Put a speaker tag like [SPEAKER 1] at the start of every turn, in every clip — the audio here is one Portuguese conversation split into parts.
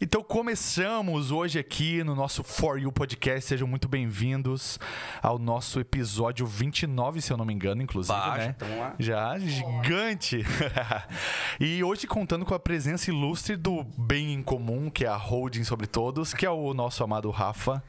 [SPEAKER 1] Então começamos hoje aqui no nosso For You Podcast. Sejam muito bem-vindos ao nosso episódio 29, se eu não me engano, inclusive,
[SPEAKER 2] Bah, já
[SPEAKER 1] né?
[SPEAKER 2] tamo lá.
[SPEAKER 1] Já gigante. e hoje contando com a presença ilustre do bem em comum, que é a holding sobre todos, que é o nosso amado Rafa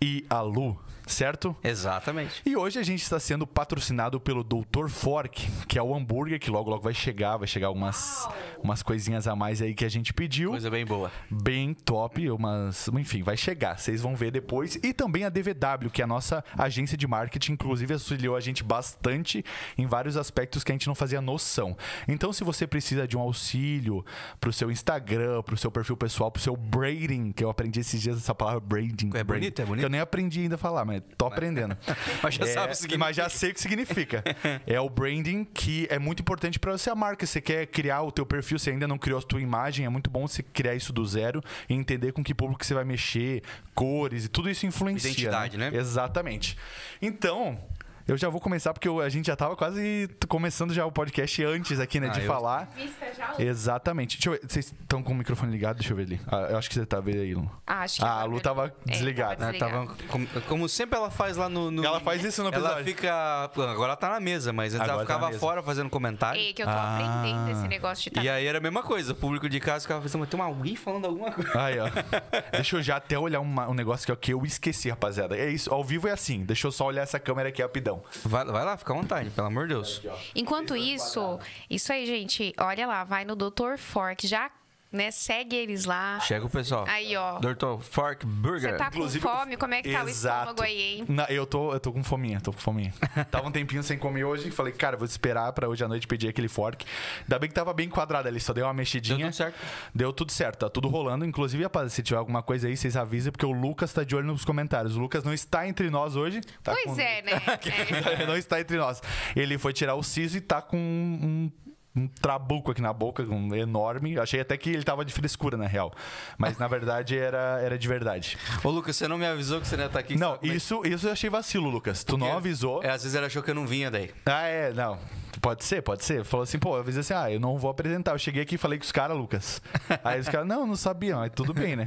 [SPEAKER 1] e a Lu, certo?
[SPEAKER 2] Exatamente.
[SPEAKER 1] E hoje a gente está sendo patrocinado pelo Dr. Fork, que é o hambúrguer que logo logo vai chegar, vai chegar umas, umas coisinhas a mais aí que a gente pediu.
[SPEAKER 2] Coisa bem boa.
[SPEAKER 1] Bem top, umas, enfim, vai chegar, vocês vão ver depois. E também a DVW, que é a nossa agência de marketing, inclusive auxiliou a gente bastante em vários aspectos que a gente não fazia noção. Então, se você precisa de um auxílio pro seu Instagram, pro seu perfil pessoal, pro seu braiding, que eu aprendi esses dias essa palavra braiding.
[SPEAKER 2] É bonito,
[SPEAKER 1] braiding,
[SPEAKER 2] é bonito.
[SPEAKER 1] que eu nem aprendi ainda a falar, mas tô aprendendo.
[SPEAKER 2] Mas já
[SPEAKER 1] É,
[SPEAKER 2] sabe o seguinte.
[SPEAKER 1] Mas já sei o que significa. é o branding que é muito importante para você a marca. Você quer criar o teu perfil, você ainda não criou a tua imagem, é muito bom você criar isso do zero e entender com que público você vai mexer, cores e tudo isso influencia.
[SPEAKER 2] Identidade, né?
[SPEAKER 1] Exatamente. Então, eu já vou começar porque eu- a gente já tava quase t- começando já o podcast antes aqui, né,
[SPEAKER 2] Ah,
[SPEAKER 1] de
[SPEAKER 2] eu-
[SPEAKER 1] falar.
[SPEAKER 3] Vista já?
[SPEAKER 1] Exatamente. Deixa eu ver. Vocês estão com o microfone ligado? Deixa eu ver ali. Ah, eu acho que você tá vendo aí, Lu.
[SPEAKER 3] Ah, acho que
[SPEAKER 1] Ah,
[SPEAKER 3] agora
[SPEAKER 1] a Lu
[SPEAKER 3] melhorou.
[SPEAKER 1] tava
[SPEAKER 3] É,
[SPEAKER 1] desligada.
[SPEAKER 3] tava
[SPEAKER 2] Ah, tava- como, como sempre ela faz lá no, no-
[SPEAKER 1] Ela faz isso no
[SPEAKER 2] Ela
[SPEAKER 1] episódio.
[SPEAKER 2] fica. Pô, Agora ela tá na mesa, mas antes
[SPEAKER 1] Agora
[SPEAKER 2] ela
[SPEAKER 1] tá na
[SPEAKER 2] ficava
[SPEAKER 1] mesa.
[SPEAKER 2] fora fazendo comentário.
[SPEAKER 3] É, que eu tô
[SPEAKER 1] Ah.
[SPEAKER 3] aprendendo esse negócio de tá...
[SPEAKER 2] E aí era a mesma coisa. O público de casa ficava pensando, mas tem alguém falando alguma coisa.
[SPEAKER 1] Aí, ó. Deixa eu já até olhar uma- um negócio que, ó, que eu esqueci, rapaziada. É isso, ao vivo é assim. Deixa eu só olhar essa câmera aqui rapidão.
[SPEAKER 2] Vai, vai lá, fica à vontade, pelo amor de Deus.
[SPEAKER 3] Enquanto isso, isso aí, gente, olha lá, vai no Dr. Fork, já, né, segue eles lá.
[SPEAKER 2] Chega o pessoal.
[SPEAKER 3] Aí, ó.
[SPEAKER 2] Dr. Fork Burger.
[SPEAKER 3] Você tá com
[SPEAKER 1] Inclusive,
[SPEAKER 3] fome? Como é que tá o estômago aí, hein?
[SPEAKER 1] Não, eu, tô, eu tô com fominha, tô com fominha. tava um tempinho sem comer hoje e falei, cara, vou esperar pra hoje à noite pedir aquele fork. Ainda bem que tava bem quadrado ali, só deu uma mexidinha.
[SPEAKER 2] Deu tudo certo.
[SPEAKER 1] Deu tudo certo, tá tudo rolando. Inclusive, rapaz, se tiver alguma coisa aí, vocês avisem, porque o Lucas tá de olho nos comentários. O Lucas não está entre nós hoje. tá
[SPEAKER 3] pois
[SPEAKER 1] com-
[SPEAKER 3] é, né? É.
[SPEAKER 1] Ele não está entre nós. Ele foi tirar o siso e tá com um, um- um trabuco aqui na boca, um enorme. Eu achei até que ele tava de frescura, na real. Mas na verdade era, era de verdade.
[SPEAKER 2] Ô, Lucas, você não me avisou que você não ia estar aqui.
[SPEAKER 1] não,
[SPEAKER 2] sabe como é que-
[SPEAKER 1] isso, isso eu achei vacilo, Lucas. Tu não avisou.
[SPEAKER 2] É, às vezes ele achou que eu não vinha daí.
[SPEAKER 1] Ah, é, não. Pode ser, pode ser. Falou assim, pô, eu avisei assim, ah, eu não vou apresentar. Eu cheguei aqui e falei com os caras, Lucas. Aí os caras, não, não sabiam. Aí tudo bem, né?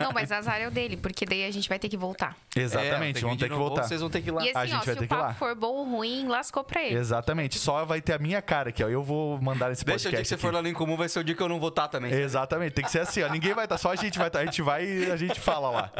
[SPEAKER 2] É,
[SPEAKER 3] Não, mas azar é o dele, porque daí a gente vai ter que voltar.
[SPEAKER 1] Exatamente,
[SPEAKER 2] É,
[SPEAKER 1] vão
[SPEAKER 2] vamos
[SPEAKER 1] ter que voltar.
[SPEAKER 2] Vocês vão ter que ir lá.
[SPEAKER 3] E
[SPEAKER 1] A
[SPEAKER 3] assim,
[SPEAKER 1] gente vai
[SPEAKER 3] ó, se
[SPEAKER 1] ter
[SPEAKER 3] o
[SPEAKER 1] que ir lá.
[SPEAKER 3] papo for bom ou ruim, lascou pra ele.
[SPEAKER 1] Exatamente. Só vai ter a minha cara aqui, ó. Eu vou mandar esse
[SPEAKER 2] Deixa o dia que
[SPEAKER 1] podcast
[SPEAKER 2] você
[SPEAKER 1] aqui.
[SPEAKER 2] for lá no Incomum, vai ser o dia que eu não vou estar também.
[SPEAKER 1] Exatamente, tem que ser assim, ó. Ninguém vai estar, só a gente vai estar. A gente vai e a gente fala lá.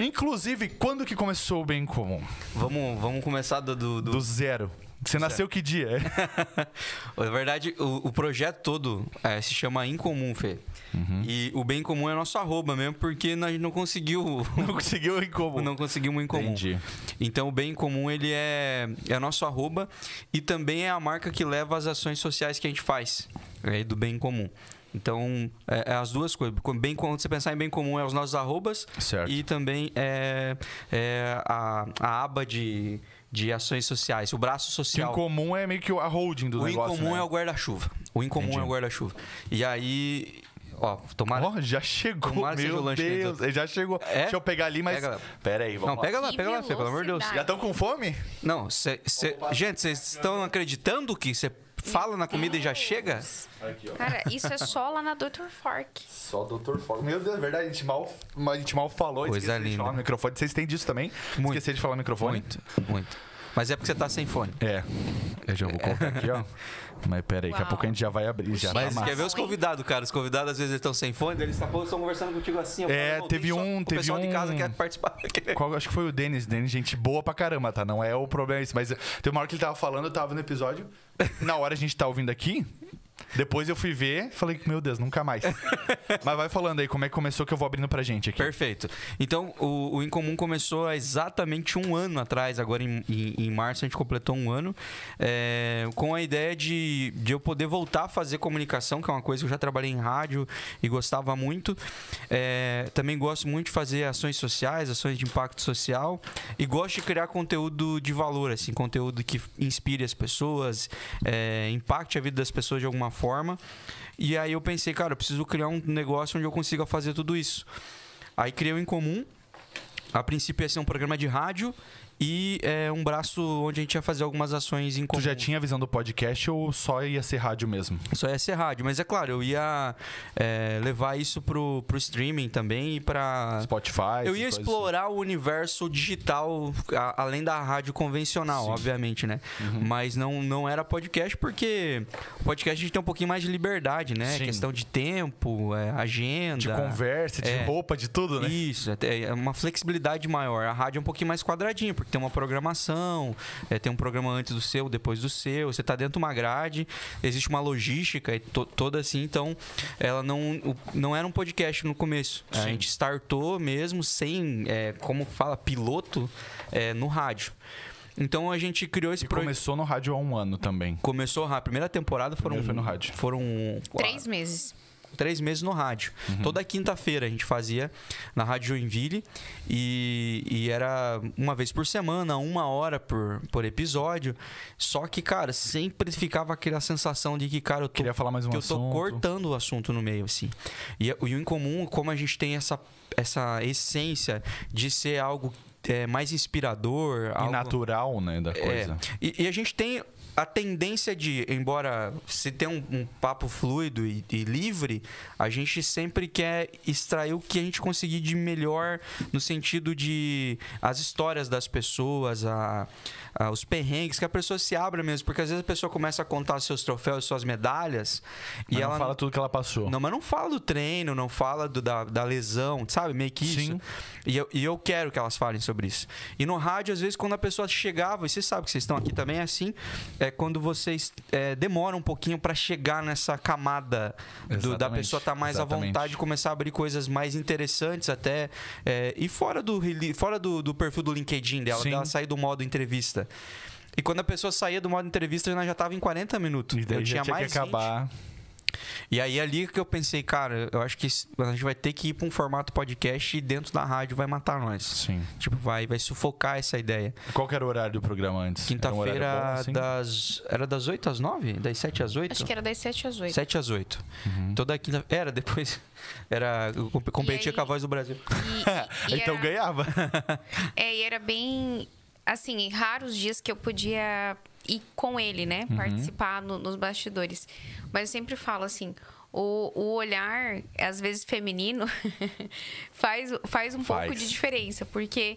[SPEAKER 1] Inclusive, quando que começou o bem comum?
[SPEAKER 2] Vamos, vamos começar do. do, do-
[SPEAKER 1] Do zero. Você nasceu que dia?
[SPEAKER 2] Na verdade, o, o projeto todo é, se chama Incomum, Fê.
[SPEAKER 1] Uhum.
[SPEAKER 2] E o bem comum é nosso arroba mesmo, porque nós não conseguiu.
[SPEAKER 1] Não conseguiu em comum.
[SPEAKER 2] Não conseguimos o incomum.
[SPEAKER 1] Entendi.
[SPEAKER 2] Então o bem comum ele é, é nosso arroba e também é a marca que leva as ações sociais que a gente faz é, do bem comum. Então, é, é as duas coisas. Com- Bem, quando você pensar em bem comum, é os nossos arrobas
[SPEAKER 1] Certo.
[SPEAKER 2] e também é, é a, a aba de, de ações sociais, o braço
[SPEAKER 1] Que
[SPEAKER 2] social.
[SPEAKER 1] em comum é meio que a holding do
[SPEAKER 2] O
[SPEAKER 1] negócio.
[SPEAKER 2] incomum
[SPEAKER 1] né?
[SPEAKER 2] é o guarda-chuva. O incomum
[SPEAKER 1] Entendi.
[SPEAKER 2] é o guarda-chuva. E aí, ó, tomara.
[SPEAKER 1] Ó, já chegou,
[SPEAKER 2] Tomara que seja o
[SPEAKER 1] meu
[SPEAKER 2] lanche, né,
[SPEAKER 1] Deus. Já chegou.
[SPEAKER 2] É?
[SPEAKER 1] Deixa eu pegar ali, mas...
[SPEAKER 2] Pega lá.
[SPEAKER 1] Pera aí, vamos
[SPEAKER 2] não, pega
[SPEAKER 1] lá.
[SPEAKER 2] lá,
[SPEAKER 3] Que
[SPEAKER 2] pega lá, Fê, pelo amor de Deus.
[SPEAKER 3] velocidade.
[SPEAKER 1] Já estão com fome?
[SPEAKER 2] Não, cê, cê- gente, vocês estão acreditando que você fala na comida e já chega?
[SPEAKER 1] Aqui, ó.
[SPEAKER 3] Cara, isso é só lá na Dr. Fork.
[SPEAKER 1] Só o Dr. Fogo. Meu Deus, é verdade, a gente mal, a gente mal falou.
[SPEAKER 2] Coisa
[SPEAKER 1] esqueci de
[SPEAKER 2] linda.
[SPEAKER 1] falar no microfone. Vocês têm disso também?
[SPEAKER 2] Muito.
[SPEAKER 1] Esqueci de falar no microfone?
[SPEAKER 2] Muito, muito. Mas é porque você tá sem fone.
[SPEAKER 1] É. Eu já vou colocar aqui, ó. Mas pera aí, daqui a
[SPEAKER 3] Uau.
[SPEAKER 1] pouco a gente já vai abrir. Já
[SPEAKER 3] Mas
[SPEAKER 1] tá
[SPEAKER 2] Você
[SPEAKER 1] massa.
[SPEAKER 2] quer ver os convidados, cara? Os convidados às vezes eles estão sem fone, eles estão conversando contigo assim. eu
[SPEAKER 1] É,
[SPEAKER 2] falo, "Não, tem
[SPEAKER 1] teve
[SPEAKER 2] só-
[SPEAKER 1] um-
[SPEAKER 2] O
[SPEAKER 1] teve
[SPEAKER 2] pessoal de
[SPEAKER 1] um-
[SPEAKER 2] casa quer participar.
[SPEAKER 1] Qual, acho que foi o Denis. Denis, gente boa pra caramba, tá? Não é o problema isso. Mas tem uma hora que ele tava falando, eu tava no episódio. Na hora a gente tá ouvindo aqui. Depois eu fui ver, falei, meu Deus, nunca mais. Mas vai falando aí, como é que começou que eu vou abrindo pra gente aqui.
[SPEAKER 2] Perfeito. Então, o, o Incomum começou há exatamente um ano atrás, agora em, em- em março a gente completou um ano, é, com a ideia de, de eu poder voltar a fazer comunicação, que é uma coisa que eu já trabalhei em rádio e gostava muito. É, também gosto muito de fazer ações sociais, ações de impacto social, e gosto de criar conteúdo de valor, assim, conteúdo que inspire as pessoas, é, impacte a vida das pessoas de alguma forma. E aí eu pensei, cara, eu preciso criar um negócio onde eu consiga fazer tudo isso. Aí criei o Incomum. A princípio ia ser um é programa de rádio e é, um braço onde a gente ia fazer algumas ações em comum.
[SPEAKER 1] Tu já tinha a visão do podcast ou só ia ser rádio mesmo?
[SPEAKER 2] Só ia ser rádio, mas é claro, eu ia é, levar isso pro, pro streaming também e pra.
[SPEAKER 1] Spotify?
[SPEAKER 2] Ah. Eu ia
[SPEAKER 1] essas coisas
[SPEAKER 2] explorar o universo digital, a- além da rádio convencional, obviamente, né?
[SPEAKER 1] Uhum.
[SPEAKER 2] Mas não, não era podcast, porque o podcast a gente tem um pouquinho mais de liberdade, né?
[SPEAKER 1] Sim.
[SPEAKER 2] Questão de tempo, é, agenda.
[SPEAKER 1] assim. De conversa, de
[SPEAKER 2] É.
[SPEAKER 1] roupa, de tudo, né?
[SPEAKER 2] Isso, até- é uma flexibilidade maior. A rádio é um pouquinho mais quadradinha, porque tem uma programação, é, tem um programa antes do seu, depois do seu, você tá dentro de uma grade, existe uma logística e to- toda assim, então ela não, o- não era um podcast no começo. A
[SPEAKER 1] Sim.
[SPEAKER 2] gente startou mesmo sem, é, como fala, piloto é, no rádio. Então a gente criou esse
[SPEAKER 1] E
[SPEAKER 2] proje-
[SPEAKER 1] começou no rádio há um ano também.
[SPEAKER 2] Começou a primeira temporada foram
[SPEAKER 1] Primeiro foi no rádio.
[SPEAKER 2] foram
[SPEAKER 3] Três meses.
[SPEAKER 2] três meses no rádio.
[SPEAKER 1] Uhum.
[SPEAKER 2] Toda quinta-feira a gente fazia na Rádio Joinville e, e era uma vez por semana, uma hora por, por episódio. Só que, cara, sempre ficava aquela sensação de que, cara, eu tô
[SPEAKER 1] Queria falar mais um
[SPEAKER 2] que eu tô
[SPEAKER 1] assunto.
[SPEAKER 2] cortando o assunto no meio, assim. E, e o incomum, como a gente tem essa, essa essência de ser algo é, mais inspirador,
[SPEAKER 1] E
[SPEAKER 2] algo...
[SPEAKER 1] natural, né, da
[SPEAKER 2] É,
[SPEAKER 1] coisa.
[SPEAKER 2] e, e a gente tem a tendência de, embora se tenha um, um papo fluido e, e livre, a gente sempre quer extrair o que a gente conseguir de melhor no sentido de as histórias das pessoas, a, a- os perrengues, que a pessoa se abra mesmo, porque às vezes a pessoa começa a contar seus troféus, suas medalhas, e
[SPEAKER 1] Mas
[SPEAKER 2] ela
[SPEAKER 1] não fala tudo que ela passou.
[SPEAKER 2] não, mas não fala do treino, não fala do- da, da lesão, sabe? Meio que isso.
[SPEAKER 1] Sim.
[SPEAKER 2] E eu, e eu quero que elas falem sobre isso. E no rádio, às vezes, quando a pessoa chegava, e vocês sabem que vocês estão aqui também, é assim, é quando vocês é, demoram um pouquinho pra chegar nessa camada do- da
[SPEAKER 1] Exatamente,
[SPEAKER 2] pessoa estar mais à
[SPEAKER 1] exatamente.
[SPEAKER 2] vontade, começar a abrir coisas mais interessantes até. é, e fora do, reli- fora do, do perfil do LinkedIn dela,
[SPEAKER 1] Sim.
[SPEAKER 2] dela sair do modo entrevista. E quando a pessoa saía do modo entrevista, ela já tava em 40 minutos.
[SPEAKER 1] E daí
[SPEAKER 2] eu
[SPEAKER 1] já
[SPEAKER 2] tinha,
[SPEAKER 1] tinha
[SPEAKER 2] mais
[SPEAKER 1] que
[SPEAKER 2] 20.
[SPEAKER 1] acabar.
[SPEAKER 2] E aí ali que eu pensei, cara, eu acho que a gente vai ter que ir pra um formato podcast e dentro da rádio vai matar nós.
[SPEAKER 1] Sim.
[SPEAKER 2] Tipo, vai, vai sufocar essa ideia.
[SPEAKER 1] Qual que era o horário do programa antes? Era um horário
[SPEAKER 2] Quinta-feira
[SPEAKER 1] bom, assim?
[SPEAKER 2] das era das 8 às 9, das 7 às 8.
[SPEAKER 3] Acho que é era das 7 às 8.
[SPEAKER 2] 7 às 8.
[SPEAKER 1] Uhum.
[SPEAKER 2] Toda quinta era depois era eu comp- competia
[SPEAKER 3] aí-
[SPEAKER 2] com a voz do Brasil.
[SPEAKER 3] E, e- e
[SPEAKER 1] então
[SPEAKER 2] é-
[SPEAKER 3] era,
[SPEAKER 1] ganhava.
[SPEAKER 3] é, e era bem, assim, raros dias que eu podia ir com ele, né?
[SPEAKER 1] Uhum.
[SPEAKER 3] Participar no- nos bastidores. Mas eu sempre falo assim, o, o olhar, às vezes feminino, faz, faz um pouco
[SPEAKER 1] Faz.
[SPEAKER 3] de diferença, porque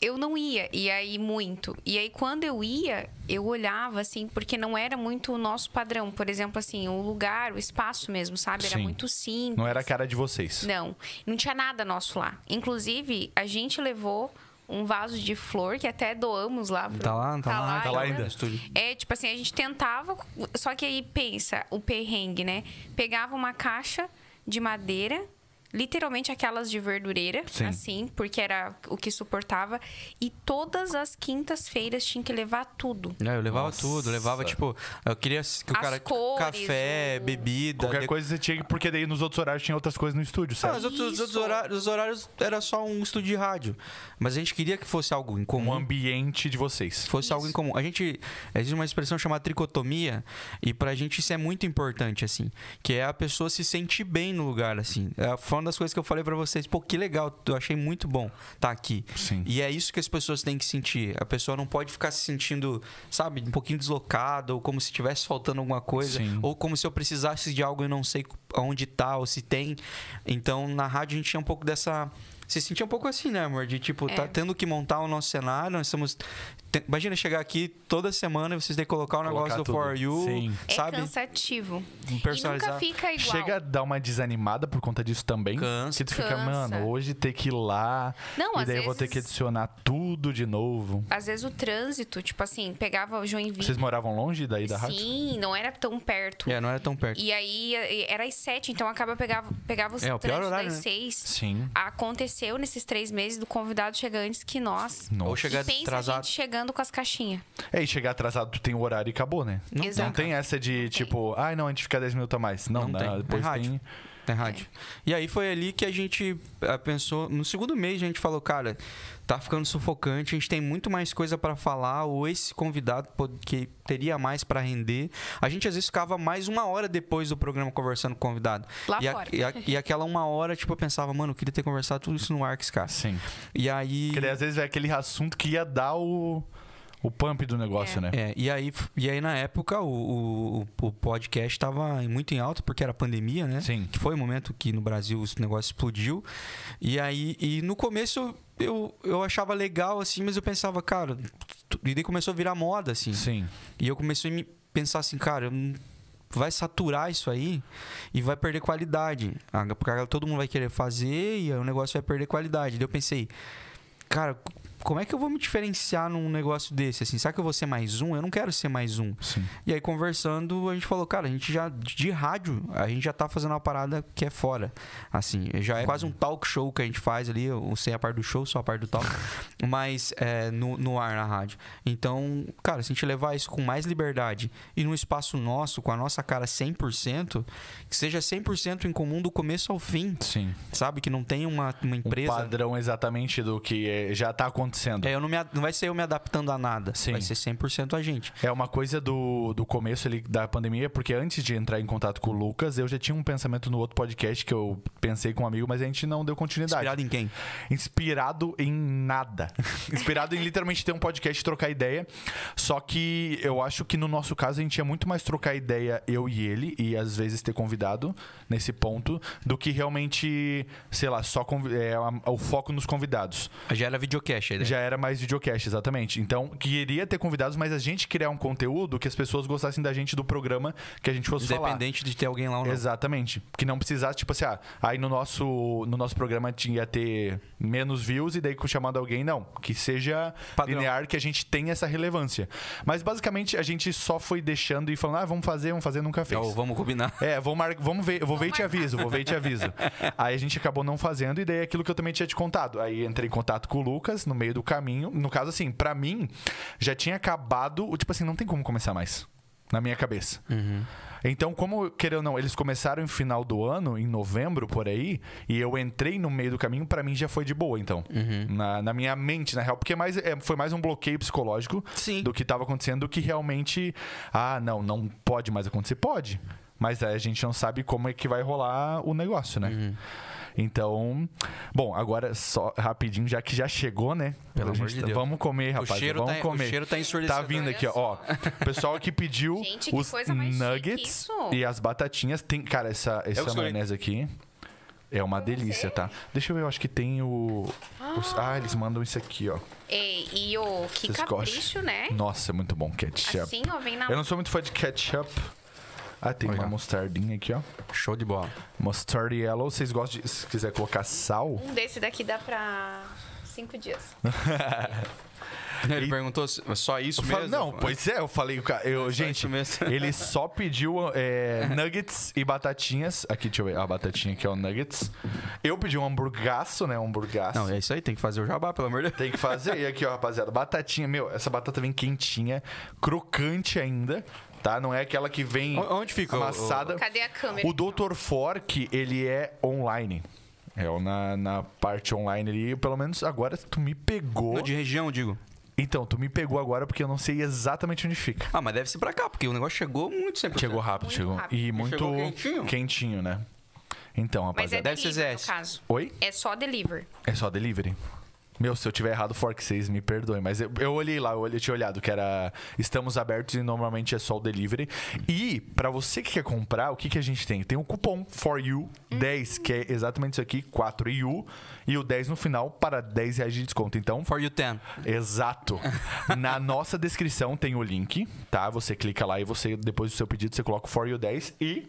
[SPEAKER 3] eu não ia, e aí muito. E aí, quando eu ia, eu olhava, assim, porque não era muito o nosso padrão. Por exemplo, assim, o lugar, o espaço mesmo, sabe? Era
[SPEAKER 1] Sim.
[SPEAKER 3] muito simples.
[SPEAKER 1] Não era a cara de vocês.
[SPEAKER 3] Não, não tinha nada nosso lá. Inclusive, a gente levou um vaso de flor que até doamos lá. pro-
[SPEAKER 2] Tá lá, tá lá,
[SPEAKER 1] tá lá
[SPEAKER 3] eu
[SPEAKER 1] ainda.
[SPEAKER 3] lembro. É, tipo assim, a gente tentava, só que aí pensa, o perrengue, né? Pegava uma caixa de madeira, literalmente aquelas de verdureira,
[SPEAKER 1] Sim.
[SPEAKER 3] assim, porque era o que suportava, e todas as quintas-feiras tinha que levar tudo.
[SPEAKER 2] É, eu levava
[SPEAKER 1] Nossa.
[SPEAKER 2] tudo, levava tipo, eu queria que o
[SPEAKER 3] As
[SPEAKER 2] cara tipo,
[SPEAKER 3] cores,
[SPEAKER 2] café,
[SPEAKER 3] o-
[SPEAKER 2] bebida,
[SPEAKER 1] Qualquer
[SPEAKER 2] de-
[SPEAKER 1] coisa você tinha que... Porque daí nos outros horários tinha outras coisas no estúdio,
[SPEAKER 2] Ah,
[SPEAKER 1] certo?
[SPEAKER 2] os outros, os outros
[SPEAKER 3] Isso.
[SPEAKER 2] horários, os horários era só um estúdio de rádio. Mas a gente queria que fosse algo em
[SPEAKER 1] Um
[SPEAKER 2] comum.
[SPEAKER 1] ambiente de vocês.
[SPEAKER 2] fosse algo em comum. A gente. Existe uma expressão chamada tricotomia, e pra gente isso é muito importante, assim. Que é a pessoa se sentir bem no lugar, assim. É, foi uma das coisas que eu falei pra vocês, pô, que legal, eu achei muito bom estar aqui.
[SPEAKER 1] Sim.
[SPEAKER 2] E é isso que as pessoas têm que sentir. A pessoa não pode ficar se sentindo, sabe, um pouquinho deslocada, ou como se estivesse faltando alguma coisa,
[SPEAKER 1] Sim.
[SPEAKER 2] ou como se eu precisasse de algo e não sei onde tá, ou se tem. Então, na rádio, a gente tinha um pouco dessa. Se sentia um pouco assim, né, amor? De tipo, tá tendo que montar o nosso cenário, nós estamos. te- Imagina chegar aqui toda semana e vocês têm que colocar o
[SPEAKER 1] Colocar
[SPEAKER 2] negócio do
[SPEAKER 1] tudo.
[SPEAKER 2] For You,
[SPEAKER 1] Sim.
[SPEAKER 2] sabe?
[SPEAKER 3] É cansativo. E nunca
[SPEAKER 2] Personalizar.
[SPEAKER 3] fica igual.
[SPEAKER 1] Chega a dar uma desanimada por conta disso também.
[SPEAKER 2] Cansa.
[SPEAKER 1] Que tu fica,
[SPEAKER 3] Cansa.
[SPEAKER 1] mano, hoje ter que ir lá.
[SPEAKER 3] Não,
[SPEAKER 1] e
[SPEAKER 3] às
[SPEAKER 1] daí eu vou ter
[SPEAKER 3] vezes-
[SPEAKER 1] que adicionar tudo de novo.
[SPEAKER 3] Às vezes o trânsito, tipo assim, pegava o Joinville.
[SPEAKER 1] Vocês moravam longe daí da rádio?
[SPEAKER 3] Sim, não era tão perto.
[SPEAKER 2] É, não era tão perto.
[SPEAKER 3] E aí e- era às sete, então acaba pegava, pegava os
[SPEAKER 2] É, o pior
[SPEAKER 3] trânsitos
[SPEAKER 2] horário,
[SPEAKER 3] das
[SPEAKER 2] né?
[SPEAKER 3] seis.
[SPEAKER 1] Sim.
[SPEAKER 3] Aconteceu nesses três meses do convidado chegar antes que nós.
[SPEAKER 1] Nossa.
[SPEAKER 2] Ou chegar
[SPEAKER 3] e pensa a
[SPEAKER 2] atrasado.
[SPEAKER 3] gente chegando com as caixinhas.
[SPEAKER 1] É, e chegar atrasado, tu tem o horário e acabou, né?
[SPEAKER 3] Não
[SPEAKER 1] Não
[SPEAKER 3] Exato.
[SPEAKER 1] tem essa de, tipo, ai, não, a gente fica 10 minutos a mais. Não,
[SPEAKER 2] Não
[SPEAKER 1] não,
[SPEAKER 2] tem. É
[SPEAKER 1] depois
[SPEAKER 2] rádio.
[SPEAKER 1] tem.
[SPEAKER 2] na rádio. É. E aí foi ali que a gente ah, pensou. No segundo mês a gente falou, cara, tá ficando sufocante, a gente tem muito mais coisa pra falar, ou esse convidado pod- que teria mais pra render. A gente às vezes ficava mais uma hora depois do programa conversando com o convidado.
[SPEAKER 3] Lá
[SPEAKER 2] e, a-
[SPEAKER 3] fora.
[SPEAKER 2] e, a- e aquela uma hora, tipo, eu pensava, mano, eu queria ter conversado tudo isso no ar com esse cara.
[SPEAKER 1] Sim.
[SPEAKER 2] E aí.
[SPEAKER 1] Porque daí, às vezes é aquele assunto que ia dar o, o pump do negócio,
[SPEAKER 3] É.
[SPEAKER 1] né?
[SPEAKER 2] É, e aí, e aí na época o, o, o podcast estava muito em alta porque era pandemia, né?
[SPEAKER 1] Sim.
[SPEAKER 2] Que foi o momento que no Brasil esse negócio explodiu. E aí, e no começo eu, eu achava legal assim, mas eu pensava, cara, tu- e daí começou a virar moda assim.
[SPEAKER 1] Sim.
[SPEAKER 2] E eu comecei a me pensar assim, cara, eu não- vai saturar isso aí e vai perder qualidade. Ah, Porque todo mundo vai querer fazer e aí o negócio vai perder qualidade. Daí eu pensei, cara, c- como é que eu vou me diferenciar num negócio desse? Assim, será que eu vou ser mais um? Eu não quero ser mais um.
[SPEAKER 1] Sim.
[SPEAKER 2] E aí, conversando, a gente falou, cara, a gente já, de rádio, a gente já tá fazendo uma parada que é fora. Assim, já é quase um talk show que a gente faz ali, eu sei a parte do show, só a parte do talk, mas é, no, no ar, na rádio. Então, cara, se a gente levar isso com mais liberdade e num espaço nosso, com a nossa cara 100%, que seja 100% em comum do começo ao fim,
[SPEAKER 1] Sim.
[SPEAKER 2] sabe? Que não tem uma, uma
[SPEAKER 1] Um
[SPEAKER 2] empresa.
[SPEAKER 1] padrão exatamente do que é- já tá acontecendo.
[SPEAKER 2] É, eu não, me, a- não vai ser eu me adaptando a nada.
[SPEAKER 1] Sim.
[SPEAKER 2] Vai ser 100% a gente.
[SPEAKER 1] É uma coisa do, do começo ali da pandemia, porque antes de entrar em contato com o Lucas, eu já tinha um pensamento no outro podcast que eu pensei com um amigo, mas a gente não deu continuidade.
[SPEAKER 2] Inspirado em quem?
[SPEAKER 1] Inspirado em nada. Inspirado em literalmente ter um podcast e trocar ideia. Só que eu acho que no nosso caso a gente ia muito mais trocar ideia, eu e ele, e às vezes ter convidado nesse ponto, do que realmente, sei lá, só convi- é, a- o foco nos convidados.
[SPEAKER 2] Já era videocast, né?
[SPEAKER 1] Já era mais videocast, exatamente. Então, queria ter convidados, mas a gente criar um conteúdo que as pessoas gostassem da gente do programa que a gente fosse falar.
[SPEAKER 2] Independente de ter alguém lá ou não.
[SPEAKER 1] Exatamente. Que não precisasse, tipo assim, ah, aí no nosso, no nosso programa tinha ter menos views e daí com chamando alguém, não. Que seja
[SPEAKER 2] Padrão.
[SPEAKER 1] linear, que a gente tenha essa relevância. Mas basicamente a gente só foi deixando e falando, ah, vamos fazer, vamos fazer, nunca fez.
[SPEAKER 2] Ou Então vamos combinar.
[SPEAKER 1] É, vou mar... vamos ver, eu vou ver e te
[SPEAKER 3] marcar.
[SPEAKER 1] aviso, vou ver e te aviso. Aí a gente acabou não fazendo, e daí é aquilo que eu também tinha te contado. Aí entrei em contato com o Lucas no meio do caminho. No caso, assim, pra mim, já tinha acabado. o Tipo assim, não tem como começar mais. Na minha cabeça. Então, como, querer ou não, eles começaram no final do ano, em novembro, por aí, e eu entrei no meio do caminho, pra mim já foi de boa, então. Na, na minha mente, na real. Porque mais, é, foi mais um bloqueio psicológico
[SPEAKER 2] Sim.
[SPEAKER 1] do que estava acontecendo do que realmente, ah, não, não pode mais acontecer. Pode, mas aí a gente não sabe como é que vai rolar o negócio, né?
[SPEAKER 2] Uhum.
[SPEAKER 1] Então, bom, agora só rapidinho, já que já chegou, né?
[SPEAKER 2] Pelo
[SPEAKER 1] A gente
[SPEAKER 2] amor de
[SPEAKER 1] tá-
[SPEAKER 2] Deus.
[SPEAKER 1] Vamos comer, rapaz.
[SPEAKER 2] cheiro
[SPEAKER 1] vamos
[SPEAKER 2] tá- o
[SPEAKER 1] comer.
[SPEAKER 2] cheiro tá
[SPEAKER 1] Tá
[SPEAKER 2] ensurdecedor.
[SPEAKER 1] vindo aqui, ó. ó. O pessoal que pediu
[SPEAKER 3] Gente, que
[SPEAKER 1] os
[SPEAKER 3] coisa mais chique
[SPEAKER 1] nuggets
[SPEAKER 3] isso.
[SPEAKER 1] e as batatinhas. Tem, cara, essa, essa
[SPEAKER 2] escolhi.
[SPEAKER 1] maionese aqui é uma delícia, tá? Deixa eu ver, eu acho que tem o. os- ah, eles mandam isso aqui, ó.
[SPEAKER 3] Ei, e o que
[SPEAKER 1] Esses
[SPEAKER 3] capricho, né?
[SPEAKER 1] Nossa, é muito bom ketchup.
[SPEAKER 3] Assim, ó, vem na
[SPEAKER 1] Eu não sou muito fã de ketchup. Ah, tem
[SPEAKER 2] Olha.
[SPEAKER 1] uma mostardinha aqui, ó.
[SPEAKER 2] Show de bola.
[SPEAKER 1] Mustard yellow. Vocês gostam de. Se quiser colocar sal.
[SPEAKER 3] Um desse daqui dá pra cinco dias.
[SPEAKER 2] Ele perguntou se- só isso
[SPEAKER 1] Eu falo-
[SPEAKER 2] mesmo?
[SPEAKER 3] né?
[SPEAKER 1] não, pois é, eu falei, cara, eu, gente,
[SPEAKER 2] isso mesmo.
[SPEAKER 1] ele só pediu é, nuggets e batatinhas. Aqui, deixa eu ver, a batatinha aqui é o nuggets. Eu pedi um hamburgaço, né, um hamburgaço.
[SPEAKER 2] Não, é isso aí, tem que fazer o jabá, pelo amor de Deus.
[SPEAKER 1] Tem que fazer. E aqui, ó, rapaziada, batatinha, meu, essa batata vem quentinha, crocante ainda, tá? Não é aquela que vem
[SPEAKER 2] O- onde fica o-
[SPEAKER 1] amassada.
[SPEAKER 3] Cadê a câmera?
[SPEAKER 1] O Dr. Fork, ele é online. É o na, na parte online ali. Pelo menos agora tu me pegou.
[SPEAKER 2] Não, de região, digo.
[SPEAKER 1] Então, tu me pegou agora porque eu não sei exatamente onde fica.
[SPEAKER 2] Ah, mas deve ser pra cá, porque o negócio chegou muito sempre.
[SPEAKER 1] Chegou rápido,
[SPEAKER 3] Muito
[SPEAKER 1] chegou.
[SPEAKER 3] rápido.
[SPEAKER 1] E muito
[SPEAKER 2] Chegou quentinho?
[SPEAKER 1] quentinho, né? Então,
[SPEAKER 3] Mas é
[SPEAKER 1] rapaziada.
[SPEAKER 2] deve ser
[SPEAKER 3] delivery, no
[SPEAKER 2] ZS.
[SPEAKER 3] caso.
[SPEAKER 1] Oi?
[SPEAKER 3] É só delivery.
[SPEAKER 1] É só delivery. Meu, se eu tiver errado, Fork 6, me perdoe. Mas eu, eu olhei lá, eu, olhei, eu tinha olhado que era. Estamos abertos e normalmente é só o delivery. E, pra você que quer comprar, o que, que a gente tem? Tem um cupom for you 10, que é exatamente isso aqui, 4U, e o 10 no final para 10 reais de desconto. Então,
[SPEAKER 2] For you 10.
[SPEAKER 1] Exato. Na nossa descrição tem o link, tá? Você clica lá e você, depois do seu pedido, você coloca o For You 10 e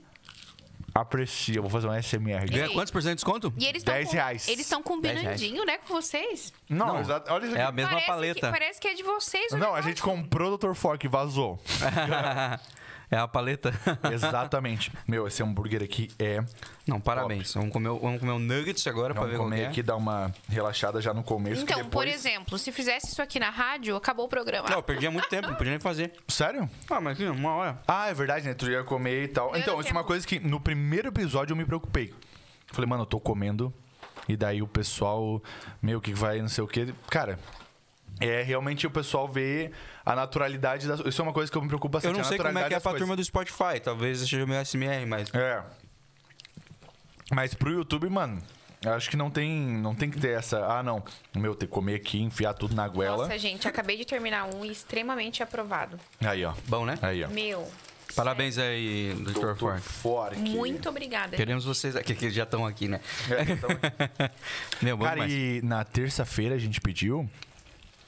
[SPEAKER 1] aprecia. Eu Vou fazer um SMR. aqui.
[SPEAKER 2] Ganha quantos por cento de desconto?
[SPEAKER 3] E eles tão
[SPEAKER 1] 10
[SPEAKER 3] com-
[SPEAKER 1] reais.
[SPEAKER 3] Eles estão combinandinho, né, com vocês?
[SPEAKER 1] Não,
[SPEAKER 2] Não.
[SPEAKER 1] exato. Olha isso
[SPEAKER 2] É a
[SPEAKER 1] aqui.
[SPEAKER 2] mesma
[SPEAKER 3] parece Que,
[SPEAKER 2] paleta.
[SPEAKER 3] parece que é de vocês. o
[SPEAKER 1] Não, a
[SPEAKER 3] negócio.
[SPEAKER 1] gente comprou o Dr. Fork, vazou.
[SPEAKER 2] é a paleta.
[SPEAKER 1] Exatamente. Meu, esse hambúrguer aqui é.
[SPEAKER 2] Não, parabéns. Vamos comer, o- vamos comer o nuggets agora pra
[SPEAKER 1] Vamos
[SPEAKER 2] ver como
[SPEAKER 1] comer
[SPEAKER 2] é.
[SPEAKER 1] aqui, dar uma relaxada já no começo. que
[SPEAKER 3] Então, por
[SPEAKER 1] depois-
[SPEAKER 3] exemplo, se fizesse isso aqui na rádio, acabou o programa.
[SPEAKER 2] Não, eu perdia muito tempo, não podia nem fazer.
[SPEAKER 1] Sério?
[SPEAKER 2] Ah, mas assim, uma hora.
[SPEAKER 1] Ah, é verdade, né? Tu ia comer e tal.
[SPEAKER 3] Eu
[SPEAKER 1] então,
[SPEAKER 3] não
[SPEAKER 1] isso é uma
[SPEAKER 3] quero.
[SPEAKER 1] coisa que no primeiro episódio eu me preocupei. Falei, mano, eu tô comendo. E daí o pessoal, meu, que vai, não sei o quê. Cara, é realmente o pessoal vê a naturalidade das. Isso é uma coisa que eu me preocupo bastante.
[SPEAKER 2] Eu não
[SPEAKER 1] a
[SPEAKER 2] sei como é que é
[SPEAKER 1] naturalidade
[SPEAKER 2] pra
[SPEAKER 1] das
[SPEAKER 2] turma do Spotify, talvez seja meu SMR, mas.
[SPEAKER 1] É. Mas pro YouTube, mano, eu acho que não tem, não tem que ter essa. Ah, não. Meu, ter que comer aqui, enfiar tudo na goela.
[SPEAKER 3] Nossa, é gente, acabei de terminar um e extremamente aprovado.
[SPEAKER 1] Aí, ó.
[SPEAKER 2] Bom, né?
[SPEAKER 1] Aí, ó.
[SPEAKER 3] Meu.
[SPEAKER 2] Parabéns aí, Dr. Ford.
[SPEAKER 1] Fork.
[SPEAKER 3] Muito obrigada.
[SPEAKER 2] Queremos vocês aqui, que já estão aqui, né?
[SPEAKER 1] É, então-
[SPEAKER 2] Meu, bom
[SPEAKER 1] Cara,
[SPEAKER 2] demais.
[SPEAKER 1] e na terça-feira a gente pediu.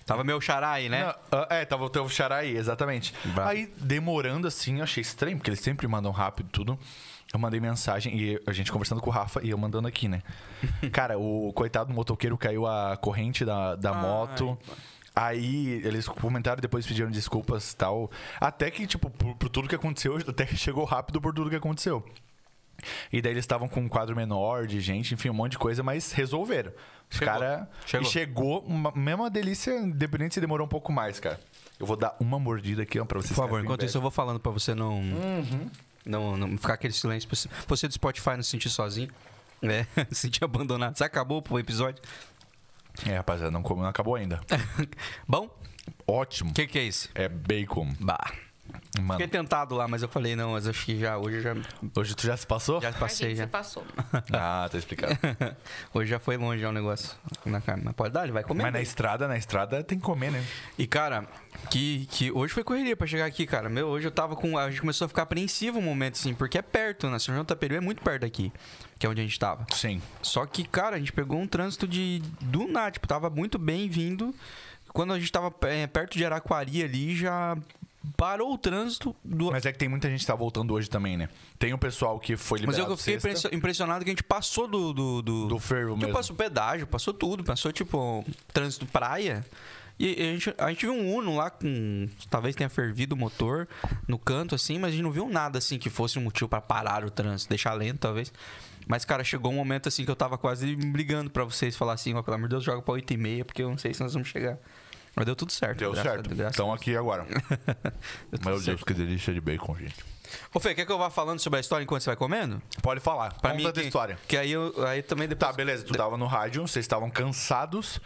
[SPEAKER 2] Tava meu xará aí, né?
[SPEAKER 1] Não, ah, é, tava o teu xará aí, exatamente.
[SPEAKER 2] Brabo.
[SPEAKER 1] Aí, demorando assim, eu achei estranho, porque eles sempre mandam rápido tudo. Eu mandei mensagem e a gente conversando com o Rafa e eu mandando aqui, né? Cara, o coitado do motoqueiro caiu a corrente da, da moto. Aí eles comentaram, depois pediram desculpas e tal. Até que, tipo, por, por tudo que aconteceu, até que chegou rápido por tudo que aconteceu. E daí eles estavam com um quadro menor de gente, enfim, um monte de coisa, mas resolveram. Os
[SPEAKER 2] Chegou.
[SPEAKER 1] cara.
[SPEAKER 2] Chegou.
[SPEAKER 1] E chegou, uma, mesma delícia, independente se demorou um pouco mais, cara. Eu vou dar uma mordida aqui, ó, pra vocês.
[SPEAKER 2] Por favor,
[SPEAKER 1] ficarem
[SPEAKER 2] enquanto
[SPEAKER 1] bem
[SPEAKER 2] isso eu
[SPEAKER 1] velhos.
[SPEAKER 2] vou falando pra você não. Uhum. Não, não ficar aquele silêncio. pra Você, você do Spotify não se sentir sozinho. Né? Se sentir abandonado. Você acabou o episódio.
[SPEAKER 1] É, rapaziada, não, como, não acabou ainda.
[SPEAKER 2] Bom,
[SPEAKER 1] Ótimo.
[SPEAKER 2] o que, que é isso?
[SPEAKER 1] É bacon.
[SPEAKER 2] Bah.
[SPEAKER 1] Mano,
[SPEAKER 2] Fiquei tentado lá, mas eu falei, não, mas acho que já hoje eu já,
[SPEAKER 1] hoje tu já se passou?
[SPEAKER 2] já
[SPEAKER 3] Ai, gente,
[SPEAKER 2] passei. Já.
[SPEAKER 3] você tá passou.
[SPEAKER 1] Ah, tá explicado.
[SPEAKER 2] hoje já foi longe já o negócio na carne. Mas pode dar, ele vai comer.
[SPEAKER 1] Mas na
[SPEAKER 2] né?
[SPEAKER 1] estrada, na estrada tem que comer, né?
[SPEAKER 2] E, cara, que, que hoje foi correria pra chegar aqui, cara. Meu, hoje eu tava com. A gente começou a ficar apreensivo um momento, assim, porque é perto, né? São João do Taperu é muito perto daqui, que é onde a gente tava.
[SPEAKER 1] Sim.
[SPEAKER 2] Só que, cara, a gente pegou um trânsito de do nada, tipo, tava muito bem vindo. Quando a gente tava é, perto de Araquari ali, já parou o trânsito do. Mas,
[SPEAKER 1] Mas é que tem muita gente que tá voltando hoje também, né? Tem o pessoal que foi liberado
[SPEAKER 2] é eu, eu fiquei
[SPEAKER 1] sexta,
[SPEAKER 2] impressio- impressionado que a gente passou do. Do, do,
[SPEAKER 1] do fervo
[SPEAKER 2] tipo,
[SPEAKER 1] mesmo.
[SPEAKER 2] passou pedágio, passou tudo, passou, tipo, trânsito praia. E a gente, a gente viu um Uno lá com. Talvez tenha fervido o motor no canto, assim, mas a gente não viu nada assim que fosse um motivo pra parar o trânsito, deixar lento, talvez. Mas, cara, chegou um momento assim que eu tava quase ligando pra vocês falar assim, ó, pelo amor de Deus, joga pra 8 e meia, porque eu não sei se nós vamos chegar. Mas deu tudo certo.
[SPEAKER 1] Deu
[SPEAKER 2] graças a-
[SPEAKER 1] certo. Então.
[SPEAKER 2] graças a
[SPEAKER 1] Estão
[SPEAKER 2] Deus.
[SPEAKER 1] aqui agora.
[SPEAKER 2] Deu tudo
[SPEAKER 1] Meu
[SPEAKER 2] certo.
[SPEAKER 1] Deus, que delícia de bacon, gente.
[SPEAKER 2] Ô, Fê, quer que eu vá falando sobre a história enquanto você vai comendo?
[SPEAKER 1] Pode falar.
[SPEAKER 2] Pra
[SPEAKER 1] Conta
[SPEAKER 2] mim.
[SPEAKER 1] a tua
[SPEAKER 2] que-
[SPEAKER 1] história.
[SPEAKER 2] Que aí eu aí também depois.
[SPEAKER 1] Tá, beleza. Tu tava no rádio, vocês estavam cansados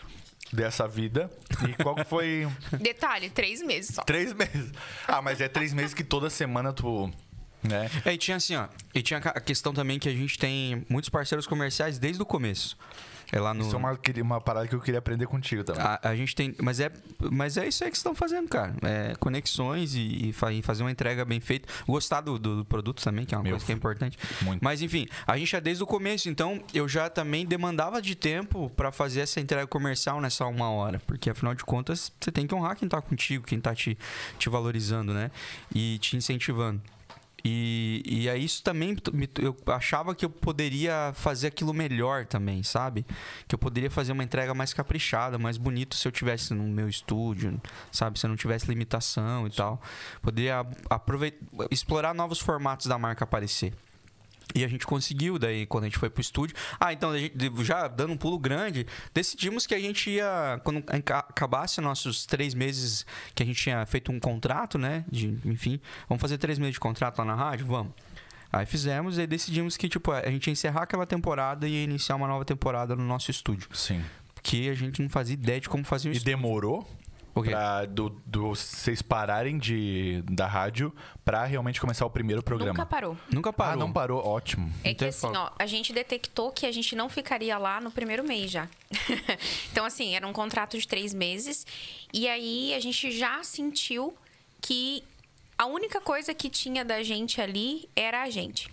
[SPEAKER 1] dessa vida. E qual que foi?
[SPEAKER 3] Detalhe, três meses só.
[SPEAKER 1] três meses. Ah, mas é três meses que toda semana tu. Né?
[SPEAKER 2] É, e tinha assim, ó. E tinha a questão também que a gente tem muitos parceiros comerciais desde o começo. É lá no.
[SPEAKER 1] Isso é uma, queria- uma parada que eu queria aprender contigo também.
[SPEAKER 2] A, a gente tem. Mas é, mas é isso aí que estão fazendo, cara. É, conexões e, e fa- e fazer uma entrega bem feita. Gostar do, do- do produto também, que é uma
[SPEAKER 1] Meu,
[SPEAKER 2] coisa que é importante.
[SPEAKER 1] muito.
[SPEAKER 2] Mas enfim, a gente já desde o começo, então eu já também demandava de tempo pra fazer essa entrega comercial nessa uma hora. Porque afinal de contas, você tem que honrar quem tá contigo, quem tá te, te valorizando, né? E te incentivando. E, e aí isso também me- eu achava que eu poderia fazer aquilo melhor também, sabe? Que eu poderia fazer uma entrega mais caprichada, mais bonito se eu tivesse no meu estúdio, sabe? Se eu não tivesse limitação e tal. Poderia aproveitar, explorar novos formatos da marca aparecer. E a gente conseguiu, daí quando a gente foi pro estúdio. Ah, então a gente, já dando um pulo grande, decidimos que a gente ia, quando aca- acabasse nossos três meses que a gente tinha feito um contrato, né? de- enfim, vamos fazer três meses de contrato lá na rádio? Vamos. Aí fizemos e decidimos que, tipo, a gente ia encerrar aquela temporada e ia iniciar uma nova temporada no nosso estúdio.
[SPEAKER 1] Sim.
[SPEAKER 2] Que a gente não fazia ideia de como fazia o
[SPEAKER 1] E
[SPEAKER 2] estúdio.
[SPEAKER 1] demorou
[SPEAKER 2] O quê?
[SPEAKER 1] pra do, do- vocês pararem de, da rádio pra realmente começar o primeiro programa.
[SPEAKER 3] Nunca parou.
[SPEAKER 2] Nunca parou.
[SPEAKER 1] Ah, não parou? Ótimo.
[SPEAKER 3] É que
[SPEAKER 2] Então eu
[SPEAKER 3] assim,
[SPEAKER 2] falo.
[SPEAKER 3] ó, a gente detectou que a gente não ficaria lá no primeiro mês já. então, assim, era um contrato de três meses. E aí a gente já sentiu que a única coisa que tinha da gente ali era a gente.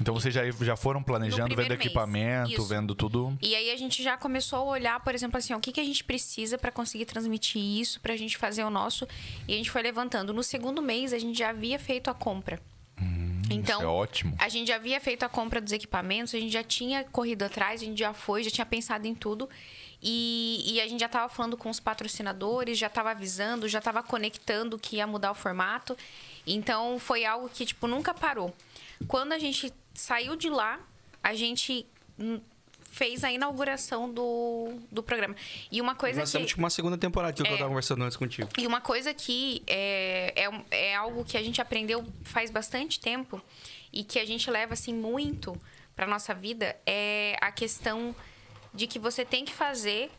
[SPEAKER 1] Então vocês já, já foram planejando, vendo
[SPEAKER 3] assim, primeiro mês.
[SPEAKER 1] equipamento,
[SPEAKER 3] Isso.
[SPEAKER 1] vendo tudo.
[SPEAKER 3] E aí a gente já começou a olhar, por exemplo, assim, ó, o que, que a gente precisa para conseguir transmitir isso, para a gente fazer o nosso. E a gente foi levantando. No segundo mês, a gente já havia feito a compra. então,
[SPEAKER 1] Isso é ótimo.
[SPEAKER 3] a gente já havia feito a compra dos equipamentos, a gente já tinha corrido atrás, a gente já foi, já tinha pensado em tudo. E, e a gente já estava falando com os patrocinadores, já estava avisando, já estava conectando que ia mudar o formato. Então foi algo que tipo nunca parou. Quando a gente saiu de lá, a gente hum, fez a inauguração do, do programa. E uma coisa
[SPEAKER 2] Nós temos,
[SPEAKER 3] é que
[SPEAKER 2] tipo, uma segunda temporada que, é o que eu tava conversando antes contigo.
[SPEAKER 3] e uma coisa que é, é, um- é algo que a gente aprendeu faz bastante tempo e que a gente leva assim muito para nossa vida é a questão de que você tem que fazer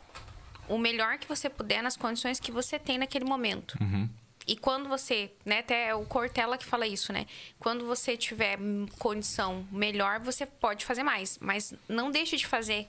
[SPEAKER 3] o melhor que você puder nas condições que você tem naquele momento. E quando você, né, até é o Cortella que fala isso, né? Quando você tiver hum, condição melhor, você pode fazer mais, mas não deixe de fazer.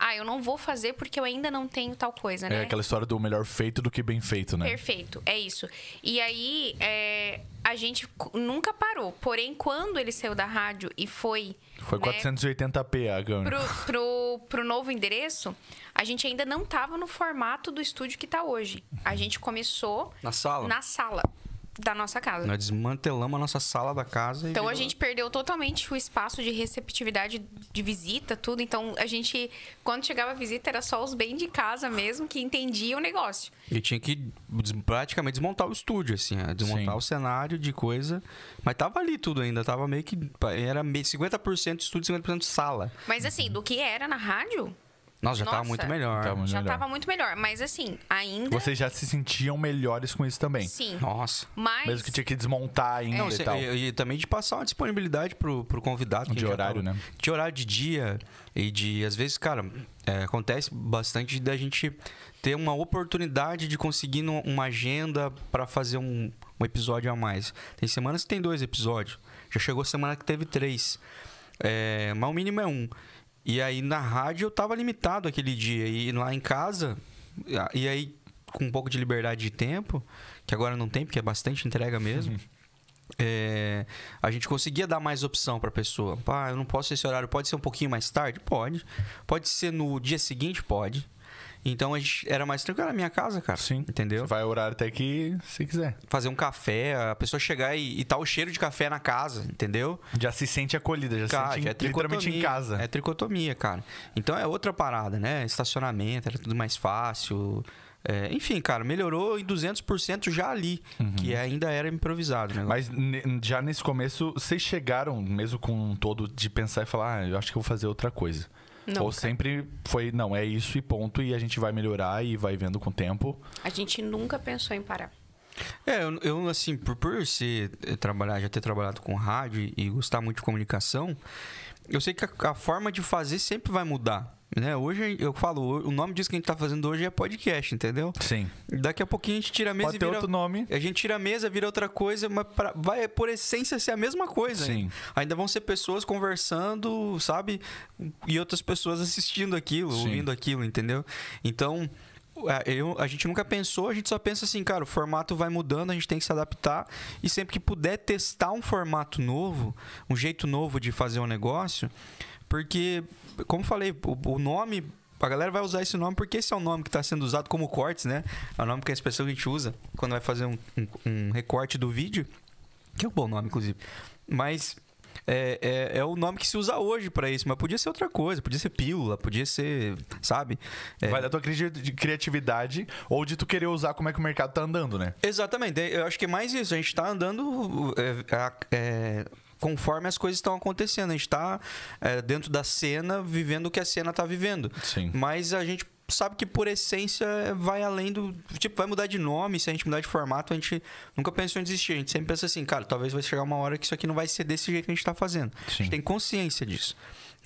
[SPEAKER 3] Ah, eu não vou fazer porque eu ainda não tenho tal coisa,
[SPEAKER 1] É
[SPEAKER 3] né?
[SPEAKER 1] aquela história do melhor feito do que bem feito, né?
[SPEAKER 3] Perfeito, é isso. E aí, é, a gente cu- nunca parou. Porém, quando ele saiu da rádio e foi.
[SPEAKER 1] Foi
[SPEAKER 3] né,
[SPEAKER 1] 480p a câmera.
[SPEAKER 3] pro, pro, pro novo endereço, a gente ainda não tava no formato do estúdio que tá hoje. A gente começou
[SPEAKER 2] Na sala.
[SPEAKER 3] na sala da nossa casa.
[SPEAKER 2] Nós desmantelamos a nossa sala da casa e
[SPEAKER 3] Então a
[SPEAKER 2] virou-
[SPEAKER 3] gente perdeu totalmente o espaço de receptividade de visita, tudo. Então a gente, quando chegava a visita, era só os bem de casa mesmo que entendiam o negócio.
[SPEAKER 2] E tinha que des- praticamente desmontar o estúdio, assim, é, desmontar
[SPEAKER 1] Sim.
[SPEAKER 2] o cenário de coisa. Mas tava ali tudo ainda, tava meio que. Era meio 50% estúdio, 50% sala.
[SPEAKER 3] Mas assim, do que era na rádio,
[SPEAKER 2] Nossa, já tava
[SPEAKER 3] Nossa.
[SPEAKER 2] muito melhor.
[SPEAKER 1] Tá muito
[SPEAKER 3] já
[SPEAKER 1] melhor.
[SPEAKER 3] tava muito melhor. Mas assim, ainda.
[SPEAKER 1] Vocês já se sentiam melhores com isso também.
[SPEAKER 3] Sim.
[SPEAKER 2] Nossa.
[SPEAKER 3] Mas.
[SPEAKER 1] Mesmo que tinha que desmontar ainda
[SPEAKER 2] Não,
[SPEAKER 1] e
[SPEAKER 2] cê- é-
[SPEAKER 1] tal.
[SPEAKER 2] e, e também de passar uma disponibilidade pro, pro convidado. que
[SPEAKER 1] De
[SPEAKER 2] já
[SPEAKER 1] horário, né?
[SPEAKER 2] De horário de dia e de. Às vezes, cara, é, acontece bastante da gente ter uma oportunidade de conseguir no- uma agenda pra fazer um, um episódio a mais. Tem semanas que tem dois episódios. Já chegou semana que teve três. É, mas o mínimo é um. E aí na rádio eu tava limitado aquele dia. E lá em casa. E aí, com um pouco de liberdade de tempo, que agora não tem, porque é bastante entrega mesmo. É, a gente conseguia dar mais opção pra pessoa. Ah, eu não posso esse horário. Pode ser um pouquinho mais tarde? Pode. Pode ser no dia seguinte? Pode. Então a gente era mais tranquilo na minha casa, cara.
[SPEAKER 1] Sim.
[SPEAKER 2] Entendeu?
[SPEAKER 1] Você vai orar até que se quiser.
[SPEAKER 2] Fazer um café, a pessoa chegar e, e tá o cheiro de café na casa, entendeu?
[SPEAKER 1] Já se sente acolhida, já
[SPEAKER 2] Cara,
[SPEAKER 1] se sente
[SPEAKER 2] já é
[SPEAKER 1] literalmente
[SPEAKER 2] tricotomia,
[SPEAKER 1] em casa.
[SPEAKER 2] É tricotomia, cara. Então é outra parada, né? Estacionamento, era tudo mais fácil. É, enfim, cara, melhorou em 200% já ali,
[SPEAKER 1] Uhum.
[SPEAKER 2] que ainda era improvisado. Né?
[SPEAKER 1] Mas ne- já nesse começo, vocês chegaram, mesmo com um todo, de pensar e falar, ah, eu acho que eu vou fazer outra coisa.
[SPEAKER 3] Não,
[SPEAKER 1] Ou
[SPEAKER 3] cara.
[SPEAKER 1] sempre foi, não, é isso e ponto, e a gente vai melhorar e vai vendo com o tempo.
[SPEAKER 3] A gente nunca pensou em parar.
[SPEAKER 2] É, eu, eu, assim, por, por ser, eh, trabalhar, já ter trabalhado com rádio e gostar muito de comunicação, eu sei que a, a forma de fazer sempre vai mudar. Né? Hoje eu falo, o nome disso que a gente tá fazendo hoje é podcast, entendeu?
[SPEAKER 1] Sim.
[SPEAKER 2] Daqui a pouquinho a gente tira a mesa
[SPEAKER 1] Pode
[SPEAKER 2] e
[SPEAKER 1] ter
[SPEAKER 2] vira...
[SPEAKER 1] outro nome.
[SPEAKER 2] A gente tira a mesa, vira outra coisa, mas pra- vai, por essência, ser a mesma coisa.
[SPEAKER 1] Sim.
[SPEAKER 2] ainda. Ainda vão ser pessoas conversando, sabe? E outras pessoas assistindo aquilo,
[SPEAKER 1] Sim.
[SPEAKER 2] ouvindo aquilo, entendeu? Então, a- eu- a gente nunca pensou, a gente só pensa assim, cara, o formato vai mudando, a gente tem que se adaptar. E sempre que puder testar um formato novo, um jeito novo de fazer um negócio, porque, como eu falei, o, o nome. A galera vai usar esse nome porque esse é o nome que está sendo usado como cortes, né? É o nome que é a expressão que a gente usa quando vai fazer um- um- um recorte do vídeo. Que é um bom nome, inclusive. Mas é, é, é o nome que se usa hoje pra isso. Mas podia ser outra coisa. Podia ser pílula, podia ser... Sabe? É,
[SPEAKER 1] Vai da tua cri- de criatividade ou de tu querer usar como é que o mercado tá andando, né?
[SPEAKER 2] Exatamente. Eu acho que é mais isso. A gente tá andando... é, a- é, conforme as coisas estão acontecendo. A gente tá é, dentro da cena, vivendo o que a cena tá vivendo.
[SPEAKER 1] Sim.
[SPEAKER 2] Mas a gente sabe que por essência vai além do. Tipo, vai mudar de nome, se a gente mudar de formato, a gente nunca pensou em desistir. A gente sempre pensa assim, cara, talvez vai chegar uma hora que isso aqui não vai ser desse jeito que a gente tá fazendo. A
[SPEAKER 1] Sim.
[SPEAKER 2] gente tem consciência disso.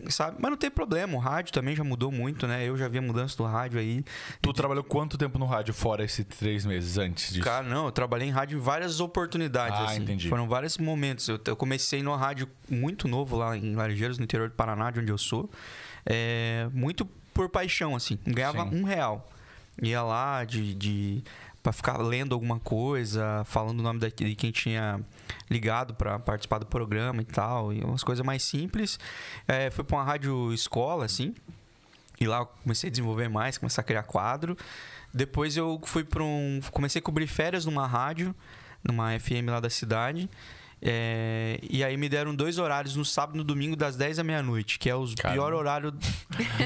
[SPEAKER 2] Sabe? Mas não tem problema, o rádio também já mudou muito, né? Eu já vi a mudança do rádio aí.
[SPEAKER 1] Tu trabalhou quanto tempo no rádio fora esses três meses antes disso?
[SPEAKER 2] Cara, não, eu trabalhei em rádio em várias oportunidades.
[SPEAKER 1] Ah,
[SPEAKER 2] assim.
[SPEAKER 1] entendi.
[SPEAKER 2] Foram vários momentos. Eu, eu comecei no rádio muito novo lá em Laranjeiras, no interior do Paraná, de onde eu sou. É, muito por paixão, assim. Ganhava
[SPEAKER 1] Sim.
[SPEAKER 2] um real. Ia lá de, de para ficar lendo alguma coisa, falando o nome da, de quem tinha ligado para participar do programa e tal, e umas coisas mais simples. É, fui para uma rádio escola, assim. E lá eu comecei a desenvolver mais, comecei a criar quadro. Depois eu fui para um. Comecei a cobrir férias numa rádio, numa FM lá da cidade. É, e aí me deram dois horários no sábado e no domingo, das 10 à meia-noite, que é o
[SPEAKER 1] Caramba.
[SPEAKER 2] pior horário do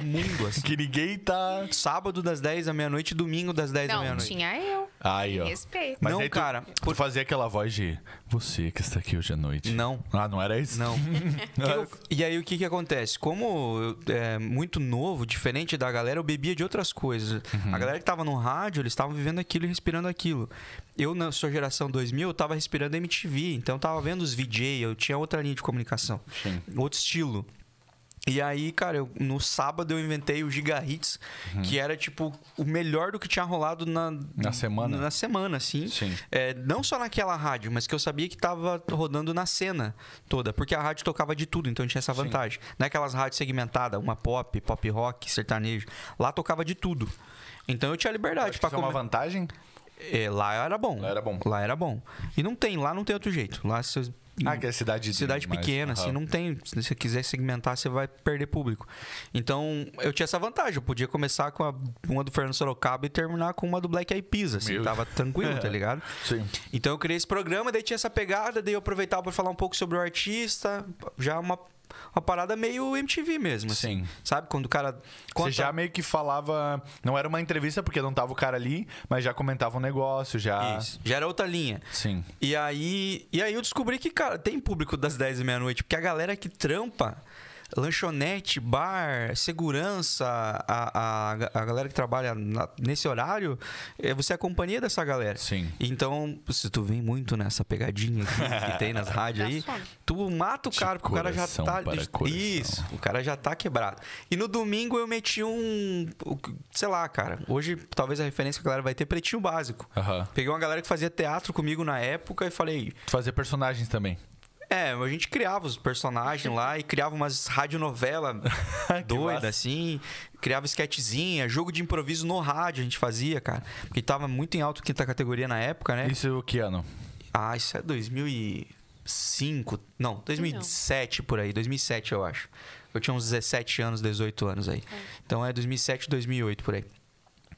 [SPEAKER 2] mundo, assim.
[SPEAKER 1] Que ninguém tá.
[SPEAKER 2] Sábado das 10 à meia-noite e domingo das 10 à
[SPEAKER 3] Não,
[SPEAKER 2] meia-noite.
[SPEAKER 3] tinha eu.
[SPEAKER 1] Aí,
[SPEAKER 3] Me
[SPEAKER 1] ó.
[SPEAKER 3] respeita.
[SPEAKER 1] Mas
[SPEAKER 2] Não,
[SPEAKER 1] aí tu,
[SPEAKER 2] cara,
[SPEAKER 1] Tu fazia aquela voz de você que está aqui hoje à noite.
[SPEAKER 2] Não.
[SPEAKER 1] Ah, não era isso?
[SPEAKER 2] Não. Eu- e aí o que que acontece? Como eu é muito novo, diferente da galera, eu bebia de outras coisas.
[SPEAKER 1] Uhum.
[SPEAKER 2] A galera que tava no rádio, eles estavam vivendo aquilo e respirando aquilo. Eu, na sua geração 2000, eu tava respirando MTV, então eu tava vendo os VJ, eu tinha outra linha de comunicação. Outro estilo. E aí, cara, eu- no sábado eu inventei o Gigahits, que era tipo o melhor do que tinha rolado na,
[SPEAKER 1] Uhum. Na semana.
[SPEAKER 2] Na semana, assim.
[SPEAKER 1] Sim.
[SPEAKER 2] É, não só naquela rádio, mas que eu sabia que tava rodando na cena toda, porque a rádio tocava de tudo, então tinha essa vantagem. Naquelas rádios segmentadas, uma pop, pop rock, sertanejo, lá tocava de tudo. Então eu tinha liberdade
[SPEAKER 1] Acho que
[SPEAKER 2] para
[SPEAKER 1] isso é uma vantagem?
[SPEAKER 2] é, lá era bom.
[SPEAKER 1] Lá era bom.
[SPEAKER 2] Lá era bom. E não tem, lá não tem outro jeito. Lá se
[SPEAKER 1] Ah, que é cidade-
[SPEAKER 2] cidade
[SPEAKER 1] mais-
[SPEAKER 2] pequena, assim,
[SPEAKER 1] aham.
[SPEAKER 2] não tem. Se você quiser segmentar, você vai perder público. Então, eu tinha essa vantagem. Eu podia começar com a- uma do Fernando Sorocaba e terminar com uma do Black Eyed Peas, assim.
[SPEAKER 1] Meu.
[SPEAKER 2] Tava tranquilo, tá ligado?
[SPEAKER 1] Sim.
[SPEAKER 2] Então, eu criei esse programa, daí tinha essa pegada, daí eu aproveitava pra falar um pouco sobre o artista, já uma, uma parada meio MTV mesmo, assim.
[SPEAKER 1] Sim.
[SPEAKER 2] Sabe? Quando o cara. conta-
[SPEAKER 1] Você já meio que falava. Não era uma entrevista porque não tava o cara ali, mas já comentava um negócio, já.
[SPEAKER 2] Isso. Já era outra linha.
[SPEAKER 1] Sim.
[SPEAKER 2] E aí, e aí eu descobri que, cara, tem público das 10 e meia-noite, porque a galera que trampa, lanchonete, bar, segurança, a, a, a galera que trabalha na- nesse horário, é, você é a companhia dessa galera.
[SPEAKER 1] Sim.
[SPEAKER 2] Então, se tu vem muito nessa pegadinha aqui que tem nas rádios aí,
[SPEAKER 3] Dá sono.
[SPEAKER 2] tu mata o
[SPEAKER 1] De
[SPEAKER 2] cara, porque o cara já
[SPEAKER 1] coração
[SPEAKER 2] tá.
[SPEAKER 1] para coração.
[SPEAKER 2] Isso, o cara já tá quebrado. E no domingo eu meti um. o- Sei lá, cara. Hoje, talvez a referência que a galera vai ter é pretinho básico.
[SPEAKER 1] Aham.
[SPEAKER 2] Peguei uma galera que fazia teatro comigo na época e falei.
[SPEAKER 1] Fazer personagens também.
[SPEAKER 2] É, a gente criava os personagens lá e criava umas radionovela
[SPEAKER 1] massa.
[SPEAKER 2] doida, assim. Criava esquetezinha, jogo de improviso no rádio a gente fazia, cara. Porque tava muito em alto quinta categoria na época, né?
[SPEAKER 1] Isso que ano?
[SPEAKER 2] Ah, isso é 2005. Não, 2007 por aí. 2007, eu acho. Eu tinha uns 17 anos, 18 anos aí. Então é 2007, 2008 por aí.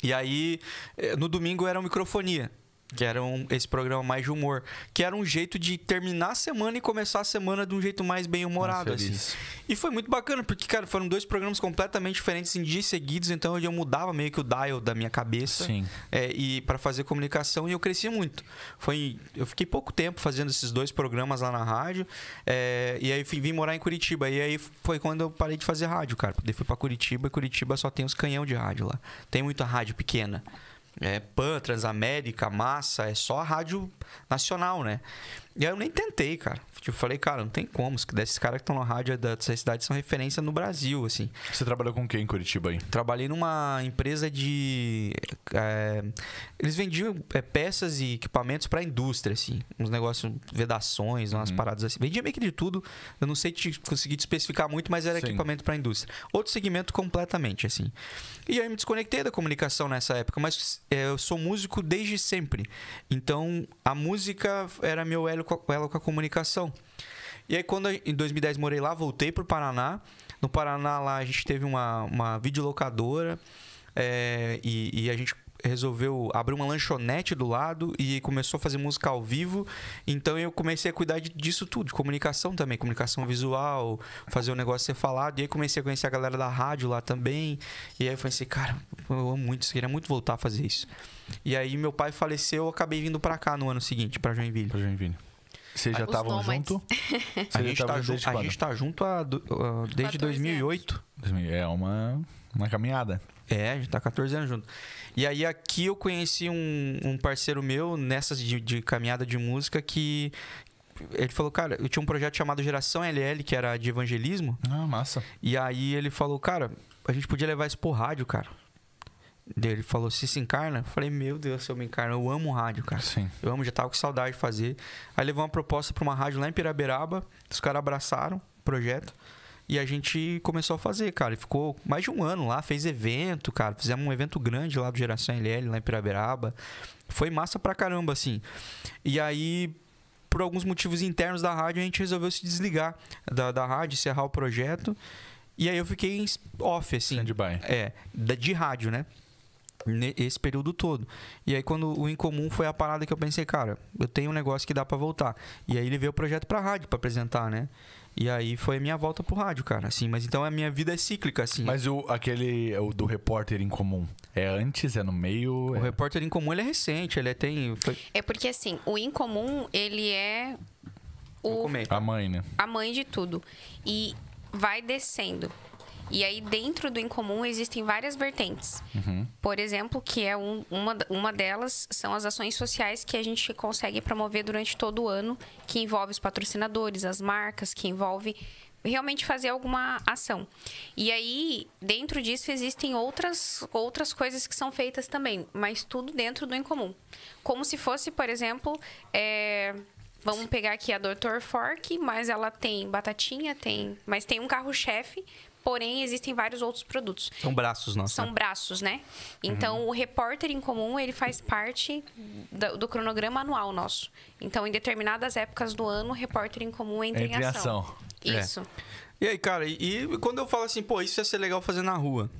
[SPEAKER 2] E aí, eh, no domingo era o microfonia. Que era um- esse programa mais de humor. Que era um jeito de terminar a semana e começar a semana de um jeito mais bem-humorado,
[SPEAKER 1] Mais
[SPEAKER 2] assim.
[SPEAKER 1] Ah, feliz.
[SPEAKER 2] E foi muito bacana, porque, cara, foram dois programas completamente diferentes em dias seguidos, então eu mudava meio que o dial da minha cabeça
[SPEAKER 1] Sim.
[SPEAKER 2] é, e para fazer comunicação e eu cresci muito. Foi, eu fiquei pouco tempo fazendo esses dois programas lá na rádio é, e aí fui, vim morar em Curitiba e aí foi quando eu parei de fazer rádio, cara. Daí fui para Curitiba e Curitiba só tem os canhão de rádio lá. Tem muita rádio pequena. É, Pan, Transamérica, Massa, é só a rádio nacional, né? E aí eu nem tentei, cara. Tipo, falei, cara, não tem como. Esses caras que estão na rádio é dessa cidade são referência no Brasil, assim.
[SPEAKER 1] Você trabalhou com quem em Curitiba aí?
[SPEAKER 2] Trabalhei numa empresa de. é, eles vendiam é, peças e equipamentos pra indústria, assim. Uns negócios, vedações, umas paradas assim. Vendia meio que de tudo. Eu não sei te, conseguir te especificar muito, mas era
[SPEAKER 1] Sim.
[SPEAKER 2] equipamento pra indústria. Outro segmento completamente, assim. E aí me desconectei da comunicação nessa época, mas é, eu sou músico desde sempre. Então a música era meu elo com a, elo com a comunicação. E aí, quando eu- em 2010 morei lá, voltei pro Paraná. No Paraná, lá a gente teve uma, uma videolocadora é, e, e a gente resolveu abrir uma lanchonete do lado e começou a fazer música ao vivo. Então eu comecei a cuidar de- disso tudo, de comunicação também, comunicação visual, fazer o negócio ser falado. E aí comecei a conhecer a galera da rádio lá também. E aí eu pensei, cara, eu amo muito isso, queria muito voltar a fazer isso. E aí meu pai faleceu, eu acabei vindo pra cá no ano seguinte, pra Joinville.
[SPEAKER 1] Pra Joinville. Vocês já
[SPEAKER 3] Os
[SPEAKER 1] estavam
[SPEAKER 3] nômades.
[SPEAKER 1] junto? Vocês
[SPEAKER 2] A
[SPEAKER 1] É. já
[SPEAKER 2] gente, tá
[SPEAKER 1] estavam
[SPEAKER 2] ju-
[SPEAKER 1] desde
[SPEAKER 2] a
[SPEAKER 1] quando?
[SPEAKER 2] gente tá junto há do- ah, desde
[SPEAKER 3] 14
[SPEAKER 2] 2008.
[SPEAKER 1] É uma, uma caminhada.
[SPEAKER 2] É, a gente tá 14 anos junto. E aí aqui eu conheci um, um parceiro meu nessas de, de caminhada de música que ele falou, cara, eu tinha um projeto chamado Geração LL, que era de evangelismo,
[SPEAKER 1] Ah, massa.
[SPEAKER 2] e aí ele falou, cara, a gente podia levar isso pro rádio, cara. Daí ele falou, se se encarna? Eu falei, meu Deus, se eu me encarno, eu amo rádio, cara.
[SPEAKER 1] Sim.
[SPEAKER 2] Eu amo, já tava com saudade de fazer. Aí levou uma proposta pra uma rádio lá em Piraberaba. Os caras abraçaram o projeto. E a gente começou a fazer, cara. E ficou mais de um ano lá, fez evento, cara. Fizemos um evento grande lá do Geração LL, lá em Piraberaba. Foi massa pra caramba, assim. E aí, por alguns motivos internos da rádio, a gente resolveu se desligar da, da rádio, encerrar o projeto. E aí eu fiquei em off, assim.
[SPEAKER 1] Stand-by.
[SPEAKER 2] É, da- de rádio, né? Ne- Esse período todo. E aí, quando o Incomum foi a parada que eu pensei, cara, eu tenho um negócio que dá pra voltar. E aí ele veio o projeto pra rádio pra apresentar, né? E aí foi a minha volta pro rádio, cara, assim. Mas então a minha vida é cíclica, assim.
[SPEAKER 1] Mas o, aquele o do repórter em comum é antes, é no meio?
[SPEAKER 2] o
[SPEAKER 1] é-
[SPEAKER 2] repórter Incomum, ele é recente, ele é- tem... Foi,
[SPEAKER 3] É porque assim, o incomum, ele é
[SPEAKER 2] vou
[SPEAKER 3] o,
[SPEAKER 2] comer.
[SPEAKER 1] A mãe, né?
[SPEAKER 3] a mãe de tudo. E vai descendo. E aí, dentro do incomum, existem várias vertentes. Por exemplo, que é um- uma, uma delas são as ações sociais que a gente consegue promover durante todo o ano, que envolve os patrocinadores, as marcas, que envolve realmente fazer alguma ação. E aí, dentro disso, existem outras, outras coisas que são feitas também, mas tudo dentro do incomum. Como se fosse, por exemplo, é, vamos pegar aqui a Dr. Fork, mas ela tem batatinha, tem, mas tem um carro-chefe, porém existem vários outros produtos.
[SPEAKER 2] São braços nossos.
[SPEAKER 3] São braços, né? Então, o repórter em comum, ele faz parte do, do cronograma anual nosso. Então, em determinadas épocas do ano, o repórter em comum entra,
[SPEAKER 1] Entra em
[SPEAKER 3] em ação.
[SPEAKER 1] ação.
[SPEAKER 2] É.
[SPEAKER 3] Isso.
[SPEAKER 2] E aí, cara, e, e quando eu falo assim, pô, isso ia ser legal fazer na rua.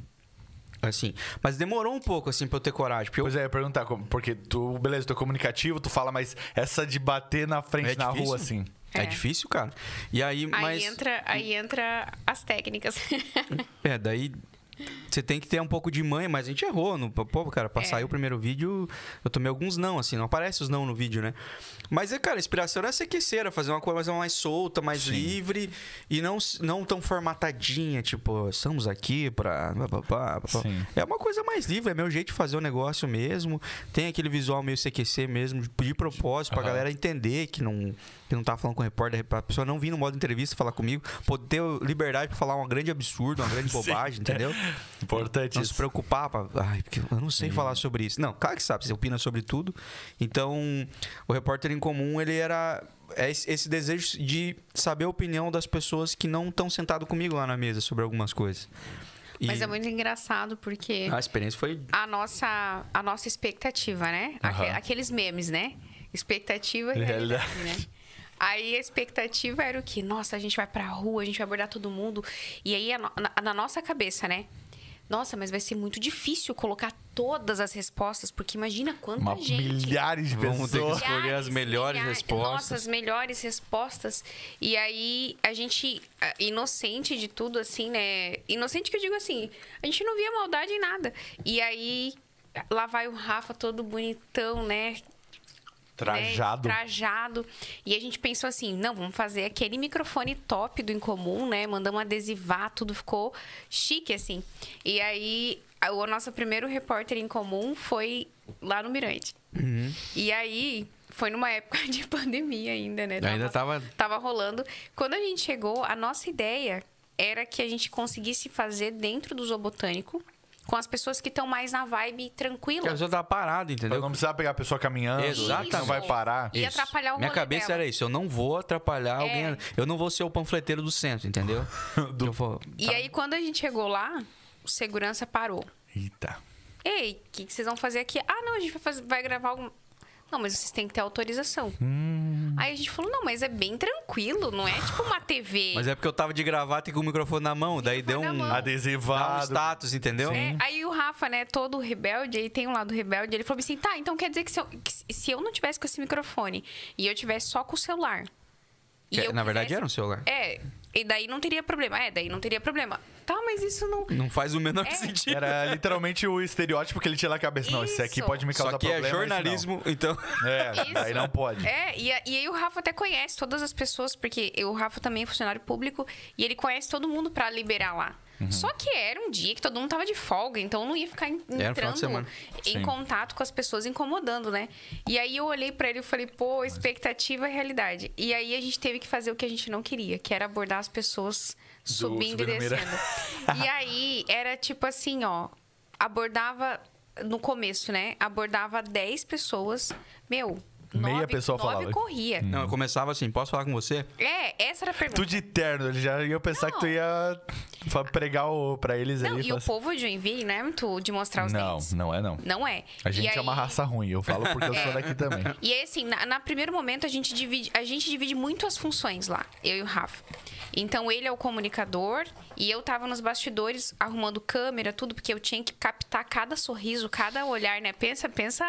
[SPEAKER 2] Assim, mas demorou um pouco, assim, pra eu ter coragem. Porque eu,
[SPEAKER 1] Pois é, eu ia perguntar, como- porque tu, beleza, tu é comunicativo, tu fala, mas essa de bater na frente
[SPEAKER 2] É
[SPEAKER 1] na
[SPEAKER 2] difícil?
[SPEAKER 1] rua, assim.
[SPEAKER 2] é.
[SPEAKER 3] É.
[SPEAKER 2] difícil, cara. E aí, mas.
[SPEAKER 3] Aí, entra, aí entra as técnicas.
[SPEAKER 2] É, daí. Você tem que ter um pouco de manha, mas a gente errou. No, pô, cara, pra
[SPEAKER 3] É.
[SPEAKER 2] sair o primeiro vídeo, eu tomei alguns não, assim, não aparece os não no vídeo, né? Mas, é, cara, a inspiração era ser queceira, fazer uma coisa mais solta, mais livre e não, s- não tão formatadinha, tipo, estamos aqui pra. pá, pá, pá, pá, pá."
[SPEAKER 1] Sim.
[SPEAKER 2] É uma coisa mais livre, é meu jeito de fazer o negócio mesmo. Tem aquele visual meio CQC mesmo, de- de propósito, pra
[SPEAKER 1] Aham.
[SPEAKER 2] galera entender que não, que não tá falando com o repórter, pra pessoa não vir no modo entrevista falar comigo, poder ter liberdade pra falar um grande absurdo, uma grande bobagem, entendeu?
[SPEAKER 1] Importante
[SPEAKER 2] Não se
[SPEAKER 1] isso.
[SPEAKER 2] preocupar, pra, ai, porque eu não sei falar sobre isso. Não, claro que sabe, você opina sobre tudo. Então, o repórter em comum, ele era é esse esse desejo de saber a opinião das pessoas que não estão sentado comigo lá na mesa sobre algumas coisas. E
[SPEAKER 3] Mas é muito engraçado, porque...
[SPEAKER 2] a experiência foi
[SPEAKER 3] a nossa, a nossa expectativa, né? Aque-
[SPEAKER 1] Aham.
[SPEAKER 3] Aqueles memes, né? Expectativa e realidade,
[SPEAKER 1] Realidade.
[SPEAKER 3] né? Aí a expectativa era o quê? Nossa, a gente vai pra rua, a gente vai abordar todo mundo. E aí, a no- na, na nossa cabeça, né? Nossa, mas vai ser muito difícil colocar todas as respostas, porque imagina quanta
[SPEAKER 1] Uma
[SPEAKER 3] gente.
[SPEAKER 1] milhares de
[SPEAKER 2] Vamos ter que
[SPEAKER 1] pessoas.
[SPEAKER 2] escolher as melhores respostas.
[SPEAKER 3] Nossa, as melhores respostas. E aí, a gente, ah, inocente de tudo, assim, né? Inocente que eu digo assim, a gente não via maldade em nada. E aí, lá vai o Rafa todo bonitão, né?
[SPEAKER 1] Trajado.
[SPEAKER 3] né, Trajado. E a gente pensou assim, não, vamos fazer aquele microfone top do Incomum, né? Mandamos adesivar, tudo ficou chique, assim. E aí, a- o nosso primeiro repórter em comum foi lá no Mirante.
[SPEAKER 2] Uhum.
[SPEAKER 3] E aí, foi numa época de pandemia ainda, né?
[SPEAKER 2] Ainda tava-
[SPEAKER 3] Tava rolando. Quando a gente chegou, a nossa ideia era que a gente conseguisse fazer dentro do Zoobotânico, com as pessoas que estão mais na vibe tranquila.
[SPEAKER 2] A pessoa tava parada,
[SPEAKER 1] Pra
[SPEAKER 2] entendeu?
[SPEAKER 1] não precisar pegar a pessoa caminhando,
[SPEAKER 2] Exatamente.
[SPEAKER 1] não vai parar.
[SPEAKER 3] E atrapalhar o
[SPEAKER 2] Minha
[SPEAKER 3] rolê
[SPEAKER 2] cabeça
[SPEAKER 3] dela. É.
[SPEAKER 2] era isso. Eu não vou atrapalhar alguém. Eu não vou ser o panfleteiro do centro, entendeu? Eu vou-
[SPEAKER 3] E
[SPEAKER 2] tá.
[SPEAKER 3] aí, quando a gente chegou lá, o segurança parou.
[SPEAKER 1] Eita.
[SPEAKER 3] Ei, o que, que vocês vão fazer aqui? Ah, não, a gente vai, fazer- vai gravar algum. Não, mas vocês têm que ter autorização.
[SPEAKER 2] Hum.
[SPEAKER 3] Aí a gente falou, não, mas é bem tranquilo, não é tipo uma TV.
[SPEAKER 2] Mas é porque eu tava de gravata e com o microfone na mão. Daí deu
[SPEAKER 3] Microfone
[SPEAKER 2] um, dá
[SPEAKER 3] na mão.
[SPEAKER 2] um
[SPEAKER 1] Adesivado.
[SPEAKER 2] status, entendeu?
[SPEAKER 3] É, aí o Rafa, né, todo rebelde, aí tem um lado rebelde, ele falou assim: tá, então quer dizer que se eu, que se- se eu não tivesse com esse microfone e eu tivesse só com o celular. e
[SPEAKER 2] Que,
[SPEAKER 3] eu
[SPEAKER 2] na verdade
[SPEAKER 3] quisesse-
[SPEAKER 2] era um celular.
[SPEAKER 3] É, e daí não teria problema. É, daí não teria problema. Tá, mas isso não.
[SPEAKER 2] Não faz o menor
[SPEAKER 3] É.
[SPEAKER 2] sentido.
[SPEAKER 1] Era literalmente o estereótipo que ele tinha na cabeça. Não, esse aqui
[SPEAKER 3] Isso.
[SPEAKER 1] pode me causar
[SPEAKER 2] Só que é
[SPEAKER 1] problema. esse não.
[SPEAKER 2] jornalismo, então.
[SPEAKER 1] É,
[SPEAKER 3] Isso.
[SPEAKER 1] aí não pode.
[SPEAKER 3] É, e, a- e aí o Rafa até conhece todas as pessoas, porque o Rafa também é funcionário público e ele conhece todo mundo pra liberar lá.
[SPEAKER 1] Uhum.
[SPEAKER 3] Só que era um dia que todo mundo tava de folga, então não ia ficar en-
[SPEAKER 2] final de
[SPEAKER 3] entrando
[SPEAKER 2] semana.
[SPEAKER 3] em
[SPEAKER 1] Sim.
[SPEAKER 3] contato com as pessoas, incomodando, né? E aí eu olhei pra ele e falei, pô, expectativa é realidade. E aí a gente teve que fazer o que a gente não queria, que era abordar as pessoas subindo e
[SPEAKER 1] subindo mira.
[SPEAKER 3] descendo. E aí era tipo assim, ó, abordava no começo, né? Abordava 10 pessoas, meu,
[SPEAKER 1] Meia
[SPEAKER 3] nove,
[SPEAKER 1] pessoa
[SPEAKER 3] nove
[SPEAKER 1] falava. Hum.
[SPEAKER 3] corria.
[SPEAKER 2] Não, eu começava assim, posso falar com você?
[SPEAKER 3] É, essa era a pergunta.
[SPEAKER 1] Tu de terno, ele já ia pensar que tu ia fa- pregar o, pra eles
[SPEAKER 3] Não,
[SPEAKER 1] ali.
[SPEAKER 3] e o
[SPEAKER 1] falar
[SPEAKER 3] povo de Joinville não é muito de mostrar os
[SPEAKER 1] assim. Não,
[SPEAKER 3] dentes.
[SPEAKER 1] não é não.
[SPEAKER 3] Não é.
[SPEAKER 1] A
[SPEAKER 3] E
[SPEAKER 1] gente é uma
[SPEAKER 3] aí- É.
[SPEAKER 1] raça ruim, eu falo porque eu sou daqui também.
[SPEAKER 3] E aí, assim, na, na primeiro momento a gente divide, a gente divide muito as funções lá, eu e o Rafa. Então ele é o comunicador e eu tava nos bastidores arrumando câmera, tudo, porque eu tinha que captar cada sorriso, cada olhar, né? Pensa, pensa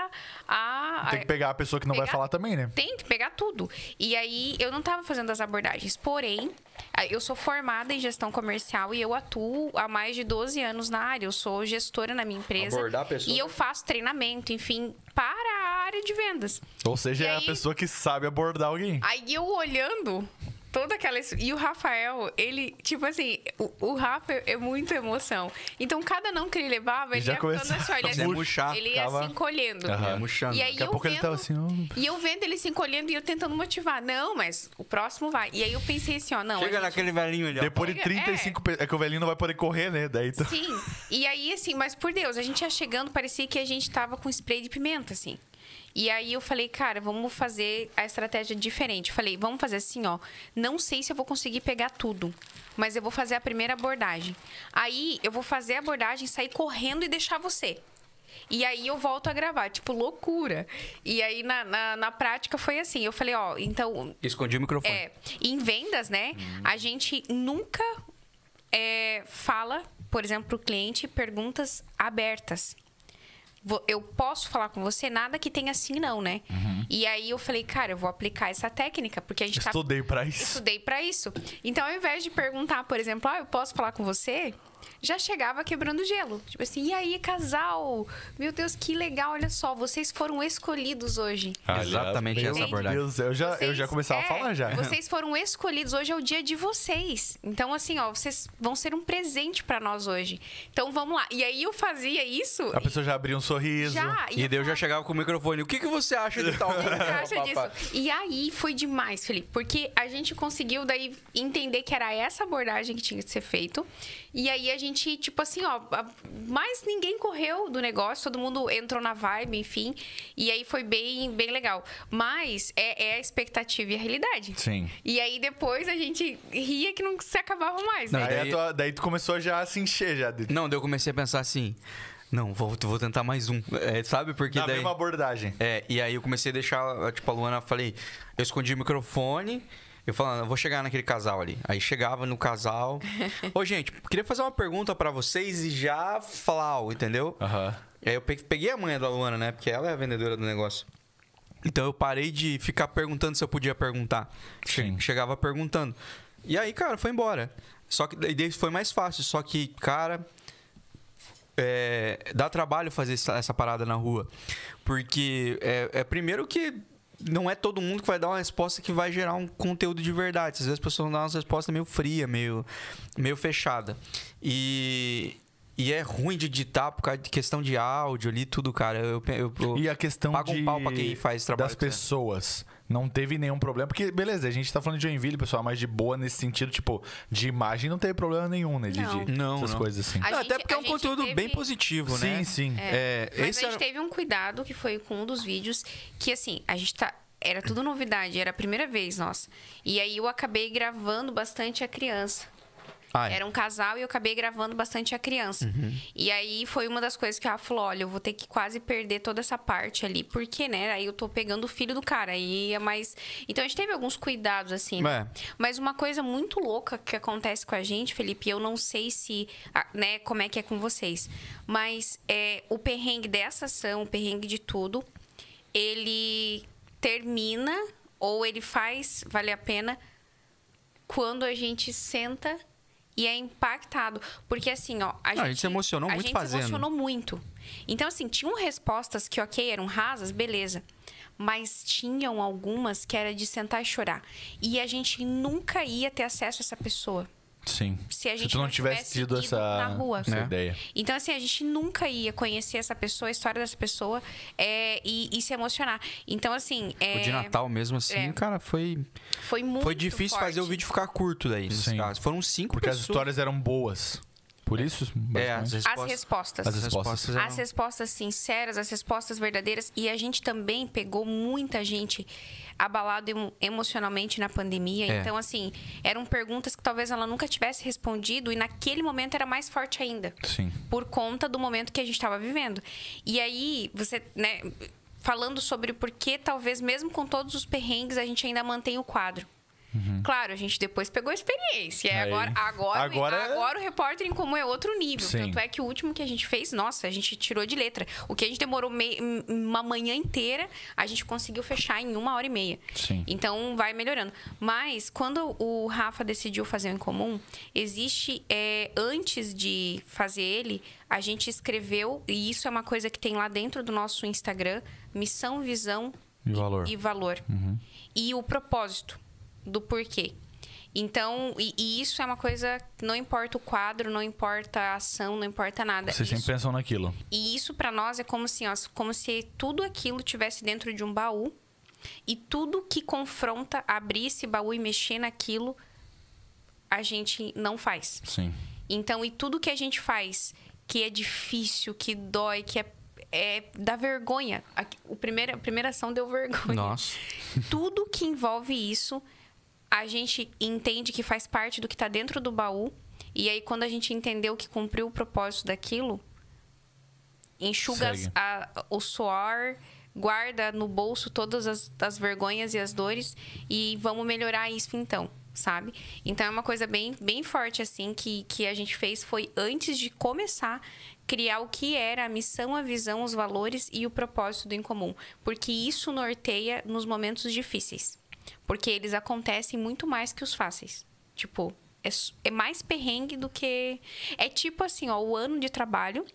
[SPEAKER 3] a.
[SPEAKER 1] Tem que pegar a pessoa que não vai
[SPEAKER 3] Pegar-
[SPEAKER 1] falar também, né?
[SPEAKER 3] Tem que pegar tudo. E aí, eu não tava fazendo as abordagens. Porém, a- eu sou formada em gestão comercial e eu atuo há mais de 12 anos na área. Eu sou gestora na minha empresa.
[SPEAKER 2] Abordar pessoas.
[SPEAKER 3] E eu faço treinamento, enfim, para a área de vendas.
[SPEAKER 1] Ou seja,
[SPEAKER 3] E
[SPEAKER 1] é a
[SPEAKER 3] aí- Ah,
[SPEAKER 1] pessoa que sabe abordar alguém.
[SPEAKER 3] Aí eu olhando toda aquela. es- E o Rafael, ele, tipo assim, o, o Rafa é muito emoção. Então, cada não que ele levava, ele
[SPEAKER 1] Já
[SPEAKER 3] ia ficando
[SPEAKER 1] começava
[SPEAKER 3] assim,
[SPEAKER 1] a
[SPEAKER 3] olha,
[SPEAKER 2] Ele ia murchar,
[SPEAKER 3] ele ia
[SPEAKER 1] ficava-
[SPEAKER 3] se encolhendo.
[SPEAKER 1] Aham.
[SPEAKER 2] é murchando.
[SPEAKER 3] E aí
[SPEAKER 1] Daqui a
[SPEAKER 3] eu
[SPEAKER 1] pouco
[SPEAKER 3] vendo,
[SPEAKER 1] ele tava assim, "Oh".
[SPEAKER 3] E eu vendo ele se encolhendo e eu tentando motivar. Não, mas o próximo vai. E aí eu pensei assim, ó, não.
[SPEAKER 2] Chega
[SPEAKER 3] a gente-
[SPEAKER 2] naquele velhinho ali, ó.
[SPEAKER 1] Depois de
[SPEAKER 3] É.
[SPEAKER 1] 35 pe- é que o velhinho não vai poder correr, né? Daí então.
[SPEAKER 3] Sim. E aí, assim, mas por Deus, a gente ia chegando, parecia que a gente tava com spray de pimenta, assim. E aí eu falei, cara, vamos fazer a estratégia diferente. Eu falei, vamos fazer assim, ó. Não sei se eu vou conseguir pegar tudo, mas eu vou fazer a primeira abordagem. Aí eu vou fazer a abordagem, sair correndo e deixar você. E aí eu volto a gravar, tipo, loucura. E aí na, na, na prática foi assim. Eu falei, ó, então
[SPEAKER 2] Escondi o microfone.
[SPEAKER 3] é, em vendas, né? A gente nunca é, fala, por exemplo, para o cliente perguntas abertas. Vo- Eu posso falar com você nada que tenha assim, não, né? E aí eu falei, cara, eu vou aplicar essa técnica, porque a gente tá
[SPEAKER 1] Estudei pra isso.
[SPEAKER 3] estudei pra isso. Então, ao invés de perguntar, por exemplo, ah, eu posso falar com você? Já chegava quebrando gelo. Tipo assim, e aí, casal? Meu Deus, que legal, olha só, vocês foram escolhidos hoje.
[SPEAKER 2] Exatamente
[SPEAKER 1] meu
[SPEAKER 2] essa abordagem.
[SPEAKER 1] Deus, do céu, eu já, eu já
[SPEAKER 3] Vocês-
[SPEAKER 1] começava
[SPEAKER 3] é,
[SPEAKER 1] a falar já.
[SPEAKER 3] Vocês foram escolhidos, hoje é o dia de vocês. Então, assim, ó, vocês vão ser um presente pra nós hoje. Então, vamos lá. E aí eu fazia isso.
[SPEAKER 1] A pessoa já abriu um sorriso.
[SPEAKER 3] já.
[SPEAKER 2] E daí eu já
[SPEAKER 3] falava,
[SPEAKER 2] chegava com o microfone. O que, que você acha de tal?
[SPEAKER 3] "O que você acha disso? E aí foi demais, Felipe, porque a gente conseguiu daí entender que era essa abordagem que tinha que ser feito. E aí a gente, tipo assim, ó, a- mais ninguém correu do negócio, todo mundo entrou na vibe, enfim. E aí foi bem, bem legal. Mas é, é a expectativa e a realidade.
[SPEAKER 1] Sim.
[SPEAKER 3] E aí depois a gente ria que não se acabava mais,
[SPEAKER 2] Não,
[SPEAKER 3] né?
[SPEAKER 1] Aí
[SPEAKER 2] daí-
[SPEAKER 1] a tua- daí tu começou já a se encher já. De...
[SPEAKER 2] Não, daí eu comecei a pensar assim. Não, vou, vou tentar mais um. É, sabe? Porque
[SPEAKER 1] na
[SPEAKER 2] daí.
[SPEAKER 1] mesma abordagem.
[SPEAKER 2] É, e aí eu comecei a deixar, tipo, a Luana, eu falei, eu escondi o microfone, eu falando, eu vou chegar naquele casal ali. Aí chegava no casal. Ô, gente, queria fazer uma pergunta pra vocês e já flau, entendeu?
[SPEAKER 1] Aham.
[SPEAKER 2] Aí eu pe- peguei a manha da Luana, né? Porque ela é a vendedora do negócio. Então eu parei de ficar perguntando se eu podia perguntar. Che-
[SPEAKER 1] Sim.
[SPEAKER 2] Chegava perguntando. E aí, cara, foi embora. Só que daí daí foi mais fácil. Só que, cara, é, dá trabalho fazer essa, essa parada na rua. Porque é, é primeiro que não é todo mundo que vai dar uma resposta que vai gerar um conteúdo de verdade. Às vezes as pessoas dão uma resposta meio fria, meio, meio fechada. E, e é ruim de editar por causa de questão de áudio ali, tudo, cara. Eu, eu, eu
[SPEAKER 1] E a questão
[SPEAKER 2] pago
[SPEAKER 1] de-
[SPEAKER 2] tipo, um pau pra né? quem faz trabalho.
[SPEAKER 1] das
[SPEAKER 2] com isso.
[SPEAKER 1] pessoas. Não teve nenhum problema. Porque, beleza, a gente tá falando de Joinville, pessoal, mas de boa nesse sentido, tipo, de imagem não teve problema nenhum, né? De,
[SPEAKER 3] Não.
[SPEAKER 1] de-
[SPEAKER 2] Não,
[SPEAKER 1] essas
[SPEAKER 2] não.
[SPEAKER 1] coisas assim.
[SPEAKER 3] A
[SPEAKER 2] Não,
[SPEAKER 3] gente-
[SPEAKER 2] até porque é
[SPEAKER 3] a
[SPEAKER 2] um
[SPEAKER 3] gente
[SPEAKER 2] conteúdo
[SPEAKER 3] teve-
[SPEAKER 2] bem positivo, né?
[SPEAKER 1] Sim, sim.
[SPEAKER 2] É,
[SPEAKER 3] Mas
[SPEAKER 2] esse
[SPEAKER 3] a gente
[SPEAKER 2] era-
[SPEAKER 3] teve um cuidado que foi com um dos vídeos que assim, a gente tá era tudo novidade, era a primeira vez, nossa. E aí eu acabei gravando bastante a criança.
[SPEAKER 2] Ah, é.
[SPEAKER 3] Era um casal e eu acabei gravando bastante a criança. E aí foi uma das coisas que ela falou: olha, eu vou ter que quase perder toda essa parte ali, porque, né? Aí eu tô pegando o filho do cara. Aí é mais. Então a gente teve alguns cuidados, assim. né?
[SPEAKER 2] É.
[SPEAKER 3] Mas uma coisa muito louca que acontece com a gente, Felipe, eu não sei se, ah, né, como é que é com vocês, mas é, o perrengue dessa ação, o perrengue de tudo, ele termina ou ele faz valer a pena quando a gente senta e é impactado. Porque assim, ó,
[SPEAKER 2] Não,
[SPEAKER 3] a gente,
[SPEAKER 2] a gente se emocionou
[SPEAKER 3] a
[SPEAKER 2] muito
[SPEAKER 3] gente
[SPEAKER 2] fazendo.
[SPEAKER 3] se emocionou muito. Então, assim, tinham respostas que, ok, eram rasas, beleza. Mas tinham algumas que era de sentar e chorar. E a gente nunca ia ter acesso a essa pessoa.
[SPEAKER 1] Sim.
[SPEAKER 3] Se a gente
[SPEAKER 1] tu não,
[SPEAKER 3] não
[SPEAKER 1] tivesse
[SPEAKER 3] tivesse
[SPEAKER 1] tido
[SPEAKER 3] ido
[SPEAKER 1] essa,
[SPEAKER 3] na rua.
[SPEAKER 1] essa
[SPEAKER 2] É.
[SPEAKER 1] ideia.
[SPEAKER 3] Então, assim, a gente nunca ia conhecer essa pessoa, a história dessa pessoa é, e, e se emocionar. Então, assim. É,
[SPEAKER 2] O de Natal mesmo, assim,
[SPEAKER 3] é.
[SPEAKER 2] cara, foi.
[SPEAKER 3] Foi muito.
[SPEAKER 2] Foi difícil
[SPEAKER 3] forte.
[SPEAKER 2] fazer o vídeo ficar curto daí, nesse
[SPEAKER 1] Sim.
[SPEAKER 2] caso. Foram cinco
[SPEAKER 1] Porque as
[SPEAKER 2] pessoas.
[SPEAKER 1] histórias eram boas. Por isso,
[SPEAKER 2] É, as
[SPEAKER 1] basicamente.
[SPEAKER 3] As
[SPEAKER 2] respostas.
[SPEAKER 3] respostas.
[SPEAKER 1] As respostas.
[SPEAKER 3] As respostas sinceras, as respostas verdadeiras. E a gente também pegou muita gente abalada emo- emocionalmente na pandemia.
[SPEAKER 2] É.
[SPEAKER 3] Então, assim, eram perguntas que talvez ela nunca tivesse respondido. E naquele momento era mais forte ainda.
[SPEAKER 1] Sim.
[SPEAKER 3] Por conta do momento que a gente estava vivendo. E aí, você, né, falando sobre o porquê, talvez mesmo com todos os perrengues, a gente ainda mantém o quadro. Claro, a gente depois pegou a experiência. É,
[SPEAKER 1] Uhum. Aí.
[SPEAKER 3] Agora, agora,
[SPEAKER 1] Agora-
[SPEAKER 3] agora o repórter em comum é outro nível.
[SPEAKER 1] Sim.
[SPEAKER 3] Tanto é que o último que a gente fez, nossa, a gente tirou de letra. O que a gente demorou mei- uma manhã inteira, a gente conseguiu fechar em uma hora e meia.
[SPEAKER 1] Sim.
[SPEAKER 3] Então vai melhorando. Mas quando o Rafa decidiu fazer o em comum, existe é, antes de fazer ele, a gente escreveu e isso é uma coisa que tem lá dentro do nosso Instagram, missão, visão
[SPEAKER 1] E valor.
[SPEAKER 3] e valor. E o propósito do porquê. Então, e, e isso é uma coisa, que não importa o quadro, não importa a ação, não importa nada.
[SPEAKER 1] Vocês sempre
[SPEAKER 3] é Isso-
[SPEAKER 1] pensam naquilo.
[SPEAKER 3] e isso pra nós é como assim, ó, como se tudo aquilo tivesse dentro de um baú e tudo que confronta abrir esse baú e mexer naquilo a gente não faz.
[SPEAKER 1] Sim.
[SPEAKER 3] Então, e tudo que a gente faz que é difícil, que dói, que é, é dá vergonha. A, o primeiro, a primeira ação deu vergonha.
[SPEAKER 2] Nossa.
[SPEAKER 3] Tudo que envolve isso, a gente entende que faz parte do que está dentro do baú. E aí, quando a gente entendeu que cumpriu o propósito daquilo, enxuga as-
[SPEAKER 1] Segue.
[SPEAKER 3] a- o suor, guarda no bolso todas as, as vergonhas e as dores e vamos melhorar isso então, sabe? Então é uma coisa bem, bem forte assim que, que a gente fez foi antes de começar criar o que era a missão, a visão, os valores e o propósito do incomum, porque isso norteia nos momentos difíceis, porque eles acontecem muito mais que os fáceis. Tipo, é, s- é mais perrengue do que é tipo assim, ó, o ano de trabalho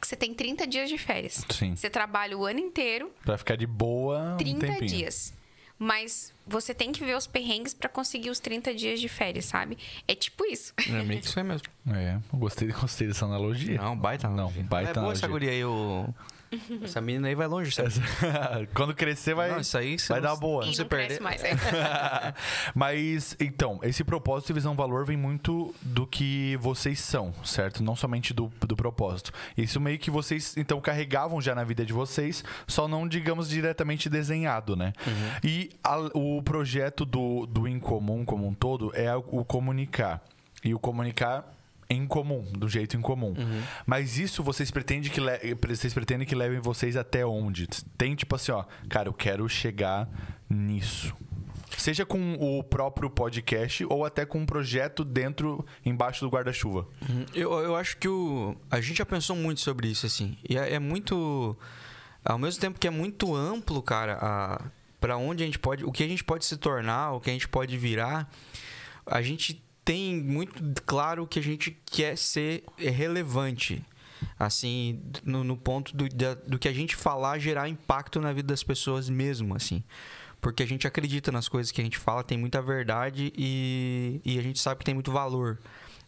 [SPEAKER 3] que você tem 30 dias de férias.
[SPEAKER 1] Sim.
[SPEAKER 3] Você trabalha o ano inteiro,
[SPEAKER 1] Pra ficar de boa um
[SPEAKER 3] 30
[SPEAKER 1] tempinho.
[SPEAKER 3] dias. Mas você tem que ver os perrengues pra conseguir os 30 dias de férias, sabe? É tipo isso.
[SPEAKER 2] É meio que isso aí mesmo.
[SPEAKER 1] É, eu gostei, gostei dessa analogia.
[SPEAKER 2] Não, baita
[SPEAKER 1] Não,
[SPEAKER 2] analogia.
[SPEAKER 1] baita
[SPEAKER 2] É boa essa
[SPEAKER 1] analogia.
[SPEAKER 2] guria aí, o... Essa menina aí vai longe, sabe?
[SPEAKER 1] Quando crescer vai,
[SPEAKER 2] Não, isso aí você
[SPEAKER 1] vai
[SPEAKER 2] não-
[SPEAKER 1] dar boa.
[SPEAKER 3] e
[SPEAKER 2] se
[SPEAKER 3] não cresce
[SPEAKER 2] perder-
[SPEAKER 3] mais. é.
[SPEAKER 1] Mas, então, esse propósito e visão valor vem muito do que vocês são, certo? Não somente do, do propósito. Isso meio que vocês, então, carregavam já na vida de vocês, só não, digamos, diretamente desenhado, né? E a- o projeto do, do incomum como um todo é o comunicar. E o comunicar em comum, do jeito em comum. Mas isso vocês pretendem que le- vocês pretendem que levem vocês até onde? Tem tipo assim, ó, cara, eu quero chegar nisso. Seja com o próprio podcast ou até com um projeto dentro, embaixo do guarda-chuva.
[SPEAKER 2] Uhum. Eu, eu acho que o, a gente já pensou muito sobre isso, assim. E é, é muito. Ao mesmo tempo que é muito amplo, cara, a, pra onde a gente pode. O que a gente pode se tornar, o que a gente pode virar. A gente tem muito claro que a gente quer ser relevante. Assim, no, no ponto do, da- do que a gente falar gerar impacto na vida das pessoas mesmo, assim. Porque a gente acredita nas coisas que a gente fala, tem muita verdade e, e a gente sabe que tem muito valor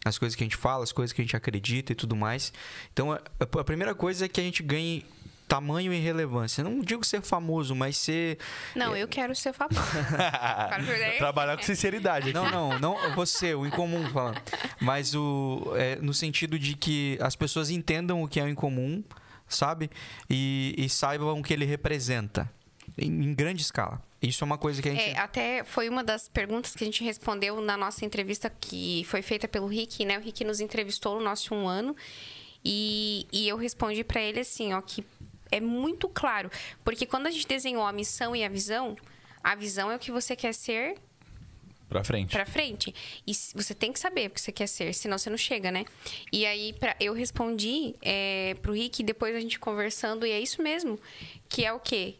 [SPEAKER 2] as coisas que a gente fala, as coisas que a gente acredita e tudo mais. Então, a, a primeira coisa é que a gente ganhe tamanho e relevância. Não digo ser famoso, mas ser.
[SPEAKER 3] Não, eu quero ser famosa. Fala a verdade.
[SPEAKER 1] Trabalhar com sinceridade aqui.
[SPEAKER 2] Não, não, não você, o incomum falando. Mas o. é, no sentido de que as pessoas entendam o que é o incomum, sabe? E, e saibam o que ele representa. Em, em grande escala. Isso é uma coisa que a gente.
[SPEAKER 3] É, até foi uma das perguntas que a gente respondeu na nossa entrevista que foi feita pelo Rick, né? O Rick nos entrevistou no nosso um ano e, e eu respondi pra ele assim, ó, que é muito claro, porque quando a gente desenhou a missão e a visão, a visão é o que você quer ser
[SPEAKER 1] Pra frente.
[SPEAKER 3] pra frente. E s- você tem que saber o que você quer ser, senão você não chega, né? E aí pra, eu respondi é, pro Rick, depois a gente conversando, e é isso mesmo. Que é o quê?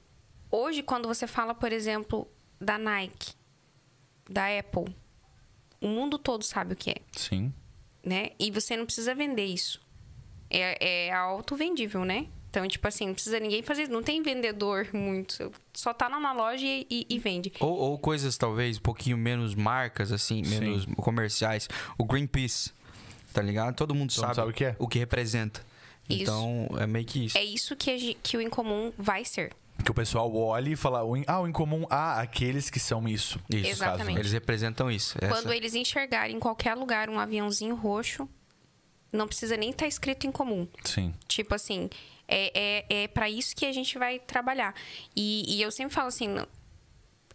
[SPEAKER 3] Hoje, quando você fala, por exemplo, da Nike, da Apple, o mundo todo sabe o que é
[SPEAKER 1] Sim.
[SPEAKER 3] né? E você não precisa vender isso. É, é auto-vendível, né? Então, tipo assim, não precisa ninguém fazer. Não tem vendedor muito. Só tá lá na loja e, e- e vende.
[SPEAKER 2] Ou, ou coisas talvez um pouquinho menos marcas, assim,
[SPEAKER 1] Sim.
[SPEAKER 2] menos comerciais. O Greenpeace, tá ligado? Todo mundo
[SPEAKER 1] Todo mundo
[SPEAKER 2] sabe,
[SPEAKER 1] sabe o que é.
[SPEAKER 2] representa.
[SPEAKER 3] Isso.
[SPEAKER 2] Então, é meio que isso.
[SPEAKER 3] É isso que, a gen- que o incomum vai ser.
[SPEAKER 1] Que o pessoal olhe e fala, "O in- ah, o incomum, ah, aqueles que são isso.
[SPEAKER 2] Isso,
[SPEAKER 3] Exatamente.
[SPEAKER 2] Eles representam isso. Essa-
[SPEAKER 3] Quando eles enxergarem em qualquer lugar um aviãozinho roxo, não precisa nem estar escrito em comum.
[SPEAKER 1] Sim.
[SPEAKER 3] Tipo assim, é, é, é para isso que a gente vai trabalhar. E, e eu sempre falo assim, no-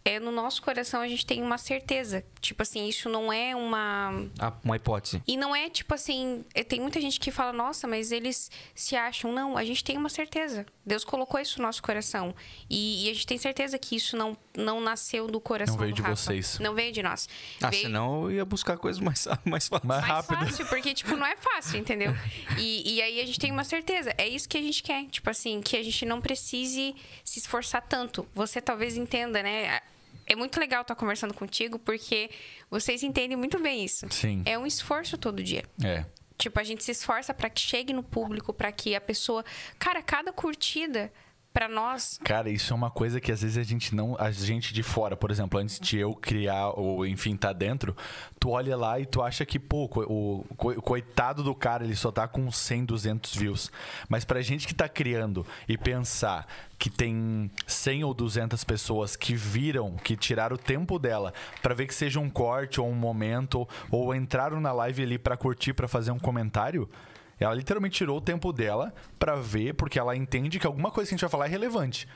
[SPEAKER 3] é no nosso coração a gente tem uma certeza. Tipo assim, isso não é uma
[SPEAKER 2] Ah, uma hipótese.
[SPEAKER 3] E não é tipo assim, eh, tem muita gente que fala, nossa, mas eles se acham. Não, a gente tem uma certeza. Deus colocou isso no nosso coração. E, e a gente tem certeza que isso não, não nasceu do coração
[SPEAKER 1] Não veio
[SPEAKER 3] do
[SPEAKER 1] de
[SPEAKER 3] Rafa.
[SPEAKER 1] vocês.
[SPEAKER 3] Não veio de nós.
[SPEAKER 2] Ah,
[SPEAKER 3] veio
[SPEAKER 2] senão eu ia buscar coisas mais, mais fáceis.
[SPEAKER 1] Mas-
[SPEAKER 3] mais
[SPEAKER 1] rápido.
[SPEAKER 3] fácil, porque, tipo, não é fácil, entendeu? E, e aí a gente tem uma certeza. É isso que a gente quer. Tipo assim, que a gente não precise se esforçar tanto. Você talvez entenda, né? É muito legal estar conversando contigo, porque vocês entendem muito bem isso.
[SPEAKER 1] Sim.
[SPEAKER 3] É um esforço todo dia.
[SPEAKER 1] É.
[SPEAKER 3] Tipo, a gente se esforça pra que chegue no público, pra que a pessoa. Cara, cada curtida para nós.
[SPEAKER 1] Cara, isso é uma coisa que às vezes a gente não. A gente de fora, por exemplo, antes de eu criar ou enfim, tá dentro, tu olha lá e tu acha que, pô, co- o co- coitado do cara, ele só tá com 100, 200 views. Mas pra gente que tá criando e pensar que tem 100 ou 200 pessoas que viram, que tiraram o tempo dela pra ver que seja um corte ou um momento, ou entraram na live ali pra curtir, pra fazer um comentário. Ela literalmente tirou o tempo dela pra ver, porque ela entende que alguma coisa que a gente vai falar é relevante.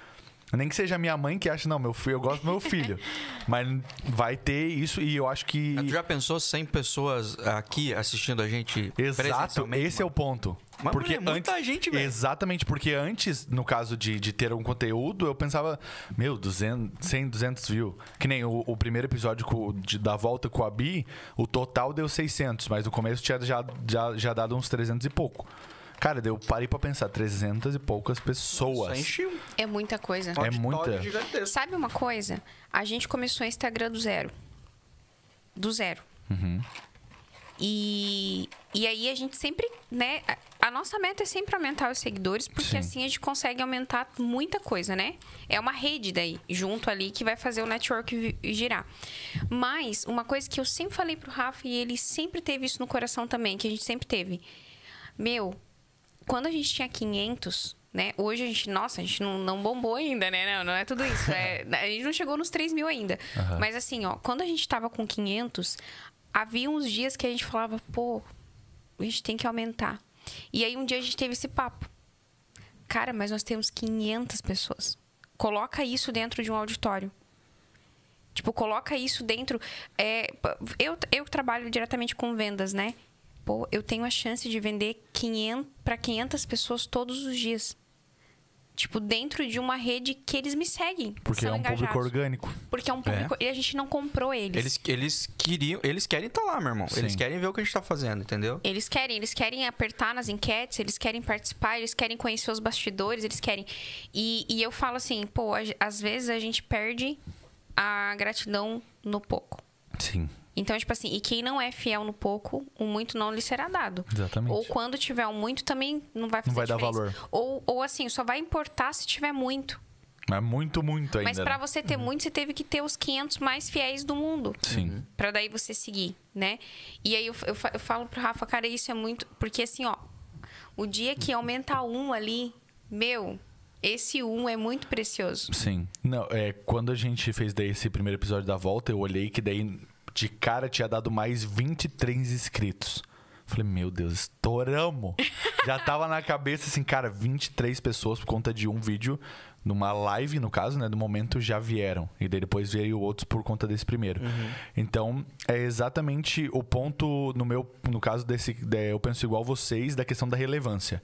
[SPEAKER 1] Nem que seja a minha mãe que acha, não, meu filho, eu gosto do meu filho. Mas vai ter isso e eu acho que.
[SPEAKER 2] Tu já pensou 100 pessoas aqui assistindo a gente
[SPEAKER 1] Exato,
[SPEAKER 2] presencialmente,
[SPEAKER 1] esse é o ponto.
[SPEAKER 2] Mas,
[SPEAKER 1] porque
[SPEAKER 2] mano, é muita
[SPEAKER 1] antes,
[SPEAKER 2] gente, velho.
[SPEAKER 1] Exatamente, porque antes, no caso de, de ter um conteúdo, eu pensava, meu, 200, 100, 200 views. Que nem o, o primeiro episódio com- de- da volta com a Bi, o total deu 600, mas no começo tinha já, já, já dado uns 300 e pouco. Cara, daí eu parei pra pensar, 300 e poucas
[SPEAKER 2] Só
[SPEAKER 1] pessoas.
[SPEAKER 2] enche um
[SPEAKER 3] É muita coisa.
[SPEAKER 1] É
[SPEAKER 2] auditório
[SPEAKER 1] muita.
[SPEAKER 2] gigantesco.
[SPEAKER 3] Sabe uma coisa? A gente começou o Instagram do zero. Do zero. E, e aí a gente sempre, né? a- A nossa meta é sempre aumentar os seguidores, porque
[SPEAKER 1] Sim.
[SPEAKER 3] assim a gente consegue aumentar muita coisa, né? É uma rede daí, junto ali, que vai fazer o network vi- girar. Mas uma coisa que eu sempre falei pro Rafa, e ele sempre teve isso no coração também, que a gente sempre teve. Meu, quando a gente tinha 500, né? Hoje a gente, nossa, a gente não, não bombou ainda, né? Não, não é tudo isso. é- a gente não chegou nos 3 mil ainda. Mas assim, ó, quando a gente tava com 500, havia uns dias que a gente falava, pô, a gente tem que aumentar. E aí um dia a gente teve esse papo. Cara, mas nós temos 500 pessoas. Coloca isso dentro de um auditório. Tipo, coloca isso dentro. é, p- eu, eu que trabalho diretamente com vendas, né? Pô, eu tenho a chance de vender 500, para 500 pessoas todos os dias. Tipo, dentro de uma rede que eles me seguem. que
[SPEAKER 1] Porque
[SPEAKER 3] são
[SPEAKER 1] é um
[SPEAKER 3] engajados.
[SPEAKER 1] público orgânico.
[SPEAKER 3] Porque é um público. E a gente não comprou eles.
[SPEAKER 2] Eles, eles queriam, eles querem estar lá, meu irmão. Eles
[SPEAKER 1] Sim.
[SPEAKER 2] querem ver o que a gente tá fazendo, entendeu?
[SPEAKER 3] Eles querem, eles querem apertar nas enquetes, eles querem participar, eles querem conhecer os bastidores, eles querem. E, e eu falo assim, pô, a- às vezes a gente perde a gratidão no pouco.
[SPEAKER 1] Sim.
[SPEAKER 3] Então, tipo assim, e quem não é fiel no pouco, o muito não lhe será dado.
[SPEAKER 1] Exatamente.
[SPEAKER 3] Ou quando tiver o muito, também não vai fazer
[SPEAKER 1] Não vai dar
[SPEAKER 3] diferença.
[SPEAKER 1] valor.
[SPEAKER 3] Ou, ou assim, só vai importar se tiver muito.
[SPEAKER 1] Mas muito, muito ainda.
[SPEAKER 3] Mas
[SPEAKER 1] né?
[SPEAKER 3] pra você ter muito, você teve que ter os 500 mais fiéis do mundo.
[SPEAKER 1] Sim.
[SPEAKER 2] Uhum.
[SPEAKER 3] Pra daí você seguir, né? E aí eu, eu, fa- eu falo pro Rafa, cara, isso é muito. Porque assim, ó, o dia que aumenta um ali, meu, esse um é muito precioso.
[SPEAKER 1] Sim. Não, é, quando a gente fez daí esse primeiro episódio da volta, eu olhei que daí de cara tinha dado mais 23 inscritos. Falei, meu Deus, estouramos! Já tava na cabeça assim, cara, 23 pessoas por conta de um vídeo, numa live, no caso, né? Do momento já vieram. E daí depois veio outros por conta desse primeiro. Então, é exatamente o ponto, no meu, no caso desse, de- eu penso igual vocês, da questão da relevância.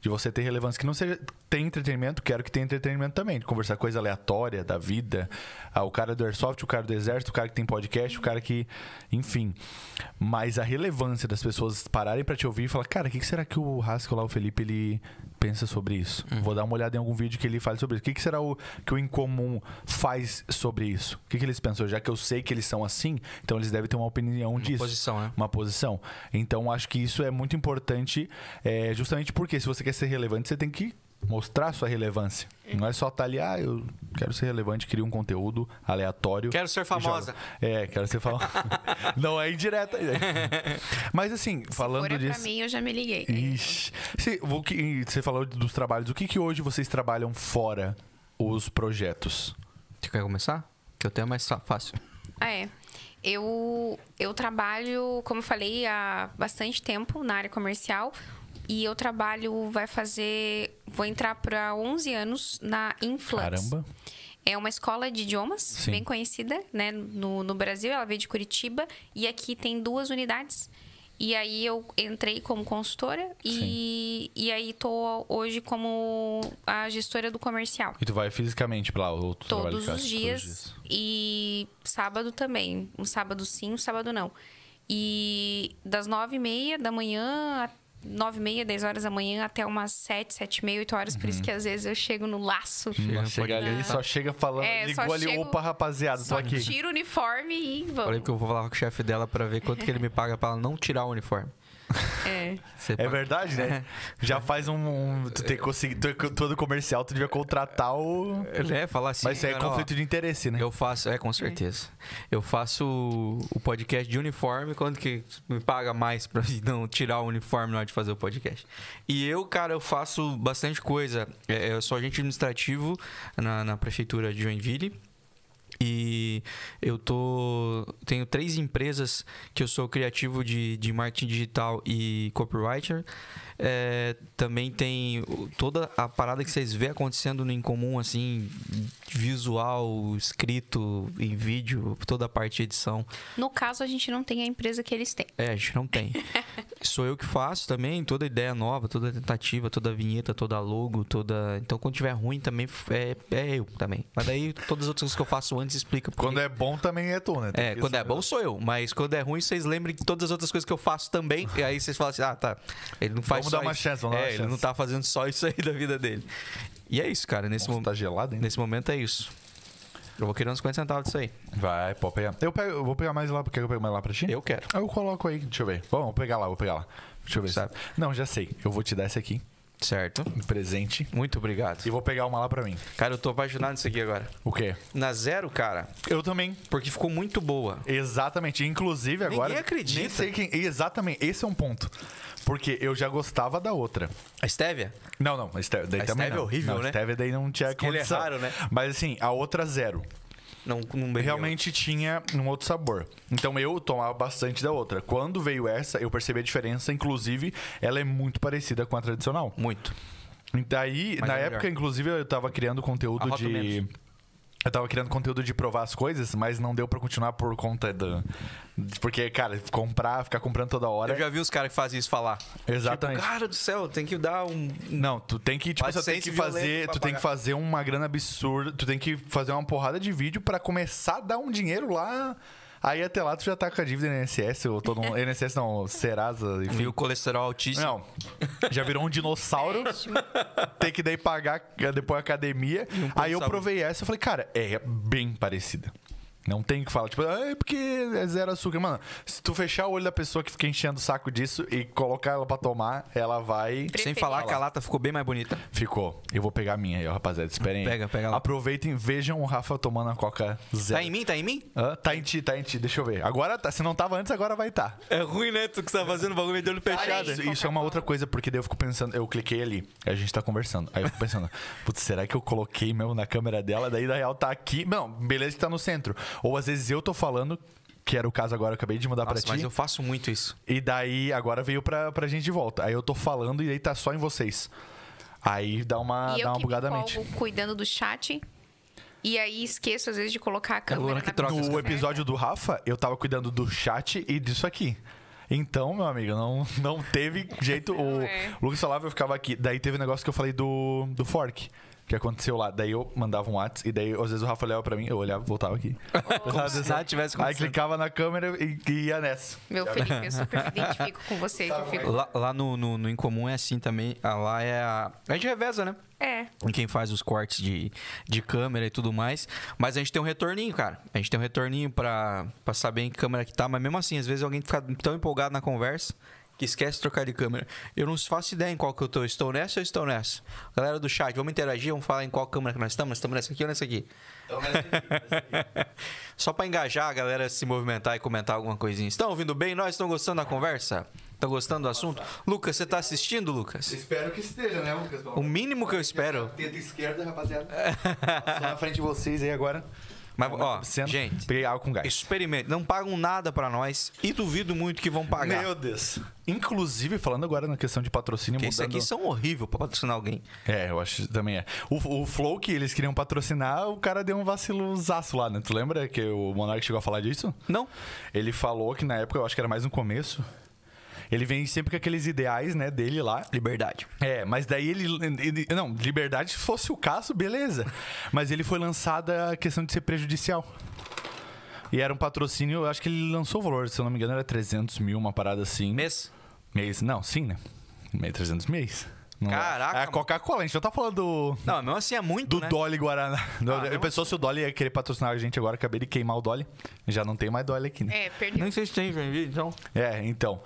[SPEAKER 1] De você ter relevância que não seja. Tem entretenimento, quero que tenha entretenimento também. De conversar coisa aleatória da vida. Ah, o cara do Airsoft, o cara do Exército, o cara que tem podcast, o cara que. Enfim. Mas a relevância das pessoas pararem pra te ouvir e falar: Cara, o que, que será que o Haskell lá, o Felipe, ele pensa sobre isso?
[SPEAKER 2] Uhum.
[SPEAKER 1] Vou dar uma olhada em algum vídeo que ele fale sobre isso. O que, que será o, que o Incomum faz sobre isso? O que, que eles pensam? Já que eu sei que eles são assim, então eles devem ter uma opinião disso
[SPEAKER 2] posição, né?
[SPEAKER 1] uma posição. Então, acho que isso é muito importante, é, justamente porque se você quer ser relevante, você tem que mostrar sua relevância.
[SPEAKER 3] Hum.
[SPEAKER 1] Não é só estar ali, ah, eu quero ser relevante, crio um conteúdo aleatório.
[SPEAKER 2] Quero ser
[SPEAKER 1] e jogo."
[SPEAKER 2] famosa.
[SPEAKER 1] É, quero ser famosa. Não é indireta. Mas assim, falando
[SPEAKER 3] For é pra
[SPEAKER 1] disso...
[SPEAKER 3] mim, eu já me liguei.
[SPEAKER 1] Ixi. Se- o que- você falou dos trabalhos. O que, que hoje vocês trabalham fora os projetos?
[SPEAKER 2] Tu quer começar? Que eu tenho mais fa- fácil.
[SPEAKER 3] Ah, é. Eu, eu trabalho, como eu falei, há bastante tempo na área comercial. E eu trabalho, vai fazer... Vou entrar para 11 anos na Influx.
[SPEAKER 1] Caramba.
[SPEAKER 3] É uma escola de idiomas,
[SPEAKER 1] Sim.
[SPEAKER 3] bem conhecida, né? No, no Brasil, ela veio de Curitiba. E aqui tem duas unidades. E aí eu entrei como consultora. E, e aí tô hoje como a gestora do comercial.
[SPEAKER 1] E tu vai fisicamente pra lá? Ou tu trabalha de
[SPEAKER 3] Todos
[SPEAKER 1] casa?
[SPEAKER 3] os dias. E sábado também. Um sábado sim, um sábado não. E das nove e meia da manhã, a- nove e meia, dez horas da manhã, até umas sete, sete e meia, oito horas. Por isso que às vezes eu chego no laço.
[SPEAKER 1] Não, chega ali, só chega falando,
[SPEAKER 3] É, só
[SPEAKER 1] ligou ali,
[SPEAKER 3] chego-
[SPEAKER 1] opa, rapaziada, Ah, tô
[SPEAKER 3] Só
[SPEAKER 1] aqui.
[SPEAKER 3] tiro o uniforme e
[SPEAKER 2] Falei
[SPEAKER 3] vamos.
[SPEAKER 2] que eu vou falar com o chefe dela pra ver quanto que ele me paga pra ela não tirar o uniforme.
[SPEAKER 3] É.
[SPEAKER 2] Você
[SPEAKER 1] É
[SPEAKER 2] pa-
[SPEAKER 1] verdade, né? Já faz um. um- tu tem que conseguir. tu- Todo comercial, tu devia contratar o.
[SPEAKER 2] É, falar assim.
[SPEAKER 1] Mas isso aí é
[SPEAKER 2] cara, ó,
[SPEAKER 1] conflito de interesse, né?
[SPEAKER 2] Eu faço, é, com certeza. Eu faço o- o podcast de uniforme, quando que me paga mais pra não tirar o uniforme na hora de fazer o podcast. E eu, cara, eu faço bastante coisa. É, Eu sou agente administrativo na, na prefeitura de Joinville. E eu tô. Tenho três empresas que eu sou criativo de, de marketing digital e copywriter. É, também tem o- toda a parada que vocês vê acontecendo no incomum, assim, visual, escrito, em vídeo, toda a parte de edição.
[SPEAKER 3] No caso, a gente não tem a empresa que eles têm.
[SPEAKER 2] É, a gente não tem. Sou eu que faço também, toda ideia nova, toda tentativa, toda vinheta, toda logo, toda. Então quando tiver ruim também f- é, é eu também. Mas daí todas as outras coisas que eu faço antes explica. porque-
[SPEAKER 1] Quando é bom também é tu, né? Tem
[SPEAKER 2] É,
[SPEAKER 1] que
[SPEAKER 2] quando é
[SPEAKER 1] saber.
[SPEAKER 2] bom sou eu, mas quando é ruim, vocês lembrem de todas as outras coisas que eu faço também. E aí vocês falam assim: ah, tá. Ele não faz
[SPEAKER 1] Vamos
[SPEAKER 2] só
[SPEAKER 1] dar uma
[SPEAKER 2] isso.
[SPEAKER 1] chance, vamos
[SPEAKER 2] é,
[SPEAKER 1] dar uma
[SPEAKER 2] ele
[SPEAKER 1] chance.
[SPEAKER 2] não tá fazendo só isso aí da vida dele. E é isso, cara. Nesse,
[SPEAKER 1] Nossa,
[SPEAKER 2] mo-
[SPEAKER 1] tá gelado, hein?
[SPEAKER 2] nesse momento é isso. Eu vou querer uns 50 centavos disso aí.
[SPEAKER 1] Vai, pode pegar. Eu, pego, eu vou pegar mais lá, porque eu pego mais lá pra ti?
[SPEAKER 2] Eu quero.
[SPEAKER 1] Eu coloco aí, deixa eu ver. Bom, vou pegar lá, vou pegar lá. Deixa eu ver.
[SPEAKER 2] Sabe.
[SPEAKER 1] Não, já sei. Eu vou te dar esse aqui,
[SPEAKER 2] Certo.
[SPEAKER 1] um presente.
[SPEAKER 2] Muito obrigado.
[SPEAKER 1] E vou pegar uma lá pra mim.
[SPEAKER 2] Cara, eu tô apaixonado nisso aqui agora.
[SPEAKER 1] O quê?
[SPEAKER 2] Na zero, cara,
[SPEAKER 1] Eu também.
[SPEAKER 2] porque ficou muito boa.
[SPEAKER 1] Exatamente. Inclusive agora.
[SPEAKER 2] acredita.
[SPEAKER 1] nem sei quem- Exatamente. Esse é um ponto. Porque eu já gostava da outra.
[SPEAKER 2] A Stevia?
[SPEAKER 1] Não, não. A Stevia, daí
[SPEAKER 2] A
[SPEAKER 1] também
[SPEAKER 2] Stevia é
[SPEAKER 1] não.
[SPEAKER 2] horrível,
[SPEAKER 1] não,
[SPEAKER 2] né?
[SPEAKER 1] A Stevia daí não tinha
[SPEAKER 2] Porque ele é
[SPEAKER 1] condição.
[SPEAKER 2] raro, né?
[SPEAKER 1] Mas assim, a outra zero.
[SPEAKER 2] Não, não bebeu.
[SPEAKER 1] Realmente tinha um outro sabor. Então eu tomava bastante da outra. Quando veio essa, eu percebi a diferença. Inclusive, ela é muito parecida com a tradicional.
[SPEAKER 2] Muito.
[SPEAKER 1] E Daí,
[SPEAKER 2] Mas
[SPEAKER 1] Então, na
[SPEAKER 2] é melhor.
[SPEAKER 1] época, inclusive, eu tava criando conteúdo
[SPEAKER 2] Arrota
[SPEAKER 1] de.
[SPEAKER 2] menos.
[SPEAKER 1] Eu tava criando conteúdo de provar as coisas, mas não deu pra continuar por conta da. Porque, cara, comprar, ficar comprando toda hora.
[SPEAKER 2] Eu já vi os caras que fazem isso falar.
[SPEAKER 1] Exatamente.
[SPEAKER 2] Tipo, cara do céu, tem que dar um.
[SPEAKER 1] Não, tu tem que, tipo,
[SPEAKER 2] Faz
[SPEAKER 1] tu tem que
[SPEAKER 2] senso violento
[SPEAKER 1] fazer,
[SPEAKER 2] pra
[SPEAKER 1] tu tem
[SPEAKER 2] pagar.
[SPEAKER 1] que fazer uma grana absurda, tu tem que fazer uma porrada de vídeo pra começar a dar um dinheiro lá. Aí até lá tu já tá com a dívida INSS, ou todo mundo, INSS não, Serasa, enfim.
[SPEAKER 2] E o colesterol altíssimo.
[SPEAKER 1] Não, já virou um dinossauro. tem que daí pagar depois a academia. Aí eu
[SPEAKER 2] um saúde.
[SPEAKER 1] provei essa e falei, cara, é bem parecida. Não tem o que falar, tipo, ah, é porque é zero açúcar. Mano, se tu fechar o olho da pessoa que fica enchendo o saco disso e colocar ela pra tomar, ela vai.
[SPEAKER 2] Sem
[SPEAKER 3] Preferido.
[SPEAKER 2] falar que a lata ficou bem mais bonita.
[SPEAKER 1] Ficou. Eu vou pegar a minha aí, ó, rapaziada. Esperem aí.
[SPEAKER 2] Pega, pega lá.
[SPEAKER 1] Aproveitem, vejam o Rafa tomando a Coca Zero.
[SPEAKER 2] Tá em mim? Tá em mim?
[SPEAKER 1] Hã? tá em ti, tá em ti. Deixa eu ver. Agora tá. Se não tava antes, agora vai tá.
[SPEAKER 2] É ruim, né? Tu que tá fazendo o bagulho de olho
[SPEAKER 3] fechado. Olha
[SPEAKER 1] Isso, isso é uma outra coisa, porque daí eu fico pensando... Eu cliquei ali, a gente tá conversando. Aí eu fico pensando... Putz, será que eu coloquei mesmo na câmera dela? Daí, na real, tá aqui... Não, beleza que tá no centro. Ou às vezes eu tô falando... Que era o caso agora, eu acabei de mudar pra
[SPEAKER 2] Nossa,
[SPEAKER 1] ti.
[SPEAKER 2] mas eu faço muito isso.
[SPEAKER 1] E daí, agora veio pra, pra gente de volta. Aí eu tô falando e aí tá só em vocês. Aí dá uma, dá
[SPEAKER 3] e eu
[SPEAKER 1] uma
[SPEAKER 3] que me
[SPEAKER 1] bugada na mente.
[SPEAKER 3] empolgo cuidando do chat. E aí esqueço, às vezes, de colocar a câmera
[SPEAKER 2] Luana
[SPEAKER 3] na
[SPEAKER 2] que troca
[SPEAKER 3] mesa,
[SPEAKER 1] No
[SPEAKER 3] né?
[SPEAKER 1] episódio do Rafa, eu tava cuidando do chat e disso aqui. Então, meu amigo, não, não teve jeito. O
[SPEAKER 3] É.
[SPEAKER 1] Lucas falava, eu ficava aqui. Daí teve um negócio que eu falei do, do fork. Que aconteceu lá. Daí eu mandava um WhatsApp. E daí, às vezes, o Rafa olhava pra mim. Eu olhava e voltava aqui.
[SPEAKER 2] Como se nada tivesse
[SPEAKER 1] Aí
[SPEAKER 2] acontecido.
[SPEAKER 1] clicava na câmera e, e ia nessa.
[SPEAKER 3] Meu Felipe, eu super me identifico com você. que eu fico-
[SPEAKER 2] Lá, lá no, no, no Incomum é assim também. Ah, Lá é a. A gente reveza, né?
[SPEAKER 3] É.
[SPEAKER 2] em quem faz os cortes de, de câmera e tudo mais. Mas a gente tem um retorninho, cara. A gente tem um retorninho pra, pra saber em que câmera que tá. Mas mesmo assim, às vezes alguém fica tão empolgado na conversa que esquece de trocar de câmera. Eu não faço ideia em qual que eu tô. Estou nessa ou estou nessa? Galera do chat, vamos interagir, vamos falar em qual câmera que nós estamos. Nós Estamos nessa aqui ou Então, nessa aqui? Só pra engajar a galera a se movimentar e comentar alguma coisinha. Estão ouvindo bem? Nós estão gostando da conversa? Estão gostando do assunto? Lucas, você tá assistindo, Lucas?
[SPEAKER 1] Espero que esteja, né, Lucas?
[SPEAKER 2] O mínimo que eu espero.
[SPEAKER 1] Dedo esquerdo, rapaziada. Só na frente de vocês aí agora.
[SPEAKER 2] Mas, Tá ó,
[SPEAKER 1] Sendo-
[SPEAKER 2] gente.
[SPEAKER 1] Peguei água com gás.
[SPEAKER 2] Experimente. Não pagam nada pra nós e duvido muito que vão pagar.
[SPEAKER 1] Meu Deus. Inclusive, falando agora na questão de patrocínio,
[SPEAKER 2] Porque
[SPEAKER 1] mudando...
[SPEAKER 2] isso aqui são horrível pra patrocinar alguém.
[SPEAKER 1] É, eu acho que também é. O, o Flow que eles queriam patrocinar, o cara deu um vacilozaço lá, né? Tu lembra que o Monark chegou a falar disso?
[SPEAKER 2] Não?
[SPEAKER 1] Ele falou que na época, eu acho que era mais no começo. Ele vem sempre com aqueles ideais, né, dele lá.
[SPEAKER 2] Liberdade.
[SPEAKER 1] É, mas daí ele, ele- Não, liberdade, se fosse o caso, beleza. Mas ele foi lançada a questão de ser prejudicial. E era um patrocínio, eu acho que ele lançou o valor, se eu não me engano, era 300 mil, uma parada assim.
[SPEAKER 2] Mês?
[SPEAKER 1] Mês, não, sim, né? Meio 300 mês. Não é.
[SPEAKER 2] Caraca,
[SPEAKER 1] É a
[SPEAKER 2] mano.
[SPEAKER 1] Coca-Cola, a gente não tá falando do,
[SPEAKER 2] Não, mesmo assim é muito,
[SPEAKER 1] do
[SPEAKER 2] né?
[SPEAKER 1] Dolly Guaraná.
[SPEAKER 2] mesmo
[SPEAKER 1] eu pensou se o Dolly ia querer patrocinar a gente agora, acabei de queimar o Dolly. Já não tem mais Dolly aqui, né?
[SPEAKER 3] É, perdeu.
[SPEAKER 2] Nem sei se tem Joinville, então.
[SPEAKER 1] É, então.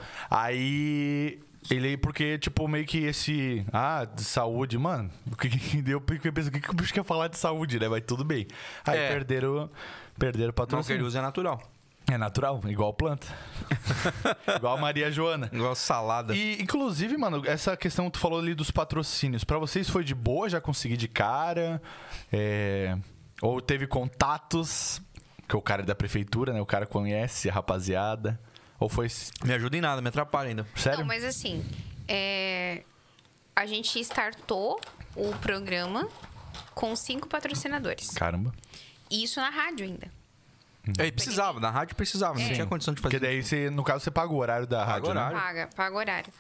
[SPEAKER 1] Aí. Ele, porque, tipo, meio que esse. Ah, de saúde, mano. O que que deu? Porque pensa, o que, que o bicho quer falar de saúde, né? Mas tudo bem. Aí
[SPEAKER 2] É.
[SPEAKER 1] perderam. Perderam o
[SPEAKER 2] Não, o que ele
[SPEAKER 1] patrocínio.
[SPEAKER 2] usa é natural.
[SPEAKER 1] É natural, igual planta. igual a Maria Joana.
[SPEAKER 2] Igual salada.
[SPEAKER 1] E, inclusive, mano, essa questão que tu falou ali dos patrocínios, pra vocês foi de boa já conseguir de cara? É, Ou teve contatos? Que o cara é da prefeitura, né? O cara conhece a rapaziada. Ou foi.
[SPEAKER 2] Me ajuda em nada, me atrapalha ainda.
[SPEAKER 1] Sério?
[SPEAKER 3] Não, mas assim, é, a gente startou o programa com cinco patrocinadores.
[SPEAKER 1] Caramba.
[SPEAKER 3] E isso na rádio ainda.
[SPEAKER 2] Aí precisava, na rádio precisava, não tinha condição de fazer.
[SPEAKER 1] Porque daí, você, no caso, você paga o horário da rádio, né?
[SPEAKER 2] horário.
[SPEAKER 3] Paga, paga horário.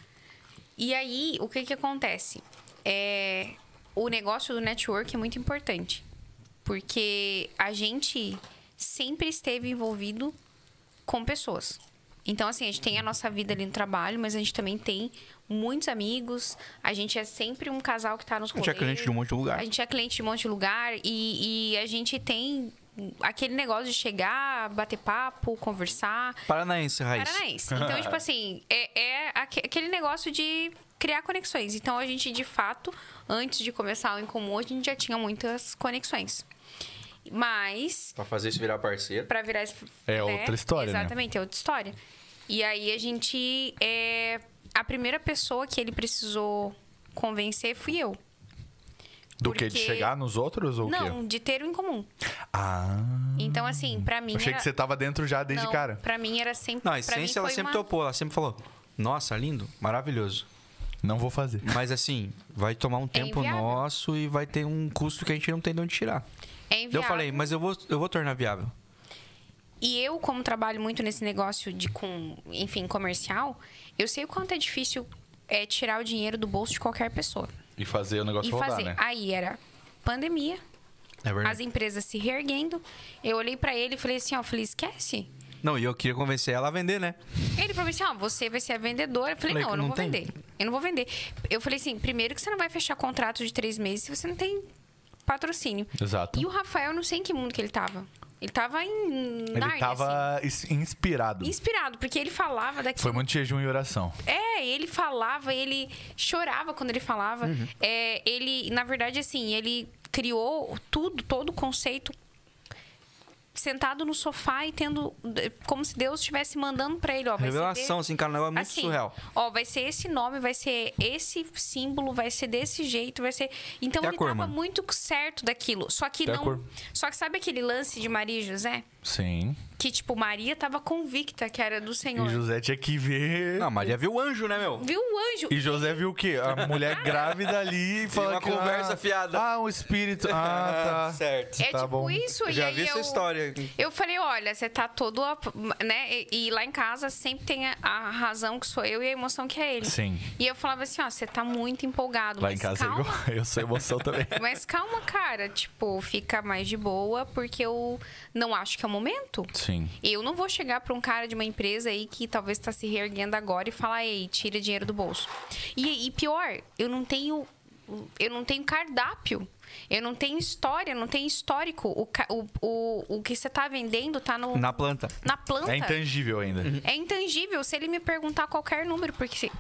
[SPEAKER 3] E aí, o que que acontece? É, o negócio do network é muito importante. Porque a gente sempre esteve envolvido com pessoas. Então, assim, a gente tem a nossa vida ali no trabalho, mas a gente também tem muitos amigos. A gente é sempre um casal que tá nos
[SPEAKER 2] A gente é cliente de um monte de
[SPEAKER 1] Tá.
[SPEAKER 2] lugar.
[SPEAKER 3] A gente é cliente de um monte de lugar e, e a gente tem aquele negócio de chegar, bater papo, conversar.
[SPEAKER 2] Paranaense,
[SPEAKER 1] É
[SPEAKER 2] Raiz.
[SPEAKER 3] Paranaense. Então, tipo assim, é, é aque- aquele negócio de criar conexões. Então, a gente, de fato, antes de começar o Em Comum, a gente já tinha muitas conexões. Mas,
[SPEAKER 2] Pra fazer isso virar parceiro.
[SPEAKER 3] pra virar... esse-
[SPEAKER 1] É outra história, né?
[SPEAKER 3] Exatamente, é outra história. E aí, a gente... É, a primeira pessoa que ele precisou convencer fui eu.
[SPEAKER 1] Do que de
[SPEAKER 3] Porque-
[SPEAKER 1] chegar nos outros ou o quê?
[SPEAKER 3] Não, de ter o Em Comum.
[SPEAKER 1] Ah.
[SPEAKER 3] Então, assim, pra mim...
[SPEAKER 1] Achei
[SPEAKER 3] era-
[SPEAKER 1] que você tava dentro já desde
[SPEAKER 3] não,
[SPEAKER 1] cara.
[SPEAKER 3] Pra mim era sempre...
[SPEAKER 2] Não, a
[SPEAKER 3] pra mim
[SPEAKER 2] essência ela
[SPEAKER 3] foi
[SPEAKER 2] sempre
[SPEAKER 3] uma-
[SPEAKER 2] topou, ela sempre falou: Nossa, lindo, maravilhoso.
[SPEAKER 1] Não vou fazer.
[SPEAKER 2] Mas assim, vai tomar um tempo
[SPEAKER 3] É inviável.
[SPEAKER 2] nosso e vai ter um custo que a gente não tem de onde tirar.
[SPEAKER 3] É
[SPEAKER 2] Daí Eu falei,
[SPEAKER 3] inviável.
[SPEAKER 2] mas eu vou, eu vou tornar viável.
[SPEAKER 3] E eu, como trabalho muito nesse negócio de com, enfim, comercial, eu sei o quanto é difícil é, tirar o dinheiro do bolso de qualquer pessoa.
[SPEAKER 1] E fazer o negócio
[SPEAKER 3] e
[SPEAKER 1] rodar,
[SPEAKER 3] fazer.
[SPEAKER 1] né?
[SPEAKER 3] Aí era pandemia,
[SPEAKER 2] É verdade.
[SPEAKER 3] as empresas se reerguendo. Eu olhei pra ele e falei assim, ó, falei, esquece.
[SPEAKER 2] Não, e eu queria convencer ela a vender, né?
[SPEAKER 3] Ele falou assim, ó, você vai ser a vendedora. Eu falei,
[SPEAKER 2] Falei
[SPEAKER 3] não,
[SPEAKER 2] que
[SPEAKER 3] eu
[SPEAKER 2] não
[SPEAKER 3] não, vou
[SPEAKER 2] tem.
[SPEAKER 3] vender. Eu não vou vender. Eu falei assim, primeiro que você não vai fechar contrato de três meses se você não tem patrocínio.
[SPEAKER 1] Exato.
[SPEAKER 3] E o Rafael, eu não sei em que mundo que ele tava. Ele tava em...
[SPEAKER 1] Ele
[SPEAKER 3] Nárnia, assim.
[SPEAKER 1] tava is- inspirado.
[SPEAKER 3] Inspirado, porque ele falava daquilo.
[SPEAKER 1] Foi muito jejum e oração.
[SPEAKER 3] É, ele falava, ele chorava quando ele falava.
[SPEAKER 1] Uhum.
[SPEAKER 3] É, ele, na verdade, assim, ele criou tudo, todo o conceito sentado no sofá e tendo como se Deus estivesse mandando pra ele, ó, vai
[SPEAKER 2] Revelação,
[SPEAKER 3] ser de-
[SPEAKER 2] assim, cara, um negócio muito
[SPEAKER 3] assim,
[SPEAKER 2] surreal.
[SPEAKER 3] Ó, vai ser esse nome, vai ser esse símbolo, vai ser desse jeito, vai ser. Então
[SPEAKER 2] Até a
[SPEAKER 3] ele
[SPEAKER 2] cor,
[SPEAKER 3] tava
[SPEAKER 2] mano.
[SPEAKER 3] muito certo daquilo, só que
[SPEAKER 1] Até a cor.
[SPEAKER 3] não, só que sabe aquele lance de Maria e José,
[SPEAKER 1] Sim.
[SPEAKER 3] que tipo Maria tava convicta que era do Senhor.
[SPEAKER 1] E José tinha que ver.
[SPEAKER 2] Não, a Maria viu o anjo, né, meu?
[SPEAKER 3] Viu o anjo?
[SPEAKER 1] E José viu o quê? A mulher grávida ali e fala
[SPEAKER 2] uma
[SPEAKER 1] que,
[SPEAKER 2] conversa
[SPEAKER 1] ah,
[SPEAKER 2] fiada.
[SPEAKER 1] Ah, um espírito. Ah, tá.
[SPEAKER 2] Certo.
[SPEAKER 3] É
[SPEAKER 1] Tá
[SPEAKER 3] tipo
[SPEAKER 1] bom.
[SPEAKER 3] isso. e
[SPEAKER 2] Já
[SPEAKER 3] aí
[SPEAKER 2] vi essa
[SPEAKER 3] eu,
[SPEAKER 2] história.
[SPEAKER 3] Eu falei, olha, você tá todo... a- Né? E, e lá em casa sempre tem a, a razão que sou eu e a emoção que é ele.
[SPEAKER 1] Sim.
[SPEAKER 3] E eu falava assim, ó, você tá muito empolgado.
[SPEAKER 1] Lá
[SPEAKER 3] mas
[SPEAKER 1] em casa é
[SPEAKER 3] calma,
[SPEAKER 1] eu, eu sou emoção também.
[SPEAKER 3] Mas calma, cara. Tipo, fica mais de boa, porque eu não acho que é o momento.
[SPEAKER 1] Sim.
[SPEAKER 3] Eu não vou chegar pra um cara de uma empresa aí que talvez tá se reerguendo agora e falar, ei, tira dinheiro do bolso. E, e pior, eu não tenho. Eu não tenho cardápio. Eu não tenho história, não tenho histórico. O, ca- o, o, o que você tá vendendo tá no,
[SPEAKER 2] Na planta.
[SPEAKER 3] na planta.
[SPEAKER 1] É intangível ainda.
[SPEAKER 3] É intangível se ele me perguntar qualquer número, porque se-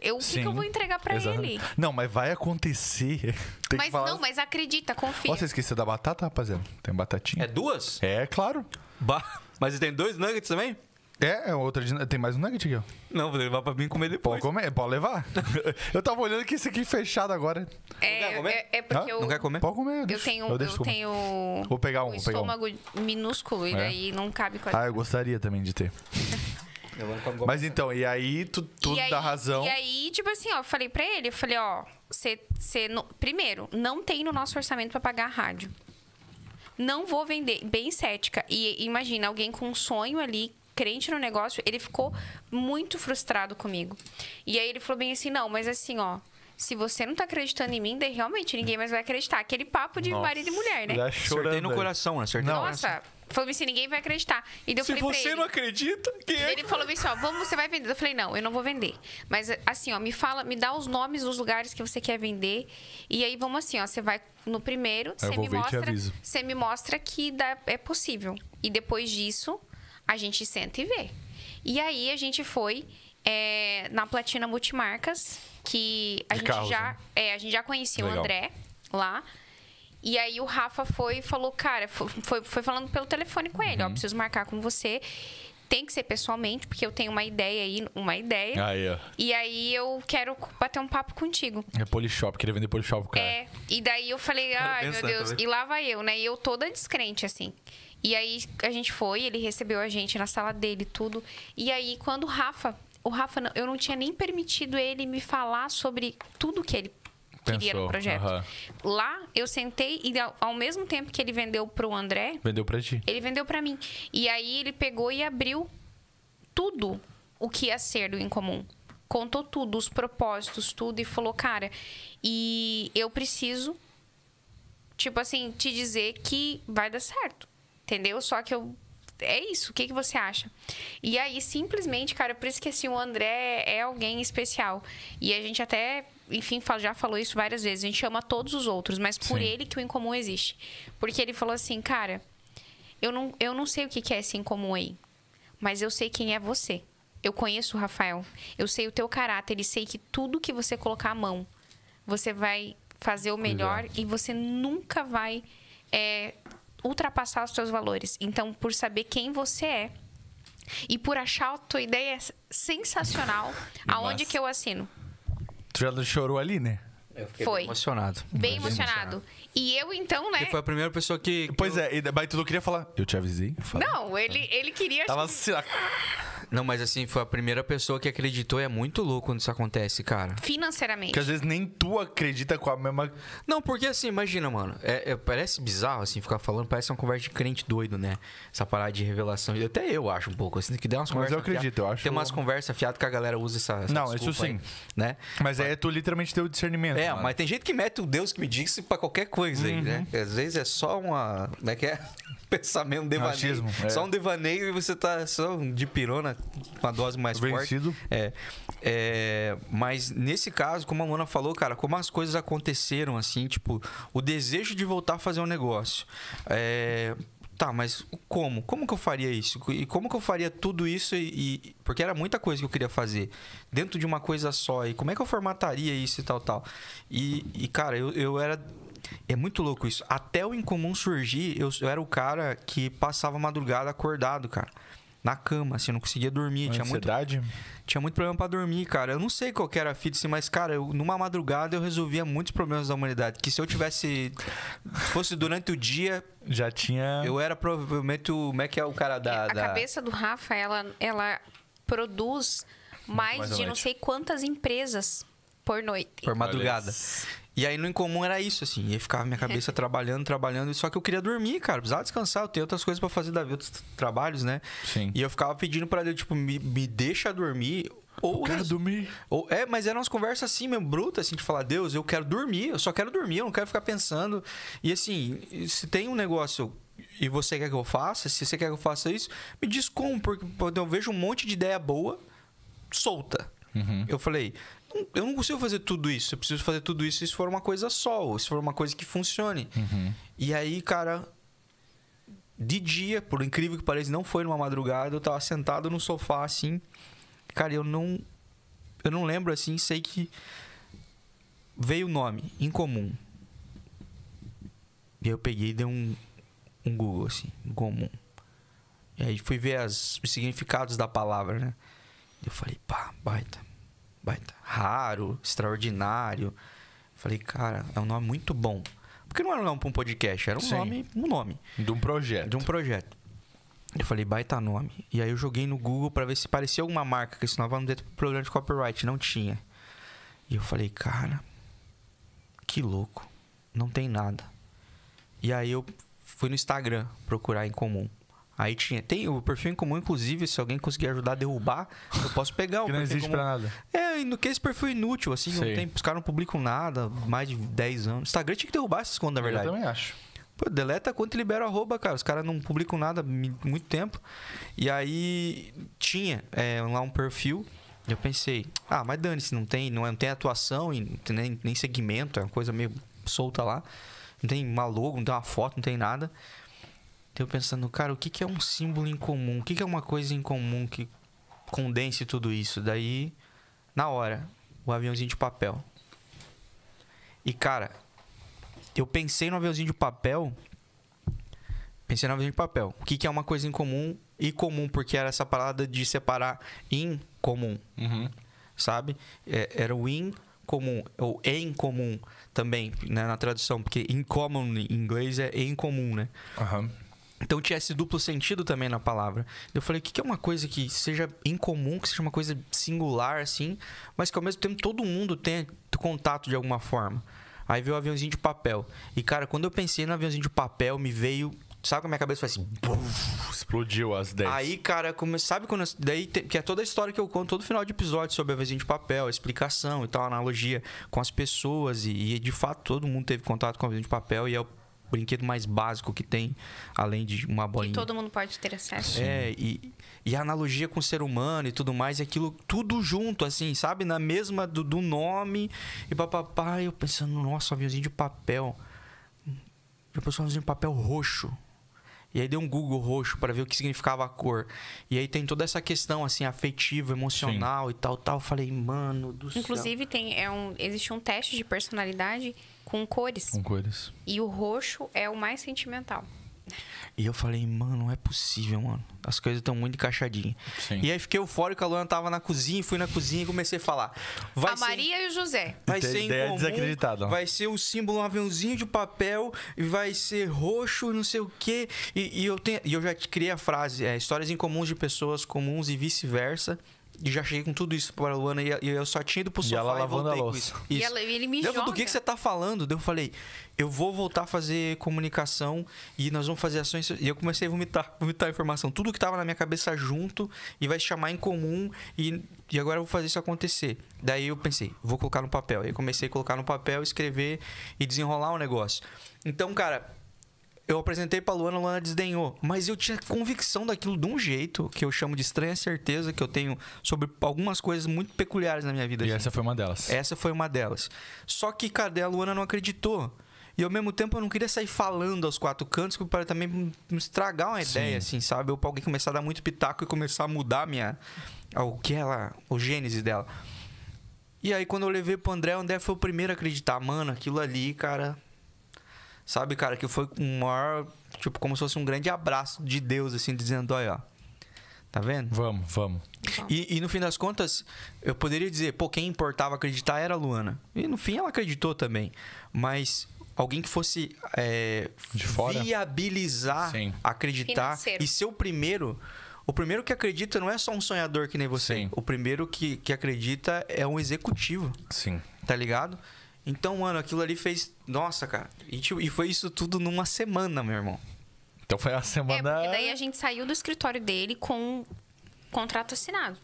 [SPEAKER 3] eu, o que, que eu vou entregar pra
[SPEAKER 1] Exato.
[SPEAKER 3] ele?
[SPEAKER 1] Não, mas vai acontecer. Tem que
[SPEAKER 3] Mas
[SPEAKER 1] falar.
[SPEAKER 3] não, mas acredita, confia.
[SPEAKER 1] Ó, você esqueceu da batata, rapaziada? Tem
[SPEAKER 2] É
[SPEAKER 1] batatinha?
[SPEAKER 2] duas?
[SPEAKER 1] É, claro.
[SPEAKER 2] Bah. Mas tem dois nuggets também?
[SPEAKER 1] É, é outra. din- Tem mais um nugget aqui, ó.
[SPEAKER 2] Não, vou levar pra mim comer depois.
[SPEAKER 1] Pode comer, pode levar. eu tava olhando que esse aqui é fechado agora.
[SPEAKER 2] Não quer
[SPEAKER 3] É,
[SPEAKER 2] comer?
[SPEAKER 3] é, é porque
[SPEAKER 1] Hã?
[SPEAKER 3] eu,
[SPEAKER 2] Não quer comer?
[SPEAKER 1] Pode comer.
[SPEAKER 3] eu
[SPEAKER 1] deixa-
[SPEAKER 3] tenho, um,
[SPEAKER 1] deixo
[SPEAKER 3] eu
[SPEAKER 1] comer.
[SPEAKER 3] tenho
[SPEAKER 1] Vou pegar um,
[SPEAKER 3] o
[SPEAKER 1] vou pegar um.
[SPEAKER 3] estômago minúsculo e
[SPEAKER 1] É.
[SPEAKER 3] daí não cabe quase.
[SPEAKER 1] Ah, eu gostaria também de ter. Mas então, e aí tu, tu
[SPEAKER 3] E aí-
[SPEAKER 1] dá razão.
[SPEAKER 3] E aí, tipo assim, ó, eu falei pra ele, eu falei, ó, você. você não- Primeiro, não tem no nosso orçamento pra pagar a rádio. Não vou vender. Bem cética. E imagina, alguém com um sonho ali, crente no negócio, ele ficou muito frustrado comigo. E aí ele falou bem assim, não, mas assim, ó. Se você não tá acreditando em mim, daí realmente ninguém mais vai acreditar. Aquele papo de marido e mulher, né?
[SPEAKER 1] Já
[SPEAKER 2] Acertei
[SPEAKER 1] chorando.
[SPEAKER 2] no coração, né? Acertei
[SPEAKER 1] Não,
[SPEAKER 2] no
[SPEAKER 3] Nossa,
[SPEAKER 2] coração.
[SPEAKER 3] Falou assim, ninguém vai acreditar. E daí eu
[SPEAKER 2] Se
[SPEAKER 3] falei pra
[SPEAKER 2] você
[SPEAKER 3] ele-
[SPEAKER 2] não acredita, quem é?
[SPEAKER 3] ele falou assim, ó, vamos, você vai vender. Eu falei, não, eu não vou vender. Mas assim, ó, me fala, me dá os nomes dos lugares que você quer vender. E aí vamos assim, ó, você vai no primeiro, você
[SPEAKER 1] vou
[SPEAKER 3] me
[SPEAKER 1] ver e te
[SPEAKER 3] mostra.
[SPEAKER 1] aviso.
[SPEAKER 3] Você me mostra que dá- é possível. E depois disso, a gente senta e vê. E aí a gente foi é, na Platina Multimarcas, que a
[SPEAKER 1] De
[SPEAKER 3] gente
[SPEAKER 1] carros,
[SPEAKER 3] já.
[SPEAKER 1] né?
[SPEAKER 3] É, a gente já conhecia
[SPEAKER 1] Legal.
[SPEAKER 3] o André lá. E aí o Rafa foi e falou, cara, fo- foi, foi falando pelo telefone com ele, ó, preciso marcar com você. Tem que ser pessoalmente, porque eu tenho uma ideia aí, uma ideia.
[SPEAKER 1] Aí, ó.
[SPEAKER 3] E aí eu quero bater um papo contigo.
[SPEAKER 1] É Polishop, queria vender Polishop pro cara.
[SPEAKER 3] É, e daí eu falei, ai meu
[SPEAKER 2] pensando
[SPEAKER 3] Deus,
[SPEAKER 2] também.
[SPEAKER 3] e lá vai eu, né? E eu toda descrente, assim. E aí a gente foi, ele recebeu a gente na sala dele, tudo. E aí quando o Rafa, o Rafa, não- eu não tinha nem permitido ele me falar sobre tudo que ele queria
[SPEAKER 1] Pensou,
[SPEAKER 3] no projeto.
[SPEAKER 1] aham.
[SPEAKER 3] Lá eu sentei e ao, ao mesmo tempo que ele vendeu pro André,
[SPEAKER 1] Vendeu pra ti.
[SPEAKER 3] ele vendeu pra mim. E aí ele pegou e abriu tudo o que ia ser do incomum. Contou tudo, os propósitos, tudo, e falou, cara, e eu preciso, tipo assim, te dizer que vai dar certo. Entendeu? Só que eu. É isso, o que, que você acha? E aí, simplesmente, cara, por isso que assim, o André é alguém especial. E a gente até, enfim, fala- já falou isso várias vezes. A gente chama todos os outros, mas por
[SPEAKER 1] Sim.
[SPEAKER 3] ele que o incomum existe. Porque ele falou assim, cara, eu não, eu não sei o que que é esse incomum aí, mas eu sei quem é você. Eu conheço o Rafael. Eu sei o teu caráter e sei que tudo que você colocar a mão, você vai fazer o melhor e você nunca vai é, ultrapassar os seus valores. Então, por saber quem você é e por achar a tua ideia sensacional, aonde
[SPEAKER 1] Massa.
[SPEAKER 3] que eu assino?
[SPEAKER 1] Tu já chorou ali, né?
[SPEAKER 2] Eu fiquei
[SPEAKER 3] Foi.
[SPEAKER 2] bem emocionado.
[SPEAKER 3] Bem emocionado. E eu, então, né?
[SPEAKER 2] Ele foi a primeira pessoa que.
[SPEAKER 1] Pois é, e mas tu não queria falar. Eu te avisei. Falei.
[SPEAKER 3] Não, ele, ele queria...
[SPEAKER 1] Tava assim, ó.
[SPEAKER 2] Não, mas assim, foi a primeira pessoa que acreditou e é muito louco quando isso acontece, cara.
[SPEAKER 3] Financeiramente.
[SPEAKER 1] que às vezes nem tu acredita com a mesma.
[SPEAKER 2] Não, porque assim, imagina, mano. é- é- parece bizarro, assim, ficar falando. Parece uma conversa de crente doido, né? Essa parada de revelação. E Até eu acho um pouco, assim, que deu umas
[SPEAKER 1] Mas
[SPEAKER 2] conversas.
[SPEAKER 1] eu acredito,
[SPEAKER 2] fiadas.
[SPEAKER 1] eu acho-
[SPEAKER 2] Tem umas conversas fiadas que a galera usa essa. essa
[SPEAKER 1] Não, isso
[SPEAKER 2] desculpa aí,
[SPEAKER 1] sim.
[SPEAKER 2] né?
[SPEAKER 1] Mas aí é tu literalmente deu o discernimento.
[SPEAKER 2] É,
[SPEAKER 1] mano.
[SPEAKER 2] mas tem gente que mete o Deus que me disse pra qualquer coisa aí, né?
[SPEAKER 1] Uhum.
[SPEAKER 2] Às vezes é só uma. Como é que é? Pensamento, um devaneio.
[SPEAKER 1] Achismo, é.
[SPEAKER 2] Só um devaneio e você tá só de pirona, uma dose mais
[SPEAKER 1] Vencido.
[SPEAKER 2] forte. É, é, mas nesse caso, como a Mona falou, cara, como as coisas aconteceram, assim, tipo, o desejo de voltar a fazer um negócio. É, tá, mas como? Como que eu faria isso? E como que eu faria tudo isso? E, e- porque era muita coisa que eu queria fazer dentro de uma coisa só. E como é que eu formataria isso e tal, tal? E, e, cara, eu, eu era. É muito louco isso. Até o incomum surgir, eu, eu era o cara que passava a madrugada acordado, cara. Na cama, assim, eu não conseguia dormir. Tinha muito,
[SPEAKER 1] Ansiedade?
[SPEAKER 2] tinha muito problema pra dormir, cara. Eu não sei qual que era a fita, assim, mas, cara, eu, numa madrugada eu resolvia muitos problemas da humanidade. Que se eu tivesse. fosse durante o dia,
[SPEAKER 1] Já tinha.
[SPEAKER 2] eu era provavelmente o. Como é que é o cara da.
[SPEAKER 3] a
[SPEAKER 2] da-
[SPEAKER 3] cabeça do Rafa, ela, ela produz mais,
[SPEAKER 1] mais à
[SPEAKER 3] de não
[SPEAKER 1] noite.
[SPEAKER 3] sei quantas empresas por noite.
[SPEAKER 2] Por madrugada. E aí no incomum era isso, assim. E aí ficava minha cabeça trabalhando, trabalhando. Só que eu queria dormir, cara. Precisava descansar. Eu tenho outras coisas pra fazer da vida, outros trabalhos, né?
[SPEAKER 1] Sim.
[SPEAKER 2] E eu ficava pedindo pra Deus, tipo, me, me deixa dormir. Ou
[SPEAKER 1] Cara,
[SPEAKER 2] res-
[SPEAKER 1] dormir.
[SPEAKER 2] Ou, é, mas eram umas conversas assim mesmo, brutas, assim, de falar, Deus, eu quero dormir, eu só quero dormir, eu não quero ficar pensando. E assim, se tem um negócio e você quer que eu faça, se você quer que eu faça isso, me diz como, porque pô, eu vejo um monte de ideia boa solta. Eu falei, "Não, eu não consigo fazer tudo isso, eu preciso fazer tudo isso se for uma coisa só, ou se for uma coisa que funcione. E aí, cara, de dia, por incrível que pareça, não foi numa madrugada, eu tava sentado no sofá assim. Cara, eu não eu não lembro assim, sei que veio o nome incomum. E eu peguei e dei um um Google assim, incomum. E aí fui ver as- os significados da palavra, né? E eu falei, pá, baita. Baita. Raro, extraordinário. Falei, cara, é um nome muito bom. Porque não era um nome pra um podcast, era um
[SPEAKER 1] Sim.
[SPEAKER 2] nome, um nome.
[SPEAKER 1] De um projeto.
[SPEAKER 2] De um projeto. Eu falei, baita nome. E aí eu joguei no Google pra ver se parecia alguma marca, que senão vai não ter problema de copyright. Não tinha. E eu falei, cara, que louco. Não tem nada. E aí eu fui no Instagram procurar em comum. Aí tinha. Tem o perfil em comum, inclusive, se alguém conseguir ajudar a derrubar, eu posso pegar o
[SPEAKER 1] Que não
[SPEAKER 2] perfil em
[SPEAKER 1] existe
[SPEAKER 2] comum.
[SPEAKER 1] pra nada.
[SPEAKER 2] É, no que esse perfil é inútil, assim, não
[SPEAKER 1] Sei.
[SPEAKER 2] tem, os caras não publicam nada, mais de 10 anos. Instagram tinha que derrubar esses contas, na verdade.
[SPEAKER 1] Eu também acho.
[SPEAKER 2] Pô, deleta quanto e libera o arroba, cara. Os caras não publicam nada há mi- muito tempo. E aí tinha é, lá um perfil. Eu pensei, ah, mas dane-se, não tem, não, é- não tem atuação e não tem nem, nem segmento, é uma coisa meio solta lá. Não tem uma logo, não tem uma foto, não tem nada. Então eu pensando, cara, o que, que é um símbolo em comum? O que, que é uma coisa em comum que condense tudo isso? Daí, na hora, o aviãozinho de papel. E, cara, eu pensei no aviãozinho de papel. Pensei no aviãozinho de papel. O que, que é uma coisa em comum e comum? Porque era essa parada de separar em comum sabe? É, era o in comum, ou em comum também, né, na tradução, porque in common em inglês é em comum, né?
[SPEAKER 4] Aham.
[SPEAKER 2] Então tinha esse duplo sentido também na palavra. Eu falei, o que, que é uma coisa que seja incomum, que seja uma coisa singular, assim, mas que ao mesmo tempo todo mundo tem contato de alguma forma. Aí veio o aviãozinho de papel. E, cara, quando eu pensei no aviãozinho de papel, me veio. Sabe que a minha cabeça faz assim.
[SPEAKER 1] Explodiu as 10.
[SPEAKER 2] Aí, cara, come... sabe quando. eu- Daí, te- que é toda a história que eu conto, todo final de episódio sobre a vezinha de papel, a explicação e tal, a analogia com as pessoas. E, e, de fato todo mundo teve contato com a vezinha de papel e é o brinquedo mais básico que tem, além de uma bolinha.
[SPEAKER 3] E todo mundo pode ter acesso.
[SPEAKER 2] É, e, e a analogia com o ser humano e tudo mais, e aquilo tudo junto, assim, sabe? Na mesma do, do nome e papapá. Eu pensando, nossa, um aviãozinho de papel. Eu pensei um aviãozinho de papel roxo. E aí dei um Google roxo para ver o que significava a cor. E aí tem toda essa questão, assim, afetiva, emocional e tal, tal. Eu falei, mano do céu.
[SPEAKER 3] Inclusive, tem, é um, existe um teste de personalidade com cores.
[SPEAKER 2] Hum.
[SPEAKER 1] Com cores.
[SPEAKER 3] E o roxo é o mais sentimental.
[SPEAKER 2] E eu falei, mano, não é possível, mano. As coisas estão muito encaixadinhas.
[SPEAKER 4] Sim.
[SPEAKER 2] E aí fiquei eufórico, a Luana tava na cozinha, fui na cozinha e comecei a falar. Vai
[SPEAKER 3] a
[SPEAKER 2] ser
[SPEAKER 3] Maria e o José.
[SPEAKER 2] Vai
[SPEAKER 1] Tem
[SPEAKER 2] ser
[SPEAKER 1] ideia
[SPEAKER 2] incomum,
[SPEAKER 1] desacreditada.
[SPEAKER 2] Vai ser o símbolo um aviãozinho de papel e vai ser roxo, não sei o quê. E, e eu, tenho, e eu já criei a frase, é, histórias incomuns de pessoas comuns e vice-versa. E já cheguei com tudo isso pra Luana e, e eu só tinha ido pro
[SPEAKER 1] E
[SPEAKER 2] sofá
[SPEAKER 1] ela
[SPEAKER 2] e
[SPEAKER 1] lavando
[SPEAKER 2] voltei
[SPEAKER 1] a
[SPEAKER 2] com
[SPEAKER 1] louça.
[SPEAKER 2] isso.
[SPEAKER 3] E
[SPEAKER 2] Isso.
[SPEAKER 3] ela- ele me
[SPEAKER 2] Daí eu falei,
[SPEAKER 3] joga.
[SPEAKER 2] do que, que você tá falando? Daí eu falei, eu vou voltar a fazer comunicação e nós vamos fazer ações. E eu comecei a vomitar, vomitar informação. Tudo que tava na minha cabeça junto e vai se chamar em comum e, e agora eu vou fazer isso acontecer. Daí eu pensei, vou colocar no papel. E comecei a colocar no papel, escrever e desenrolar o negócio. Então, cara, eu apresentei pra Luana, a Luana desdenhou. Mas eu tinha convicção daquilo de um jeito, que eu chamo de estranha certeza que eu tenho sobre algumas coisas muito peculiares na minha vida.
[SPEAKER 4] E
[SPEAKER 1] é
[SPEAKER 2] assim.
[SPEAKER 4] essa foi uma delas.
[SPEAKER 2] Essa foi uma delas. Só que, cadê? A Luana não acreditou. E ao mesmo tempo eu não queria sair falando aos quatro cantos para também me estragar uma ideia, assim, sabe? Ou pra alguém começar a dar muito pitaco e começar a mudar a minha. O que ela. O gênese dela. E aí quando eu levei pro André, o André foi o primeiro a acreditar, mano, aquilo ali, cara. Sabe, cara, que foi um maior. Tipo, como se fosse um grande abraço de Deus, assim, dizendo, olha, ó. Tá vendo?
[SPEAKER 4] Vamos, vamos.
[SPEAKER 2] E, e no fim das contas, eu poderia dizer, pô, quem importava acreditar era a Luana. E no fim ela acreditou também. Mas alguém que fosse é,
[SPEAKER 4] De fora?
[SPEAKER 2] viabilizar,
[SPEAKER 4] Sim.
[SPEAKER 2] acreditar
[SPEAKER 3] Financeiro.
[SPEAKER 2] e ser o primeiro. O primeiro que acredita não é só um sonhador que nem você.
[SPEAKER 4] Sim.
[SPEAKER 2] O primeiro que, que acredita é um executivo
[SPEAKER 4] Sim.
[SPEAKER 2] tá ligado? Então, mano, aquilo ali fez. Nossa, cara. E, tipo, e foi isso tudo numa semana, meu irmão.
[SPEAKER 4] Então foi a
[SPEAKER 3] É,
[SPEAKER 4] semana.
[SPEAKER 3] porque daí a gente saiu do escritório dele com um contrato assinado.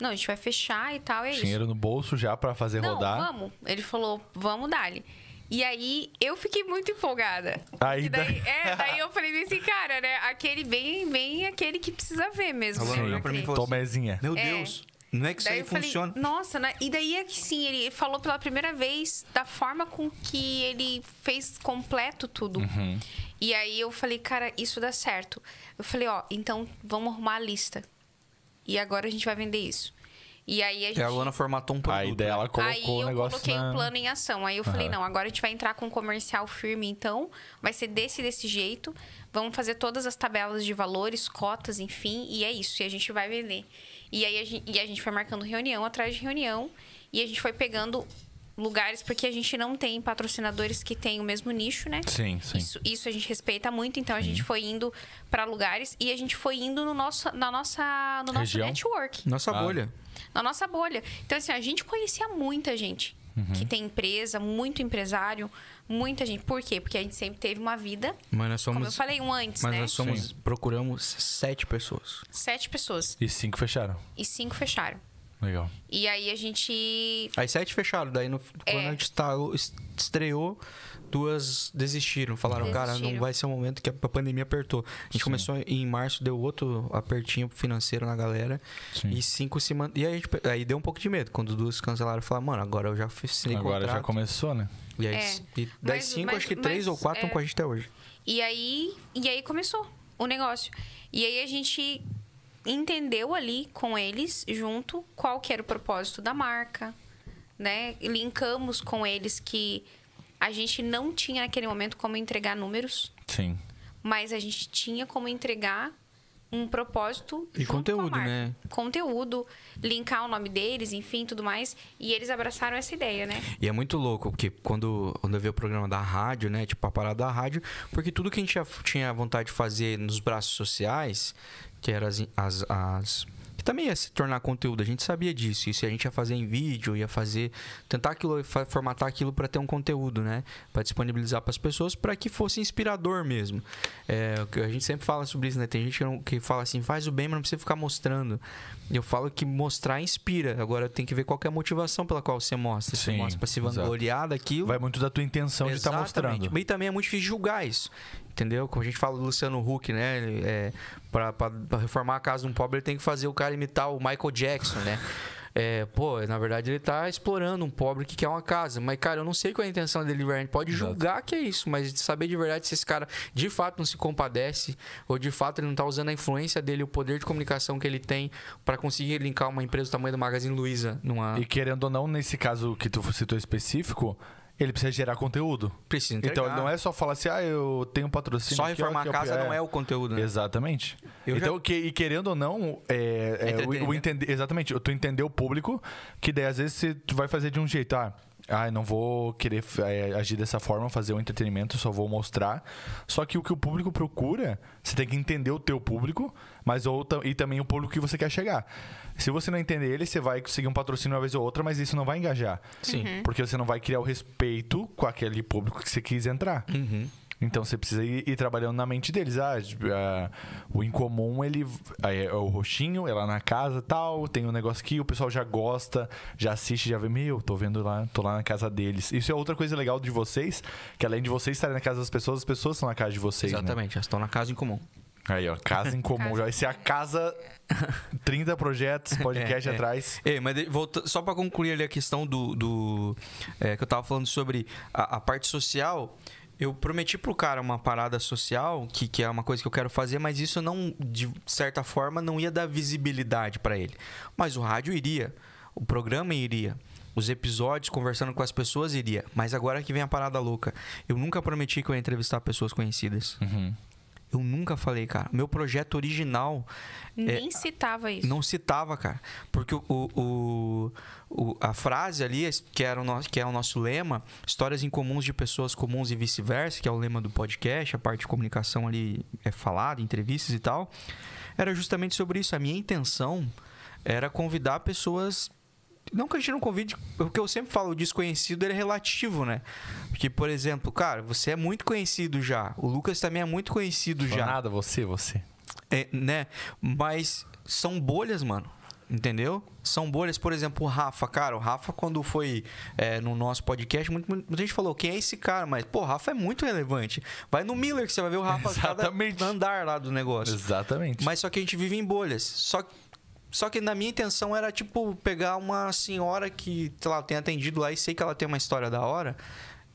[SPEAKER 3] Não, a gente vai fechar e tal, é isso.
[SPEAKER 1] Dinheiro no bolso já pra fazer
[SPEAKER 3] Não,
[SPEAKER 1] rodar.
[SPEAKER 3] vamos. Ele falou, vamos dali. E aí, eu fiquei muito empolgada.
[SPEAKER 1] Aí
[SPEAKER 3] Porque daí,
[SPEAKER 1] da-
[SPEAKER 3] é, daí eu falei assim, cara, né? Aquele bem, bem aquele que precisa ver mesmo.
[SPEAKER 2] A Luana
[SPEAKER 3] né,
[SPEAKER 2] olhou pra mim e
[SPEAKER 3] crer.
[SPEAKER 2] falou assim,
[SPEAKER 1] Tomezinha.
[SPEAKER 2] Meu
[SPEAKER 3] É.
[SPEAKER 2] Deus, não é que isso
[SPEAKER 3] Daí
[SPEAKER 2] aí
[SPEAKER 3] eu falei,
[SPEAKER 2] funciona.
[SPEAKER 3] Nossa, né? E daí é que sim, ele falou pela primeira vez da forma com que ele fez completo tudo. E aí eu falei, cara, isso dá certo. Eu falei, ó, então vamos arrumar a lista. E agora a gente vai vender isso. E aí É, a gente.
[SPEAKER 2] E a Luana formatou um produto.
[SPEAKER 1] Aí daí ela Ah, colocou
[SPEAKER 3] Aí
[SPEAKER 1] o
[SPEAKER 3] eu
[SPEAKER 1] negócio
[SPEAKER 3] coloquei
[SPEAKER 1] na...
[SPEAKER 3] o plano em ação. Aí eu falei,
[SPEAKER 1] Aham.
[SPEAKER 3] não, agora a gente vai entrar com um comercial firme, então. Vai ser desse desse jeito. Vamos fazer todas as tabelas de valores, cotas, enfim. E é isso. E a gente vai vender. E aí a gente, e a gente foi marcando reunião atrás de reunião. E a gente foi pegando lugares, porque a gente não tem patrocinadores que têm o mesmo nicho, né?
[SPEAKER 1] Sim, sim.
[SPEAKER 3] Isso, isso a gente respeita muito, então a gente foi indo para lugares e a gente foi indo no nosso, na nossa, no nosso
[SPEAKER 1] Região?
[SPEAKER 3] network
[SPEAKER 2] Nossa
[SPEAKER 4] Ah.
[SPEAKER 2] bolha.
[SPEAKER 3] na nossa bolha. Então, assim, a gente conhecia muita gente que tem empresa, muito empresário, muita gente. Por quê? Porque a gente sempre teve uma vida,
[SPEAKER 2] Mas nós somos.
[SPEAKER 3] como eu falei, um antes,
[SPEAKER 2] mas
[SPEAKER 3] né?
[SPEAKER 2] nós somos. Procuramos sete pessoas.
[SPEAKER 3] Sete pessoas
[SPEAKER 1] E cinco fecharam.
[SPEAKER 3] e cinco fecharam.
[SPEAKER 1] Legal.
[SPEAKER 3] E aí a gente.
[SPEAKER 2] As sete fecharam, daí no, quando
[SPEAKER 3] É.
[SPEAKER 2] a gente estalo- es- estreou, duas desistiram. Falaram, cara, não
[SPEAKER 3] Desistiram.
[SPEAKER 2] vai ser o momento que a pandemia apertou. A gente começou em março, deu outro apertinho financeiro na galera.
[SPEAKER 1] Sim.
[SPEAKER 2] E cinco se man... E aí, a gente, aí deu um pouco de medo. Quando duas cancelaram, falaram, mano, agora eu já assinei
[SPEAKER 1] Agora já
[SPEAKER 2] contrato.
[SPEAKER 1] começou, né?
[SPEAKER 2] E aí,
[SPEAKER 3] É.
[SPEAKER 2] e das
[SPEAKER 3] Mas-
[SPEAKER 2] cinco,
[SPEAKER 3] mas-
[SPEAKER 2] acho que três
[SPEAKER 3] mas,
[SPEAKER 2] ou quatro estão
[SPEAKER 3] é.
[SPEAKER 2] com a gente até hoje.
[SPEAKER 3] E aí, e aí começou o negócio. E aí a gente entendeu ali com eles, junto, qual que era o propósito da marca, né? E Linkamos com eles que a gente não tinha naquele momento como entregar números,
[SPEAKER 1] Sim.
[SPEAKER 3] mas a gente tinha como entregar um propósito
[SPEAKER 2] E
[SPEAKER 3] junto com a
[SPEAKER 2] conteúdo,
[SPEAKER 3] marca.
[SPEAKER 2] né?
[SPEAKER 3] Conteúdo, linkar o nome deles, enfim, tudo mais. E eles abraçaram essa ideia, né?
[SPEAKER 2] E é muito louco, porque quando, quando eu vi o programa da rádio, né? Tipo, a parada da rádio, porque tudo que a gente já f- tinha vontade de fazer nos braços sociais, que era as. as, as- que também ia se tornar conteúdo, a gente sabia disso. Isso a gente ia fazer em vídeo, ia fazer. Tentar aquilo, fa- formatar aquilo para ter um conteúdo, né? Para disponibilizar para as pessoas, para que fosse inspirador mesmo. É, o que a gente sempre fala sobre isso, né? Tem gente que, não- que fala assim, faz o bem, mas não precisa ficar mostrando. E Eu falo que mostrar inspira. Agora tem que ver qual que é a motivação pela qual você mostra. Você
[SPEAKER 1] Sim,
[SPEAKER 2] mostra pra se
[SPEAKER 1] exato.
[SPEAKER 2] vangloriar daquilo.
[SPEAKER 1] Vai então muito da tua intenção de estar
[SPEAKER 2] Exatamente.
[SPEAKER 1] tá mostrando.
[SPEAKER 2] E também é muito difícil julgar isso. Entendeu? Como a gente fala do Luciano Huck, né? Ele, É, pra, pra- pra reformar a casa de um pobre, ele tem que fazer o cara imitar o Michael Jackson, né? É, pô, na verdade ele tá explorando um pobre que quer uma casa. Mas, cara, eu não sei qual é a intenção dele de verdade. Pode
[SPEAKER 1] Exato.
[SPEAKER 2] julgar que é isso, mas saber de verdade se esse cara de fato não se compadece ou de fato ele não tá usando a influência dele, o poder de comunicação que ele tem pra conseguir linkar uma empresa do tamanho do Magazine Luiza numa.
[SPEAKER 1] E querendo ou não, nesse caso que tu citou específico, ele precisa gerar conteúdo.
[SPEAKER 2] Precisa
[SPEAKER 1] Então ele
[SPEAKER 2] entregar.
[SPEAKER 1] não é só falar assim, ah, eu tenho um patrocínio.
[SPEAKER 2] Só
[SPEAKER 1] aqui, ó,
[SPEAKER 2] reformar
[SPEAKER 1] que
[SPEAKER 2] a
[SPEAKER 1] eu-
[SPEAKER 2] casa não é o conteúdo, né?
[SPEAKER 1] Exatamente.
[SPEAKER 2] Eu né?
[SPEAKER 1] então, que, e querendo ou não, é, é, o, o
[SPEAKER 2] Entretenimento.
[SPEAKER 1] entender. Exatamente, tu entender o público, que daí às vezes você- tu vai fazer de um jeito, ah. Ah, eu não vou querer é, agir dessa forma, fazer um entretenimento, só vou mostrar. Só que o que o público procura, você tem que entender o teu público, mas ou, ta- e também o público que você quer chegar. Se você não entender ele, você vai conseguir um patrocínio uma vez ou outra, mas isso não vai engajar.
[SPEAKER 2] Sim.
[SPEAKER 1] Porque você não vai criar o respeito com aquele público que você quis entrar.
[SPEAKER 2] Uhum.
[SPEAKER 1] Então você precisa ir, ir trabalhando na mente deles. Ah, tipo, ah, o incomum, ele. ah, é, é o roxinho, é lá na casa tal, tem um negócio aqui, o pessoal já gosta, já assiste, já vê, meu, tô vendo lá, tô lá na casa deles. Isso é outra coisa legal de vocês, que além de vocês estarem na casa das pessoas, as pessoas estão na casa de vocês. né?
[SPEAKER 2] Exatamente, já estão na casa em comum.
[SPEAKER 1] Aí, ó, casa em comum. já vai ser a casa 30 projetos, podcast
[SPEAKER 2] É, é.
[SPEAKER 1] atrás.
[SPEAKER 2] É, mas de- volta, só pra concluir ali a questão do. do é, que eu tava falando sobre a, a parte social. Eu prometi pro cara uma parada social, que, que é uma coisa que eu quero fazer, mas isso não, de certa forma, não ia dar visibilidade pra ele. Mas o rádio iria, o programa iria, os episódios conversando com as pessoas iria. Mas agora que vem a parada louca. Eu nunca prometi que eu ia entrevistar pessoas conhecidas. Eu nunca falei, cara. Meu projeto original
[SPEAKER 3] Nem citava isso.
[SPEAKER 2] É, não citava, cara. Porque o, o, o- a frase ali, que, era o nosso, que é o nosso lema, histórias em comuns de pessoas comuns e vice-versa, que é o lema do podcast, a parte de comunicação ali é falada, entrevistas e tal, era justamente sobre isso. A minha intenção era convidar pessoas. Não que a gente não convide, o que eu sempre falo, o desconhecido ele é relativo, né? Porque, por exemplo, cara, você é muito conhecido já. O Lucas também é muito conhecido
[SPEAKER 1] Já.
[SPEAKER 2] já.
[SPEAKER 1] Nada, você, você.
[SPEAKER 2] É, né? Mas são bolhas, mano. Entendeu? São bolhas, por exemplo, o Rafa, cara. O Rafa, quando foi é, no nosso podcast, muito- muita gente falou: quem é esse cara? Mas, pô, o Rafa é muito relevante. Vai no Miller que você vai ver o Rafa cada
[SPEAKER 1] Exatamente.
[SPEAKER 2] andar lá do negócio.
[SPEAKER 1] Exatamente.
[SPEAKER 2] Mas só que a gente vive em bolhas. Só só que na minha intenção era, tipo, pegar uma senhora que, sei lá, eu tenho atendido lá e sei que ela tem uma história da hora.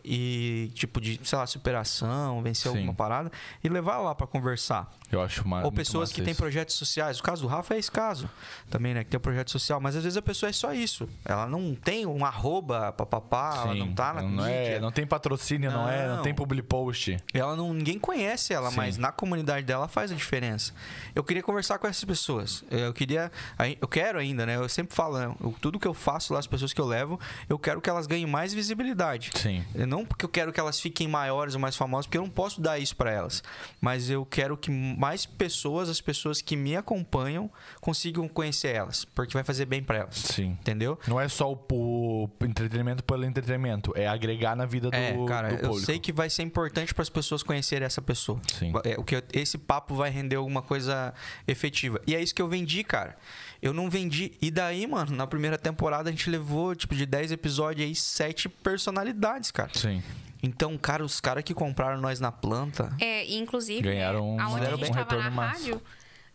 [SPEAKER 2] E, tipo, de, sei lá, superação, vencer
[SPEAKER 1] Sim.
[SPEAKER 2] alguma parada. E levar ela lá pra conversar.
[SPEAKER 1] Eu acho mais.
[SPEAKER 2] Ou pessoas que têm projetos sociais. O caso do Rafa é esse caso também, né? Que tem um projeto social. Mas às vezes a pessoa é só isso. Ela não tem um arroba, papapá, ela não tá na
[SPEAKER 1] não,
[SPEAKER 2] mídia.
[SPEAKER 1] é, não tem patrocínio, não, é, não
[SPEAKER 2] Não.
[SPEAKER 1] tem public post.
[SPEAKER 2] Ela não, ninguém conhece ela,
[SPEAKER 1] Sim.
[SPEAKER 2] mas na comunidade dela faz a diferença. Eu queria conversar com essas pessoas. Eu queria, ai- eu quero ainda, né? Eu sempre falo, né? Eu- tudo que eu faço lá, as pessoas que eu levo, eu quero que elas ganhem mais visibilidade.
[SPEAKER 1] Sim.
[SPEAKER 2] Eu não porque eu quero que elas fiquem maiores ou mais famosas, porque eu não posso dar isso para elas. Mas eu quero que mais pessoas, as pessoas que me acompanham, consigam conhecer elas, porque vai fazer bem para elas.
[SPEAKER 1] Sim.
[SPEAKER 2] Entendeu?
[SPEAKER 1] Não é só o, o entretenimento pelo entretenimento, é agregar na vida do,
[SPEAKER 2] É, cara,
[SPEAKER 1] do
[SPEAKER 2] eu
[SPEAKER 1] público.
[SPEAKER 2] sei que vai ser importante para as pessoas conhecerem essa pessoa.
[SPEAKER 1] Sim.
[SPEAKER 2] É, o que eu- esse papo vai render alguma coisa efetiva. E é isso que eu vendi, cara. Eu não vendi. E daí, mano, na primeira temporada a gente levou, tipo, de 10 episódios aí, 7 personalidades, cara.
[SPEAKER 1] Sim.
[SPEAKER 2] Então, cara, os caras que compraram nós na planta.
[SPEAKER 3] É, e inclusive,
[SPEAKER 1] Ganharam um-
[SPEAKER 3] né, aonde a
[SPEAKER 1] fizeram
[SPEAKER 3] gente
[SPEAKER 1] bem.
[SPEAKER 3] estava na
[SPEAKER 1] retorno massa.
[SPEAKER 3] rádio,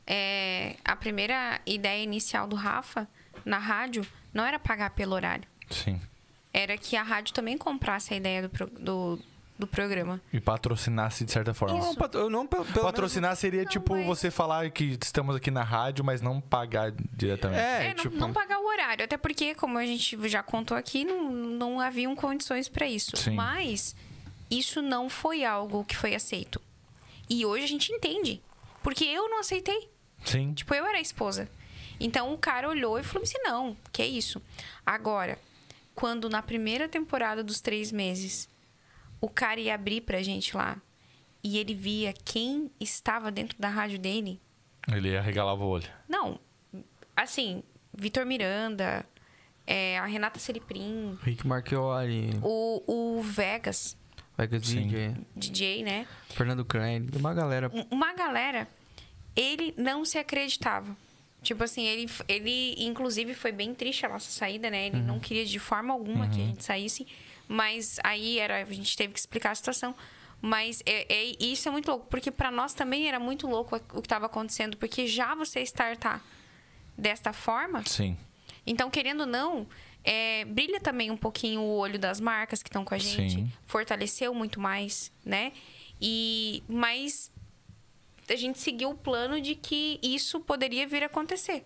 [SPEAKER 3] é, a primeira ideia inicial do Rafa na rádio não era pagar pelo horário.
[SPEAKER 1] Sim.
[SPEAKER 3] Era que a rádio também comprasse a ideia do, pro- do, do programa.
[SPEAKER 1] E patrocinasse de certa forma.
[SPEAKER 2] Não, pat- eu não pelo, pelo
[SPEAKER 1] Patrocinar seria
[SPEAKER 3] Não,
[SPEAKER 1] tipo
[SPEAKER 3] mas-
[SPEAKER 1] você falar que estamos aqui na rádio, mas não pagar diretamente.
[SPEAKER 2] menos- É,
[SPEAKER 3] É, não,
[SPEAKER 2] tipo.
[SPEAKER 3] não pagar o horário. Até porque, como a gente já contou aqui, não, não haviam condições para isso.
[SPEAKER 1] Sim.
[SPEAKER 3] Mas isso não foi algo que foi aceito. E hoje a gente entende. Porque eu não aceitei.
[SPEAKER 1] Sim.
[SPEAKER 3] Tipo, eu era a esposa. Então o cara olhou e falou assim: não, que isso. Agora, quando na primeira temporada dos três meses, o cara ia abrir pra gente lá e ele via quem estava dentro da rádio dele.
[SPEAKER 1] Ele arregalava o olho.
[SPEAKER 3] Não, assim, Vitor Miranda, é, a Renata Seriprim,
[SPEAKER 2] Rick Marchioli,
[SPEAKER 3] o, o Vegas,
[SPEAKER 2] Vegas
[SPEAKER 1] Sim.
[SPEAKER 2] DJ,
[SPEAKER 3] DJ, né?
[SPEAKER 2] Fernando Crane, uma galera.
[SPEAKER 3] um- uma galera, ele não se acreditava. Tipo assim, ele, ele inclusive foi bem triste a nossa saída, né? Ele não queria de forma alguma que a gente saísse, mas aí era, a gente teve que explicar a situação. Mas é, é- e isso é muito louco, porque pra nós também era muito louco o que estava acontecendo, porque já você startar desta forma,
[SPEAKER 1] Sim.
[SPEAKER 3] então, querendo ou não, é, brilha também um pouquinho o olho das marcas que estão com a gente.
[SPEAKER 1] Sim.
[SPEAKER 3] Fortaleceu muito mais, né? E mas a gente seguiu o plano de que isso poderia vir a acontecer.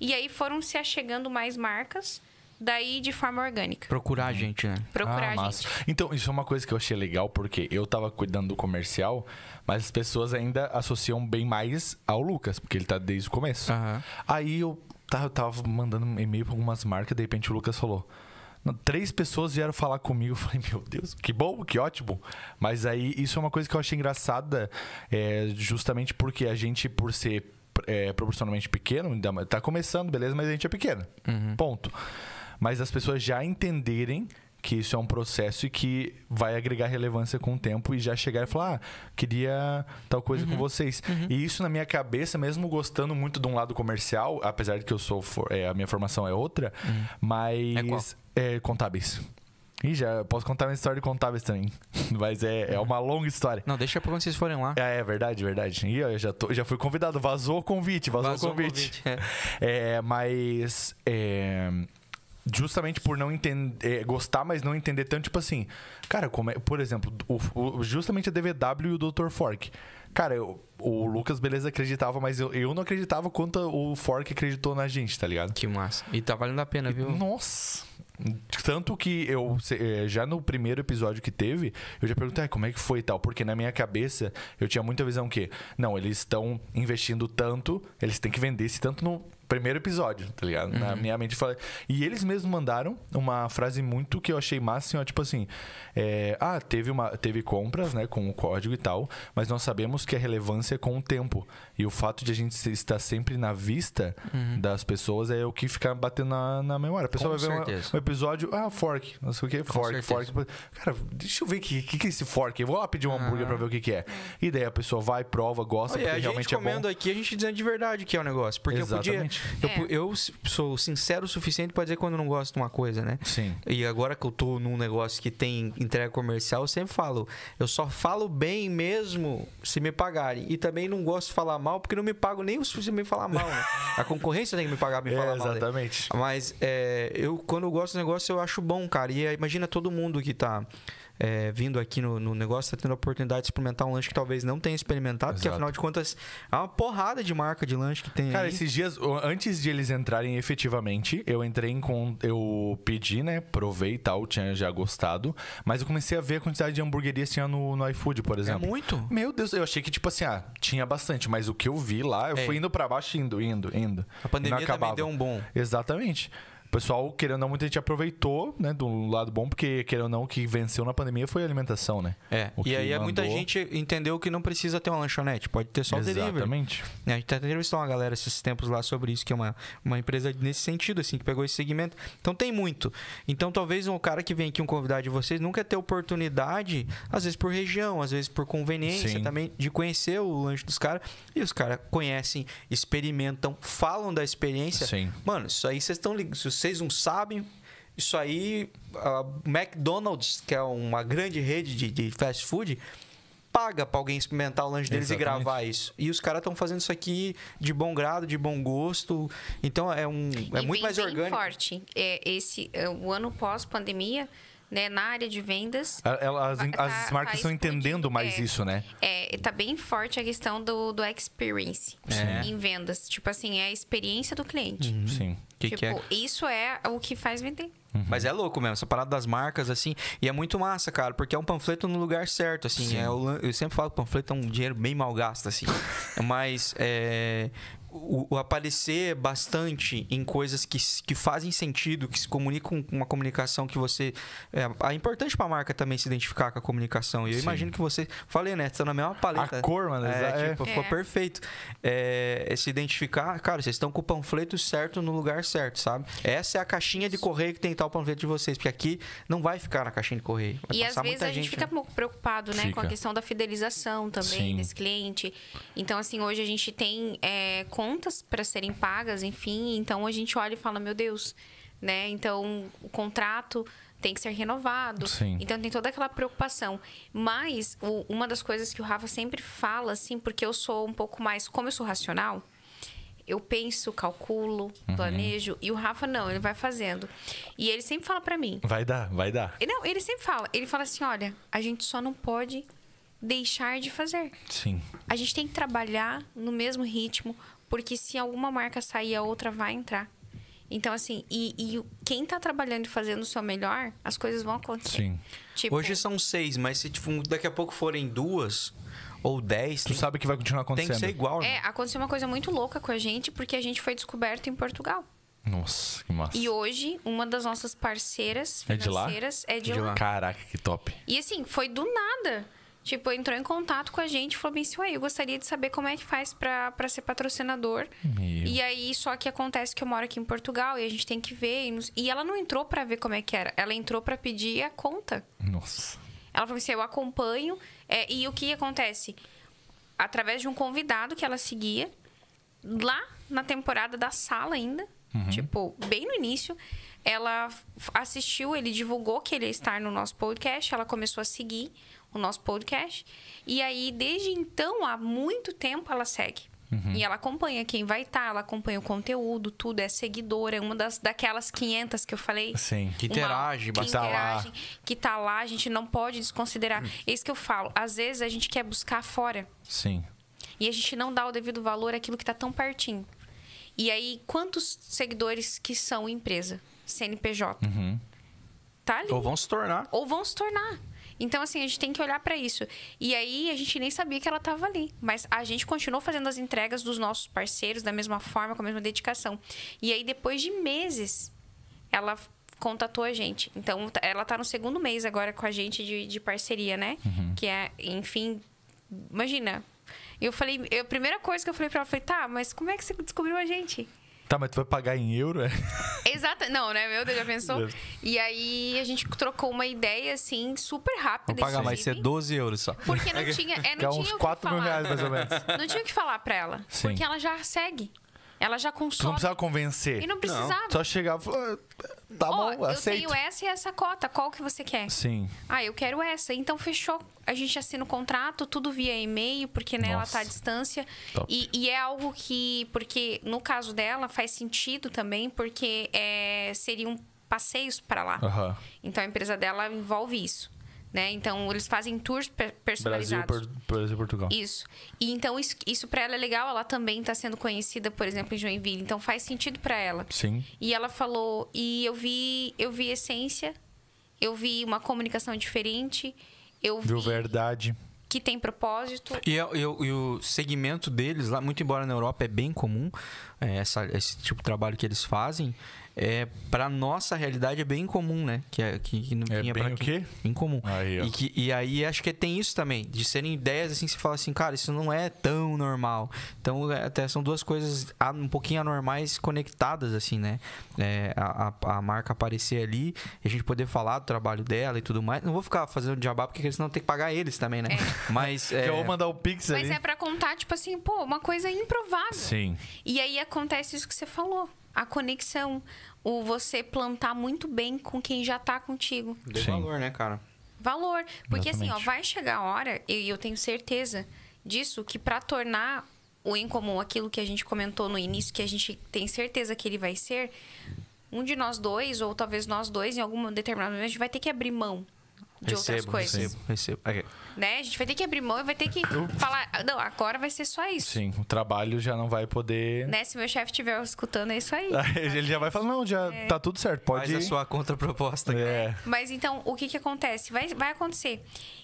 [SPEAKER 3] E aí foram se achegando mais marcas, daí de forma orgânica.
[SPEAKER 2] Procurar a gente, né?
[SPEAKER 3] Procurar
[SPEAKER 1] Ah,
[SPEAKER 3] a
[SPEAKER 1] massa.
[SPEAKER 3] gente.
[SPEAKER 1] Então, isso é uma coisa que eu achei legal, porque eu tava cuidando do comercial, mas as pessoas ainda associam bem mais ao Lucas, porque ele tá desde o começo.
[SPEAKER 2] Aham.
[SPEAKER 1] Aí eu tava, eu tava mandando um e-mail pra algumas marcas, de repente o Lucas falou. "Não, Três pessoas vieram falar comigo. Eu falei, meu Deus, que bom, que ótimo. Mas aí, isso é uma coisa que eu achei engraçada, é, justamente porque a gente, por ser é, proporcionalmente pequeno, ainda mais- tá começando, beleza, mas a gente é pequeno. Ponto. Mas as pessoas já entenderem que isso é um processo e que vai agregar relevância com o tempo e já chegar e falar, ah, queria tal coisa
[SPEAKER 2] Uhum.
[SPEAKER 1] com vocês. E isso na minha cabeça, mesmo gostando muito de um lado comercial, apesar de que eu sou for- é, a minha formação é outra, mas
[SPEAKER 2] É qual?
[SPEAKER 1] é, contábeis. Ih, já posso contar minha história de contábeis também. Mas é, é uma longa história.
[SPEAKER 2] Não, deixa pra quando vocês forem lá.
[SPEAKER 1] É, é verdade, verdade. E eu já, tô- já fui convidado, vazou o convite, vazou,
[SPEAKER 2] Vazou
[SPEAKER 1] o convite.
[SPEAKER 2] é.
[SPEAKER 1] É, mas. é, justamente por não entender. é, gostar, mas não entender tanto, tipo assim. Cara, como é- por exemplo, o- o- justamente a DVW e o Dr. Fork. Cara, eu- o Lucas, beleza, acreditava, mas eu, eu não acreditava quanto o Fork acreditou na gente, tá ligado?
[SPEAKER 2] Que massa. E tá valendo a pena, viu?
[SPEAKER 1] Nossa! Tanto que eu, se- eh, já no primeiro episódio que teve, eu já perguntei "Ah, como é que foi e tal, porque na minha cabeça eu tinha muita visão que, não, eles estão investindo tanto, eles têm que vender esse tanto no primeiro episódio, tá ligado? Na minha mente eu falei. E eles mesmos mandaram uma frase muito que eu achei massa, assim, ó, tipo assim: eh, ah, teve, uma, teve compras, né, com o código e tal, mas nós sabemos que a relevância é com o tempo. E o fato de a gente se- estar sempre na vista das pessoas é o que fica batendo na, na memória. A pessoa
[SPEAKER 2] Uhum. Com
[SPEAKER 1] vai ver uma-
[SPEAKER 2] certeza.
[SPEAKER 1] um episódio, ah, fork, não sei o que, fork,
[SPEAKER 2] certeza.
[SPEAKER 1] fork. Cara, deixa eu ver o que, que, que é esse fork. Eu vou lá pedir um hambúrguer pra ver o que, que é. E daí a pessoa vai, prova, gosta,
[SPEAKER 2] Olha, a
[SPEAKER 1] porque
[SPEAKER 2] gente
[SPEAKER 1] realmente é bom.
[SPEAKER 2] comendo aqui, a gente dizendo de verdade o que é o negócio. Porque
[SPEAKER 1] Exatamente.
[SPEAKER 2] eu podia. Eu, pu- eu s- sou sincero o suficiente pra dizer quando eu não gosto de uma coisa, né?
[SPEAKER 1] Sim.
[SPEAKER 2] E agora que eu tô num negócio que tem entrega comercial, eu sempre falo. Eu só falo bem mesmo se me pagarem. E também não gosto de falar mal, porque não me pago nem o se me falar mal. né? A concorrência tem que me pagar pra me
[SPEAKER 1] É,
[SPEAKER 2] falar mal. né?
[SPEAKER 1] exatamente.
[SPEAKER 2] Mas é, eu, quando eu gosto do negócio, eu acho bom, cara. E aí, imagina todo mundo que tá é, vindo aqui no, no negócio, tá tendo a oportunidade de experimentar um lanche que talvez não tenha experimentado, porque
[SPEAKER 1] Exato.
[SPEAKER 2] afinal de contas, há uma porrada de marca de lanche que tem
[SPEAKER 1] Cara,
[SPEAKER 2] aí.
[SPEAKER 1] esses dias, o- antes de eles entrarem efetivamente, eu entrei em com. Eu pedi, né? Provei e tal, tinha já gostado. Mas eu comecei a ver a quantidade de hamburguerias que tinha no, no iFood, por
[SPEAKER 2] É
[SPEAKER 1] exemplo.
[SPEAKER 2] muito?
[SPEAKER 1] Meu Deus, eu achei que, tipo assim, ah, tinha bastante, mas o que eu vi lá, eu
[SPEAKER 2] É.
[SPEAKER 1] fui indo pra baixo, indo, indo, indo.
[SPEAKER 2] A
[SPEAKER 1] E não
[SPEAKER 2] pandemia também
[SPEAKER 1] acabava.
[SPEAKER 2] deu um bom.
[SPEAKER 1] Exatamente. pessoal, querendo ou não, muita gente aproveitou, né? Do lado bom, porque querendo ou não, o que venceu na pandemia foi a alimentação, né?
[SPEAKER 2] É,
[SPEAKER 1] O
[SPEAKER 2] e
[SPEAKER 1] que
[SPEAKER 2] aí é muita
[SPEAKER 1] mandou-
[SPEAKER 2] gente entendeu que não precisa ter uma lanchonete, pode ter só o delivery.
[SPEAKER 1] Exatamente.
[SPEAKER 2] Né? A gente até entrevistou uma galera esses tempos lá sobre isso, que é uma, uma empresa nesse sentido, assim, que pegou esse segmento. Então tem muito. Então talvez um cara que vem aqui, um convidado de vocês, nunca ter oportunidade, às vezes por região, às vezes por conveniência
[SPEAKER 1] Sim.
[SPEAKER 2] também, de conhecer o lanche dos caras. E os caras conhecem, experimentam, falam da experiência.
[SPEAKER 1] Sim.
[SPEAKER 2] Mano, isso aí vocês estão ligados. Se vocês não sabem, isso aí. A McDonald's, que é uma grande rede de, de fast food, paga pra alguém experimentar o lanche deles e
[SPEAKER 1] Exatamente.
[SPEAKER 2] gravar isso. E os caras estão fazendo isso aqui de bom grado, de bom gosto. Então é um. É
[SPEAKER 3] E
[SPEAKER 2] muito
[SPEAKER 3] vem
[SPEAKER 2] mais
[SPEAKER 3] bem
[SPEAKER 2] orgânico.
[SPEAKER 3] forte. É, esse, é, o ano pós-pandemia, né, na área de vendas,
[SPEAKER 1] A- ela- As,
[SPEAKER 3] Tá-
[SPEAKER 1] as
[SPEAKER 3] tá
[SPEAKER 1] marcas estão
[SPEAKER 3] explodindo,
[SPEAKER 1] entendendo mais
[SPEAKER 3] é.
[SPEAKER 1] isso, né?
[SPEAKER 3] é, tá bem forte a questão do, do experience
[SPEAKER 2] É.
[SPEAKER 3] em vendas. Tipo assim, é a experiência do cliente.
[SPEAKER 1] Sim.
[SPEAKER 2] Uhum. Que
[SPEAKER 3] tipo,
[SPEAKER 2] que é?
[SPEAKER 3] isso é o que faz vender.
[SPEAKER 2] Mas é louco mesmo, essa parada das marcas, assim. E é muito massa, cara, porque é um panfleto no lugar certo, assim. É, o lan- eu sempre falo que panfleto é um dinheiro bem mal gasto, assim. Mas é, o, o aparecer bastante em coisas que, s- que fazem sentido, que se comunicam com uma comunicação que você. É, é importante pra marca também se identificar com a comunicação. E eu
[SPEAKER 1] Sim.
[SPEAKER 2] imagino que você. Falei, né? Tá na mesma paleta.
[SPEAKER 1] A cor, mano, exa-
[SPEAKER 2] É,
[SPEAKER 1] é.
[SPEAKER 2] tipo, ficou
[SPEAKER 3] É.
[SPEAKER 2] perfeito. É, é se identificar, cara, vocês estão com o panfleto certo no lugar certo, sabe? Essa é a caixinha de correio que tem que estar o panfleto de vocês, porque aqui não vai ficar na caixinha de correio. Vai
[SPEAKER 3] e às
[SPEAKER 2] passar
[SPEAKER 3] vezes
[SPEAKER 2] muita né?
[SPEAKER 3] a gente, fica um pouco preocupado, né, com
[SPEAKER 1] Fica.
[SPEAKER 3] a questão da fidelização também
[SPEAKER 1] Sim.
[SPEAKER 3] desse cliente. Então, assim, hoje a gente tem é, contas para serem pagas, enfim. Então a gente olha e fala, meu Deus, né? Então o contrato tem que ser renovado.
[SPEAKER 1] Sim.
[SPEAKER 3] Então tem toda aquela preocupação. Mas o- uma das coisas que o Rafa sempre fala, assim, porque eu sou um pouco mais, como eu sou racional, eu penso, calculo,
[SPEAKER 1] Uhum.
[SPEAKER 3] planejo. E o Rafa não, ele vai fazendo. E ele sempre fala para mim.
[SPEAKER 1] Vai dar, vai dar.
[SPEAKER 3] Ele- Não, ele sempre fala. Ele fala assim: olha, a gente só não pode deixar de fazer.
[SPEAKER 1] Sim.
[SPEAKER 3] A gente tem que trabalhar no mesmo ritmo, porque se alguma marca sair, a outra vai entrar. Então, assim, e, e o- quem tá trabalhando e fazendo o seu melhor, as coisas vão acontecer.
[SPEAKER 1] Sim.
[SPEAKER 3] Tipo,
[SPEAKER 2] Hoje são seis, mas se tipo, daqui a pouco forem duas ou dez,
[SPEAKER 1] Tu
[SPEAKER 2] tem,
[SPEAKER 1] sabe que vai continuar
[SPEAKER 2] tem que
[SPEAKER 1] acontecendo.
[SPEAKER 2] ser igual, né?
[SPEAKER 3] é, aconteceu uma coisa muito louca com a gente, porque a gente foi descoberto em Portugal.
[SPEAKER 1] Nossa, que massa.
[SPEAKER 3] E hoje, uma das nossas parceiras
[SPEAKER 1] É de lá?
[SPEAKER 3] financeiras é de,
[SPEAKER 2] De
[SPEAKER 3] lá.
[SPEAKER 2] lá.
[SPEAKER 1] Caraca, que top.
[SPEAKER 3] E assim, foi do nada. Tipo, entrou em contato com a gente e falou bem assim, ué, eu gostaria de saber como é que faz pra, pra ser patrocinador.
[SPEAKER 1] Meu.
[SPEAKER 3] E aí, só que acontece que eu moro aqui em Portugal e a gente tem que ver. E, nos- e ela não entrou pra ver como é que era. Ela entrou pra pedir a conta.
[SPEAKER 1] Nossa.
[SPEAKER 3] Ela falou assim, eu acompanho. é, e o que acontece? Através de um convidado que ela seguia, lá na temporada da sala ainda, tipo, bem no início, ela f- assistiu, ele divulgou que ele ia estar no nosso podcast, ela começou a seguir o nosso podcast. E aí, desde então, há muito tempo, ela segue. E ela acompanha quem vai estar, ela acompanha o conteúdo, tudo, é seguidora, é uma das, daquelas 500 que eu falei
[SPEAKER 1] Sim.
[SPEAKER 2] Que interage,
[SPEAKER 3] uma, que
[SPEAKER 2] bastante.
[SPEAKER 1] lá.
[SPEAKER 3] interage, que tá lá, a gente não pode
[SPEAKER 2] Hum.
[SPEAKER 3] desconsiderar. É isso que eu falo. Às vezes a gente quer buscar fora
[SPEAKER 1] Sim.
[SPEAKER 3] e a gente não dá o devido valor àquilo que tá tão pertinho. E aí, quantos seguidores que são empresa? CNPJ. Tá ali.
[SPEAKER 2] Uhum. Ou vão se tornar.
[SPEAKER 3] Ou vão se tornar. Então, assim, a gente tem que olhar pra isso. E aí, a gente nem sabia que ela tava ali. Mas a gente continuou fazendo as entregas dos nossos parceiros da mesma forma, com a mesma dedicação. E aí, depois de meses, ela f- contatou a gente. Então, t- ela tá no segundo mês agora com a gente de, de parceria, né? Que é, enfim, imagina. Eu falei, eu- a primeira coisa que eu falei pra ela foi: tá, mas como é que você descobriu a gente?
[SPEAKER 1] Tá, mas tu vai pagar em euro? é?
[SPEAKER 3] Exata, não, né? Meu Deus, já pensou?
[SPEAKER 1] Deus.
[SPEAKER 3] E aí a gente trocou uma ideia assim super rápida,
[SPEAKER 2] Vou pagar mais,
[SPEAKER 1] é
[SPEAKER 2] ser
[SPEAKER 3] inclusive,
[SPEAKER 2] 12 euros só.
[SPEAKER 3] porque não tinha, é,
[SPEAKER 1] Que é
[SPEAKER 3] não
[SPEAKER 1] uns
[SPEAKER 3] tinha o que
[SPEAKER 1] 4 mil
[SPEAKER 3] falar. né?
[SPEAKER 1] reais, mais ou menos.
[SPEAKER 3] Não tinha o que falar pra ela,
[SPEAKER 1] Sim.
[SPEAKER 3] porque ela já segue. Ela já
[SPEAKER 1] Tu não
[SPEAKER 3] consome
[SPEAKER 1] precisava convencer.
[SPEAKER 3] e não precisava.
[SPEAKER 1] Só chegar e falar, "Ah, tá
[SPEAKER 3] Ó,
[SPEAKER 1] bom,
[SPEAKER 3] eu
[SPEAKER 1] aceito.
[SPEAKER 3] tenho essa e essa cota, qual que você quer?
[SPEAKER 1] Sim.
[SPEAKER 3] Ah, eu quero essa. Então fechou. A gente assina o contrato, tudo via e-mail, porque né, ela
[SPEAKER 1] Nossa.
[SPEAKER 3] tá à distância.
[SPEAKER 1] Top.
[SPEAKER 3] E, e é algo que, porque no caso dela faz sentido também, porque é, seriam passeios pra lá.
[SPEAKER 1] Aham.
[SPEAKER 3] Então a empresa dela envolve isso, né? Então eles fazem tours pe-
[SPEAKER 1] Brasil,
[SPEAKER 3] personalizados.
[SPEAKER 1] Por- Brasil, Portugal.
[SPEAKER 3] Isso. E então isso, isso para ela é legal, ela também está sendo conhecida, por exemplo, em Joinville, então faz sentido para ela.
[SPEAKER 1] Sim.
[SPEAKER 3] E ela falou, e eu vi, eu vi essência, eu vi uma comunicação diferente, eu vi
[SPEAKER 1] Viu verdade.
[SPEAKER 3] que tem propósito.
[SPEAKER 2] E, é- e o- e o segmento deles, lá, muito embora na Europa é bem comum é, essa- esse tipo de trabalho que eles fazem, é, para nossa realidade é bem incomum, né? Que, é- que, que não
[SPEAKER 1] É
[SPEAKER 2] tinha
[SPEAKER 1] bem
[SPEAKER 2] pra
[SPEAKER 1] o
[SPEAKER 2] quem-
[SPEAKER 1] quê?
[SPEAKER 2] Incomum.
[SPEAKER 1] Aí, ó.
[SPEAKER 2] e, que- e aí acho que tem isso também, de serem ideias assim, que você fala assim, cara, isso não é tão normal. Então, é, até são duas coisas a- um pouquinho anormais conectadas, assim, né? É, a, a- a marca aparecer ali, e a gente poder falar do trabalho dela e tudo mais. Não vou ficar fazendo jabá, porque eles não tem que pagar eles também, né? Mas.
[SPEAKER 1] Que
[SPEAKER 2] é,
[SPEAKER 1] eu vou mandar o Pix
[SPEAKER 3] Mas
[SPEAKER 1] ali.
[SPEAKER 3] é pra contar, tipo assim, pô, uma coisa improvável.
[SPEAKER 1] Sim.
[SPEAKER 3] E aí acontece isso que você falou. A conexão. O você plantar muito bem com quem já tá contigo.
[SPEAKER 2] Dê
[SPEAKER 1] Sim.
[SPEAKER 2] valor, né, cara?
[SPEAKER 3] Valor. Porque assim,
[SPEAKER 1] Exatamente.
[SPEAKER 3] ó, vai chegar a hora, e eu tenho certeza disso, que pra tornar o incomum aquilo que a gente comentou no início, que a gente tem certeza que ele vai ser, um de nós dois, ou talvez nós dois, em algum determinado momento, a gente vai ter que abrir mão de outras coisas.
[SPEAKER 2] Recebo, recebo. Aqui.
[SPEAKER 3] Né? A gente vai ter que abrir mão e vai ter que falar. "Ah, Não, agora vai ser só isso.
[SPEAKER 1] Sim, o trabalho já não vai poder.
[SPEAKER 3] Né? Se meu chefe estiver escutando, é isso aí.
[SPEAKER 1] Ele já vai falar, não, já tá tudo certo, pode
[SPEAKER 2] Faz a sua contraproposta.
[SPEAKER 1] É.
[SPEAKER 3] Mas então, o que que acontece? Vai, vai acontecer.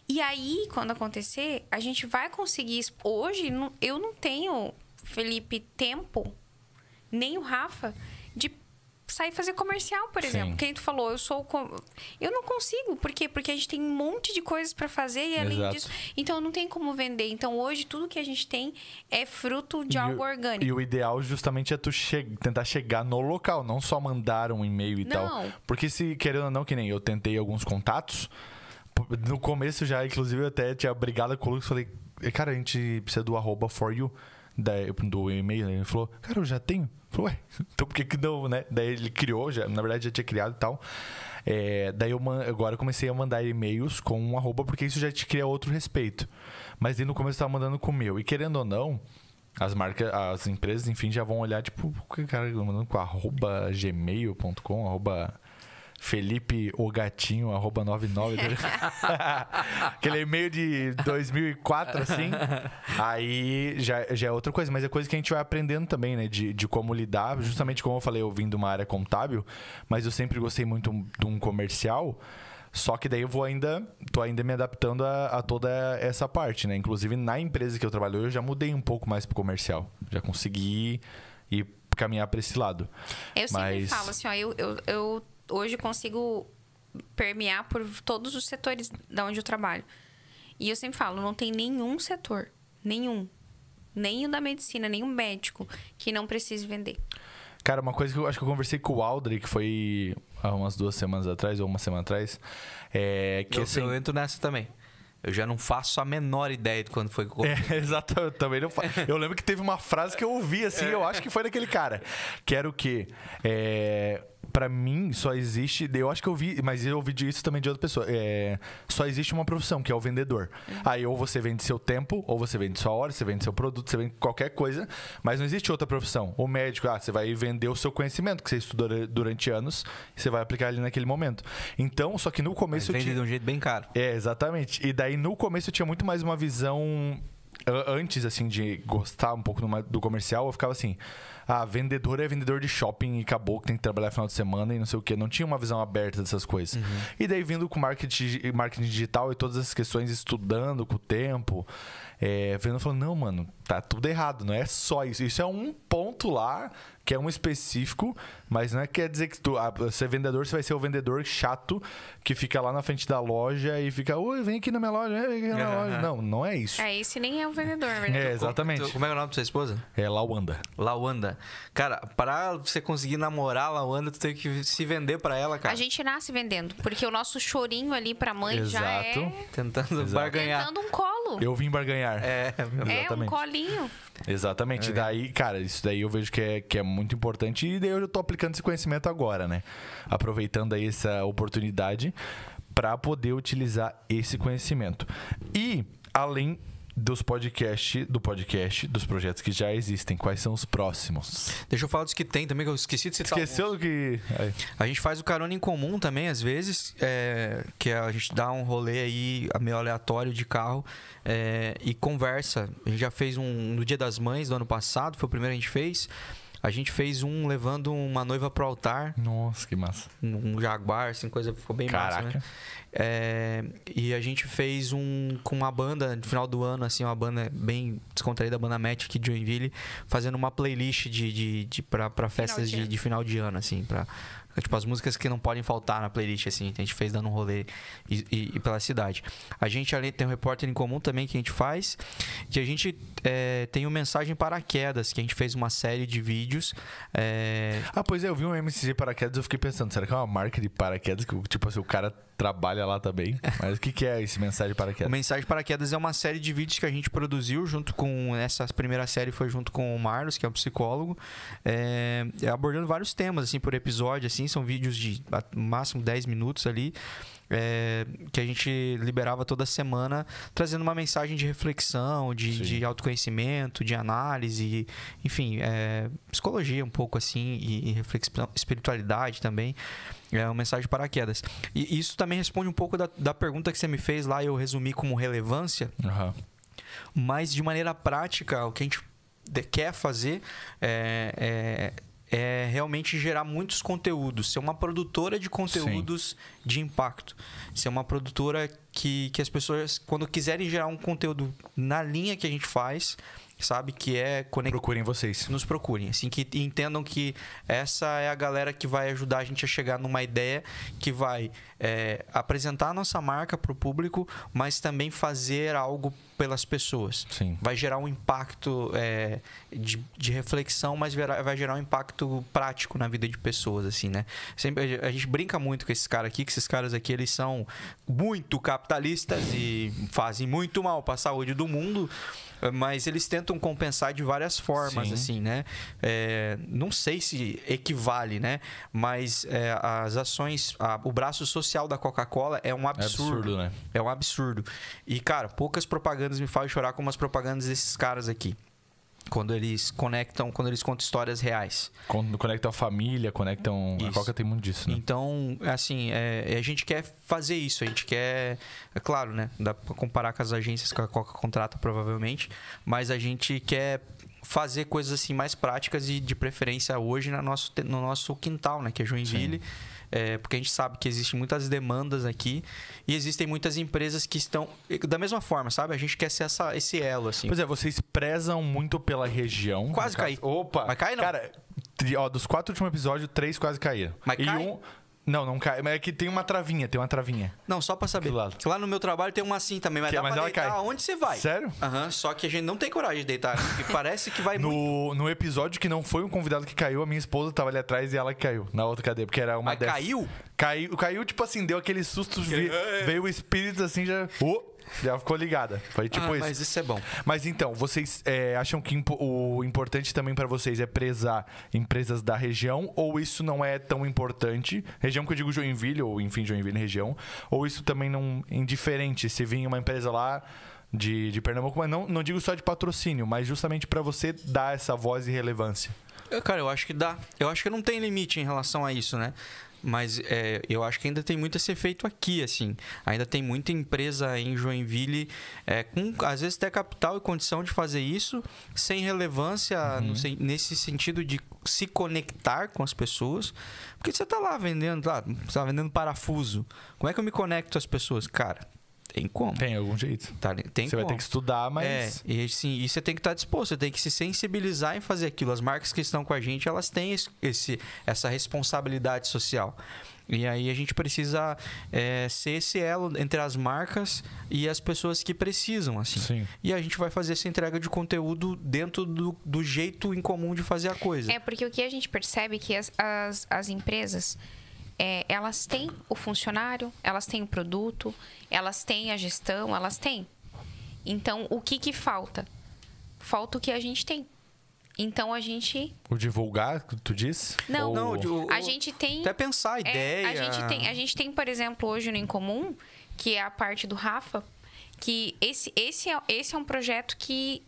[SPEAKER 3] E aí, quando acontecer, a gente vai conseguir. exp- Hoje, não- eu não tenho, Felipe, tempo, nem o Rafa, de sair fazer comercial, por
[SPEAKER 1] Sim.
[SPEAKER 3] exemplo. Quem tu falou, eu sou. com- Eu não consigo. Por quê? Porque a gente tem um monte de coisas pra fazer e além
[SPEAKER 1] Exato.
[SPEAKER 3] disso. Então, não tem como vender. Então, hoje, tudo que a gente tem é fruto de
[SPEAKER 1] E
[SPEAKER 3] algo
[SPEAKER 1] o-
[SPEAKER 3] orgânico.
[SPEAKER 1] E o ideal justamente é tu che- tentar chegar no local, não só mandar um e-mail e tal.
[SPEAKER 3] Não.
[SPEAKER 1] Porque se, querendo ou não, que nem eu tentei alguns contatos, p- no começo já, inclusive, eu até tinha brigado com o Lucas, falei, "Eh, cara, a gente precisa do arroba for you, da- do e-mail, né? ele falou, cara, eu já tenho. Eu falei, ué, então por que que não, né? Daí ele criou, já, na verdade já tinha criado e tal. É, daí eu man- agora eu comecei a mandar e-mails com um arroba, porque isso já te cria outro respeito. Mas daí no começo eu tava mandando com o meu. E querendo ou não, as marcas, as empresas, enfim, já vão olhar, tipo, o que o cara tá mandando com arroba gmail.com, arroba Felipe O Gatinho, arroba 99. tá ligado? Aquele e-mail de 2004, assim. Aí já, já é outra coisa, mas é coisa que a gente vai aprendendo também, né? De, de como lidar. Justamente como eu falei, eu vim de uma área contábil, mas eu sempre gostei muito de um comercial. Só que daí eu vou ainda, tô ainda me adaptando a, a toda essa parte, né? Inclusive na empresa que eu trabalho, hoje, eu já mudei um pouco mais pro comercial. Já consegui ir caminhar pra esse lado.
[SPEAKER 3] Eu sempre
[SPEAKER 1] Mas-
[SPEAKER 3] falo assim, ó, eu, eu, eu hoje consigo permear por todos os setores da onde eu trabalho. E eu sempre falo, não tem nenhum setor, nenhum, nem o da medicina, nenhum médico que não precise vender.
[SPEAKER 1] Cara, uma coisa que eu acho que eu conversei com o Aldri, que foi há umas duas semanas atrás, ou uma semana atrás, é que
[SPEAKER 2] Eu,
[SPEAKER 1] assim.
[SPEAKER 2] eu entro nessa também. Eu já não faço a menor ideia de quando foi que eu comprei.
[SPEAKER 1] É, exato, eu também não falo. Eu lembro que teve uma frase que eu ouvi, assim, eu acho que foi daquele cara. Que era o quê? É. Pra mim, só existe. Eu acho que eu vi, mas eu ouvi disso também de outra pessoa. É, só existe uma profissão, que é o vendedor. Aí, ou você vende seu tempo, ou você vende sua hora, você vende seu produto, você vende qualquer coisa, mas não existe outra profissão. O médico, ah, você vai vender o seu conhecimento que você estudou durante anos e você vai aplicar ali naquele momento. Então, só que no começo. eu
[SPEAKER 2] Vende
[SPEAKER 1] tinha-
[SPEAKER 2] de um jeito bem caro.
[SPEAKER 1] é, exatamente. E daí no começo eu tinha muito mais uma visão a- antes assim de gostar um pouco numa- do comercial, eu ficava assim: "Ah, vendedor é vendedor de shopping e acabou que tem que trabalhar final de semana e não sei o quê". Não tinha uma visão aberta dessas coisas. E daí vindo com marketing, marketing digital e todas essas questões estudando com o tempo, é, vendo falando: "Não, mano, tá tudo errado, não é só isso. Isso é um ponto lá que é um específico, mas não é quer dizer que tu ah, você é vendedor, você vai ser o vendedor chato que fica lá na frente da loja e fica, oi, vem aqui na minha loja, vem aqui na minha
[SPEAKER 2] Aham.
[SPEAKER 1] loja. Não, não é isso.
[SPEAKER 3] É, esse nem é o vendedor,
[SPEAKER 1] É,
[SPEAKER 3] verdade?
[SPEAKER 1] exatamente.
[SPEAKER 2] Como é o nome da sua esposa?
[SPEAKER 1] É Lawanda.
[SPEAKER 2] Lawanda. Cara, pra você conseguir namorar a Lawanda, tu tem que se vender pra ela, cara.
[SPEAKER 3] A gente nasce vendendo, porque o nosso chorinho ali pra mãe já é
[SPEAKER 1] Exato.
[SPEAKER 2] Tentando barganhar.
[SPEAKER 3] tentando um colo.
[SPEAKER 1] Eu vim barganhar.
[SPEAKER 2] É,
[SPEAKER 3] É, um
[SPEAKER 1] Exatamente.
[SPEAKER 3] colinho.
[SPEAKER 1] Exatamente. E daí, cara, isso daí eu vejo que é, que é muito importante. E daí eu já tô aplicando esse conhecimento agora, né? Aproveitando aí essa oportunidade para poder utilizar esse conhecimento. E, além dos podcasts, do podcast, dos projetos que já existem, quais são os próximos?
[SPEAKER 2] Deixa eu falar dos que tem também, que eu esqueci de citar.
[SPEAKER 1] Esqueceu do que. Aí.
[SPEAKER 2] A gente faz o carona em comum também, às vezes, é, que a gente dá um rolê aí meio aleatório de carro é, e conversa. A gente já fez um no Dia das Mães do ano passado, foi o primeiro que a gente fez. A gente fez um levando uma noiva pro altar,
[SPEAKER 1] Nossa, que massa.
[SPEAKER 2] um um jaguar, assim, coisa ficou bem massa,
[SPEAKER 1] Caraca.
[SPEAKER 2] né? É, e a gente fez um com uma banda no final do ano, assim, uma banda bem descontraída, a banda Match aqui de Joinville, fazendo uma playlist de, de, de pra, pra festas
[SPEAKER 3] de
[SPEAKER 2] de,
[SPEAKER 3] ano.
[SPEAKER 2] de final de ano, assim, pra. Tipo, as músicas que não podem faltar na playlist, assim, que a gente fez dando um rolê e, e- e pela cidade. A gente ali tem um repórter em comum também que a gente faz. Que a gente é, tem o Mensagem Paraquedas, que a gente fez uma série de vídeos. é,
[SPEAKER 1] Ah, pois é, eu vi um MCG paraquedas e eu fiquei pensando, será que é uma marca de paraquedas que, tipo assim, o cara trabalha lá também? Mas o que, que é esse mensagem
[SPEAKER 2] O
[SPEAKER 1] paraquedas?
[SPEAKER 2] Mensagem Paraquedas é uma série de vídeos que a gente produziu junto com. Essa primeira série foi junto com o Marlos, que é um psicólogo, é, abordando vários temas, assim, por episódio, assim. São vídeos de a- máximo 10 minutos ali. é, que a gente liberava toda semana, trazendo uma mensagem de reflexão, de,
[SPEAKER 1] Sim.
[SPEAKER 2] de autoconhecimento, de análise, enfim, é, psicologia um pouco assim, e, e reflexão, espiritualidade também. É uma mensagem de paraquedas. E isso também responde um pouco da, da pergunta que você me fez lá, eu resumi como relevância,
[SPEAKER 1] Aham.
[SPEAKER 2] mas de maneira prática, o que a gente de- quer fazer é, é- é realmente gerar muitos conteúdos, ser uma produtora de conteúdos de impacto, ser uma produtora que, que as pessoas, quando quiserem gerar um conteúdo na linha que a gente faz, sabe, que é conectar
[SPEAKER 1] Procurem vocês.
[SPEAKER 2] nos procurem, assim, que entendam que essa é a galera que vai ajudar a gente a chegar numa ideia que vai é, apresentar a nossa marca para o público, mas também fazer algo pelas pessoas.
[SPEAKER 1] Sim.
[SPEAKER 2] Vai gerar um impacto é, de, de reflexão, mas verá- vai gerar um impacto prático na vida de pessoas, assim, né? Sempre, a gente brinca muito com esses caras aqui, que esses caras aqui, eles são muito capitalistas e fazem muito mal para a saúde do mundo, mas eles tentam compensar de várias formas,
[SPEAKER 1] Sim.
[SPEAKER 2] assim, né? É, não sei se equivale, né? Mas é, as ações, a- o braço social da Coca-Cola é um
[SPEAKER 1] É absurdo, né?
[SPEAKER 2] é um absurdo. E, cara, poucas propagandas me fazem chorar como as propagandas desses caras aqui. Quando eles conectam, quando eles contam histórias reais.
[SPEAKER 1] Con- Conectam a família, conectam. A
[SPEAKER 2] Isso.
[SPEAKER 1] Coca tem muito disso, né?
[SPEAKER 2] Então, assim, é, a gente quer fazer isso, a gente quer. É claro, né? Dá pra comparar com as agências que a Coca contrata, provavelmente, mas a gente quer fazer coisas assim mais práticas e de preferência hoje na nosso, te- no nosso quintal, né? Que é Joinville. É, porque a gente sabe que existem muitas demandas aqui e existem muitas empresas que estão. Da mesma forma, sabe? A gente quer ser essa, esse elo, assim.
[SPEAKER 1] Pois é, vocês prezam muito pela região. No caso-
[SPEAKER 2] Quase caí.
[SPEAKER 1] Opa!
[SPEAKER 2] Mas cai não.
[SPEAKER 1] Cara, tri- ó, dos quatro últimos episódios, três quase caíram.
[SPEAKER 2] Mas
[SPEAKER 1] e
[SPEAKER 2] cai?
[SPEAKER 1] um. Não, não cai. Mas é que tem uma travinha, tem uma travinha.
[SPEAKER 2] Não, só pra saber.
[SPEAKER 1] Do lado.
[SPEAKER 2] Lá no meu trabalho tem uma assim também, mas
[SPEAKER 1] Que- é,
[SPEAKER 2] dá
[SPEAKER 1] mas
[SPEAKER 2] pra
[SPEAKER 1] ela
[SPEAKER 2] deitar
[SPEAKER 1] cai.
[SPEAKER 2] onde você vai.
[SPEAKER 1] Sério?
[SPEAKER 2] Aham, só que a gente não tem coragem de deitar, porque parece que vai muito.
[SPEAKER 1] No, no episódio que não foi um convidado que caiu, a minha esposa tava ali atrás e ela que caiu na outra cadeia, porque era uma
[SPEAKER 2] Mas
[SPEAKER 1] dessas.
[SPEAKER 2] caiu?
[SPEAKER 1] Caiu, caiu, tipo assim, deu aquele susto, vi- veio o espírito assim, já. Oh, já ficou ligada. Foi tipo
[SPEAKER 2] Ah,
[SPEAKER 1] isso.
[SPEAKER 2] Mas isso é bom.
[SPEAKER 1] Mas então, vocês é, acham que impo- o importante também pra vocês é prezar empresas da região ou isso não é tão importante? Região que eu digo Joinville ou enfim Joinville região, ou isso também não indiferente se vir uma empresa lá de, de Pernambuco, mas não, não digo só de patrocínio, mas justamente pra você dar essa voz e relevância.
[SPEAKER 2] Eu, Cara, eu acho que dá. Eu acho que não tem limite em relação a isso, né? Mas é, eu acho que ainda tem muito a ser feito aqui, assim. Ainda tem muita empresa em Joinville, é, com, às vezes até capital e condição de fazer isso, sem relevância no sen- nesse sentido de se conectar com as pessoas. Porque você tá lá vendendo, lá, você tá vendendo parafuso. Como é que eu me conecto às pessoas? Cara, tem como.
[SPEAKER 1] Tem algum jeito?
[SPEAKER 2] Tá, tem
[SPEAKER 1] você
[SPEAKER 2] como.
[SPEAKER 1] vai ter que estudar, mas
[SPEAKER 2] É, e assim, e você tem que estar disposto, você tem que se sensibilizar em fazer aquilo. As marcas que estão com a gente, elas têm es- esse, essa responsabilidade social. E aí a gente precisa é, ser esse elo entre as marcas e as pessoas que precisam, assim.
[SPEAKER 1] Sim.
[SPEAKER 2] E a gente vai fazer essa entrega de conteúdo dentro do, do jeito incomum de fazer a coisa.
[SPEAKER 3] É, porque o que a gente percebe é que as, as, as empresas, é, elas têm o funcionário, elas têm o produto, elas têm a gestão, elas têm. Então, o que que falta? Falta o que a gente tem. Então, a gente...
[SPEAKER 1] o divulgar, tu diz?
[SPEAKER 3] Não,
[SPEAKER 1] Ou-
[SPEAKER 2] É. Não, o-
[SPEAKER 3] a
[SPEAKER 2] o-
[SPEAKER 3] gente tem...
[SPEAKER 2] Até pensar a
[SPEAKER 3] É,
[SPEAKER 2] ideia.
[SPEAKER 3] a, gente tem, a gente tem, por exemplo, hoje no Incomum, que é a parte do Rafa, que esse, esse, é, esse é um projeto que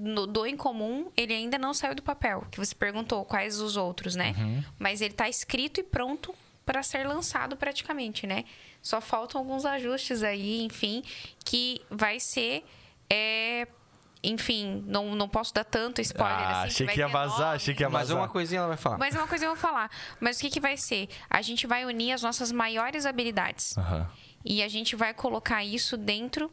[SPEAKER 3] no, do Incomum, ele ainda não saiu do papel. Que você perguntou quais os outros, né?
[SPEAKER 1] Uhum.
[SPEAKER 3] Mas ele está escrito e pronto para ser lançado praticamente, né? Só faltam alguns ajustes aí, enfim, que vai ser é, enfim, não, não posso dar tanto spoiler
[SPEAKER 1] Ah,
[SPEAKER 3] assim.
[SPEAKER 1] achei
[SPEAKER 3] vai
[SPEAKER 1] que ia
[SPEAKER 3] ter
[SPEAKER 1] vazar,
[SPEAKER 3] nome.
[SPEAKER 1] achei que ia
[SPEAKER 2] Mas
[SPEAKER 1] vazar.
[SPEAKER 2] uma coisinha ela vai falar.
[SPEAKER 3] Mas uma coisa eu vou falar. Mas o que, que vai ser? A gente vai unir as nossas maiores habilidades.
[SPEAKER 2] Tá.
[SPEAKER 1] Aham.
[SPEAKER 3] E a gente vai colocar isso dentro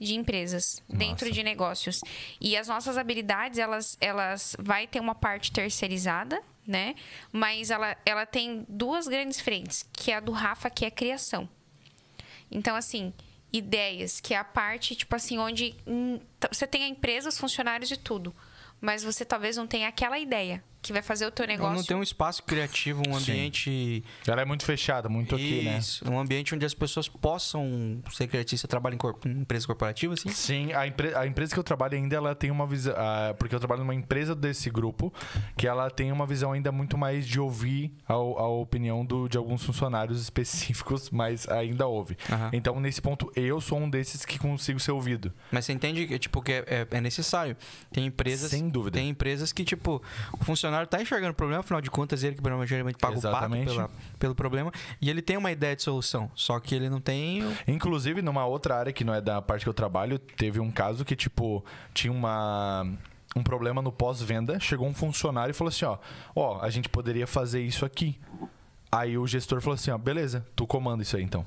[SPEAKER 3] de empresas, dentro de negócios. E as nossas habilidades, elas, elas vai ter uma parte terceirizada, né? Mas ela, ela tem duas grandes frentes, que é a do Rafa, que é a criação. Então, assim, ideias, que é a parte, tipo assim, onde hum, t- você tem a empresa, os funcionários e tudo. Mas você talvez não tenha aquela ideia que vai fazer o teu
[SPEAKER 2] Ela
[SPEAKER 3] negócio.
[SPEAKER 2] não tem um espaço criativo, um ambiente.
[SPEAKER 1] Ela é muito fechada, muito aqui, né?
[SPEAKER 2] Isso, um ambiente onde as pessoas possam ser criativas. Você trabalha em, cor- em empresa corporativa, assim?
[SPEAKER 1] Sim, a, empre- a empresa que eu trabalho ainda, ela tem uma visão... ah, porque eu trabalho numa empresa desse grupo, que ela tem uma visão ainda muito mais de ouvir a, a opinião do, de alguns funcionários específicos, mas ainda ouve.
[SPEAKER 2] Aham.
[SPEAKER 1] Então, nesse ponto, eu sou um desses que consigo ser ouvido.
[SPEAKER 2] Mas você entende que, tipo, que é, é- é necessário. Tem empresas.
[SPEAKER 1] Sem dúvida.
[SPEAKER 2] Tem empresas que, tipo, o funcionário tá enxergando o problema, afinal de contas, ele que geralmente paga
[SPEAKER 1] Exatamente.
[SPEAKER 2] o pato pela- pelo problema. E ele tem uma ideia de solução. Só que ele não tem. o-
[SPEAKER 1] Inclusive, numa outra área que não é da parte que eu trabalho, teve um caso que, tipo, tinha uma. Um problema no pós-venda, chegou um funcionário e falou assim: ó, ó, a gente poderia fazer isso aqui. Aí o gestor falou assim: ó, beleza, tu comanda isso aí então.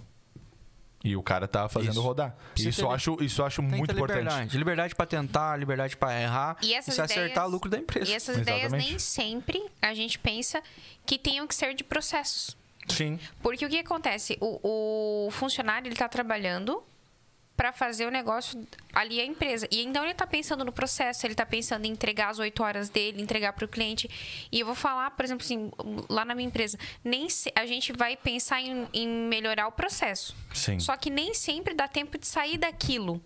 [SPEAKER 1] E o cara tá fazendo
[SPEAKER 2] Isso.
[SPEAKER 1] rodar.
[SPEAKER 2] Precisa
[SPEAKER 1] isso,
[SPEAKER 2] ter
[SPEAKER 1] eu
[SPEAKER 2] li-
[SPEAKER 1] acho, isso eu acho
[SPEAKER 2] Tem que
[SPEAKER 1] muito
[SPEAKER 2] ter
[SPEAKER 1] importante.
[SPEAKER 2] liberdade. Liberdade pra tentar, liberdade pra errar.
[SPEAKER 3] E essas
[SPEAKER 2] se é acertar
[SPEAKER 3] ideias-
[SPEAKER 2] o lucro da empresa.
[SPEAKER 3] E essas ideias
[SPEAKER 1] Exatamente.
[SPEAKER 3] nem sempre a gente pensa que tenham que ser de processos.
[SPEAKER 1] Sim.
[SPEAKER 3] Porque o que acontece? O, o funcionário ele está trabalhando para fazer o negócio ali a empresa. E então ele está pensando no processo, ele está pensando em entregar as oito horas dele, entregar para o cliente. E eu vou falar, por exemplo, assim, lá na minha empresa, nem se- a gente vai pensar em, em melhorar o processo.
[SPEAKER 1] Sim.
[SPEAKER 3] Só que nem sempre dá tempo de sair daquilo.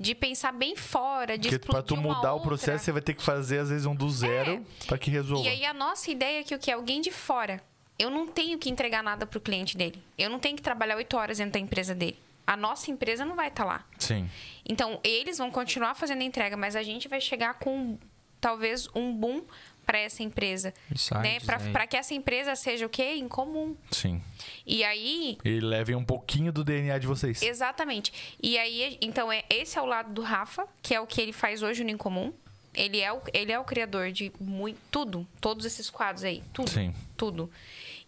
[SPEAKER 3] De pensar bem fora, de
[SPEAKER 1] Porque pra
[SPEAKER 3] explodir
[SPEAKER 1] tu
[SPEAKER 3] uma
[SPEAKER 1] mudar o
[SPEAKER 3] outra. É.
[SPEAKER 1] processo, você vai ter que fazer, às vezes, um do zero pra que resolva.
[SPEAKER 3] E aí a nossa ideia é que o que alguém de fora, eu não tenho que entregar nada pro cliente dele. Eu não tenho que trabalhar oito horas dentro da empresa dele. A nossa empresa não vai estar lá.
[SPEAKER 1] Sim.
[SPEAKER 3] Então eles vão continuar fazendo a entrega, mas a gente vai chegar com talvez um boom para essa empresa,
[SPEAKER 2] Insights,
[SPEAKER 3] né? Pra-
[SPEAKER 2] né?
[SPEAKER 3] Pra que essa empresa seja o quê? Em comum.
[SPEAKER 1] Sim.
[SPEAKER 3] E aí
[SPEAKER 1] E levem um pouquinho do DNA de vocês.
[SPEAKER 3] Exatamente. E aí, então, é, esse é o lado do Rafa, que é o que ele faz hoje no Incomum. Ele é o, ele é o criador de muito, tudo, todos esses quadros aí, tudo,
[SPEAKER 1] Sim.
[SPEAKER 3] tudo.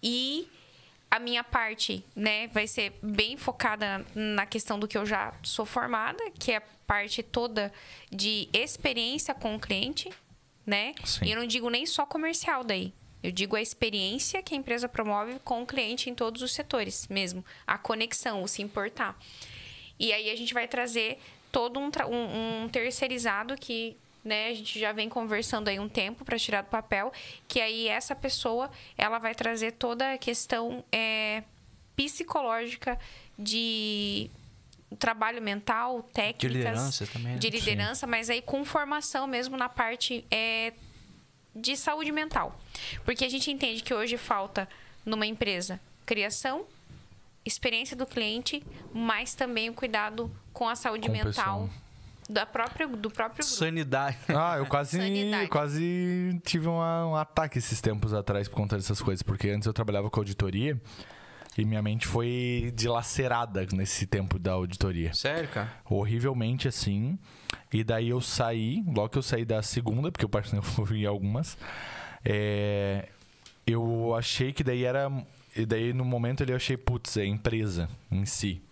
[SPEAKER 3] E a minha parte, né, vai ser bem focada na questão do que eu já sou formada, que é a parte toda de experiência com o cliente, né?
[SPEAKER 1] Sim.
[SPEAKER 3] E eu não digo nem só comercial daí. Eu digo a experiência que a empresa promove com o cliente em todos os setores mesmo. A conexão, o se importar. E aí a gente vai trazer todo um, tra- um- um terceirizado que né, a gente já vem conversando aí um tempo para tirar do papel, que aí essa pessoa ela vai trazer toda a questão é, psicológica de trabalho mental, técnicas
[SPEAKER 2] liderança também, né?
[SPEAKER 3] de liderança, mas aí com formação mesmo na parte é, de saúde mental. Porque a gente entende que hoje falta numa empresa criação, experiência do cliente, mas também o cuidado com a saúde
[SPEAKER 1] Com o
[SPEAKER 3] mental
[SPEAKER 1] pessoal.
[SPEAKER 3] da própria, do próprio grupo.
[SPEAKER 2] Sanidade.
[SPEAKER 1] Ah, eu quase,
[SPEAKER 3] Sanidade.
[SPEAKER 1] quase tive uma- um ataque esses tempos atrás por conta dessas coisas, porque antes eu trabalhava com auditoria e minha mente foi dilacerada nesse tempo da auditoria.
[SPEAKER 2] Sério, cara?
[SPEAKER 1] Horrivelmente assim. E daí eu saí, logo que eu saí da segunda, porque eu participei em algumas, é, eu achei que daí era. E daí no momento ali eu achei, putz, é empresa em si.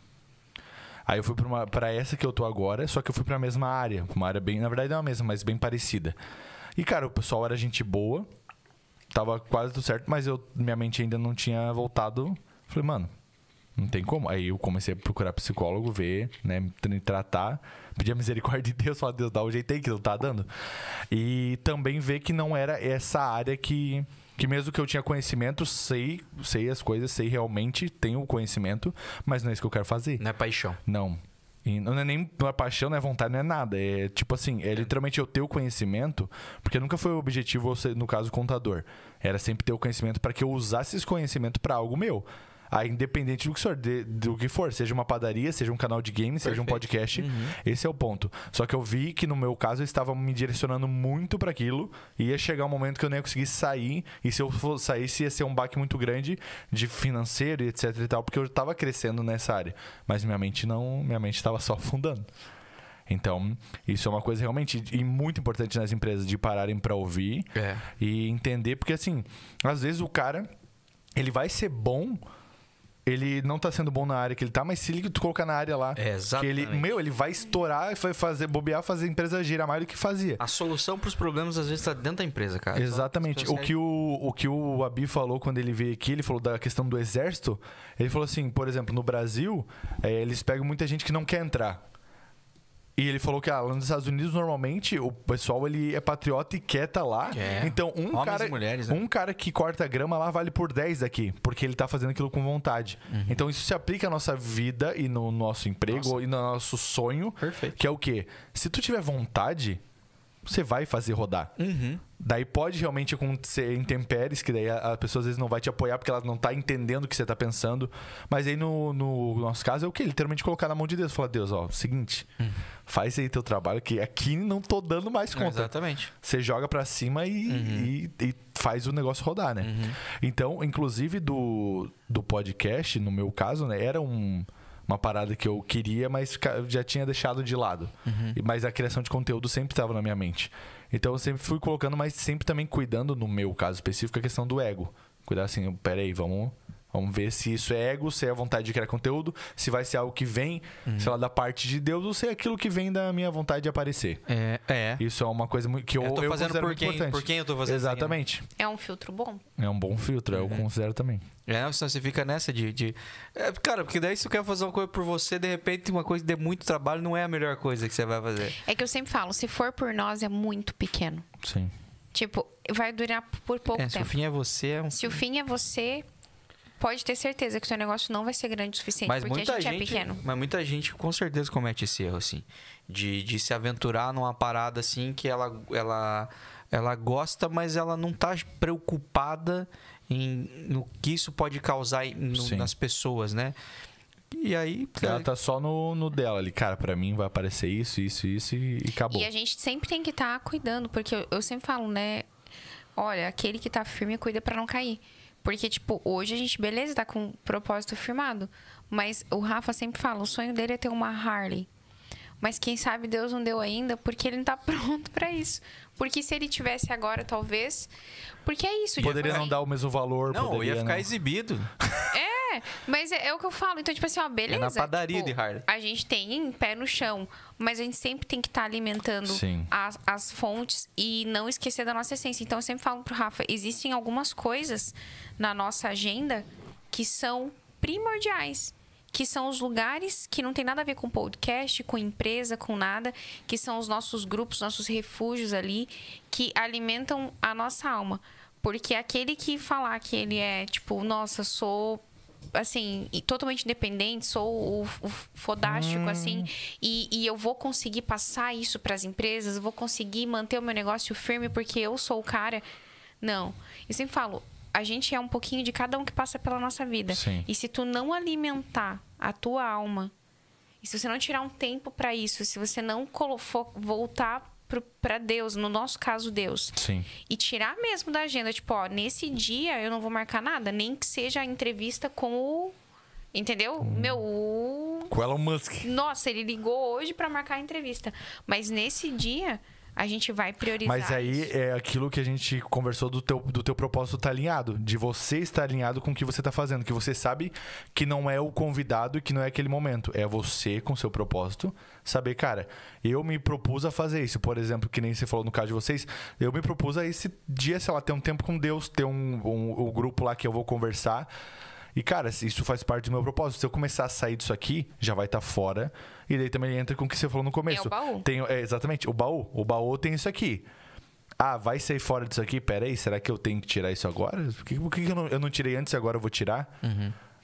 [SPEAKER 1] Aí eu fui pra, uma- pra essa que eu tô agora, só que eu fui pra mesma área. Uma área bem. Na verdade não é a mesma, mas bem parecida. E, cara, o pessoal era gente boa. Tava quase tudo certo, mas eu, minha mente ainda não tinha voltado. Falei, mano, não tem como. Aí eu comecei a procurar psicólogo, ver, né? Me tra- tratar. Pedir a misericórdia de Deus, falar, Deus, dá o jeito aí que não tá dando. E também ver que não era essa área que. Que mesmo que eu tinha conhecimento, sei, sei as coisas, sei realmente, tenho o conhecimento, mas não é isso que eu quero fazer.
[SPEAKER 2] Não é paixão.
[SPEAKER 1] Não. E não é nem não é paixão, não é vontade, não é nada. É tipo assim, é literalmente eu ter o conhecimento, porque nunca foi o objetivo, eu ser, no caso, contador. Era sempre ter o conhecimento para que eu usasse esse conhecimento para algo meu. Aí, independente do que, for, de- do que for, seja uma padaria, seja um canal de games, seja um
[SPEAKER 2] Perfeito. Uhum.
[SPEAKER 1] podcast, esse é o ponto. Só que eu vi que no meu caso eu estava me direcionando muito para aquilo e ia chegar um momento que eu nem ia conseguir sair. E se eu for- saísse, ia ser um baque muito grande de financeiro e etc e tal, porque eu estava crescendo nessa área. Mas minha mente não, minha mente estava só afundando. Então, isso é uma coisa realmente e muito importante nas empresas de pararem para ouvir
[SPEAKER 2] É.
[SPEAKER 1] e entender, porque assim, às vezes o cara ele vai ser bom ele não tá sendo bom na área que ele tá, mas se ele tu colocar na área lá,
[SPEAKER 2] É,
[SPEAKER 1] que
[SPEAKER 2] exatamente.
[SPEAKER 1] ele, meu, ele vai estourar e vai fazer bobear, fazer a empresa girar mais do que fazia.
[SPEAKER 2] A solução pros problemas às vezes tá dentro da empresa, cara. Então,
[SPEAKER 1] Exatamente.
[SPEAKER 2] Só-
[SPEAKER 1] O que o, o que o Abi falou quando ele veio aqui, ele falou da questão do exército. Ele falou assim, por exemplo, no Brasil, eh, eles pegam muita gente que não quer entrar. E ele falou que ah, lá nos Estados Unidos, normalmente, o pessoal ele é patriota e quer tá lá.
[SPEAKER 2] Quer.
[SPEAKER 1] Então, um
[SPEAKER 2] É. Homens
[SPEAKER 1] cara.
[SPEAKER 2] e mulheres, né?
[SPEAKER 1] Um cara que corta grama lá vale por 10 aqui, porque ele tá fazendo aquilo com vontade.
[SPEAKER 2] Uhum.
[SPEAKER 1] Então isso se aplica à nossa vida e no nosso emprego e no nosso sonho.
[SPEAKER 2] Perfeito.
[SPEAKER 1] Que é o quê? Se tu tiver vontade, você vai fazer rodar. Daí pode realmente acontecer intempéries, que daí a, a pessoa às vezes não vai te apoiar porque ela não tá entendendo o que você tá pensando. Mas aí no, no nosso caso é o quê? Literalmente colocar na mão de Deus. Falar, Deus, ó, seguinte, faz aí teu trabalho que aqui não tô dando mais conta.
[SPEAKER 2] é, Exatamente.
[SPEAKER 1] Você joga pra cima e, e- e faz o negócio rodar, né? Então, inclusive do, do podcast, no meu caso, né? Era um- uma parada que eu queria, mas ca- já tinha deixado de lado. E- Mas a criação de conteúdo sempre estava na minha mente. Então, eu sempre fui colocando, mas sempre também cuidando, no meu caso específico, a questão do ego. Cuidar assim, peraí, vamos... Vamos ver se isso é ego, se é a vontade de criar conteúdo, se vai ser algo que vem, sei lá, da parte de Deus, ou se é aquilo que vem da minha vontade de aparecer.
[SPEAKER 2] É, é.
[SPEAKER 1] Isso é uma coisa mui- que eu,
[SPEAKER 2] Eu tô
[SPEAKER 1] eu
[SPEAKER 2] fazendo
[SPEAKER 1] considero
[SPEAKER 2] por quem-
[SPEAKER 1] muito importante.
[SPEAKER 2] por quem eu tô fazendo isso aqui, né? Uhum.
[SPEAKER 1] Exatamente.
[SPEAKER 3] É um filtro bom?
[SPEAKER 1] É um bom filtro, eu considero também.
[SPEAKER 2] É, senão você fica nessa de. de- É, cara, porque daí se você quer fazer uma coisa por você, de repente uma coisa que dê muito trabalho não é a melhor coisa que você vai fazer.
[SPEAKER 3] É que eu sempre falo, se for por nós, é muito pequeno.
[SPEAKER 1] Sim.
[SPEAKER 3] Tipo, vai durar por pouco
[SPEAKER 2] É, se o
[SPEAKER 3] tempo.
[SPEAKER 2] fim é você, é um.
[SPEAKER 3] Se o fim é você, pode ter certeza que o seu negócio não vai ser grande o suficiente,
[SPEAKER 2] Mas
[SPEAKER 3] porque a
[SPEAKER 2] muita
[SPEAKER 3] gente,
[SPEAKER 2] gente,
[SPEAKER 3] é pequeno.
[SPEAKER 2] Mas muita gente com certeza comete esse erro, assim. De, de se aventurar numa parada assim que ela, ela, ela gosta, mas ela não tá preocupada em, no que isso pode causar em- no-
[SPEAKER 1] Sim.
[SPEAKER 2] nas pessoas, né? E aí. é,
[SPEAKER 1] Ela tá só no, no dela ali. Cara, pra mim vai aparecer isso, isso, isso e, e acabou.
[SPEAKER 3] E a gente sempre tem que estar cuidando, porque eu, eu sempre falo, né? Olha, aquele que tá firme cuida pra não cair. Porque, tipo, hoje a gente, beleza, tá com um propósito firmado. Mas o Rafa sempre fala, o sonho dele é ter uma Harley. Mas quem sabe Deus não deu ainda, porque ele não tá pronto pra isso. Porque se ele tivesse agora, talvez. Porque é isso, tipo
[SPEAKER 1] Poderia não
[SPEAKER 3] assim,
[SPEAKER 1] dar o mesmo valor,
[SPEAKER 2] Não,
[SPEAKER 1] poderia né?
[SPEAKER 2] ia ficar
[SPEAKER 1] não-
[SPEAKER 2] exibido. É
[SPEAKER 3] É, mas é, é o que eu falo. Então, tipo assim, ó, beleza.
[SPEAKER 2] na padaria
[SPEAKER 3] tipo,
[SPEAKER 2] de Harley.
[SPEAKER 3] A gente tem pé no chão, mas a gente sempre tem que estar alimentando
[SPEAKER 1] Sim.
[SPEAKER 3] as, as fontes e não esquecer da nossa essência. Então, eu sempre falo pro Rafa, existem algumas coisas na nossa agenda que são primordiais. Que são os lugares que não tem nada a ver com podcast, com empresa, com nada, que são os nossos grupos, nossos refúgios ali, que alimentam a nossa alma. Porque aquele que falar que ele é, tipo, nossa, sou assim, e totalmente independente, sou o, o fodástico, assim, e, e eu vou conseguir passar isso para as empresas, vou conseguir manter o meu negócio firme porque eu sou o cara. Não. Eu sempre falo, a gente é um pouquinho de cada um que passa pela nossa vida.
[SPEAKER 1] Sim.
[SPEAKER 3] E se tu não alimentar a tua alma, e se você não tirar um tempo para isso, se você não colo- fo- voltar para Deus, no nosso caso, Deus,
[SPEAKER 1] Sim.
[SPEAKER 3] e tirar mesmo da agenda, tipo, ó, nesse dia eu não vou marcar nada, nem que seja a entrevista com o. Entendeu? Meu. o-
[SPEAKER 1] Com Elon Musk.
[SPEAKER 3] Nossa, ele ligou hoje pra marcar a entrevista. Mas nesse dia, a gente vai priorizar.
[SPEAKER 1] Mas aí
[SPEAKER 3] isso.
[SPEAKER 1] é aquilo que a gente conversou do teu, do teu propósito tá alinhado. De você estar alinhado com o que você tá fazendo. Que você sabe que não é o convidado e que não é aquele momento. É você com seu propósito. Saber, cara, eu me propus a fazer isso. Por exemplo, que nem você falou no caso de vocês. Eu me propus a esse dia, sei lá, ter um tempo com Deus. Ter um, um, um grupo lá que eu vou conversar. E, cara, se isso faz parte do meu propósito. Se eu começar a sair disso aqui, já vai estar fora. E daí também entra com o que você falou no começo.
[SPEAKER 3] baú.
[SPEAKER 1] Tem, é, exatamente, o baú. O baú tem isso aqui. Ah, vai sair fora disso aqui? Pera aí, será que eu tenho que tirar isso agora? Por que, por que que eu, não, eu não tirei antes e agora eu vou tirar?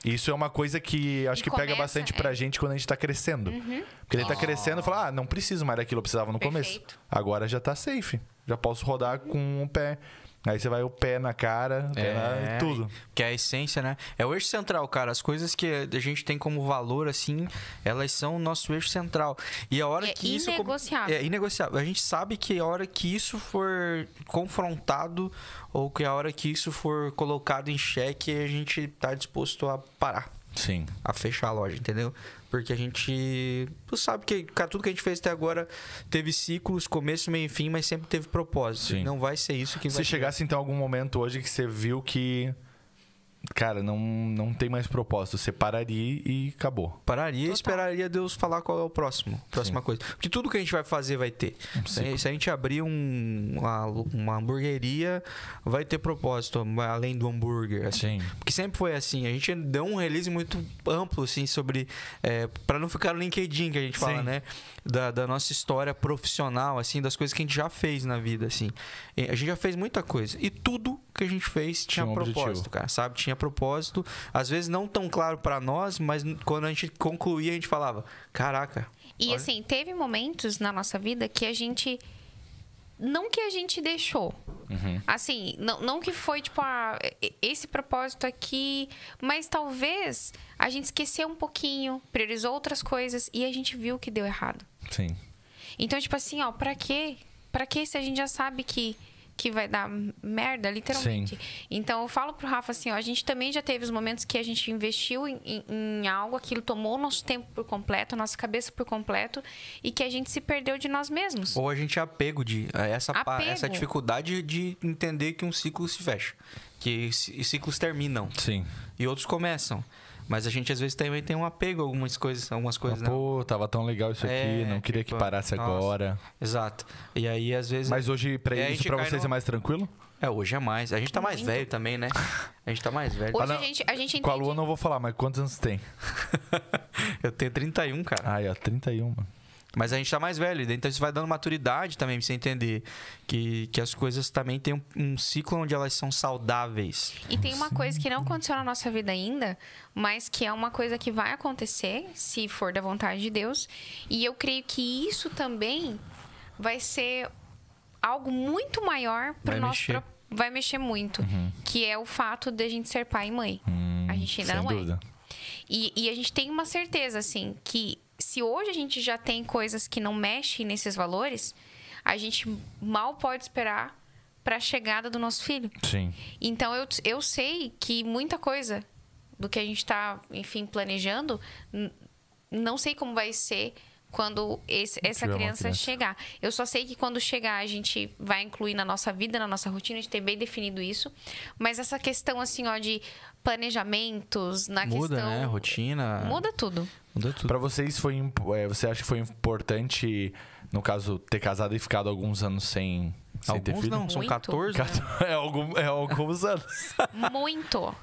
[SPEAKER 1] Isso é uma coisa que acho
[SPEAKER 3] E
[SPEAKER 1] que pega
[SPEAKER 3] começa,
[SPEAKER 1] bastante
[SPEAKER 3] é. Uhum.
[SPEAKER 1] pra gente quando a gente tá crescendo. Porque ele tá crescendo e fala, ah, não preciso mais daquilo, eu precisava no começo.
[SPEAKER 3] Perfeito. Uhum.
[SPEAKER 1] Agora já tá safe. Já posso rodar com o pé. Aí você vai o pé na cara, o pé na- tudo.
[SPEAKER 2] Que é a essência, né? É o eixo central, cara. As coisas que a gente tem como valor, assim, elas são o nosso eixo central. E a hora
[SPEAKER 3] É
[SPEAKER 2] que isso.
[SPEAKER 3] inegociável.
[SPEAKER 2] É inegociável. A gente sabe que a hora que isso for confrontado ou que a hora que isso for colocado em xeque, a gente tá disposto a parar.
[SPEAKER 1] Sim.
[SPEAKER 2] a fechar a loja, entendeu? Porque a gente tu sabe que cara, tudo que a gente fez até agora teve ciclos, começo, meio e fim, mas sempre teve propósito.
[SPEAKER 1] Sim.
[SPEAKER 2] Não vai ser isso que
[SPEAKER 1] Se
[SPEAKER 2] vai
[SPEAKER 1] chegasse então algum momento hoje que você viu que. Cara, não, não tem mais propósito. Você pararia e acabou.
[SPEAKER 2] Pararia e esperaria Deus falar qual é o próximo, próxima coisa. Porque tudo que a gente vai fazer vai ter. Se, se a gente abrir um- uma, uma hamburgueria, vai ter propósito, além do hambúrguer. Assim.
[SPEAKER 1] Sim.
[SPEAKER 2] Porque sempre foi assim. A gente deu um release muito amplo, assim, sobre. É, para não ficar no LinkedIn que a gente fala,
[SPEAKER 1] Sim.
[SPEAKER 2] né? Da, da nossa história profissional, assim, das coisas que a gente já fez na vida, assim. E A gente já fez muita coisa. E tudo que a gente fez tinha,
[SPEAKER 1] Tinha um
[SPEAKER 2] propósito,
[SPEAKER 1] objetivo.
[SPEAKER 2] cara, sabe? Tinha propósito. Às vezes não tão claro pra nós, mas n- quando a gente concluía, a gente falava: Caraca.
[SPEAKER 3] E
[SPEAKER 2] olha."
[SPEAKER 3] assim, teve momentos na nossa vida que a gente. Não que a gente deixou.
[SPEAKER 1] Uhum.
[SPEAKER 3] Assim, não, não que foi, tipo, ah, e- esse propósito aqui. Mas talvez a gente esqueceu um pouquinho, priorizou outras coisas e a gente viu que deu errado.
[SPEAKER 1] Sim.
[SPEAKER 3] Então, tipo assim, ó, pra quê? Pra quê se a gente já sabe que, que vai dar merda, literalmente? Então, eu falo pro Rafa assim, ó, a gente também já teve os momentos que a gente investiu em, em- em algo, aquilo tomou o nosso tempo por completo, a nossa cabeça por completo, e que a gente se perdeu de nós mesmos.
[SPEAKER 2] Ou a gente é apego de a essa, pa-
[SPEAKER 3] Apego.
[SPEAKER 2] essa dificuldade de entender que um ciclo se fecha, que ci- ciclos terminam.
[SPEAKER 1] Sim.
[SPEAKER 2] e outros começam. Mas a gente às vezes também tem um apego a algumas coisas, algumas coisas
[SPEAKER 1] Ah,
[SPEAKER 2] não.
[SPEAKER 1] Pô, tava tão legal isso aqui,
[SPEAKER 2] É,
[SPEAKER 1] não queria que
[SPEAKER 2] tipo,
[SPEAKER 1] parasse
[SPEAKER 2] nossa.
[SPEAKER 1] agora.
[SPEAKER 2] Exato. E aí às vezes
[SPEAKER 1] Mas hoje, pra,
[SPEAKER 2] É, a
[SPEAKER 1] isso
[SPEAKER 2] gente
[SPEAKER 1] pra
[SPEAKER 2] cai
[SPEAKER 1] vocês
[SPEAKER 2] no-
[SPEAKER 1] é mais tranquilo?
[SPEAKER 2] é hoje é mais. A gente tá mais
[SPEAKER 3] Muito.
[SPEAKER 2] velho também, né? A gente tá mais velho.
[SPEAKER 1] Ah,
[SPEAKER 3] Hoje a
[SPEAKER 1] não.
[SPEAKER 3] gente, a gente
[SPEAKER 1] Com a
[SPEAKER 3] entende...
[SPEAKER 1] Lua eu não vou falar, mas quantos anos tem?
[SPEAKER 2] Eu tenho 31, cara.
[SPEAKER 1] Ai, ó, 31, mano.
[SPEAKER 2] Mas a gente tá mais velho, então isso vai dando maturidade também pra você entender que, que as coisas também têm um, um ciclo onde elas são saudáveis.
[SPEAKER 3] E tem uma coisa que não aconteceu na nossa vida ainda, mas que é uma coisa que vai acontecer, se for da vontade de Deus. E eu creio que isso também vai ser algo muito maior para
[SPEAKER 2] Vai
[SPEAKER 3] o nosso
[SPEAKER 2] mexer.
[SPEAKER 3] pro- vai mexer muito, que é o fato de a gente ser pai e mãe. a gente ainda
[SPEAKER 1] Sem
[SPEAKER 3] não
[SPEAKER 1] dúvida.
[SPEAKER 3] é. E, e a gente tem uma certeza, assim, que se hoje a gente já tem coisas que não mexem nesses valores, a gente mal pode esperar para a chegada do nosso filho.
[SPEAKER 1] Sim.
[SPEAKER 3] Então eu, eu sei que muita coisa do que a gente está, enfim, planejando, n- não sei como vai ser quando esse- essa
[SPEAKER 1] Tiver uma
[SPEAKER 3] criança,
[SPEAKER 1] criança.
[SPEAKER 3] chegar. Eu só sei que quando chegar a gente vai incluir na nossa vida, na nossa rotina, a gente tem bem definido isso. Mas essa questão assim, ó, de planejamentos, na
[SPEAKER 2] muda,
[SPEAKER 3] questão
[SPEAKER 2] né? Rotina.
[SPEAKER 3] muda tudo.
[SPEAKER 2] Muda tudo.
[SPEAKER 1] Pra vocês foi. imp- é, você acha que foi importante, no caso, ter casado e ficado alguns anos sem, sem ter
[SPEAKER 2] Alguns
[SPEAKER 1] filho?
[SPEAKER 2] não, são
[SPEAKER 3] Muito.
[SPEAKER 2] 14. né?
[SPEAKER 1] É, algum- é alguns anos.
[SPEAKER 3] Muito.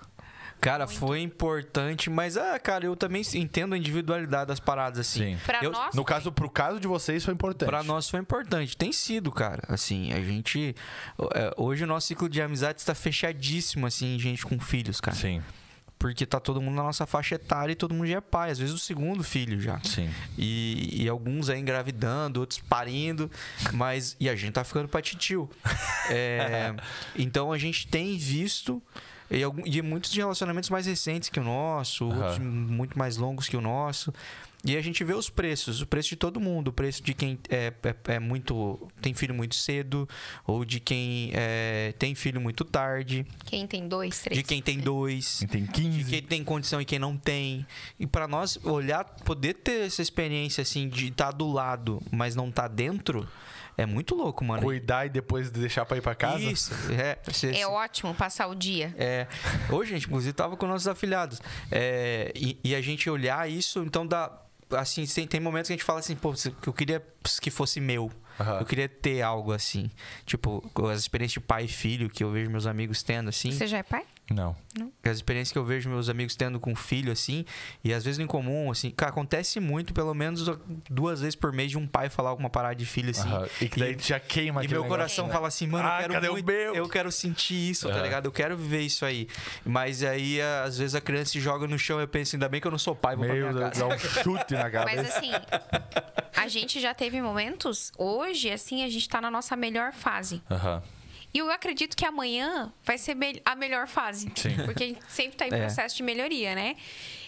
[SPEAKER 2] Cara, foi importante, mas ah, cara, eu também entendo a individualidade das paradas assim.
[SPEAKER 1] Sim.
[SPEAKER 3] Pra
[SPEAKER 2] Eu-
[SPEAKER 3] nós
[SPEAKER 1] No caso, pro caso de vocês foi importante.
[SPEAKER 2] Pra nós foi importante. Tem sido, cara. Assim, a gente. é, Hoje o nosso ciclo de amizade está fechadíssimo, assim, em gente com filhos, cara.
[SPEAKER 1] Sim,
[SPEAKER 2] Porque tá todo mundo na nossa faixa etária e todo mundo já é pai. Às vezes o segundo filho já.
[SPEAKER 1] sim.
[SPEAKER 2] E, e alguns aí engravidando, outros parindo, mas. E a gente tá ficando pra titio. É, então a gente tem visto. E, algum- e muitos de relacionamentos mais recentes que o nosso, outros
[SPEAKER 1] Aham.
[SPEAKER 2] muito mais longos que o nosso. E a gente vê os preços, o preço de todo mundo, o preço de quem é, é- é muito. tem filho muito cedo, ou de quem é, tem filho muito tarde,
[SPEAKER 3] quem tem dois, três.
[SPEAKER 2] de quem tem dois
[SPEAKER 1] E Tem
[SPEAKER 2] de
[SPEAKER 1] 15.
[SPEAKER 2] quem tem condição e quem não tem. E pra nós olhar, poder ter essa experiência assim de estar do lado, mas não tá dentro, é muito louco, mano.
[SPEAKER 1] Cuidar e depois deixar pra ir pra casa?
[SPEAKER 2] Isso, é. Você,
[SPEAKER 3] É ótimo passar o dia.
[SPEAKER 2] é. Hoje, gente, inclusive, tava com nossos afilhados. É, e, e a gente olhar isso, então dá. Assim, tem, tem momentos que a gente fala assim, pô, se- que eu queria que fosse meu.
[SPEAKER 1] Aham.
[SPEAKER 2] Eu queria ter algo assim. Tipo, as experiências de pai e filho que eu vejo meus amigos tendo, assim.
[SPEAKER 3] Você já é pai?
[SPEAKER 1] Não.
[SPEAKER 2] As experiências que eu vejo meus amigos tendo com filho, assim, e às vezes no incomum, assim, cara, acontece muito, pelo menos duas vezes por mês, de um pai falar alguma parada de filho, assim.
[SPEAKER 1] Aham. E que daí
[SPEAKER 2] E-
[SPEAKER 1] já queima
[SPEAKER 2] E
[SPEAKER 1] aquele
[SPEAKER 2] meu
[SPEAKER 1] negócio,
[SPEAKER 2] coração
[SPEAKER 1] né?
[SPEAKER 2] fala assim, mano,
[SPEAKER 1] Ah,
[SPEAKER 2] eu, quero
[SPEAKER 1] cadê o
[SPEAKER 2] muito-
[SPEAKER 1] meu?
[SPEAKER 2] eu quero sentir isso, tá
[SPEAKER 1] Aham.
[SPEAKER 2] ligado? Eu quero viver isso aí. Mas aí, às vezes, a criança se joga no chão e eu penso, ainda bem que eu não sou pai, vou pra
[SPEAKER 1] Meu
[SPEAKER 2] minha
[SPEAKER 1] Deus,
[SPEAKER 2] casa.
[SPEAKER 1] dá um chute na
[SPEAKER 3] Mas
[SPEAKER 1] cabeça.
[SPEAKER 3] assim, a gente já teve momentos, hoje, assim, a gente tá na nossa melhor fase.
[SPEAKER 1] Aham.
[SPEAKER 3] E eu acredito que amanhã vai ser mel- a melhor fase.
[SPEAKER 1] Sim.
[SPEAKER 3] Porque a gente sempre tá em
[SPEAKER 2] É.
[SPEAKER 3] processo de melhoria, né?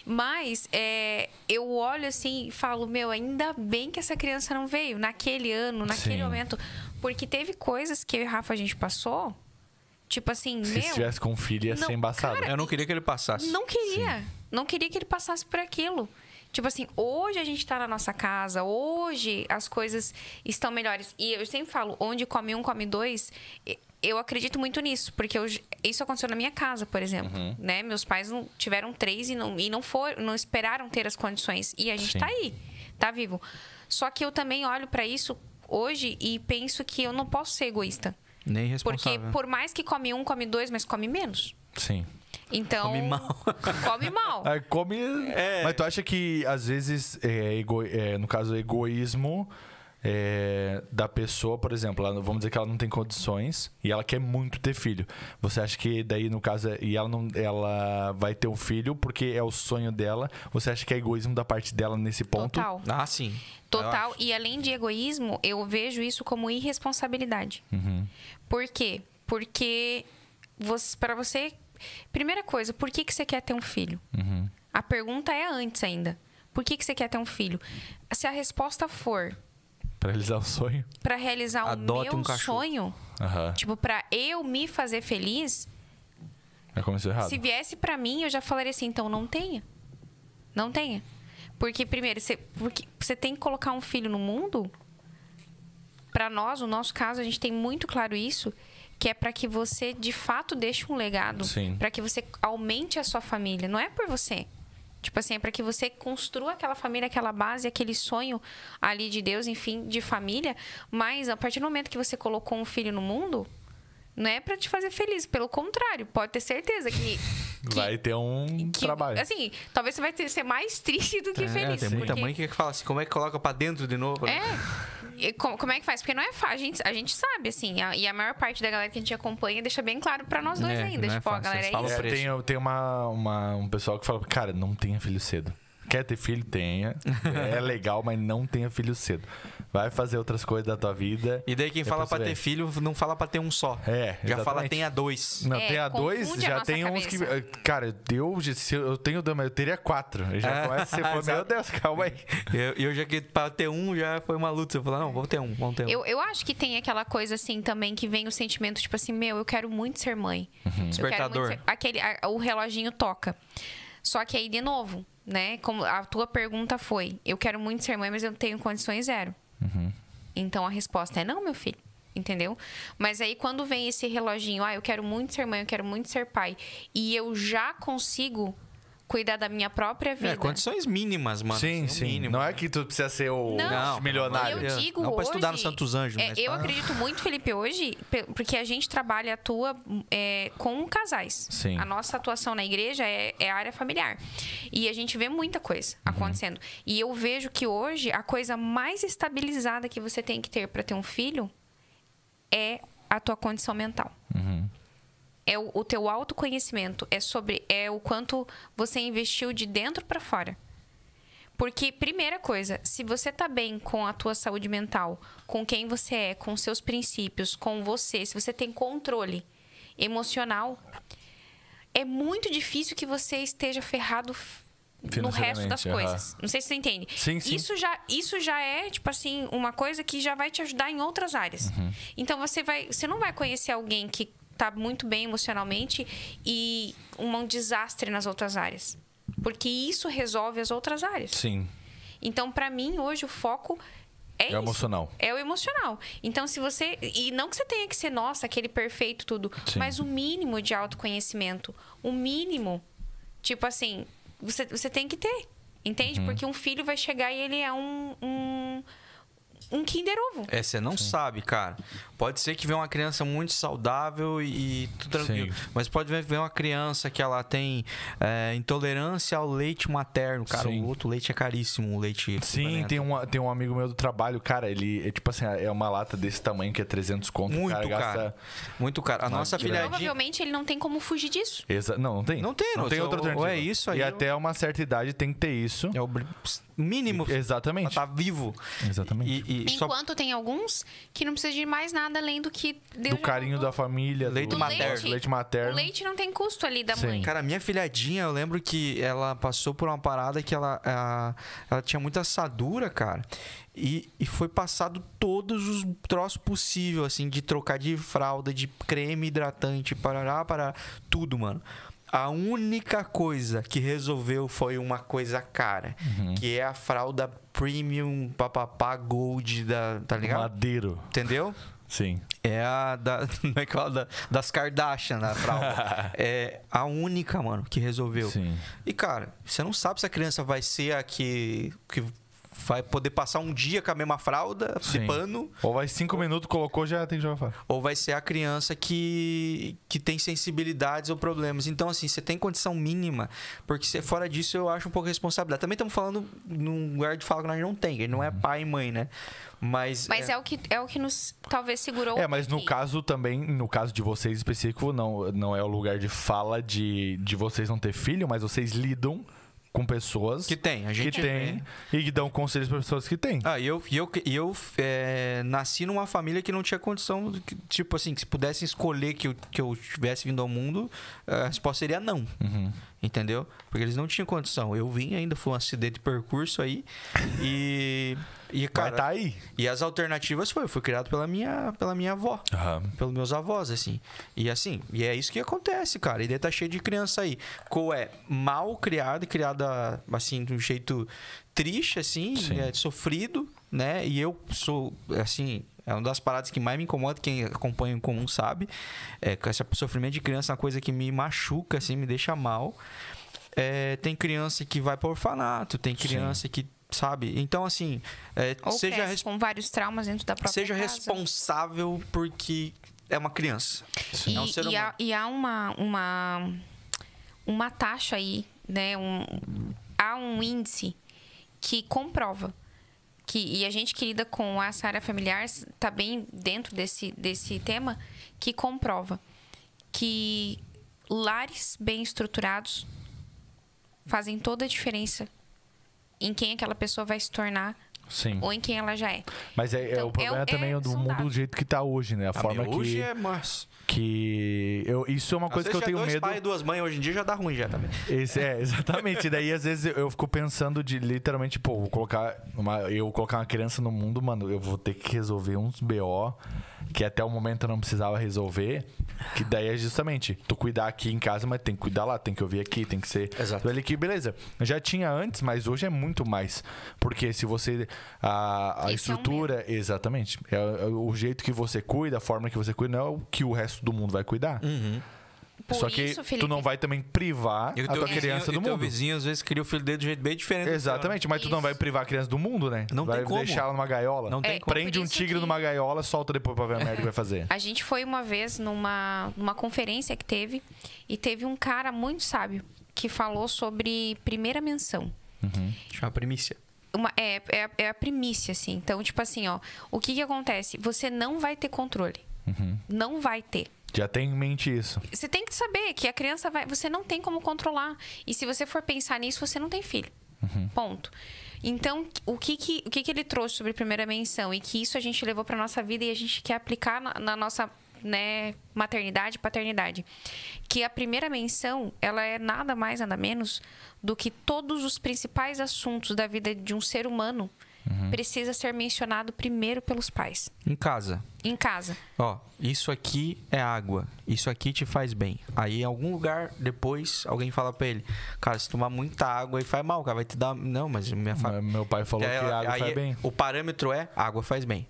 [SPEAKER 3] Mas é, eu olho assim e falo, meu, ainda bem que essa criança não veio naquele ano, naquele
[SPEAKER 1] Sim.
[SPEAKER 3] momento. Porque teve coisas que eu e Rafa a gente passou, tipo assim,
[SPEAKER 1] Se
[SPEAKER 3] meu,
[SPEAKER 1] estivesse com filho ia ser
[SPEAKER 3] Não,
[SPEAKER 1] embaçado.
[SPEAKER 3] cara,
[SPEAKER 2] Eu não queria que ele passasse.
[SPEAKER 3] não queria. não queria que ele passasse por aquilo. Tipo assim, hoje a gente tá na nossa casa, hoje as coisas estão melhores. E eu sempre falo, onde come um, come dois. E- Eu acredito muito nisso, porque eu- isso aconteceu na minha casa, por exemplo. Né? Meus pais não- tiveram três e não, e não foram, não esperaram ter as condições. E a gente
[SPEAKER 1] Sim.
[SPEAKER 3] tá aí, tá vivo. Só que eu também olho pra isso hoje e penso que eu não posso ser egoísta.
[SPEAKER 2] Nem
[SPEAKER 3] Porque
[SPEAKER 2] responsável.
[SPEAKER 3] por mais que come um, come dois, mas come menos.
[SPEAKER 1] Sim.
[SPEAKER 3] Então.
[SPEAKER 2] Come mal.
[SPEAKER 3] Come mal.
[SPEAKER 1] Aí come.
[SPEAKER 3] É.
[SPEAKER 1] Mas tu acha que às vezes, é, ego- é, no caso, egoísmo é, da pessoa, por exemplo, ela- vamos dizer que ela não tem condições e ela quer muito ter filho. Você acha que daí, no caso, é- e ela não ela vai ter um filho porque é o sonho dela? Você acha que é egoísmo da parte dela nesse ponto?
[SPEAKER 3] Total.
[SPEAKER 2] Ah, sim.
[SPEAKER 3] Total. E além de egoísmo, eu vejo isso como irresponsabilidade.
[SPEAKER 2] Uhum.
[SPEAKER 3] Por quê? Porque você, para você. Primeira coisa, por que, que você quer ter um filho?
[SPEAKER 2] Uhum.
[SPEAKER 3] A pergunta é antes ainda. Por que, que você quer ter um filho? Se a resposta for
[SPEAKER 1] Pra realizar o sonho?
[SPEAKER 3] para realizar
[SPEAKER 2] Adote
[SPEAKER 3] o meu
[SPEAKER 2] um cachorro.
[SPEAKER 3] sonho,
[SPEAKER 1] Aham.
[SPEAKER 3] tipo, para eu me fazer feliz,
[SPEAKER 1] Já começou errado.
[SPEAKER 3] Se viesse pra mim, eu já falaria assim, então não tenha. Não tenha. Porque primeiro, você, porque você tem que colocar um filho no mundo. Pra nós, no nosso caso, a gente tem muito claro isso, que é pra que você de fato deixe um legado,
[SPEAKER 1] Sim.
[SPEAKER 3] Pra que você aumente a sua família, não é por você. Tipo assim, é para que você construa aquela família, aquela base, aquele sonho ali de Deus, enfim, de família, mas a partir do momento que você colocou um filho no mundo, não é pra te fazer feliz, pelo contrário, pode ter certeza que que-
[SPEAKER 1] Vai ter um
[SPEAKER 3] que-
[SPEAKER 1] trabalho.
[SPEAKER 3] Assim, talvez você vai ter- ser mais triste do que
[SPEAKER 2] É,
[SPEAKER 3] feliz.
[SPEAKER 2] tem muita
[SPEAKER 3] porque-
[SPEAKER 2] mãe que fala assim, como é que coloca pra dentro de novo? né?
[SPEAKER 3] É. E como, como é que faz? Porque não é fácil. A gente, a gente sabe, assim. a- e a maior parte da galera que a gente acompanha deixa bem claro pra nós dois
[SPEAKER 2] É,
[SPEAKER 3] ainda.
[SPEAKER 2] não é
[SPEAKER 3] Tipo, ó,
[SPEAKER 2] fácil,
[SPEAKER 3] galera,
[SPEAKER 2] eles falam
[SPEAKER 3] é
[SPEAKER 1] É,
[SPEAKER 3] isso.
[SPEAKER 2] pra- preço.
[SPEAKER 1] tem tem uma, uma- um pessoal que fala, cara, não tenha filho cedo. Quer ter filho? Tenha. É legal, mas não tenha filho cedo. Vai fazer outras coisas da tua vida.
[SPEAKER 2] E daí quem fala pra
[SPEAKER 1] Depois
[SPEAKER 2] ter
[SPEAKER 1] tu
[SPEAKER 2] filho, não fala pra ter um só.
[SPEAKER 1] É,
[SPEAKER 2] Já fala
[SPEAKER 1] exatamente.
[SPEAKER 2] tenha dois.
[SPEAKER 1] vê. Não,
[SPEAKER 3] É,
[SPEAKER 1] tem a dois,
[SPEAKER 3] confunde a
[SPEAKER 1] já
[SPEAKER 3] nossa
[SPEAKER 1] tem uns
[SPEAKER 3] cabeça.
[SPEAKER 1] que. Ah, Cara, eu, se eu eu tenho dois, mas eu teria quatro. Eu já
[SPEAKER 2] É.
[SPEAKER 1] começa a ser fã, meu
[SPEAKER 2] Exato.
[SPEAKER 1] Deus, calma aí.
[SPEAKER 2] Eu, eu já que pra ter um já foi uma luta. Eu falei, não, vou ter um, vamos ter um.
[SPEAKER 3] Eu, eu acho que tem aquela coisa assim também que vem o sentimento, tipo assim, meu, eu quero muito ser mãe. Eu quero muito
[SPEAKER 2] Uhum. Despertador.
[SPEAKER 3] ser- aquele, a- o reloginho toca. Só que aí, de novo, né? Como a tua pergunta foi, eu quero muito ser mãe, mas eu não tenho condições zero.
[SPEAKER 2] Uhum.
[SPEAKER 3] Então a resposta é não, meu filho. Entendeu? Mas aí quando vem esse reloginho, ah, eu quero muito ser mãe, eu quero muito ser pai, e eu já consigo cuidar da minha própria vida.
[SPEAKER 2] É, condições mínimas, mano.
[SPEAKER 1] sim,
[SPEAKER 2] É o
[SPEAKER 1] sim.
[SPEAKER 2] mínimo.
[SPEAKER 1] Não é que tu precisa ser o
[SPEAKER 2] Não,
[SPEAKER 1] milionário.
[SPEAKER 3] Eu digo
[SPEAKER 2] Não pra
[SPEAKER 3] hoje,
[SPEAKER 2] estudar no Santos Anjos,
[SPEAKER 3] é,
[SPEAKER 2] mas
[SPEAKER 3] eu
[SPEAKER 2] pra-
[SPEAKER 3] acredito muito, Felipe, hoje, pe- porque a gente trabalha, atua é, com casais.
[SPEAKER 1] Sim.
[SPEAKER 3] A nossa atuação na igreja é, é a área familiar. E a gente vê muita coisa
[SPEAKER 2] Uhum.
[SPEAKER 3] acontecendo. E eu vejo que hoje a coisa mais estabilizada que você tem que ter para ter um filho é a tua condição mental. É o, o teu autoconhecimento, é sobre é o quanto você investiu de dentro para fora. Porque, primeira coisa, se você tá bem com a tua saúde mental, com quem você é, com seus princípios, com você, se você tem controle emocional, é muito difícil que você esteja ferrado f- no resto das
[SPEAKER 1] Financeiramente, aham.
[SPEAKER 3] coisas. Não sei se você entende.
[SPEAKER 1] Sim, sim.
[SPEAKER 3] Isso já, isso já é, tipo assim, uma coisa que já vai te ajudar em outras áreas. Então você vai. Você não vai conhecer alguém que tá muito bem emocionalmente e um, um desastre nas outras áreas. Porque isso resolve as outras áreas.
[SPEAKER 1] Sim.
[SPEAKER 3] Então, pra mim, hoje, o foco é,
[SPEAKER 1] É,
[SPEAKER 3] isso.
[SPEAKER 1] emocional.
[SPEAKER 3] É o emocional. Então, se você. E não que você tenha que ser, nossa, aquele perfeito, tudo.
[SPEAKER 1] Sim.
[SPEAKER 3] Mas o mínimo de autoconhecimento. O mínimo. Tipo assim, você, você tem que ter. Entende? Porque um filho vai chegar e ele é um. um um Kinder Ovo.
[SPEAKER 2] É, você não sabe, cara. Pode ser que venha uma criança muito saudável e, e tudo tranquilo.
[SPEAKER 1] Sim.
[SPEAKER 2] Mas pode ver- ver uma criança que ela tem é, intolerância ao leite materno. Cara,
[SPEAKER 1] Sim.
[SPEAKER 2] o outro leite é caríssimo, o leite. né?
[SPEAKER 1] Sim,
[SPEAKER 2] suplemento.
[SPEAKER 1] tem um, tem um amigo meu do trabalho, cara, ele é tipo assim, é uma lata desse tamanho que é 300 conto. o
[SPEAKER 2] Muito,
[SPEAKER 1] cara,
[SPEAKER 2] cara.
[SPEAKER 1] gasta-
[SPEAKER 2] Muito, cara. A nossa é
[SPEAKER 1] grana.
[SPEAKER 2] filhadinha.
[SPEAKER 3] Provavelmente ele não tem como fugir disso.
[SPEAKER 1] Exa- Não, não tem.
[SPEAKER 2] Não tem,
[SPEAKER 1] não
[SPEAKER 2] não.
[SPEAKER 1] tem
[SPEAKER 2] Ou-
[SPEAKER 1] outra
[SPEAKER 2] ou é
[SPEAKER 1] alternativa.
[SPEAKER 2] isso aí,
[SPEAKER 1] E
[SPEAKER 2] ou-
[SPEAKER 1] até uma certa idade tem que ter isso.
[SPEAKER 2] É um Tá, o br- mínimo pra
[SPEAKER 1] Exatamente.
[SPEAKER 2] estar vivo.
[SPEAKER 1] Exatamente.
[SPEAKER 2] E, e só
[SPEAKER 3] Enquanto tem alguns que não precisa de mais nada além do que Deus
[SPEAKER 1] do
[SPEAKER 3] já
[SPEAKER 1] carinho
[SPEAKER 3] mandou.
[SPEAKER 1] da família,
[SPEAKER 2] Leite
[SPEAKER 1] do
[SPEAKER 2] materno.
[SPEAKER 1] negócio, leite materno.
[SPEAKER 3] O leite não tem custo ali da
[SPEAKER 1] Sim.
[SPEAKER 3] mãe.
[SPEAKER 2] Cara, minha filhadinha, eu lembro que ela passou por uma parada que ela, a- ela tinha muita assadura, cara. E, e foi passado todos os troços possíveis, assim, de trocar de fralda, de creme hidratante, parará, parará, tudo, mano. A única coisa que resolveu foi uma coisa cara,
[SPEAKER 1] Uhum.
[SPEAKER 2] que é a fralda premium papapá gold da, tá ligado?
[SPEAKER 1] Madeiro.
[SPEAKER 2] Entendeu?
[SPEAKER 1] Sim.
[SPEAKER 2] É a da, como é que fala? Da- das Kardashian, da fralda. é a única, mano, que resolveu.
[SPEAKER 1] Sim.
[SPEAKER 2] E, cara, você não sabe se a criança vai ser a que, que vai poder passar um dia com a mesma fralda,
[SPEAKER 1] Sim.
[SPEAKER 2] de pano,
[SPEAKER 1] Ou vai cinco minutos, colocou, já tem que jogar fora.
[SPEAKER 2] ou vai ser a criança que, que tem sensibilidades ou problemas. Então, assim, você tem condição mínima, porque se- fora disso eu acho um pouco responsabilidade. Também estamos falando num lugar de fala que nós não tem, que não é pai e mãe, né? Mas.
[SPEAKER 3] Mas é. o que é o que nos talvez segurou.
[SPEAKER 1] É, mas no
[SPEAKER 3] aqui.
[SPEAKER 1] caso também, no caso de vocês específico, não, não é o lugar de fala de, de vocês não ter filho, mas vocês lidam com pessoas
[SPEAKER 2] Que tem, a gente
[SPEAKER 1] que têm e que dão conselhos para pessoas que têm.
[SPEAKER 2] Ah, e eu, e eu, e eu é, nasci numa família que não tinha condição, que, tipo assim, que se pudessem escolher que eu, que eu tivesse vindo ao mundo, a resposta seria não.
[SPEAKER 1] Uhum.
[SPEAKER 2] Entendeu? Porque eles não tinham condição. Eu vim ainda, foi um acidente de percurso aí. E. E,
[SPEAKER 1] Vai
[SPEAKER 2] cara,
[SPEAKER 1] tá aí.
[SPEAKER 2] e as alternativas foi, eu fui criado pela minha, pela minha avó pelos meus avós, assim. E assim, e é isso que acontece, cara. E daí tá cheio de criança aí. Qual é mal criada, criada assim, de um jeito triste, assim,
[SPEAKER 1] Sim.
[SPEAKER 2] né, sofrido, né? E eu sou, assim, é uma das paradas que mais me incomoda, quem acompanha em comum sabe. É, com esse sofrimento de criança é uma coisa que me machuca, assim, me deixa mal. É, tem criança que vai pro orfanato, tem criança que, sabe? Então, assim, é,
[SPEAKER 3] Ou
[SPEAKER 2] seja
[SPEAKER 3] seja
[SPEAKER 2] res-
[SPEAKER 3] com vários traumas dentro da própria
[SPEAKER 2] seja
[SPEAKER 3] casa.
[SPEAKER 2] responsável porque é uma criança.
[SPEAKER 3] E,
[SPEAKER 2] É um ser
[SPEAKER 3] e há, e há uma, uma, uma taxa aí, né? Um, há um índice que comprova que e a gente que lida com essa área familiar está bem dentro desse, desse tema que comprova que lares bem estruturados fazem toda a diferença em quem aquela pessoa vai se tornar
[SPEAKER 1] Sim.
[SPEAKER 3] ou em quem ela já é.
[SPEAKER 1] Mas é, é
[SPEAKER 3] Então,
[SPEAKER 1] o problema
[SPEAKER 3] é-
[SPEAKER 1] também
[SPEAKER 3] é-
[SPEAKER 1] é do
[SPEAKER 3] são
[SPEAKER 1] mundo do
[SPEAKER 3] dados.
[SPEAKER 1] jeito que tá hoje, né? A,
[SPEAKER 2] Ah,
[SPEAKER 1] forma
[SPEAKER 2] meu, hoje
[SPEAKER 1] que.
[SPEAKER 2] é mas
[SPEAKER 1] que eu, isso é uma coisa que eu tenho
[SPEAKER 2] dois
[SPEAKER 1] medo.
[SPEAKER 2] pais e duas mães hoje em dia já dá ruim já também.
[SPEAKER 1] Esse, é, exatamente. E Daí, às vezes, eu, eu fico pensando de literalmente, pô, vou colocar uma, eu colocar uma criança no mundo, mano, eu vou ter que resolver uns BO que até o momento eu não precisava resolver. Que daí é justamente, tu cuidar aqui em casa, mas tem que cuidar lá, tem que ouvir aqui, tem que ser.
[SPEAKER 2] Exato.
[SPEAKER 1] Ele que, beleza. Eu Já tinha antes, mas hoje é muito mais. Porque se você. A, a
[SPEAKER 3] Esse é um
[SPEAKER 1] estrutura. exatamente. É, é o jeito que você cuida, a forma que você cuida, não é o que o resto do mundo vai cuidar.
[SPEAKER 3] Por
[SPEAKER 1] Só que
[SPEAKER 3] isso, Felipe,
[SPEAKER 1] tu não vai também privar
[SPEAKER 2] E o
[SPEAKER 1] a tua
[SPEAKER 2] vizinho-
[SPEAKER 1] criança
[SPEAKER 2] e
[SPEAKER 1] do
[SPEAKER 2] o teu
[SPEAKER 1] mundo.
[SPEAKER 2] vizinho às vezes cria o filho dele de um jeito bem diferente. do seu, né?
[SPEAKER 1] Exatamente, mas tu não
[SPEAKER 3] Isso.
[SPEAKER 1] vai privar a criança do mundo, né?
[SPEAKER 2] Não
[SPEAKER 1] vai
[SPEAKER 2] tem como.
[SPEAKER 1] deixar ela numa gaiola.
[SPEAKER 2] Não tem
[SPEAKER 3] É,
[SPEAKER 2] como.
[SPEAKER 1] Prende
[SPEAKER 3] Por
[SPEAKER 1] um
[SPEAKER 3] isso
[SPEAKER 1] tigre
[SPEAKER 3] que-
[SPEAKER 1] numa gaiola, solta depois pra ver a merda que vai fazer.
[SPEAKER 3] A gente foi uma vez numa, numa conferência que teve e teve um cara muito sábio que falou sobre primeira menção.
[SPEAKER 2] Chama primícia.
[SPEAKER 3] Uma- é, é, é a primícia, assim. Então, tipo assim, ó, o que, que acontece? Você não vai ter controle. Não vai ter.
[SPEAKER 1] Já tem em mente isso.
[SPEAKER 3] Você tem que saber que a criança vai. Você não tem como controlar. E se você for pensar nisso, você não tem filho.
[SPEAKER 2] Uhum.
[SPEAKER 3] Ponto. Então, o que que, o que que ele trouxe sobre primeira menção? E que isso a gente levou para nossa vida e a gente quer aplicar na, na nossa né, maternidade e paternidade. Que a primeira menção, ela é nada mais, nada menos do que todos os principais assuntos da vida de um ser humano
[SPEAKER 2] Uhum.
[SPEAKER 3] precisa ser mencionado primeiro pelos pais,
[SPEAKER 2] Em casa.
[SPEAKER 3] em casa.
[SPEAKER 2] Ó, isso aqui é água. Isso aqui te faz bem. Aí em algum lugar depois alguém fala pra ele: "Cara, se tomar muita água aí faz mal, cara, vai te dar Não, mas minha fa... É,
[SPEAKER 1] Mas Meu pai falou
[SPEAKER 2] Aí
[SPEAKER 1] que a
[SPEAKER 2] ela-
[SPEAKER 1] água
[SPEAKER 2] aí
[SPEAKER 1] faz bem.
[SPEAKER 2] O parâmetro é água faz bem.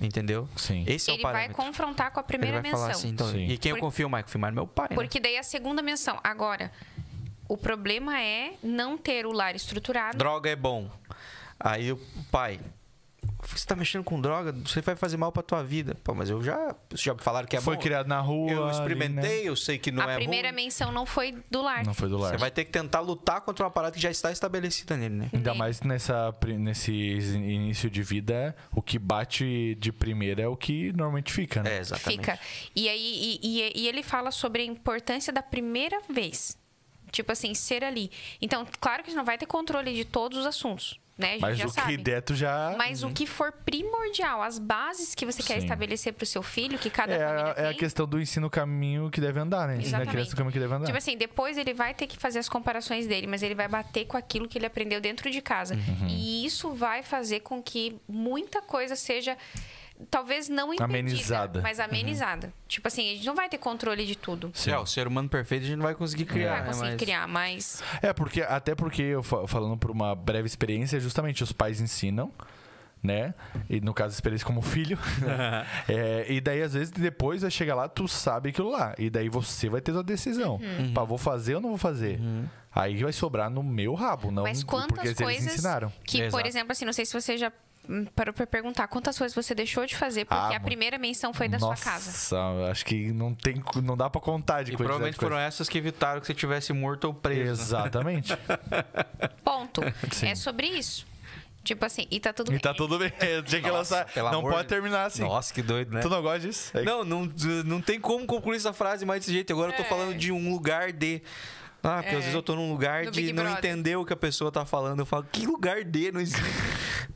[SPEAKER 2] Entendeu?
[SPEAKER 1] Sim.
[SPEAKER 2] Esse é
[SPEAKER 3] Ele
[SPEAKER 2] o
[SPEAKER 3] vai
[SPEAKER 2] parâmetro.
[SPEAKER 3] confrontar com a
[SPEAKER 2] Ele
[SPEAKER 3] primeira
[SPEAKER 2] vai falar
[SPEAKER 3] menção.
[SPEAKER 2] assim, então,
[SPEAKER 1] Sim.
[SPEAKER 2] E quem eu
[SPEAKER 3] Por-
[SPEAKER 2] confio mais? Confio mais no meu pai. né?
[SPEAKER 3] Porque daí é a segunda menção. Agora, o problema é não ter o lar estruturado.
[SPEAKER 2] Droga é bom. Aí o pai. Você tá mexendo com droga, você vai fazer mal pra tua vida. Pô, mas eu já. Vocês já falaram que é
[SPEAKER 1] Foi
[SPEAKER 2] bom.
[SPEAKER 1] criado na rua.
[SPEAKER 2] Eu
[SPEAKER 1] ali,
[SPEAKER 2] experimentei,
[SPEAKER 1] né?
[SPEAKER 2] eu sei que não
[SPEAKER 3] a
[SPEAKER 2] é
[SPEAKER 3] primeira
[SPEAKER 2] bom.
[SPEAKER 3] menção não foi do lar.
[SPEAKER 1] Não foi do lar.
[SPEAKER 2] Você vai ter que tentar lutar contra uma parada que já está estabelecida nele, né?
[SPEAKER 1] Ainda
[SPEAKER 3] Sim.
[SPEAKER 1] mais nessa, pri- nesse início de vida, o que bate de primeira é o que normalmente fica, né?
[SPEAKER 2] É, exatamente.
[SPEAKER 3] Fica. E aí e, e- e ele fala sobre a importância da primeira vez. Tipo assim, ser ali. Então, claro que a gente não vai ter controle de todos os assuntos, né? A gente
[SPEAKER 1] Mas
[SPEAKER 3] já
[SPEAKER 1] o
[SPEAKER 3] sabe.
[SPEAKER 1] que der, tu já.
[SPEAKER 3] Mas o que for primordial, as bases que você quer
[SPEAKER 1] Sim.
[SPEAKER 3] estabelecer para o seu filho, que cada
[SPEAKER 1] é,
[SPEAKER 3] família
[SPEAKER 1] é a
[SPEAKER 3] tem.
[SPEAKER 1] questão do ensino o caminho que deve andar, né? Ensina a criança
[SPEAKER 3] Exatamente.
[SPEAKER 1] o caminho que deve andar.
[SPEAKER 3] Tipo assim, depois ele vai ter que fazer as comparações dele, mas ele vai bater com aquilo que ele
[SPEAKER 1] Uhum.
[SPEAKER 3] aprendeu dentro de casa. E isso vai fazer com que muita coisa seja talvez não impedida,
[SPEAKER 1] Amenizada. Uhum.
[SPEAKER 3] mas amenizada. Tipo assim, a gente não vai ter controle de tudo.
[SPEAKER 1] Sim.
[SPEAKER 2] É, o ser humano perfeito a gente não vai conseguir criar.
[SPEAKER 3] não vai conseguir
[SPEAKER 2] né, mas-
[SPEAKER 3] criar, mas
[SPEAKER 1] É, porque até porque eu fa- falando por uma breve experiência, justamente os pais ensinam, né? E no caso, experiência como filho. É, e daí, às vezes, depois vai chegar lá, tu sabe aquilo lá. E daí você vai ter sua decisão.
[SPEAKER 3] Uhum.
[SPEAKER 2] Uhum.
[SPEAKER 1] Pá, vou fazer ou não vou fazer? Aí vai sobrar no meu rabo, não
[SPEAKER 3] Mas
[SPEAKER 1] porque
[SPEAKER 3] quantas
[SPEAKER 1] um eles
[SPEAKER 3] coisas
[SPEAKER 1] ensinaram.
[SPEAKER 3] que, por
[SPEAKER 2] Exato.
[SPEAKER 3] exemplo, assim, não sei se você já hum, parou pra perguntar quantas coisas você deixou de fazer porque
[SPEAKER 1] Ah,
[SPEAKER 3] a
[SPEAKER 1] mano.
[SPEAKER 3] primeira menção foi da
[SPEAKER 1] Nossa,
[SPEAKER 3] sua casa.
[SPEAKER 1] acho que não tem, co- não dá pra contar de
[SPEAKER 2] E
[SPEAKER 1] quantidade
[SPEAKER 2] provavelmente
[SPEAKER 1] de coisa.
[SPEAKER 2] foram essas que evitaram que você tivesse morto ou preso. né?
[SPEAKER 1] Exatamente.
[SPEAKER 3] Ponto.
[SPEAKER 1] Sim.
[SPEAKER 3] É sobre isso. Tipo assim, e tá
[SPEAKER 1] e
[SPEAKER 3] tudo bem.
[SPEAKER 1] tá tudo bem. Tinha que
[SPEAKER 2] Nossa,
[SPEAKER 1] lançar.
[SPEAKER 2] pelo
[SPEAKER 1] Não
[SPEAKER 2] amor
[SPEAKER 1] pode
[SPEAKER 2] de-
[SPEAKER 1] terminar assim.
[SPEAKER 2] Nossa, que doido, né?
[SPEAKER 1] Tu não gosta disso? É
[SPEAKER 2] Não, não, não tem como concluir essa frase mais desse jeito. Agora eu tô
[SPEAKER 3] É.
[SPEAKER 2] falando de um lugar de. Ah, porque às vezes eu tô num lugar
[SPEAKER 3] No
[SPEAKER 2] de
[SPEAKER 3] Big
[SPEAKER 2] não
[SPEAKER 3] Brother.
[SPEAKER 2] entender o que a pessoa tá falando. Eu falo, que lugar de? Não existe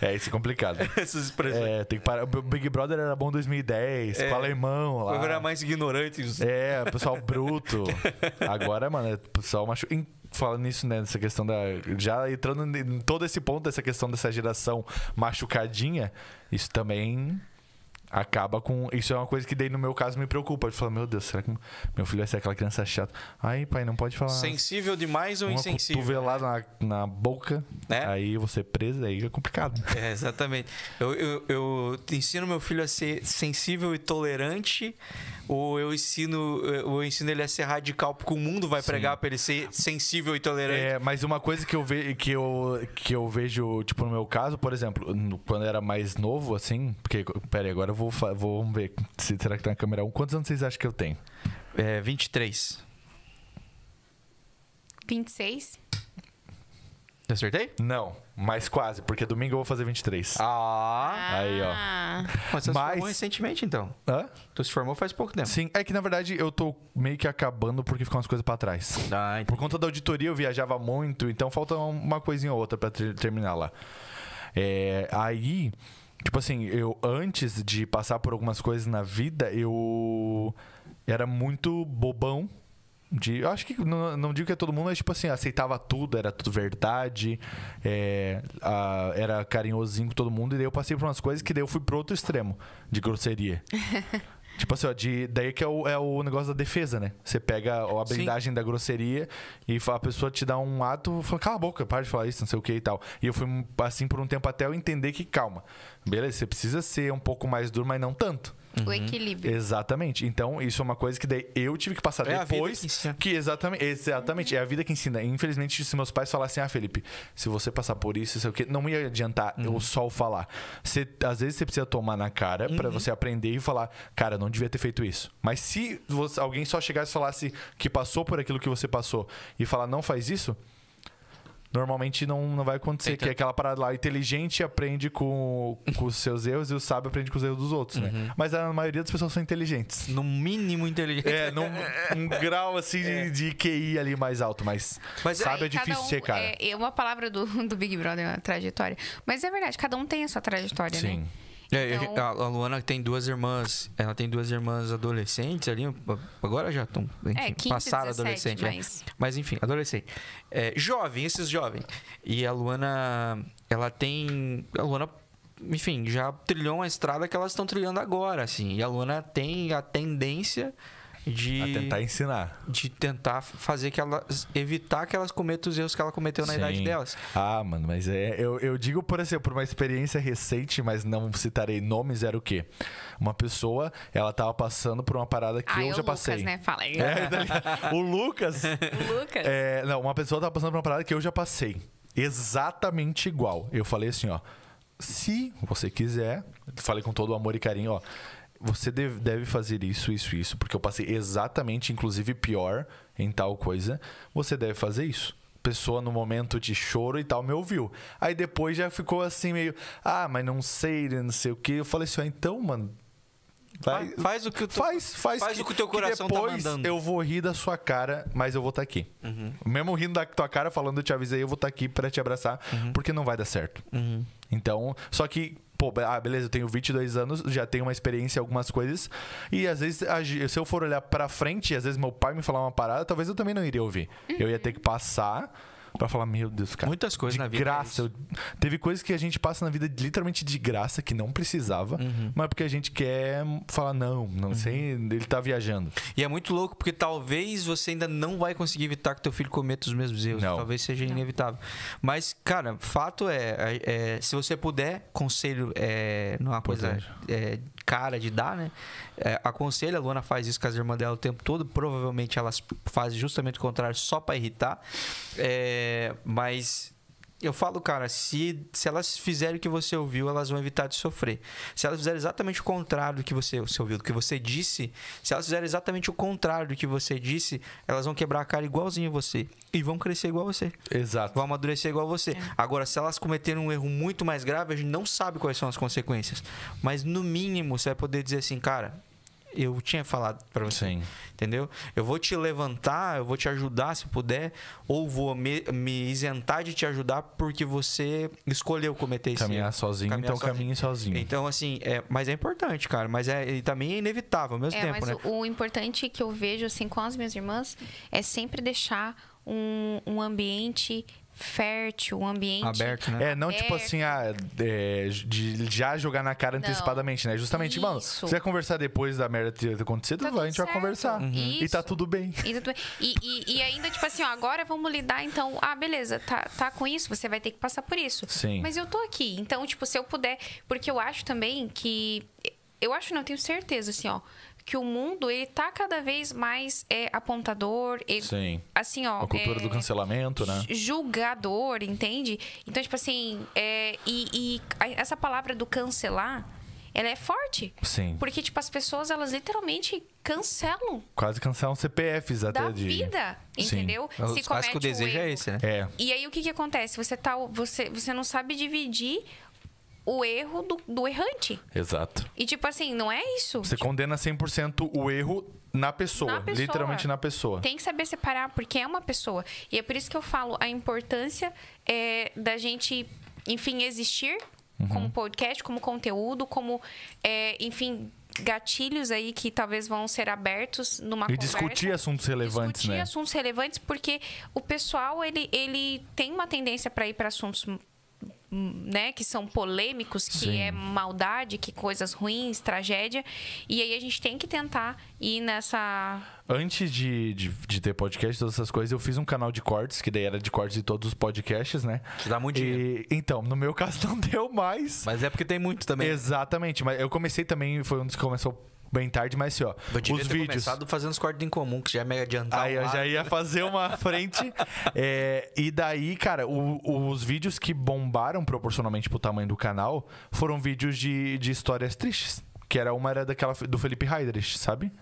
[SPEAKER 1] É, isso é complicado.
[SPEAKER 2] essas expressões.
[SPEAKER 1] É, tem que parar. O Big Brother era bom em 2010,
[SPEAKER 2] É.
[SPEAKER 1] com o alemão
[SPEAKER 2] Eu era
[SPEAKER 1] lá.
[SPEAKER 2] mais ignorante. Os...
[SPEAKER 1] É, pessoal bruto. Agora, mano, é pessoal macho. em- Falando nisso, né, nessa questão da. Já entrando em todo esse ponto, dessa questão dessa geração machucadinha, isso também acaba com. Isso é uma coisa que, daí, no meu caso, me preocupa. De falar, meu Deus, será que meu filho vai ser aquela criança chata? Ai, pai, não pode falar.
[SPEAKER 2] Sensível demais ou
[SPEAKER 1] uma
[SPEAKER 2] insensível?
[SPEAKER 1] cotovelada na, na boca,
[SPEAKER 2] É.
[SPEAKER 1] aí você preso, aí é complicado.
[SPEAKER 2] É, exatamente. Eu, eu, eu ensino meu filho a ser sensível e tolerante, ou eu ensino, eu ensino ele a ser radical, porque o mundo vai pregar pra ele ser sensível e tolerante.
[SPEAKER 1] É, mas uma coisa que eu, ve que, eu, que eu vejo, tipo, no meu caso, por exemplo, no- quando eu era mais novo, assim, porque, pera aí, agora eu vou, fa- vou vamos ver, se, será que tá na câmera 1? Quantos anos vocês acham que eu tenho?
[SPEAKER 2] É, 23.
[SPEAKER 3] 26.
[SPEAKER 2] Acertei?
[SPEAKER 1] Não, mas quase, porque domingo eu vou fazer 23.
[SPEAKER 2] Ah!
[SPEAKER 1] Aí, ó.
[SPEAKER 3] Ah,
[SPEAKER 2] Mas você se
[SPEAKER 1] Mas-
[SPEAKER 2] formou recentemente, então.
[SPEAKER 1] Hã?
[SPEAKER 2] Tu se formou faz pouco tempo.
[SPEAKER 1] Sim, é que na verdade eu tô meio que acabando porque ficam umas coisas pra trás.
[SPEAKER 2] Ah,
[SPEAKER 1] Por conta da auditoria eu viajava muito, então falta uma coisinha ou outra pra ter- terminar lá. É, aí, tipo assim, eu antes de passar por algumas coisas na vida, eu era muito bobão. De, eu acho que não, não digo que é todo mundo, mas tipo assim, aceitava tudo, era tudo verdade, é, a- era carinhosinho com todo mundo, e daí eu passei por umas coisas que daí eu fui pro outro extremo de grosseria. Tipo assim, ó, de, daí que é o, é o negócio da defesa, né? Você pega a habilidade da grosseria e fala- a pessoa te dá um ato, fala, cala a boca, para de falar isso, não sei o que e tal. E eu fui assim por um tempo até eu entender que, calma, beleza, você precisa ser um pouco mais duro, mas não tanto.
[SPEAKER 3] o equilíbrio.
[SPEAKER 1] Exatamente. Então, isso é uma coisa que daí eu tive que passar
[SPEAKER 2] É a vida
[SPEAKER 1] depois.
[SPEAKER 2] que ensina.
[SPEAKER 1] exatamente, exatamente, é a vida que ensina. Infelizmente, se meus pais falassem, ah, Felipe, se você passar por isso, sei o quê, não ia adiantar
[SPEAKER 2] Uhum.
[SPEAKER 1] eu só o falar. Você- às vezes você precisa tomar na cara pra
[SPEAKER 2] Uhum.
[SPEAKER 1] você aprender e falar, cara, não devia ter feito isso. Mas se você- alguém só chegasse e falasse que passou por aquilo que você passou e falar, não faz isso, Normalmente não, não vai acontecer,
[SPEAKER 2] Eita.
[SPEAKER 1] que é aquela parada lá, inteligente aprende com, com os seus erros e o sábio aprende com os erros dos outros,
[SPEAKER 2] Uhum.
[SPEAKER 1] né? Mas a maioria das pessoas são inteligentes.
[SPEAKER 2] No mínimo inteligente.
[SPEAKER 1] É, num, um grau assim de, de QI ali mais alto, mas,
[SPEAKER 2] Mas é-
[SPEAKER 1] sábio é
[SPEAKER 3] É. Aí cada
[SPEAKER 1] difícil
[SPEAKER 3] um-
[SPEAKER 1] ser, cara.
[SPEAKER 3] É, é uma palavra do, do Big Brother, uma trajetória. Mas é verdade, cada um tem a sua trajetória, né?
[SPEAKER 1] Sim.
[SPEAKER 2] É, eu-
[SPEAKER 3] Então-
[SPEAKER 2] a a Luana tem duas irmãs. Ela tem duas irmãs adolescentes ali. um, Agora já estão. Enfim,
[SPEAKER 3] É, 15,
[SPEAKER 2] passaram
[SPEAKER 3] 17,
[SPEAKER 2] adolescente. é.
[SPEAKER 3] mas-
[SPEAKER 2] Mas enfim, adolescente. É, jovem, esses jovens. E a Luana, ela tem. A Luana, enfim, já trilhou uma estrada que elas estão trilhando agora, assim. E a Luana tem a tendência de.
[SPEAKER 1] A tentar ensinar.
[SPEAKER 2] De tentar fazer que elas. evitar que elas cometam os erros que ela cometeu na
[SPEAKER 1] Sim.
[SPEAKER 2] idade delas.
[SPEAKER 1] Ah, mano, mas é. Eu, eu digo por exemplo, por uma experiência recente, mas não citarei nomes, era o quê? Uma pessoa, ela tava passando por uma parada que
[SPEAKER 3] Ah,
[SPEAKER 1] eu
[SPEAKER 3] é o
[SPEAKER 1] já
[SPEAKER 3] Lucas,
[SPEAKER 1] passei.
[SPEAKER 3] né? Fala aí.
[SPEAKER 1] É, tá ligado? o Lucas,
[SPEAKER 3] O Lucas.
[SPEAKER 1] É, não, uma pessoa tava passando por uma parada que eu já passei. Exatamente igual. Eu falei assim, ó. Se você quiser, falei com todo o amor e carinho, ó. Você deve, deve fazer isso, isso, isso, porque eu passei exatamente, inclusive pior em tal coisa. Você deve fazer isso. Pessoa no momento de choro e tal me ouviu. Aí depois já ficou assim meio, ah, mas não sei, não sei o que. Eu falei assim, ó, então, mano, vai,
[SPEAKER 2] Fa- faz o que o teu-
[SPEAKER 1] faz, faz,
[SPEAKER 2] faz o que o teu coração tá
[SPEAKER 1] depois
[SPEAKER 2] mandando.
[SPEAKER 1] Eu vou rir da sua cara, mas eu vou estar aqui.
[SPEAKER 2] Uhum.
[SPEAKER 1] Mesmo rindo da tua cara, falando eu te avisei, eu vou estar aqui pra te abraçar,
[SPEAKER 2] Uhum.
[SPEAKER 1] porque não vai dar certo. Então, só que, pô, be- ah, beleza, eu tenho 22 anos, já tenho uma experiência em algumas coisas, e às vezes, a ge- se eu for olhar pra frente, às vezes meu pai me falar uma parada, talvez eu também não iria ouvir. Eu ia ter que passar Pra falar, meu Deus, cara.
[SPEAKER 2] Muitas coisas
[SPEAKER 1] de
[SPEAKER 2] na vida é
[SPEAKER 1] graça.
[SPEAKER 2] isso.
[SPEAKER 1] eu- Teve coisas que a gente passa na vida literalmente de graça, que não precisava,
[SPEAKER 2] Uhum.
[SPEAKER 1] mas porque a gente quer falar, não, não sei, ele tá viajando.
[SPEAKER 2] E é muito louco, porque talvez você ainda não vai conseguir evitar que teu filho cometa os mesmos erros.
[SPEAKER 1] Não.
[SPEAKER 2] Talvez seja inevitável. Mas, cara, fato é, é, é, se você puder, conselho é, não é uma coisa é, cara de dar, né? É, aconselho, a Luana faz isso com as irmãs dela o tempo todo. Provavelmente elas fazem justamente o contrário só pra irritar. É, mas eu falo, cara, se, se elas fizerem o que você ouviu, elas vão evitar de sofrer. Se elas fizerem exatamente o contrário do que você, você ouviu, do que você disse, se elas fizerem exatamente o contrário do que você disse, elas vão quebrar a cara igualzinho a você. E vão crescer igual você.
[SPEAKER 1] Exato.
[SPEAKER 2] Vão amadurecer igual você.
[SPEAKER 3] É.
[SPEAKER 2] Agora, se elas cometerem um erro muito mais grave, a gente não sabe quais são as consequências. Mas, no mínimo, você vai poder dizer assim, cara, eu tinha falado pra você.
[SPEAKER 1] Sim.
[SPEAKER 2] Entendeu? Eu vou te levantar, eu vou te ajudar se puder, ou vou me, me isentar de te ajudar porque você escolheu cometer esse
[SPEAKER 1] Caminhar
[SPEAKER 2] erro.
[SPEAKER 1] sozinho, então caminhe sozinho.
[SPEAKER 2] Então, assim, é, mas é importante, cara. Mas é, e também é inevitável ao mesmo
[SPEAKER 3] É,
[SPEAKER 2] tempo,
[SPEAKER 3] mas
[SPEAKER 2] né?
[SPEAKER 3] o, o importante que eu vejo, assim, com as minhas irmãs, é sempre deixar um, um ambiente fértil, um ambiente...
[SPEAKER 2] Aberto, né?
[SPEAKER 1] É, não tipo
[SPEAKER 3] aberto.
[SPEAKER 1] assim, ah, é, de já jogar na cara
[SPEAKER 3] Não.
[SPEAKER 1] antecipadamente, né? Justamente, mano,
[SPEAKER 3] Isso.
[SPEAKER 1] se vai conversar depois da merda ter acontecido,
[SPEAKER 3] Tá
[SPEAKER 1] vai, a
[SPEAKER 3] tudo
[SPEAKER 1] gente vai
[SPEAKER 3] certo.
[SPEAKER 1] conversar.
[SPEAKER 3] Uhum.
[SPEAKER 1] E tá
[SPEAKER 3] Isso.
[SPEAKER 1] tudo bem.
[SPEAKER 3] E, tudo bem. E- e- e ainda, tipo assim, ó, agora vamos lidar, então, ah, beleza, tá, tá com isso, você vai ter que passar por isso.
[SPEAKER 1] Sim.
[SPEAKER 3] Mas eu tô aqui, então, tipo, se eu puder, porque eu acho também que, eu acho não, eu tenho certeza, assim, ó, que o mundo, ele tá cada vez mais é, apontador, ele-
[SPEAKER 1] Sim.
[SPEAKER 3] assim, ó...
[SPEAKER 1] A cultura
[SPEAKER 3] é,
[SPEAKER 1] do cancelamento, né?
[SPEAKER 3] ju- Julgador, entende? Então, tipo assim, é, e, e a- essa palavra do cancelar, ela é forte.
[SPEAKER 1] Sim.
[SPEAKER 3] Porque, tipo, as pessoas, elas literalmente cancelam
[SPEAKER 1] Quase cancelam CPFs até
[SPEAKER 3] da
[SPEAKER 1] de.
[SPEAKER 3] vida,
[SPEAKER 1] Sim.
[SPEAKER 3] entendeu?
[SPEAKER 2] Mas
[SPEAKER 3] Se
[SPEAKER 2] o clássico
[SPEAKER 3] comete um
[SPEAKER 2] desejo é
[SPEAKER 3] erro.
[SPEAKER 2] esse, né?
[SPEAKER 1] É.
[SPEAKER 3] E aí o que que acontece? Você tá você você não sabe dividir o erro do, do errante.
[SPEAKER 1] Exato.
[SPEAKER 3] E tipo assim, não é isso.
[SPEAKER 1] Você
[SPEAKER 3] Tipo,
[SPEAKER 1] condena 100% o erro na pessoa,
[SPEAKER 3] na pessoa.
[SPEAKER 1] literalmente na pessoa.
[SPEAKER 3] Tem que saber separar porque é uma pessoa. E é por isso que eu falo a importância é, da gente, enfim, existir
[SPEAKER 1] Uhum.
[SPEAKER 3] como podcast, como conteúdo, como é, enfim, gatilhos aí que talvez vão ser abertos numa
[SPEAKER 1] E
[SPEAKER 3] conversa.
[SPEAKER 1] discutir assuntos relevantes,
[SPEAKER 3] discutir
[SPEAKER 1] né?
[SPEAKER 3] assuntos relevantes porque o pessoal ele, ele tem uma tendência para ir para assuntos hum, né, que são polêmicos, que
[SPEAKER 1] Sim.
[SPEAKER 3] é maldade, que coisas ruins, tragédia. E aí a gente tem que tentar ir nessa.
[SPEAKER 1] Antes de, de, de ter podcast, todas essas coisas, eu fiz um canal de cortes, que daí era de cortes de todos os podcasts, né?
[SPEAKER 2] Que dá muito dinheiro.
[SPEAKER 1] E, então, no meu caso não deu mais.
[SPEAKER 2] Mas é porque tem muito também.
[SPEAKER 1] Exatamente, mas eu comecei também, foi um dos que começou bem tarde, mas assim, ó,
[SPEAKER 2] Eu devia
[SPEAKER 1] os
[SPEAKER 2] ter
[SPEAKER 1] vídeos.
[SPEAKER 2] começado fazendo os cortes em comum, que já é mega adiantado.
[SPEAKER 1] Aí eu
[SPEAKER 2] lá.
[SPEAKER 1] já ia fazer uma frente. É, e daí, cara, o- os vídeos que bombaram proporcionalmente pro tamanho do canal foram vídeos de, de histórias tristes. Que era uma era daquela do Felipe Heidrich, sabe?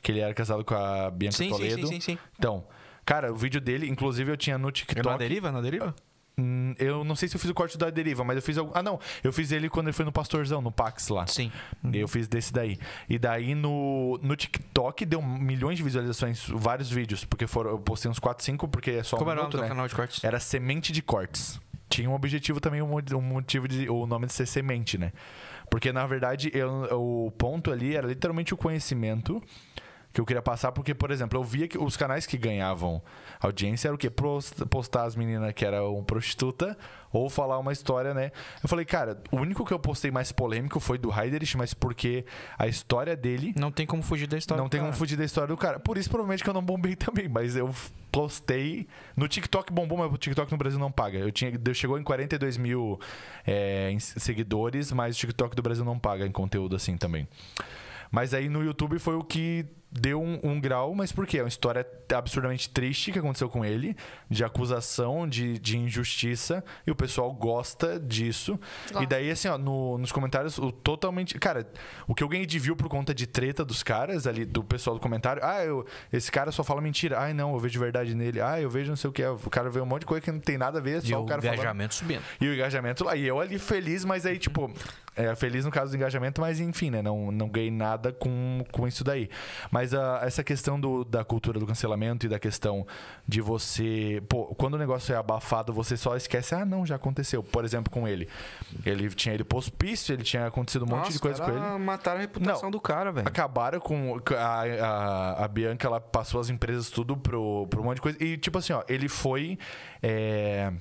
[SPEAKER 1] Que ele era casado com a Bianca
[SPEAKER 2] Sim, sim,
[SPEAKER 1] Toledo.
[SPEAKER 2] sim, sim, sim.
[SPEAKER 1] Então, cara, o vídeo dele, inclusive eu tinha no
[SPEAKER 2] É
[SPEAKER 1] TikTok.
[SPEAKER 2] Na deriva? Na deriva?
[SPEAKER 1] Hum, eu não sei se eu fiz o corte da deriva, mas eu fiz algum... Ah, não. Eu fiz ele quando ele foi no Pastorzão, no Pax lá.
[SPEAKER 2] Sim.
[SPEAKER 1] Eu fiz desse daí. E daí no, no TikTok deu milhões de visualizações, vários vídeos, porque foram, eu postei uns 4, 5, porque é só
[SPEAKER 2] Como
[SPEAKER 1] um
[SPEAKER 2] era o nome
[SPEAKER 1] minuto,
[SPEAKER 2] do
[SPEAKER 1] né?
[SPEAKER 2] canal de cortes?
[SPEAKER 1] Era Semente de Cortes. Tinha um objetivo também, um mo- um motivo de. O nome de ser semente, né? Porque, na verdade, eu- o ponto ali era literalmente o conhecimento que eu queria passar, porque, por exemplo, eu via que os canais que ganhavam audiência era o quê? Pros- Postar as meninas que eram prostituta ou falar uma história, né? Eu falei, cara, o único que eu postei mais polêmico foi do Heiderich, mas porque a história dele
[SPEAKER 2] Não tem como fugir da história.
[SPEAKER 1] não tem como
[SPEAKER 2] cara.
[SPEAKER 1] fugir da história do cara. Por isso, provavelmente, que eu não bombei também. Mas eu postei. No TikTok bombou, mas o TikTok no Brasil não paga. Eu tinha, deu- chegou em 42 mil é, em s- seguidores, mas o TikTok do Brasil não paga em conteúdo assim também. Mas aí no YouTube foi o que deu um, um grau, mas por quê? É uma história absurdamente triste que aconteceu com ele, de acusação, de, de injustiça, e o pessoal gosta disso. E
[SPEAKER 3] Gosta.
[SPEAKER 1] daí, assim, ó, no- nos comentários, o totalmente. Cara, o que eu ganhei de view por conta de treta dos caras ali, do pessoal do comentário, ah, eu, esse cara só fala mentira. Ai, não, eu vejo verdade nele. Ah, eu vejo não sei o que. O cara vê um monte de coisa que não tem nada a ver, é só
[SPEAKER 2] E
[SPEAKER 1] o
[SPEAKER 2] o
[SPEAKER 1] cara falando.
[SPEAKER 2] engajamento subindo.
[SPEAKER 1] E o engajamento lá. E eu ali feliz, mas aí, tipo, é, feliz no caso do engajamento, mas enfim, né? Não, não ganhei nada com, com isso daí. Mas a- essa questão do, da cultura do cancelamento e da questão de você. Pô, quando o negócio é abafado, você só esquece, ah, não, já aconteceu. Por exemplo, com ele. Ele tinha ido pro hospício, ele tinha acontecido um monte de coisa com ele.
[SPEAKER 5] Mataram a reputação
[SPEAKER 1] Não.
[SPEAKER 5] do cara, velho.
[SPEAKER 1] Acabaram com. A, a, a Bianca, ela passou as empresas tudo pro, pro um monte de coisa. E, tipo assim, ó, ele foi. é,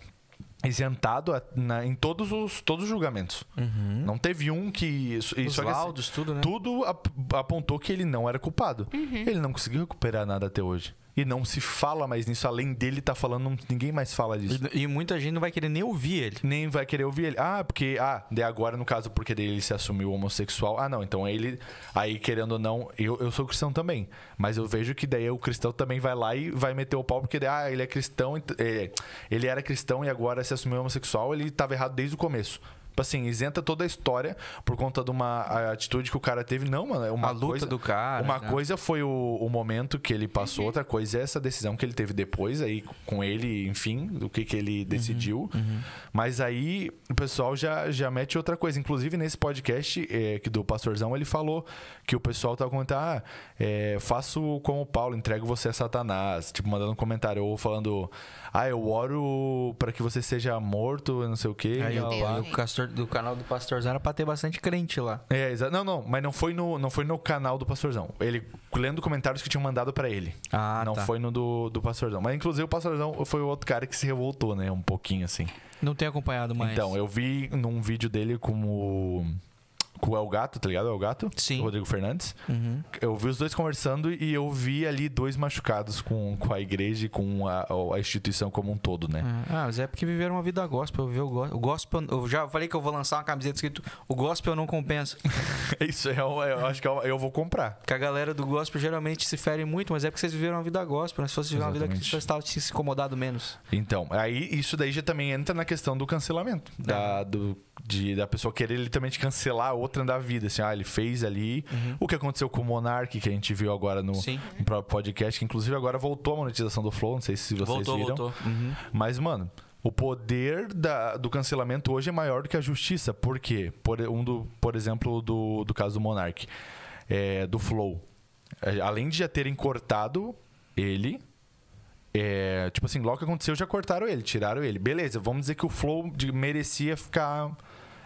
[SPEAKER 1] isentado a- na- em todos os, todos os julgamentos. Não teve um que. Isso,
[SPEAKER 2] Uhum. Os
[SPEAKER 1] isso
[SPEAKER 2] laudos, tudo, né?
[SPEAKER 1] Tudo ap- apontou que ele não era culpado. Ele não conseguiu recuperar nada até hoje. E não se fala mais nisso. Além dele tá falando, não- ninguém mais fala disso
[SPEAKER 2] E, e muita gente não vai querer nem ouvir ele.
[SPEAKER 1] nem vai querer ouvir ele. Ah, porque. Ah, de agora, no caso, porque daí ele se assumiu homossexual. Ah, não. Então ele. Aí, querendo ou não, eu, eu sou cristão também. Mas eu vejo que daí o cristão também vai lá e vai meter o pau, porque daí, ah, ele é cristão. ent- é, ele era cristão e agora se assumiu homossexual, ele tava errado desde o começo. Tipo assim, isenta toda a história por conta de uma a- atitude que o cara teve. Não, mano, é uma
[SPEAKER 5] A luta
[SPEAKER 1] coisa-
[SPEAKER 5] do cara,
[SPEAKER 1] Uma
[SPEAKER 5] né?
[SPEAKER 1] coisa foi o, o momento que ele passou, outra coisa é essa decisão que ele teve depois, aí com ele, enfim, o que, que
[SPEAKER 2] Uhum.
[SPEAKER 1] ele decidiu. Mas aí o pessoal já, já mete outra coisa. Inclusive, nesse podcast eh, que do Pastorzão, ele falou que o pessoal tava comentando: ah, eh, faço como o Paulo, entrego você a Satanás. Tipo, mandando um comentário, ou falando, ah, eu oro para que você seja morto, não sei o quê.
[SPEAKER 2] Aí,
[SPEAKER 1] E
[SPEAKER 2] ó,
[SPEAKER 6] Deus,
[SPEAKER 2] lá,
[SPEAKER 6] gente.
[SPEAKER 2] o castor, do canal do Pastorzão era pra ter bastante crente lá.
[SPEAKER 1] É, exa- não, não, mas não foi no, não foi no canal do Pastorzão. Ele lendo comentários que tinham mandado pra ele.
[SPEAKER 2] Ah,
[SPEAKER 1] não
[SPEAKER 2] tá.
[SPEAKER 1] foi no do, do Pastorzão. Mas inclusive o Pastorzão foi o outro cara que se revoltou, né, um pouquinho assim.
[SPEAKER 2] Não tenho acompanhado mais.
[SPEAKER 1] Então, eu vi num vídeo dele como com o El Gato, tá ligado? El Gato?
[SPEAKER 2] Sim.
[SPEAKER 1] O Rodrigo Fernandes.
[SPEAKER 2] Uhum.
[SPEAKER 1] Eu vi os dois conversando e eu vi ali dois machucados com, com a igreja e com a, a instituição como um todo, né?
[SPEAKER 2] Ah, mas é porque viveram uma vida gospel. Eu, vi o gos- o gospel. Eu já falei que eu vou lançar uma camiseta escrito O gospel não compensa.
[SPEAKER 1] Isso, eu, eu acho que é eu, eu vou comprar.
[SPEAKER 2] Porque a galera do gospel geralmente se fere muito, mas é porque vocês viveram uma vida gospel. Né? Se fosse viver uma vida que
[SPEAKER 1] Exatamente.
[SPEAKER 2] vocês estavam se incomodado menos.
[SPEAKER 1] Então, aí isso daí já também entra na questão do cancelamento.
[SPEAKER 5] É.
[SPEAKER 1] Da, do, de, da pessoa querer literalmente cancelar a outra da vida. Assim, ah, ele fez ali.
[SPEAKER 5] Uhum.
[SPEAKER 1] O que aconteceu com o Monark, que a gente viu agora no,
[SPEAKER 2] Sim.
[SPEAKER 1] no próprio podcast, que inclusive agora voltou a monetização do Flow, não sei se vocês
[SPEAKER 5] Voltou,
[SPEAKER 1] viram.
[SPEAKER 5] voltou.
[SPEAKER 2] Uhum.
[SPEAKER 1] Mas, mano, o poder da- do cancelamento hoje é maior do que a justiça. Por quê? Por, um do, por exemplo, do, do caso do Monark, é, do Flow. É, Além de já terem cortado ele, é, tipo assim, logo que aconteceu, já cortaram ele, tiraram ele. Beleza, vamos dizer que o Flow de- merecia ficar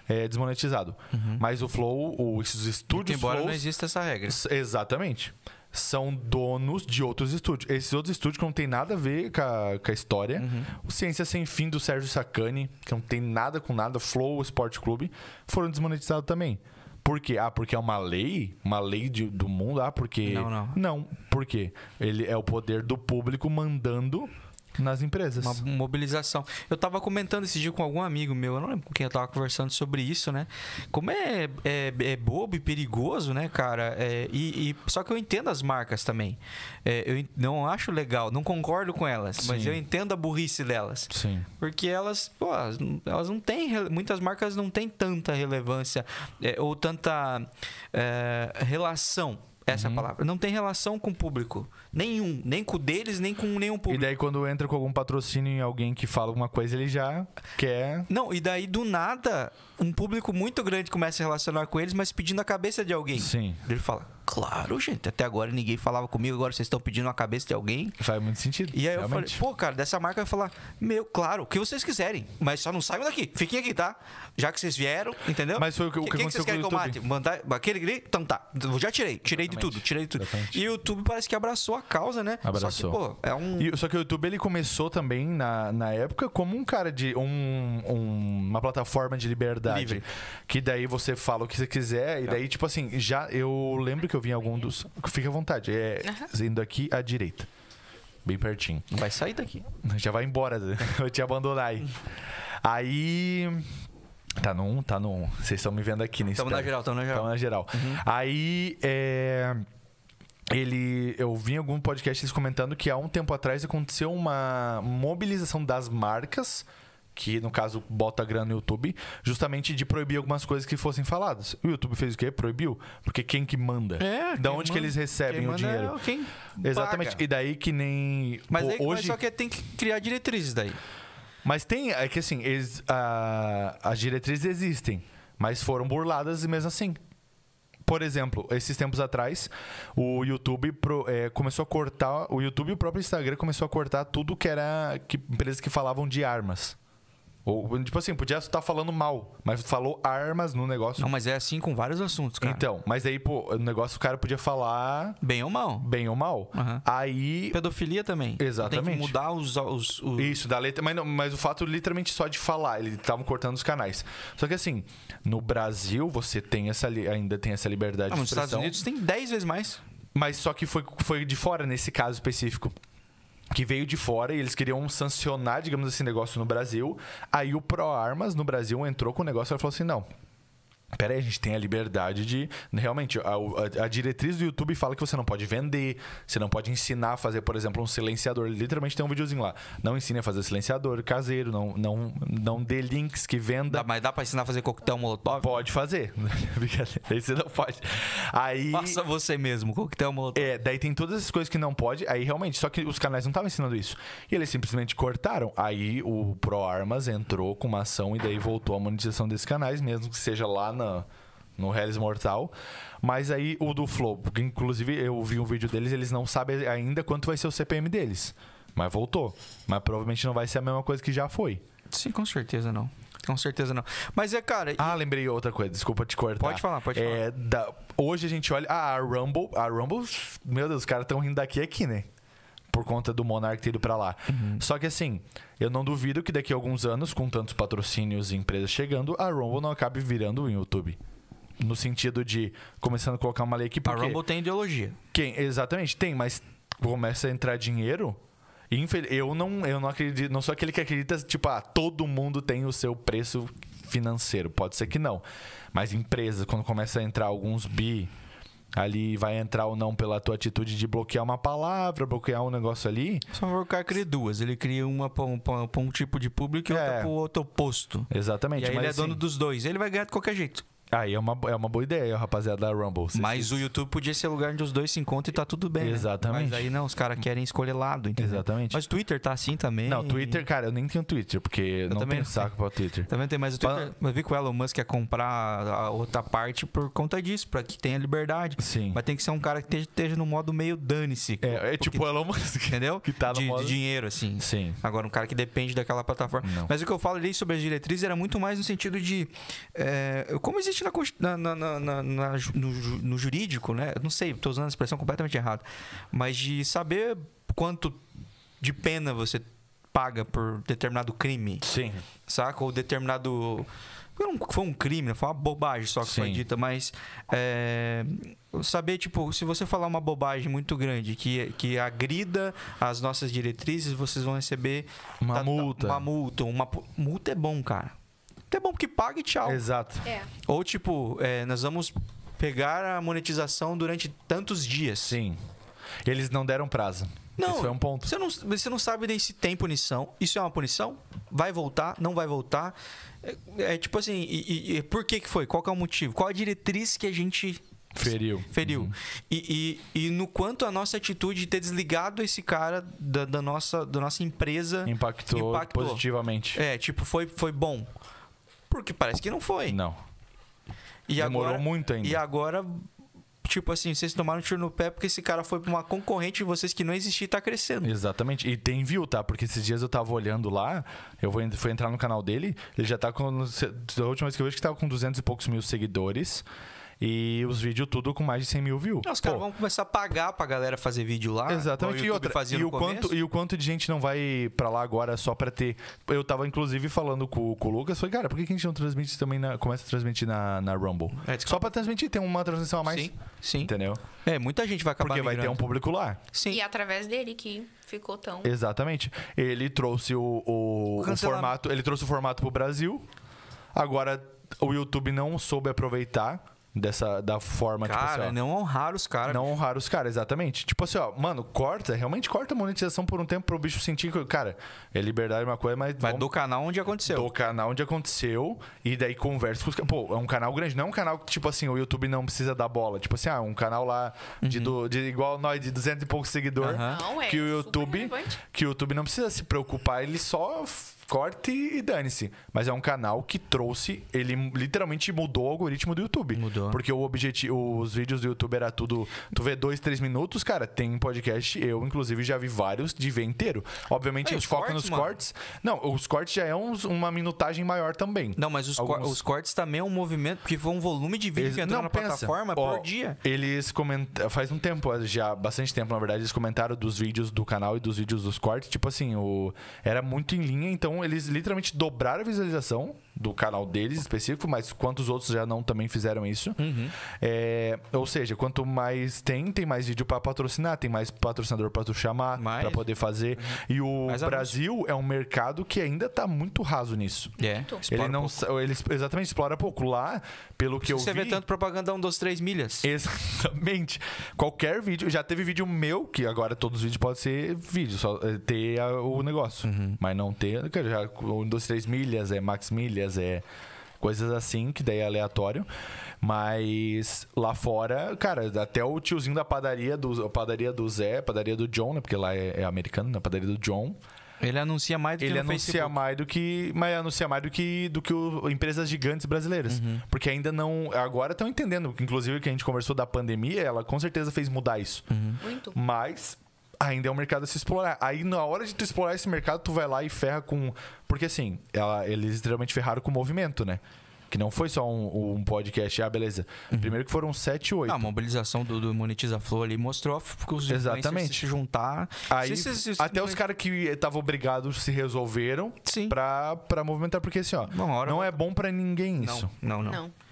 [SPEAKER 1] é, desmonetizado. Mas o Flow, o- os estúdios
[SPEAKER 5] Uhum. embora
[SPEAKER 1] Flow
[SPEAKER 5] não exista essa regra.
[SPEAKER 1] S- Exatamente. São donos de outros estúdios. Esses outros estúdios que não tem nada a ver com a, com a história.
[SPEAKER 2] Uhum.
[SPEAKER 1] O Ciência Sem Fim do Sérgio Sacani, que não tem nada com nada, Flow Esporte Clube, foram desmonetizados também. Por quê? Ah, porque é uma lei? Uma lei de- do mundo? Ah, porque.
[SPEAKER 2] Não, não.
[SPEAKER 1] Não, por quê? Ele é o poder do público mandando nas empresas.
[SPEAKER 2] Uma mobilização. Eu tava comentando esse dia com algum amigo meu, eu não lembro com quem eu tava conversando sobre isso, né? Como é, é, é bobo e perigoso, né, cara? É, e, e- só que eu entendo as marcas também. É, eu en- não acho legal, não concordo com elas, mas
[SPEAKER 1] Sim.
[SPEAKER 2] eu entendo a burrice delas.
[SPEAKER 1] Sim.
[SPEAKER 2] Porque elas, pô, elas não- elas não têm. rele- Muitas marcas não têm tanta relevância é, ou tanta é, relação. Essa é
[SPEAKER 1] Uhum.
[SPEAKER 2] a palavra. Não tem relação com o público. Nenhum. Nem com o deles, nem com nenhum
[SPEAKER 1] E
[SPEAKER 2] público.
[SPEAKER 1] daí, quando entra com algum patrocínio em alguém que fala alguma coisa, ele já quer.
[SPEAKER 2] Não, e daí do nada, um público muito grande começa a se relacionar com eles, mas pedindo a cabeça de alguém.
[SPEAKER 1] Sim.
[SPEAKER 2] Ele fala, claro, gente, até agora ninguém falava comigo, agora vocês estão pedindo a cabeça de alguém.
[SPEAKER 1] Faz muito sentido.
[SPEAKER 2] E aí eu
[SPEAKER 1] realmente.
[SPEAKER 2] falei, pô, cara, dessa marca eu ia falar, meu, claro, o que vocês quiserem, mas só não saiam daqui, fiquem aqui, tá? Já que vocês vieram, entendeu?
[SPEAKER 1] Mas foi o que- o que
[SPEAKER 2] quem
[SPEAKER 1] aconteceu
[SPEAKER 2] vocês querem
[SPEAKER 1] com o
[SPEAKER 2] que eu
[SPEAKER 1] YouTube.
[SPEAKER 2] mate? Mandar aquele ali? Então tá, eu já tirei, tirei de tudo, tirei de tudo.
[SPEAKER 1] Exatamente.
[SPEAKER 2] E o YouTube parece que abraçou a causa, né?
[SPEAKER 1] Abraçou.
[SPEAKER 2] Só que, pô, é um...
[SPEAKER 1] E- só que o YouTube ele começou também na, na época como um cara de um- um- uma plataforma de liberdade.
[SPEAKER 2] Livre.
[SPEAKER 1] Que daí você fala o que você quiser. E daí, tipo assim, já eu lembro que eu vi em algum dos. Fica à vontade. É indo aqui à direita. Bem pertinho.
[SPEAKER 2] Não vai sair daqui.
[SPEAKER 1] Já vai embora, Zé. vou te abandonar aí. Aí. Tá no 1, tá no 1. Vocês estão me vendo aqui nesse
[SPEAKER 2] Tamo na
[SPEAKER 1] pé.
[SPEAKER 2] geral, tamo na geral. Uhum.
[SPEAKER 1] Tamo na geral. Aí. É... Ele, eu vi em algum podcast eles comentando que há um tempo atrás aconteceu uma mobilização das marcas, que no caso bota grana no YouTube, justamente de proibir algumas coisas que fossem faladas. O YouTube fez o quê? Proibiu. Porque quem que manda?
[SPEAKER 2] É,
[SPEAKER 1] da
[SPEAKER 2] quem
[SPEAKER 1] onde que
[SPEAKER 2] manda-
[SPEAKER 1] eles
[SPEAKER 2] quem
[SPEAKER 1] recebem o
[SPEAKER 2] manda é
[SPEAKER 1] dinheiro?
[SPEAKER 2] quem
[SPEAKER 1] Exatamente.
[SPEAKER 2] paga.
[SPEAKER 1] E daí que nem.
[SPEAKER 2] Mas
[SPEAKER 1] pô,
[SPEAKER 2] aí, mas
[SPEAKER 1] hoje...
[SPEAKER 2] só que é, tem que criar diretrizes daí.
[SPEAKER 1] Mas tem. É que assim, eles, a- as diretrizes existem. mas foram burladas e mesmo assim. Por exemplo, esses tempos atrás, o YouTube pro- eh, começou a cortar. O YouTube e o próprio Instagram começou a cortar tudo que era. Que, empresas que falavam de armas. Ou, tipo assim, podia estar falando mal, mas falou armas no negócio.
[SPEAKER 2] Não, mas é assim com vários assuntos, cara.
[SPEAKER 1] então, mas aí, pô, o negócio o cara podia falar
[SPEAKER 2] Bem ou mal.
[SPEAKER 1] bem ou mal.
[SPEAKER 2] Aham.
[SPEAKER 1] Aí.
[SPEAKER 2] Pedofilia também. Tem
[SPEAKER 1] Exatamente.
[SPEAKER 2] que mudar os. os, os-
[SPEAKER 1] Isso, da letra. Mas, não- mas o fato literalmente só de falar, eles estavam cortando os canais. Só que assim, no Brasil você tem essa li- ainda tem essa liberdade
[SPEAKER 2] Ah,
[SPEAKER 1] de
[SPEAKER 2] nos
[SPEAKER 1] expressão.
[SPEAKER 2] Estados Unidos tem 10 vezes mais.
[SPEAKER 1] Mas só que foi, foi de fora nesse caso específico. Que veio de fora e eles queriam sancionar, digamos assim, negócio no Brasil. Aí o ProArmas no Brasil entrou com o negócio e falou assim: não. Peraí, a gente tem a liberdade de. Realmente, a, a- a diretriz do YouTube fala que você não pode vender, você não pode ensinar a fazer, por exemplo, um silenciador. Literalmente tem um videozinho lá. Não ensine a fazer silenciador caseiro, não, não, não dê links que venda.
[SPEAKER 2] Dá, mas dá pra ensinar a fazer coquetel molotov?
[SPEAKER 1] Pode fazer. Brincadeira, Aí você não pode. Aí.
[SPEAKER 2] Faça você mesmo, coquetel molotov.
[SPEAKER 1] É, daí tem todas essas coisas que não pode, aí realmente, só que os canais não estavam ensinando isso. E eles simplesmente cortaram. Aí o ProArmas entrou com uma ação e daí voltou a monetização desses canais, mesmo que seja lá na, no Hellis Mortal. Mas aí o do Flow, porque inclusive eu vi um vídeo deles, eles não sabem ainda quanto vai ser o CPM deles. Mas voltou. Mas provavelmente não vai ser a mesma coisa que já foi.
[SPEAKER 2] Sim, com certeza não. Com certeza não. Mas é, cara.
[SPEAKER 1] É. Ah, lembrei outra coisa, desculpa te cortar.
[SPEAKER 2] Pode falar, pode
[SPEAKER 1] É, da- hoje a gente olha. Ah, a Rumble. A Rumble. Meu Deus, os caras estão rindo daqui e aqui, né? Por conta do Monark ter ido pra lá.
[SPEAKER 2] Uhum.
[SPEAKER 1] Só que assim, eu não duvido que daqui a alguns anos, com tantos patrocínios e empresas chegando, a Rumble não acabe virando um YouTube. No sentido de começando a colocar uma lei aqui
[SPEAKER 2] A
[SPEAKER 1] porque
[SPEAKER 2] Rumble tem ideologia.
[SPEAKER 1] quem, exatamente, tem, mas começa a entrar dinheiro. e infel- Eu não, eu não acredito, não sou aquele que acredita, tipo, ah, todo mundo tem o seu preço financeiro. Pode ser que não. Mas empresas, quando começa a entrar alguns bi, ali vai entrar ou não pela tua atitude de bloquear uma palavra, bloquear um negócio ali.
[SPEAKER 2] Só favor, o cara cria duas. Ele cria uma pra um, pra um- pra um tipo de público e outra
[SPEAKER 1] É.
[SPEAKER 2] pro outro oposto.
[SPEAKER 1] Exatamente.
[SPEAKER 2] E aí
[SPEAKER 1] mas
[SPEAKER 2] ele é
[SPEAKER 1] assim,
[SPEAKER 2] dono dos dois. Ele vai ganhar de qualquer jeito.
[SPEAKER 1] Aí é uma, é uma boa ideia, rapaziada da Rumble. Vocês-
[SPEAKER 2] Mas o YouTube podia ser o lugar onde os dois se encontram e tá tudo bem. né?
[SPEAKER 1] Exatamente.
[SPEAKER 2] Mas aí não, os caras querem escolher lado, entendeu?
[SPEAKER 1] Exatamente.
[SPEAKER 2] Mas o Twitter tá assim também.
[SPEAKER 1] Não, Twitter, cara, eu nem tenho Twitter, porque não
[SPEAKER 2] também
[SPEAKER 1] tenho
[SPEAKER 2] não.
[SPEAKER 1] saco pra Twitter.
[SPEAKER 2] Também Tá tem, mas o Twitter.
[SPEAKER 1] Fala-
[SPEAKER 2] Eu vi que o Elon Musk ia comprar a outra parte por conta disso, pra que tenha liberdade.
[SPEAKER 1] Sim.
[SPEAKER 2] Mas tem que ser um cara que te- esteja no modo meio dane-se.
[SPEAKER 1] É, é tipo o Elon Musk.
[SPEAKER 2] Entendeu?
[SPEAKER 1] Que tá no
[SPEAKER 2] de,
[SPEAKER 1] modo-
[SPEAKER 2] de dinheiro, assim.
[SPEAKER 1] Sim.
[SPEAKER 2] Agora, um cara que depende daquela plataforma.
[SPEAKER 1] Não.
[SPEAKER 2] Mas o que eu falo ali sobre as diretrizes era muito mais no sentido de. é, como existe na, consti- na- na- na- na- na ju- no, ju- no jurídico, né? Eu Não sei, estou usando a expressão completamente errada. Mas de saber quanto de pena você paga por determinado crime,
[SPEAKER 1] Sim.
[SPEAKER 2] saca? Ou determinado. Não foi um crime, né? foi uma bobagem só que foi
[SPEAKER 1] Sim.
[SPEAKER 2] dita, mas. é, saber, tipo, se você falar uma bobagem muito grande que, que agrida as nossas diretrizes, vocês vão receber
[SPEAKER 1] Uma
[SPEAKER 2] tá- tá-
[SPEAKER 1] multa.
[SPEAKER 2] Uma multa. Uma pu- multa é bom, cara. Multa é bom porque paga e tchau.
[SPEAKER 1] Exato.
[SPEAKER 3] É.
[SPEAKER 2] Ou, tipo, é, nós vamos pegar a monetização durante tantos dias.
[SPEAKER 1] Sim. Eles não deram prazo. Isso foi um ponto.
[SPEAKER 2] Você não, você não sabe nem se tem punição. Isso é uma punição? Vai voltar? Não vai voltar? É, é tipo assim, e, e- e por que, que foi? Qual que é o motivo? Qual a diretriz que a gente
[SPEAKER 1] Feriu. Uhum.
[SPEAKER 2] feriu? E, e, e no quanto a nossa atitude de ter desligado esse cara da, da nossa, da nossa empresa
[SPEAKER 1] Impactou,
[SPEAKER 2] Impactou.
[SPEAKER 1] positivamente.
[SPEAKER 2] é, tipo, foi, foi bom. Porque parece que não foi.
[SPEAKER 1] Não.
[SPEAKER 2] E
[SPEAKER 1] Demorou
[SPEAKER 2] agora,
[SPEAKER 1] muito ainda.
[SPEAKER 2] E agora, tipo assim, vocês tomaram um tiro no pé porque esse cara foi pra uma concorrente de vocês que não existia e tá crescendo.
[SPEAKER 1] Exatamente. E tem view, tá? Porque esses dias eu tava olhando lá, eu vou en- fui entrar no canal dele, ele já tá com. Da última vez que eu vejo que tava com 200 e poucos mil seguidores. E os vídeos tudo com mais de 100 mil views.
[SPEAKER 2] Não, os caras
[SPEAKER 1] Pô,
[SPEAKER 2] vão começar a pagar pra galera fazer vídeo lá.
[SPEAKER 1] Exatamente. E,
[SPEAKER 2] igual Ah, o YouTube
[SPEAKER 1] outra,
[SPEAKER 2] fazia
[SPEAKER 1] e
[SPEAKER 2] no
[SPEAKER 1] o quanto,
[SPEAKER 2] começo.
[SPEAKER 1] e o quanto de gente não vai pra lá agora só pra ter. Eu tava, inclusive, falando com, com o Lucas, falei, cara, por que que a gente não transmite também na. Começa a transmitir na, na Rumble?
[SPEAKER 2] É, desculpa.
[SPEAKER 1] só pra transmitir, tem uma transmissão a mais.
[SPEAKER 2] Sim, sim.
[SPEAKER 1] Entendeu?
[SPEAKER 2] É, muita gente vai acabar
[SPEAKER 1] Porque vai ter um
[SPEAKER 2] migrando.
[SPEAKER 1] público lá.
[SPEAKER 2] Sim.
[SPEAKER 3] E através dele que ficou tão.
[SPEAKER 1] É. Exatamente. Ele trouxe o, o- o
[SPEAKER 2] cancelamento.
[SPEAKER 1] formato. Ele trouxe o formato pro Brasil. Agora o YouTube não soube aproveitar dessa da forma tipo assim,
[SPEAKER 2] Cara,
[SPEAKER 1] ó,
[SPEAKER 2] não honrar os caras.
[SPEAKER 1] não honrar os caras, exatamente. Tipo assim, ó, mano, corta, realmente corta a monetização por um tempo pro bicho sentir que, cara, é liberdade é uma coisa, mas
[SPEAKER 2] Vai
[SPEAKER 1] vamos-
[SPEAKER 2] do canal onde aconteceu.
[SPEAKER 1] do canal onde aconteceu e daí conversa com os ca- Pô, é um canal grande, não é um canal que, tipo assim, o YouTube não precisa dar bola. Tipo assim, ah, um canal lá de, do- de igual nós, de 200 e poucos seguidores.
[SPEAKER 2] Uhum. Aham.
[SPEAKER 3] Não, é
[SPEAKER 1] que o
[SPEAKER 3] super
[SPEAKER 1] YouTube.
[SPEAKER 3] relevante.
[SPEAKER 1] Que o YouTube não precisa se preocupar, ele só f- corte e dane-se. Mas é um canal que trouxe, ele literalmente mudou o algoritmo do YouTube.
[SPEAKER 2] Mudou.
[SPEAKER 1] Porque o objetivo, os vídeos do YouTube era tudo, tu vê dois, três minutos, cara, tem podcast, eu inclusive já vi vários de ver inteiro. Obviamente
[SPEAKER 2] Ah, e
[SPEAKER 1] eles
[SPEAKER 2] os
[SPEAKER 1] focam
[SPEAKER 2] cortes,
[SPEAKER 1] nos
[SPEAKER 2] mano?
[SPEAKER 1] cortes. Não, os cortes já é uns- uma minutagem maior também.
[SPEAKER 2] Não, mas os, cor-
[SPEAKER 1] Alguns-
[SPEAKER 2] os cortes também é um movimento, porque foi um volume de vídeo
[SPEAKER 1] Eles-
[SPEAKER 2] que entrou
[SPEAKER 1] não,
[SPEAKER 2] na
[SPEAKER 1] pensa.
[SPEAKER 2] plataforma é
[SPEAKER 1] Ó,
[SPEAKER 2] por dia.
[SPEAKER 1] Eles comentaram. Faz um tempo, já bastante tempo, na verdade, eles comentaram dos vídeos do canal e dos vídeos dos cortes. Tipo assim, o, era muito em linha, então eles literalmente dobraram a visualização do canal deles específico, mas quantos outros já não também fizeram isso.
[SPEAKER 2] Uhum.
[SPEAKER 1] É, ou seja, quanto mais tem, tem mais vídeo pra patrocinar, tem mais patrocinador pra tu chamar,
[SPEAKER 2] Mais. Uhum.
[SPEAKER 1] pra poder fazer. E o
[SPEAKER 2] Mais anúncio.
[SPEAKER 1] Brasil é um mercado que ainda tá muito raso nisso.
[SPEAKER 2] É.
[SPEAKER 1] ele não, ele es- exatamente explora pouco lá, pelo que eu
[SPEAKER 2] Você
[SPEAKER 1] vi.
[SPEAKER 2] vê tanto propaganda um, dos três milhas.
[SPEAKER 1] Exatamente. Qualquer vídeo. Já teve vídeo meu, que agora todos os vídeos podem ser vídeo, só eh, ter a- o negócio.
[SPEAKER 2] Uhum.
[SPEAKER 1] Mas não ter. cara, Já, um, dois, três milhas, é max milhas, é. Coisas assim, que daí é aleatório. Mas lá fora, cara, até o tiozinho da padaria do, a padaria do Zé, padaria do John, né? Porque lá é, é americano, na padaria do John.
[SPEAKER 2] Ele anuncia mais do
[SPEAKER 1] Ele
[SPEAKER 2] que no
[SPEAKER 1] anuncia
[SPEAKER 2] Facebook.
[SPEAKER 1] mais do que. Mas anuncia mais do que, do que o- empresas gigantes brasileiras.
[SPEAKER 2] Uhum.
[SPEAKER 1] Porque ainda não. Agora estão entendendo. Inclusive, o que a gente conversou da pandemia, ela com certeza fez mudar isso.
[SPEAKER 2] Uhum.
[SPEAKER 3] Muito.
[SPEAKER 1] Mas ainda é um mercado a se explorar. Aí na hora de tu explorar esse mercado, tu vai lá e ferra com. Porque assim, ela- eles literalmente ferraram com o movimento, né? Que não foi só um, um podcast, ah, beleza.
[SPEAKER 2] Uhum.
[SPEAKER 1] Primeiro que foram 7, 8.
[SPEAKER 2] Ah, a mobilização do, do Monetiza Flow ali mostrou que os influencers
[SPEAKER 1] Exatamente.
[SPEAKER 2] se juntar.
[SPEAKER 1] Aí,
[SPEAKER 2] Se- se- se-
[SPEAKER 1] até os caras que estavam obrigados se resolveram
[SPEAKER 2] Sim.
[SPEAKER 1] pra, pra movimentar, porque assim, ó,
[SPEAKER 2] Uma hora
[SPEAKER 1] não
[SPEAKER 2] volta.
[SPEAKER 1] é bom pra ninguém isso.
[SPEAKER 2] Não, não, não,
[SPEAKER 3] Não.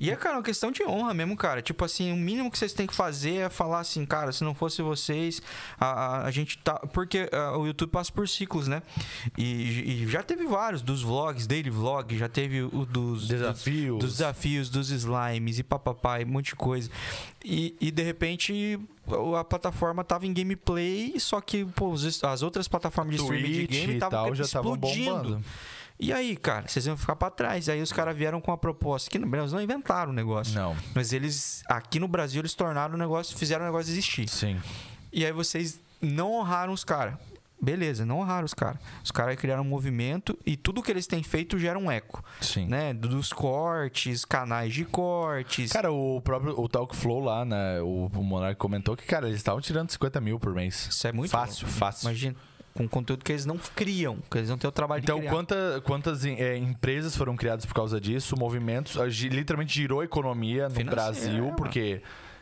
[SPEAKER 2] E é, cara, uma questão de honra mesmo, cara. Tipo assim, o mínimo que vocês têm que fazer é falar assim, cara, se não fosse vocês, a, a, a gente tá. Porque ah, o YouTube passa por ciclos, né? E, e já teve vários, dos vlogs, daily vlog, já teve o dos.
[SPEAKER 1] Desafios.
[SPEAKER 2] Dos, dos desafios, dos slimes e papapá, e um monte de coisa. E, e, de repente. A plataforma tava em gameplay, só que pô, os- as outras plataformas de streaming de
[SPEAKER 1] Twitch
[SPEAKER 2] game
[SPEAKER 1] e
[SPEAKER 2] estavam
[SPEAKER 1] tal já estavam
[SPEAKER 2] explodindo.
[SPEAKER 1] bombando.
[SPEAKER 2] E aí, cara, vocês iam ficar pra trás. Aí os caras vieram com uma proposta que no Brasil não inventaram o negócio.
[SPEAKER 1] Não.
[SPEAKER 2] Mas eles, aqui no Brasil, eles tornaram o negócio, fizeram o negócio existir.
[SPEAKER 1] Sim.
[SPEAKER 2] E aí vocês não honraram os caras. Beleza, não honraram os caras. Os caras criaram um movimento e tudo que eles têm feito gera um eco.
[SPEAKER 1] Sim.
[SPEAKER 2] Né? Dos cortes, canais de cortes.
[SPEAKER 1] Cara, o próprio o Talk Flow lá, né? O, o Monark comentou que, cara, eles estavam tirando 50 mil por mês.
[SPEAKER 2] Isso é muito
[SPEAKER 1] Fácil, fácil.
[SPEAKER 2] Imagina. Com conteúdo que eles não criam, que eles não têm o trabalho
[SPEAKER 1] Então,
[SPEAKER 2] de criar.
[SPEAKER 1] quanta, quantas eh, empresas foram criadas por causa disso? Movimentos. ah, gi- Literalmente girou a economia no
[SPEAKER 2] Financeira, é,
[SPEAKER 1] Brasil,
[SPEAKER 2] mano.
[SPEAKER 1] porque.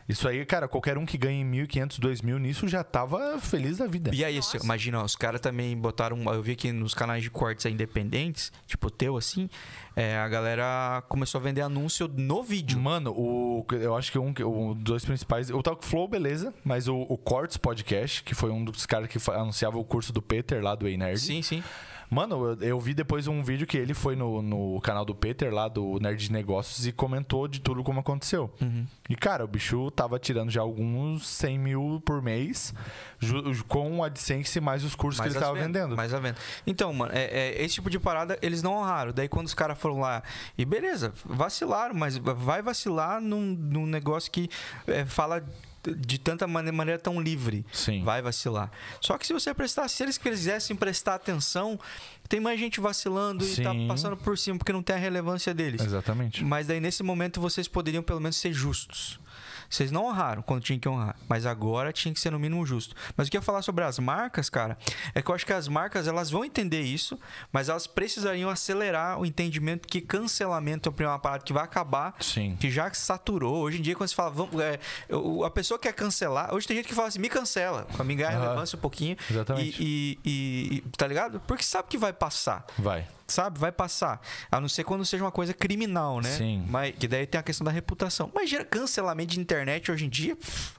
[SPEAKER 1] Isso aí, cara, qualquer um que ganhe 1.500, 2.000 nisso já tava feliz da vida.
[SPEAKER 2] E aí, assim, imagina, ó, os caras também botaram. Eu vi que nos canais de cortes aí independentes, tipo o teu, assim, é, a galera começou a vender anúncio no vídeo.
[SPEAKER 1] Mano, o, eu acho que um, que- um dos dois principais. O Talk Flow, beleza, mas o, o Cortes Podcast, que foi um dos caras que fa- anunciava o curso do Peter lá do Ei Nerd.
[SPEAKER 2] Sim, sim.
[SPEAKER 1] Mano, eu, eu vi depois um vídeo que ele foi no, no canal do Peter, lá do Nerd de Negócios, e comentou de tudo como aconteceu. E, cara, o bicho tava tirando já alguns 100 mil por mês, ju- ju- com o AdSense mais os cursos que ele
[SPEAKER 2] as
[SPEAKER 1] tava
[SPEAKER 2] vendas,
[SPEAKER 1] vendendo.
[SPEAKER 2] Mais a venda. Então, mano, é, é, esse tipo de parada eles não honraram. Daí quando os caras foram lá, e beleza, vacilaram, mas vai vacilar num, num negócio que é, fala de tanta mane- maneira tão livre.
[SPEAKER 1] Sim.
[SPEAKER 2] Vai vacilar. Só que se você prestar, se eles quisessem prestar atenção, tem mais gente vacilando e tá
[SPEAKER 1] Sim.
[SPEAKER 2] passando por cima porque não tem a relevância deles.
[SPEAKER 1] Exatamente.
[SPEAKER 2] Mas daí nesse momento vocês poderiam pelo menos ser justos. Vocês não honraram quando tinha que honrar, mas agora tinha que ser no mínimo justo. Mas o que eu ia falar sobre as marcas, cara, é que eu acho que as marcas elas vão entender isso, mas elas precisariam acelerar o entendimento que cancelamento é uma parada que vai acabar,
[SPEAKER 1] Sim.
[SPEAKER 2] que já saturou. Hoje em dia, quando você fala, vamos, é, o- a pessoa quer cancelar, hoje tem gente que fala assim, me cancela, pra me ganhar
[SPEAKER 1] Aham.
[SPEAKER 2] relevância um pouquinho.
[SPEAKER 1] Exatamente.
[SPEAKER 2] E, e- e- tá ligado? Porque sabe que vai passar
[SPEAKER 1] Vai.
[SPEAKER 2] sabe? Vai passar. A não ser quando seja uma coisa criminal, né?
[SPEAKER 1] Sim.
[SPEAKER 2] Mas, que daí tem a questão da reputação. Mas gera cancelamento de internet hoje em dia. pff,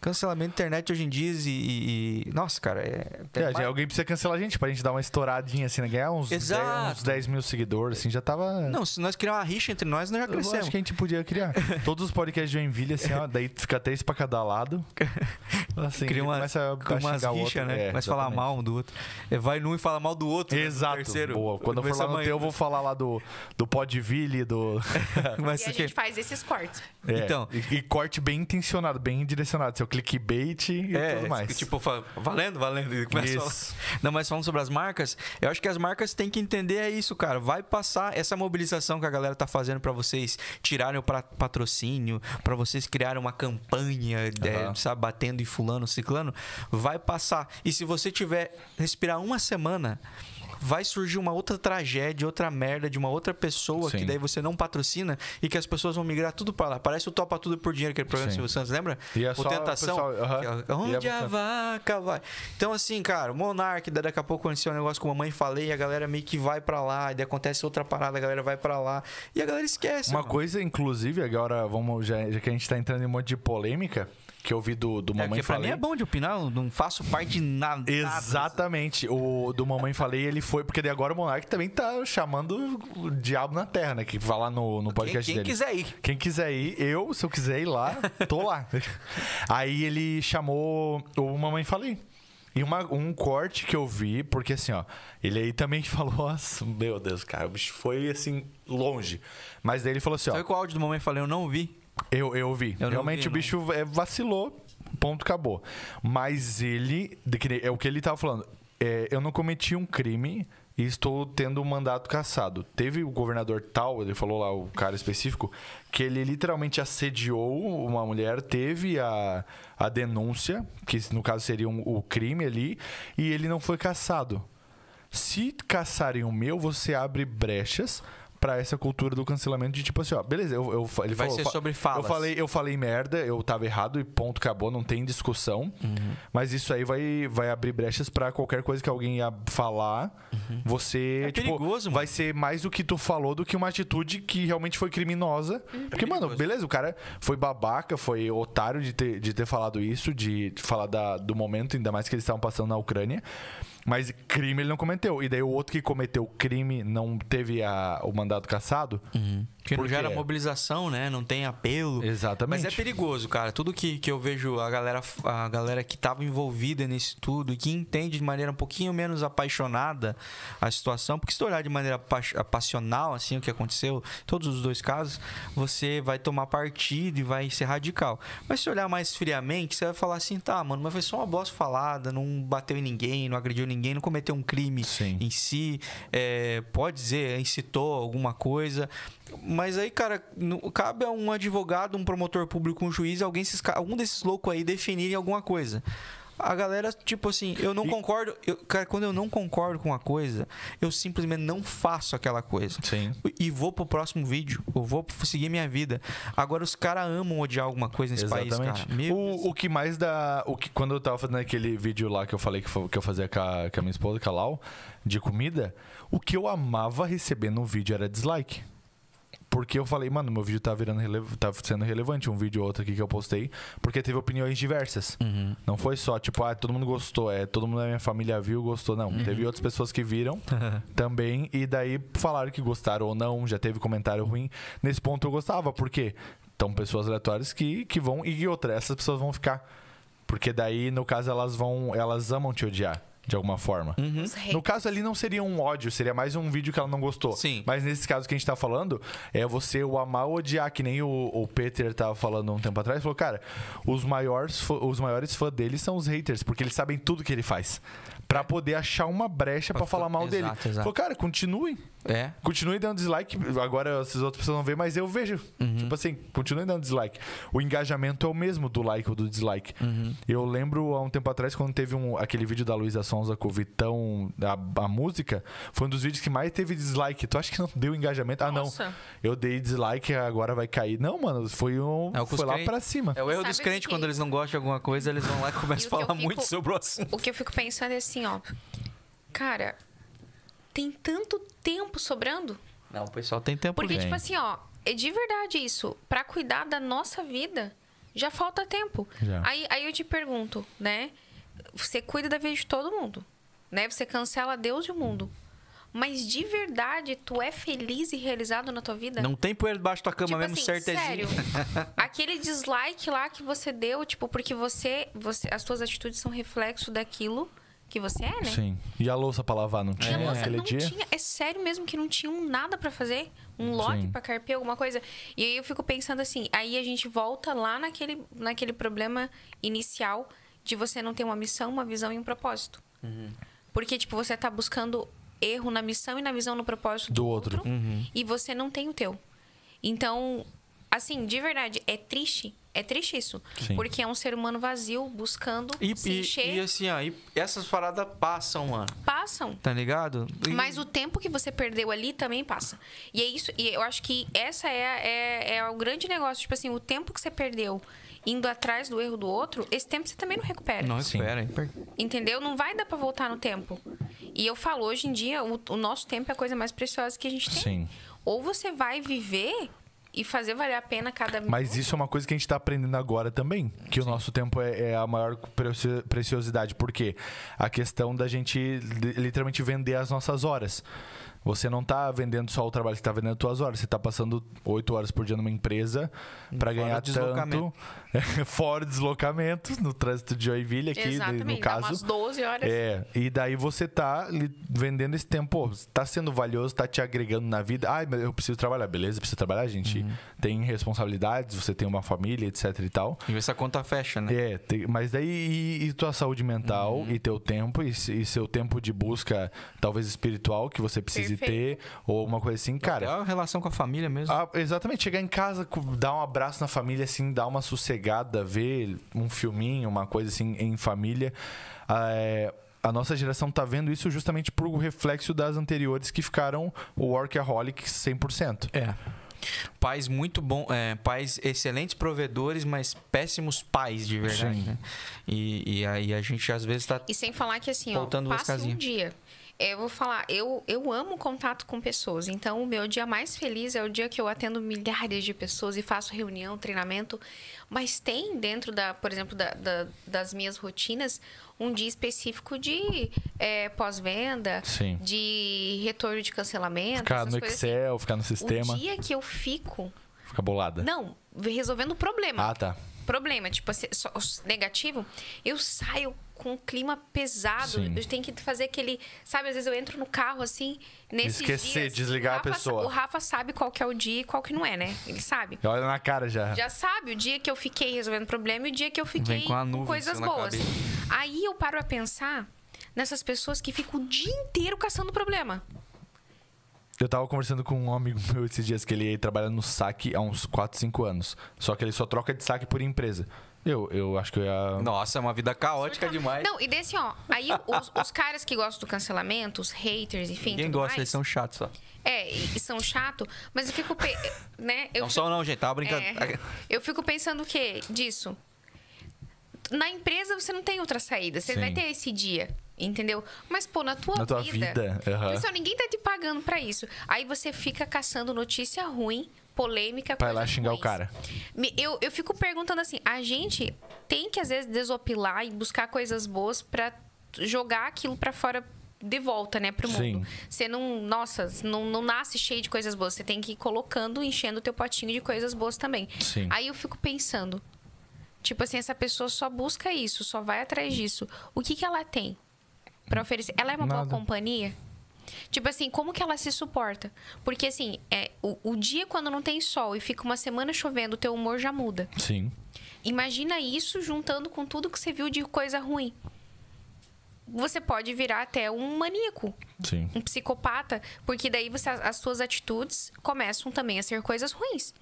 [SPEAKER 2] cancelamento de internet hoje em dia e. e- e- nossa, cara, é.
[SPEAKER 1] É, já alguém precisa cancelar a gente pra gente dar uma estouradinha assim, né? Ganhar uns, 10,
[SPEAKER 2] Exato.
[SPEAKER 1] uns 10 mil seguidores, assim, já tava.
[SPEAKER 2] Não, se nós criarmos uma rixa entre nós, nós já
[SPEAKER 1] Eu acho
[SPEAKER 2] crescemos.
[SPEAKER 1] que a gente podia criar. Todos os podcasts de Joinville, assim, ó, daí fica três pra cada lado. Assim,
[SPEAKER 2] Cria uma,
[SPEAKER 1] começa a,
[SPEAKER 2] cria
[SPEAKER 1] a
[SPEAKER 2] umas
[SPEAKER 1] xingar o outro.
[SPEAKER 2] rixas, né?
[SPEAKER 1] É,
[SPEAKER 2] Mas falar
[SPEAKER 1] exatamente.
[SPEAKER 2] mal um do outro. É, vai num e fala mal do outro. né? Do
[SPEAKER 1] Exato.
[SPEAKER 2] Terceiro.
[SPEAKER 1] Boa. Quando eu for
[SPEAKER 2] Começa
[SPEAKER 1] lá no
[SPEAKER 2] amanhã.
[SPEAKER 1] teu, eu vou falar lá do, do Podville, do.
[SPEAKER 2] Mas
[SPEAKER 3] E a
[SPEAKER 2] o quê?
[SPEAKER 3] gente faz esses cortes.
[SPEAKER 1] É,
[SPEAKER 2] Então.
[SPEAKER 1] E, e corte bem intencionado, bem direcionado. Se eu clickbait e tudo mais.
[SPEAKER 2] Tipo, fa- valendo, valendo. e começa a falar.
[SPEAKER 1] Isso.
[SPEAKER 2] Não, mas falando sobre as marcas, eu acho que as marcas têm que entender é isso, cara. Vai passar essa mobilização que a galera tá fazendo pra vocês tirarem o pra- patrocínio, pra vocês criarem uma campanha, é,
[SPEAKER 1] Aham.
[SPEAKER 2] sabe, batendo em fulano, ciclano, vai passar. E se você tiver respirar uma semana, vai surgir uma outra tragédia, outra merda de uma outra pessoa
[SPEAKER 1] Sim.
[SPEAKER 2] que daí você não patrocina e que as pessoas vão migrar tudo pra lá. Parece o Topa Tudo por Dinheiro, aquele programa do
[SPEAKER 1] Sim.
[SPEAKER 2] Silvio Santos, lembra?
[SPEAKER 1] E é
[SPEAKER 2] Ou
[SPEAKER 1] só o
[SPEAKER 2] Tentação.
[SPEAKER 1] pessoal, aham.
[SPEAKER 2] que
[SPEAKER 1] E
[SPEAKER 2] é-
[SPEAKER 1] é
[SPEAKER 2] Onde a
[SPEAKER 1] bacana.
[SPEAKER 2] vaca vai. Então, assim, cara, o Monark, daí daqui a pouco aconteceu um negócio com a mamãe falei, a galera meio que vai pra lá, e daí acontece outra parada, a galera vai pra lá, e a galera esquece.
[SPEAKER 1] Uma
[SPEAKER 2] mano.
[SPEAKER 1] coisa, inclusive, agora vamos, já, já que a gente tá entrando em um monte de polêmica, que eu vi do, do
[SPEAKER 2] É,
[SPEAKER 1] Mamãe
[SPEAKER 2] porque pra mim
[SPEAKER 1] Falei.
[SPEAKER 2] é bom de opinar, eu não faço parte de nada.
[SPEAKER 1] Exatamente. O do Mamãe Falei, ele foi, porque daí agora o Monark também tá chamando o diabo na terra, né? Que vai lá no, no
[SPEAKER 2] Quem,
[SPEAKER 1] podcast
[SPEAKER 2] quem
[SPEAKER 1] dele.
[SPEAKER 2] quiser ir.
[SPEAKER 1] Quem quiser ir, eu, se eu quiser ir lá, tô lá. Aí ele chamou o Mamãe Falei. E uma- um corte que eu vi, porque assim, ó, ele aí também falou, nossa, meu Deus, cara, o bicho foi assim, longe. Mas daí ele falou assim, ó.
[SPEAKER 2] Sabe qual é áudio do mamãe falei? Eu não vi.
[SPEAKER 1] Eu, eu vi.
[SPEAKER 2] Eu não
[SPEAKER 1] Realmente
[SPEAKER 2] vi,
[SPEAKER 1] o
[SPEAKER 2] não.
[SPEAKER 1] bicho é, vacilou, ponto, acabou. Mas ele, de que nem- é o que ele tava falando, é, eu não cometi um crime e estou tendo um mandato cassado. Teve o governador tal, ele falou lá, o cara específico, que ele literalmente assediou uma mulher, teve a, a denúncia, que no caso seria um- o crime ali, e ele não foi cassado. Se caçarem o meu, você abre brechas pra essa cultura do cancelamento de tipo assim, ó, beleza, eu, eu, fa- ele
[SPEAKER 2] Vai
[SPEAKER 1] falou,
[SPEAKER 2] ser
[SPEAKER 1] eu fa-
[SPEAKER 2] sobre falas.
[SPEAKER 1] Eu falei, eu falei merda, eu tava errado e ponto, acabou, não tem discussão.
[SPEAKER 2] Uhum.
[SPEAKER 1] Mas isso aí vai, vai abrir brechas pra qualquer coisa que alguém ia falar. Você,
[SPEAKER 2] É
[SPEAKER 1] tipo,
[SPEAKER 2] perigoso, mano.
[SPEAKER 1] vai ser mais o que tu falou do que uma atitude que realmente foi criminosa.
[SPEAKER 2] Uhum. É
[SPEAKER 1] Porque, mano, beleza, o cara foi babaca, foi otário de ter, de ter falado isso, de, de falar da- do momento, ainda mais que eles estavam passando na Ucrânia. Mas crime ele não cometeu. E daí o outro que cometeu crime não teve a- o mandado cassado.
[SPEAKER 2] Porque não
[SPEAKER 1] Por
[SPEAKER 2] gera
[SPEAKER 1] quê?
[SPEAKER 2] mobilização, né? Não tem apelo.
[SPEAKER 1] Exatamente.
[SPEAKER 2] Mas é perigoso, cara. Tudo que, que eu vejo a galera, a galera que estava envolvida nisso tudo e que entende de maneira um pouquinho menos apaixonada a situação, porque se tu olhar de maneira pa- passional, assim, o que aconteceu, todos os dois casos, você vai tomar partido e vai ser radical. Mas se olhar mais friamente, você vai falar assim, tá, mano, mas foi só uma bosta falada, não bateu em ninguém, não agrediu ninguém, não cometeu um crime
[SPEAKER 1] Sim.
[SPEAKER 2] em si, é, pode dizer, incitou alguma coisa. Mas aí, cara, não- cabe a um advogado, um promotor público, um juiz, alguém esses ca- algum desses loucos aí definirem alguma coisa. A galera, tipo assim, eu não concordo. eu- cara, quando eu não concordo com uma coisa, eu simplesmente não faço aquela coisa.
[SPEAKER 1] Sim.
[SPEAKER 2] E vou pro próximo vídeo. Eu vou seguir minha vida. Agora os caras amam odiar alguma coisa nesse país, cara. Meu Deus.
[SPEAKER 1] o, o que mais dá. O que, quando eu tava fazendo aquele vídeo lá que eu falei que, fo- que eu fazia com a, com a minha esposa, com a Lau, de comida, o que eu amava receber no vídeo era dislike. Porque eu falei, mano, meu vídeo tá, virando rele- tá sendo relevante, um vídeo ou outro aqui que eu postei, porque teve opiniões diversas. Não foi só, tipo, ah, todo mundo gostou, é, todo mundo da minha família viu, gostou, não. Teve outras pessoas que viram também, e daí falaram que gostaram ou não, já teve comentário ruim. Nesse ponto eu gostava, porque estão pessoas aleatórias que, que vão, e outra, essas pessoas vão ficar. Porque daí, no caso, elas vão, elas amam te odiar, de alguma forma.
[SPEAKER 3] Os haters.
[SPEAKER 1] Uhum. No caso ali não seria um ódio, seria mais um vídeo que ela não gostou.
[SPEAKER 2] Sim.
[SPEAKER 1] Mas nesse caso que a gente tá falando, é você o amar ou odiar, que nem o, o Peter tava falando um tempo atrás. Falou, cara, os maiores, fã- os maiores fãs dele são os haters, porque eles sabem tudo que ele faz. Pra poder achar uma brecha pra
[SPEAKER 2] Pra
[SPEAKER 1] falar mal
[SPEAKER 2] ficar-
[SPEAKER 1] dele.
[SPEAKER 2] Exato, exato.
[SPEAKER 1] Falou, cara, continuem.
[SPEAKER 2] É.
[SPEAKER 1] Continue dando dislike. Agora essas outras pessoas não veem, mas eu vejo.
[SPEAKER 2] Uhum.
[SPEAKER 1] Tipo assim, continue dando dislike. O engajamento é o mesmo do like ou do dislike.
[SPEAKER 2] Uhum.
[SPEAKER 1] Eu lembro há um tempo atrás, quando teve um, aquele vídeo da Luísa Sonza com o Vitão, a, a música, foi um dos vídeos que mais teve dislike. Tu acha que não deu engajamento? Ah, não.
[SPEAKER 3] Nossa.
[SPEAKER 1] Eu dei dislike, agora vai cair. Não, mano, foi um.
[SPEAKER 2] É o que os
[SPEAKER 1] foi lá
[SPEAKER 2] crentes-
[SPEAKER 1] pra cima.
[SPEAKER 2] É o erro
[SPEAKER 3] Sabe
[SPEAKER 2] dos
[SPEAKER 3] o que
[SPEAKER 2] crentes,
[SPEAKER 3] que-
[SPEAKER 2] quando eles não gostam de alguma coisa, eles vão lá e
[SPEAKER 3] E
[SPEAKER 2] começam
[SPEAKER 3] o que
[SPEAKER 2] a
[SPEAKER 3] eu
[SPEAKER 2] falar muito
[SPEAKER 3] fico-
[SPEAKER 2] sobre o assunto.
[SPEAKER 3] O que eu fico pensando é assim, ó. Cara, tem tanto tempo sobrando.
[SPEAKER 2] Não, o pessoal tem tempo
[SPEAKER 3] Porque,
[SPEAKER 2] livre.
[SPEAKER 3] tipo assim, ó, é de verdade isso. Pra cuidar da nossa vida, já falta tempo.
[SPEAKER 1] Já.
[SPEAKER 3] Aí, aí eu te pergunto, né? Você cuida da vida de todo mundo, né? Você cancela Deus e o mundo. Mas de verdade, tu é feliz e realizado na tua vida?
[SPEAKER 2] Não tem poeira debaixo da tua cama
[SPEAKER 3] né? Tipo
[SPEAKER 2] mesmo,
[SPEAKER 3] assim,
[SPEAKER 2] certezinha.
[SPEAKER 3] sério. Aquele dislike lá que você deu, tipo, porque você, você as suas atitudes são reflexo daquilo que você é, né?
[SPEAKER 1] Sim. E a louça pra lavar não
[SPEAKER 3] E
[SPEAKER 1] tinha
[SPEAKER 3] a moça
[SPEAKER 1] naquele
[SPEAKER 3] não
[SPEAKER 1] dia?
[SPEAKER 3] tinha. É sério mesmo que não tinham nada pra fazer? Um lote
[SPEAKER 1] Sim.
[SPEAKER 3] pra carpir, alguma coisa? E aí eu fico pensando assim, aí a gente volta lá naquele, naquele problema inicial de você não ter uma missão, uma visão e um propósito. Porque, tipo, você tá buscando erro na missão e na visão no propósito
[SPEAKER 1] Do outro. Uhum.
[SPEAKER 3] E você não tem o teu. Então, assim, de verdade, é triste. É triste isso.
[SPEAKER 1] Sim.
[SPEAKER 3] Porque é um ser humano vazio buscando
[SPEAKER 4] E,
[SPEAKER 3] se
[SPEAKER 4] e-
[SPEAKER 3] encher.
[SPEAKER 4] e assim, ó, e essas paradas passam, mano.
[SPEAKER 3] Passam.
[SPEAKER 4] Tá ligado?
[SPEAKER 1] Uhum.
[SPEAKER 4] E-
[SPEAKER 3] Mas o tempo que você perdeu ali também passa. E é isso, e eu acho que essa é, a- é, é o grande negócio. Tipo assim, o tempo que você perdeu indo atrás do erro do outro, esse tempo você também não recupera.
[SPEAKER 4] Não
[SPEAKER 1] Sim.
[SPEAKER 4] espera, hein?
[SPEAKER 3] Entendeu? Não vai dar pra voltar no tempo. E eu falo, hoje em dia, o, o nosso tempo é a coisa mais preciosa que a gente tem.
[SPEAKER 1] Sim.
[SPEAKER 3] Ou você vai viver e fazer valer a pena cada
[SPEAKER 1] Mas isso é uma coisa que a gente tá aprendendo agora também. Que o nosso tempo é, é a maior precio- preciosidade. Por quê? A questão da gente li- literalmente vender as nossas horas. Você não tá vendendo só o trabalho, você tá vendendo as tuas horas. Você tá passando oito horas por dia numa empresa
[SPEAKER 4] Fora
[SPEAKER 1] para ganhar
[SPEAKER 4] o deslocamento.
[SPEAKER 1] tanto. É, Fora o deslocamento, no trânsito de Joinville aqui,
[SPEAKER 3] Exatamente,
[SPEAKER 1] no
[SPEAKER 3] dá
[SPEAKER 1] caso.
[SPEAKER 3] umas 12 horas.
[SPEAKER 1] É, e daí você tá li- vendendo esse tempo, pô, tá sendo valioso, tá te agregando na vida. Ai, mas eu preciso trabalhar, beleza? Preciso trabalhar, gente. Tem responsabilidades, você tem uma família, etc e tal.
[SPEAKER 4] E essa conta fecha, né?
[SPEAKER 1] É, tem- mas daí e, e tua saúde mental e teu tempo e, se- e seu tempo de busca, talvez espiritual, que você precise ter, ou alguma coisa assim,
[SPEAKER 4] É
[SPEAKER 1] cara.
[SPEAKER 4] a relação com a família mesmo.
[SPEAKER 1] Ah, exatamente, chegar em casa, cu- dar um abraço na família, assim, dar uma sossegada, ver um filminho, uma coisa assim em família. Ah, é, a nossa geração tá vendo isso justamente por reflexo das anteriores que ficaram workaholics 100%.
[SPEAKER 4] É. Pais muito bom, é, pais excelentes provedores, mas péssimos pais de verdade,
[SPEAKER 1] Sim.
[SPEAKER 4] né? E, e aí a gente às vezes tá
[SPEAKER 3] E sem falar que assim,
[SPEAKER 4] Faltando
[SPEAKER 3] ó,
[SPEAKER 4] duas
[SPEAKER 3] passe um
[SPEAKER 4] casinhas.
[SPEAKER 3] dia. É, Eu vou falar, eu, eu amo contato com pessoas. Então, o meu dia mais feliz é o dia que eu atendo milhares de pessoas e faço reunião, treinamento. Mas tem dentro da, por exemplo, da- da- das minhas rotinas, um dia específico de é, pós-venda,
[SPEAKER 1] Sim.
[SPEAKER 3] de retorno de cancelamento,
[SPEAKER 1] Ficar
[SPEAKER 3] essas
[SPEAKER 1] no
[SPEAKER 3] coisas assim.
[SPEAKER 1] Excel, ficar no sistema, É.
[SPEAKER 3] O dia que eu fico,
[SPEAKER 1] ficar bolada.
[SPEAKER 3] não, resolvendo o problema
[SPEAKER 1] Ah, tá.
[SPEAKER 3] problema, tipo assim, só- negativo, eu saio com um clima pesado.
[SPEAKER 1] Sim.
[SPEAKER 3] Eu tenho que fazer aquele. Sabe, às vezes eu entro no carro assim, nesses
[SPEAKER 1] Esquecer,
[SPEAKER 3] dias,
[SPEAKER 1] desligar a
[SPEAKER 3] o Rafa
[SPEAKER 1] pessoa.
[SPEAKER 3] sa- O Rafa sabe qual que é o dia e qual que não é, né? Ele sabe.
[SPEAKER 1] Olha na cara já.
[SPEAKER 3] Já sabe o dia que eu fiquei resolvendo problema e o dia que eu fiquei
[SPEAKER 4] É. Vem com a nuvem
[SPEAKER 3] coisas
[SPEAKER 4] assim na
[SPEAKER 3] boas.
[SPEAKER 4] cabeça.
[SPEAKER 3] Aí eu paro a pensar nessas pessoas que ficam o dia inteiro caçando problema.
[SPEAKER 1] Eu tava conversando com um amigo meu esses dias que ele ia trabalhar no saque há uns 4, 5 anos. Só que ele só troca de saque por empresa. Eu, eu acho que eu ia.
[SPEAKER 4] Nossa, é uma vida caótica demais.
[SPEAKER 3] Não, e desse, ó. Aí os, os caras que gostam do cancelamento, os haters, enfim.
[SPEAKER 4] Ninguém
[SPEAKER 3] tudo
[SPEAKER 4] gosta,
[SPEAKER 3] mais,
[SPEAKER 4] eles são chatos, só.
[SPEAKER 3] É, e e são chato, mas eu fico. pe- Né? Eu
[SPEAKER 4] não
[SPEAKER 3] fico,
[SPEAKER 4] são não, gente, tava brincando.
[SPEAKER 3] é, eu fico pensando o quê? Disso. Na empresa você não tem outra saída. Você
[SPEAKER 1] Sim.
[SPEAKER 3] vai ter esse dia. Entendeu? Mas, pô, na tua
[SPEAKER 1] Na tua
[SPEAKER 3] vida.
[SPEAKER 1] vida, aham.
[SPEAKER 3] pessoal, ninguém tá te pagando pra isso. Aí você fica caçando notícia ruim, polêmica.
[SPEAKER 1] Vai
[SPEAKER 3] coisas
[SPEAKER 1] lá xingar o
[SPEAKER 3] ruins.
[SPEAKER 1] cara.
[SPEAKER 3] Me- Eu, eu fico perguntando assim: a gente tem que, às vezes, desopilar e buscar coisas boas pra jogar aquilo pra fora de volta, né, pro
[SPEAKER 1] Sim.
[SPEAKER 3] mundo. Você não, nossa, não, não nasce cheio de coisas boas. Você tem que ir colocando, enchendo o teu potinho de coisas boas também.
[SPEAKER 1] Sim.
[SPEAKER 3] Aí eu fico pensando, tipo assim, essa pessoa só busca isso, só vai atrás disso. O que que ela tem pra oferecer? Ela é uma
[SPEAKER 1] Nada.
[SPEAKER 3] boa companhia? Tipo assim, como que ela se suporta? Porque assim, é, o, o dia quando não tem sol e fica uma semana chovendo, o teu humor já muda.
[SPEAKER 1] Sim.
[SPEAKER 3] Imagina isso juntando com tudo que você viu de coisa ruim. Você pode virar até um maníaco
[SPEAKER 1] Sim.
[SPEAKER 3] um psicopata, porque daí você, as suas atitudes começam também a ser coisas ruins.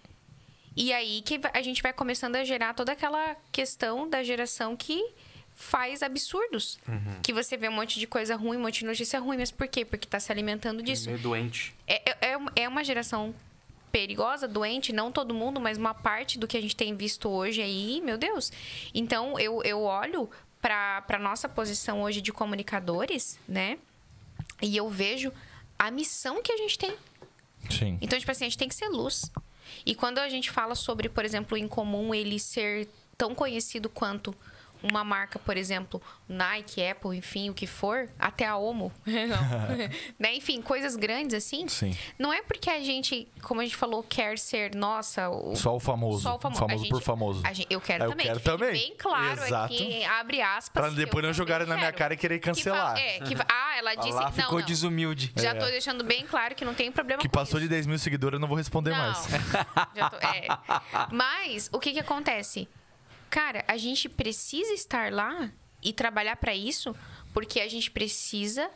[SPEAKER 3] E aí que va- a gente vai começando a gerar toda aquela questão da geração que faz absurdos.
[SPEAKER 4] Uhum.
[SPEAKER 3] Que você vê um monte de coisa ruim, um monte de notícia ruim, mas por quê? Porque tá se alimentando disso.
[SPEAKER 4] Meio doente.
[SPEAKER 3] É, é- é um- é uma geração perigosa, doente, não todo mundo, mas uma parte do que a gente tem visto hoje aí, meu Deus. Então, eu, eu olho para a nossa posição hoje de comunicadores, né? E eu vejo a missão que a gente tem.
[SPEAKER 1] Sim.
[SPEAKER 3] Então, tipo assim, a gente tem que ser luz. E quando a gente fala sobre, por exemplo, o incomum ele ser tão conhecido quanto uma marca, por exemplo, Nike, Apple, enfim, o que for, até a Omo. Não. né? Enfim, coisas grandes assim.
[SPEAKER 1] Sim.
[SPEAKER 3] Não é porque a gente, como a gente falou, quer ser, nossa, o,
[SPEAKER 1] Só o famoso.
[SPEAKER 3] só o famo-
[SPEAKER 1] Famoso
[SPEAKER 3] a gente-
[SPEAKER 1] por famoso. Ah,
[SPEAKER 3] a gente- eu quero
[SPEAKER 1] Eu
[SPEAKER 3] também.
[SPEAKER 1] quero
[SPEAKER 3] que fique
[SPEAKER 1] também.
[SPEAKER 3] Bem claro
[SPEAKER 1] Exato.
[SPEAKER 3] aqui, abre aspas.
[SPEAKER 1] Pra
[SPEAKER 3] que
[SPEAKER 1] depois
[SPEAKER 3] eu
[SPEAKER 1] não jogarem na
[SPEAKER 3] também
[SPEAKER 1] minha
[SPEAKER 3] quero.
[SPEAKER 1] cara e querer
[SPEAKER 3] Que fala-
[SPEAKER 1] cancelar.
[SPEAKER 3] é, que va- ah, ela disse.
[SPEAKER 4] Lá ficou
[SPEAKER 3] não, não.
[SPEAKER 4] desumilde.
[SPEAKER 3] Já tô deixando bem claro que não tem problema
[SPEAKER 1] É. Que
[SPEAKER 3] com
[SPEAKER 1] passou de 10 mil seguidores, eu não vou responder
[SPEAKER 3] não.
[SPEAKER 1] mais.
[SPEAKER 3] Já tô- é. Mas o que que acontece? Cara, a gente precisa estar lá e trabalhar para isso, porque a gente precisa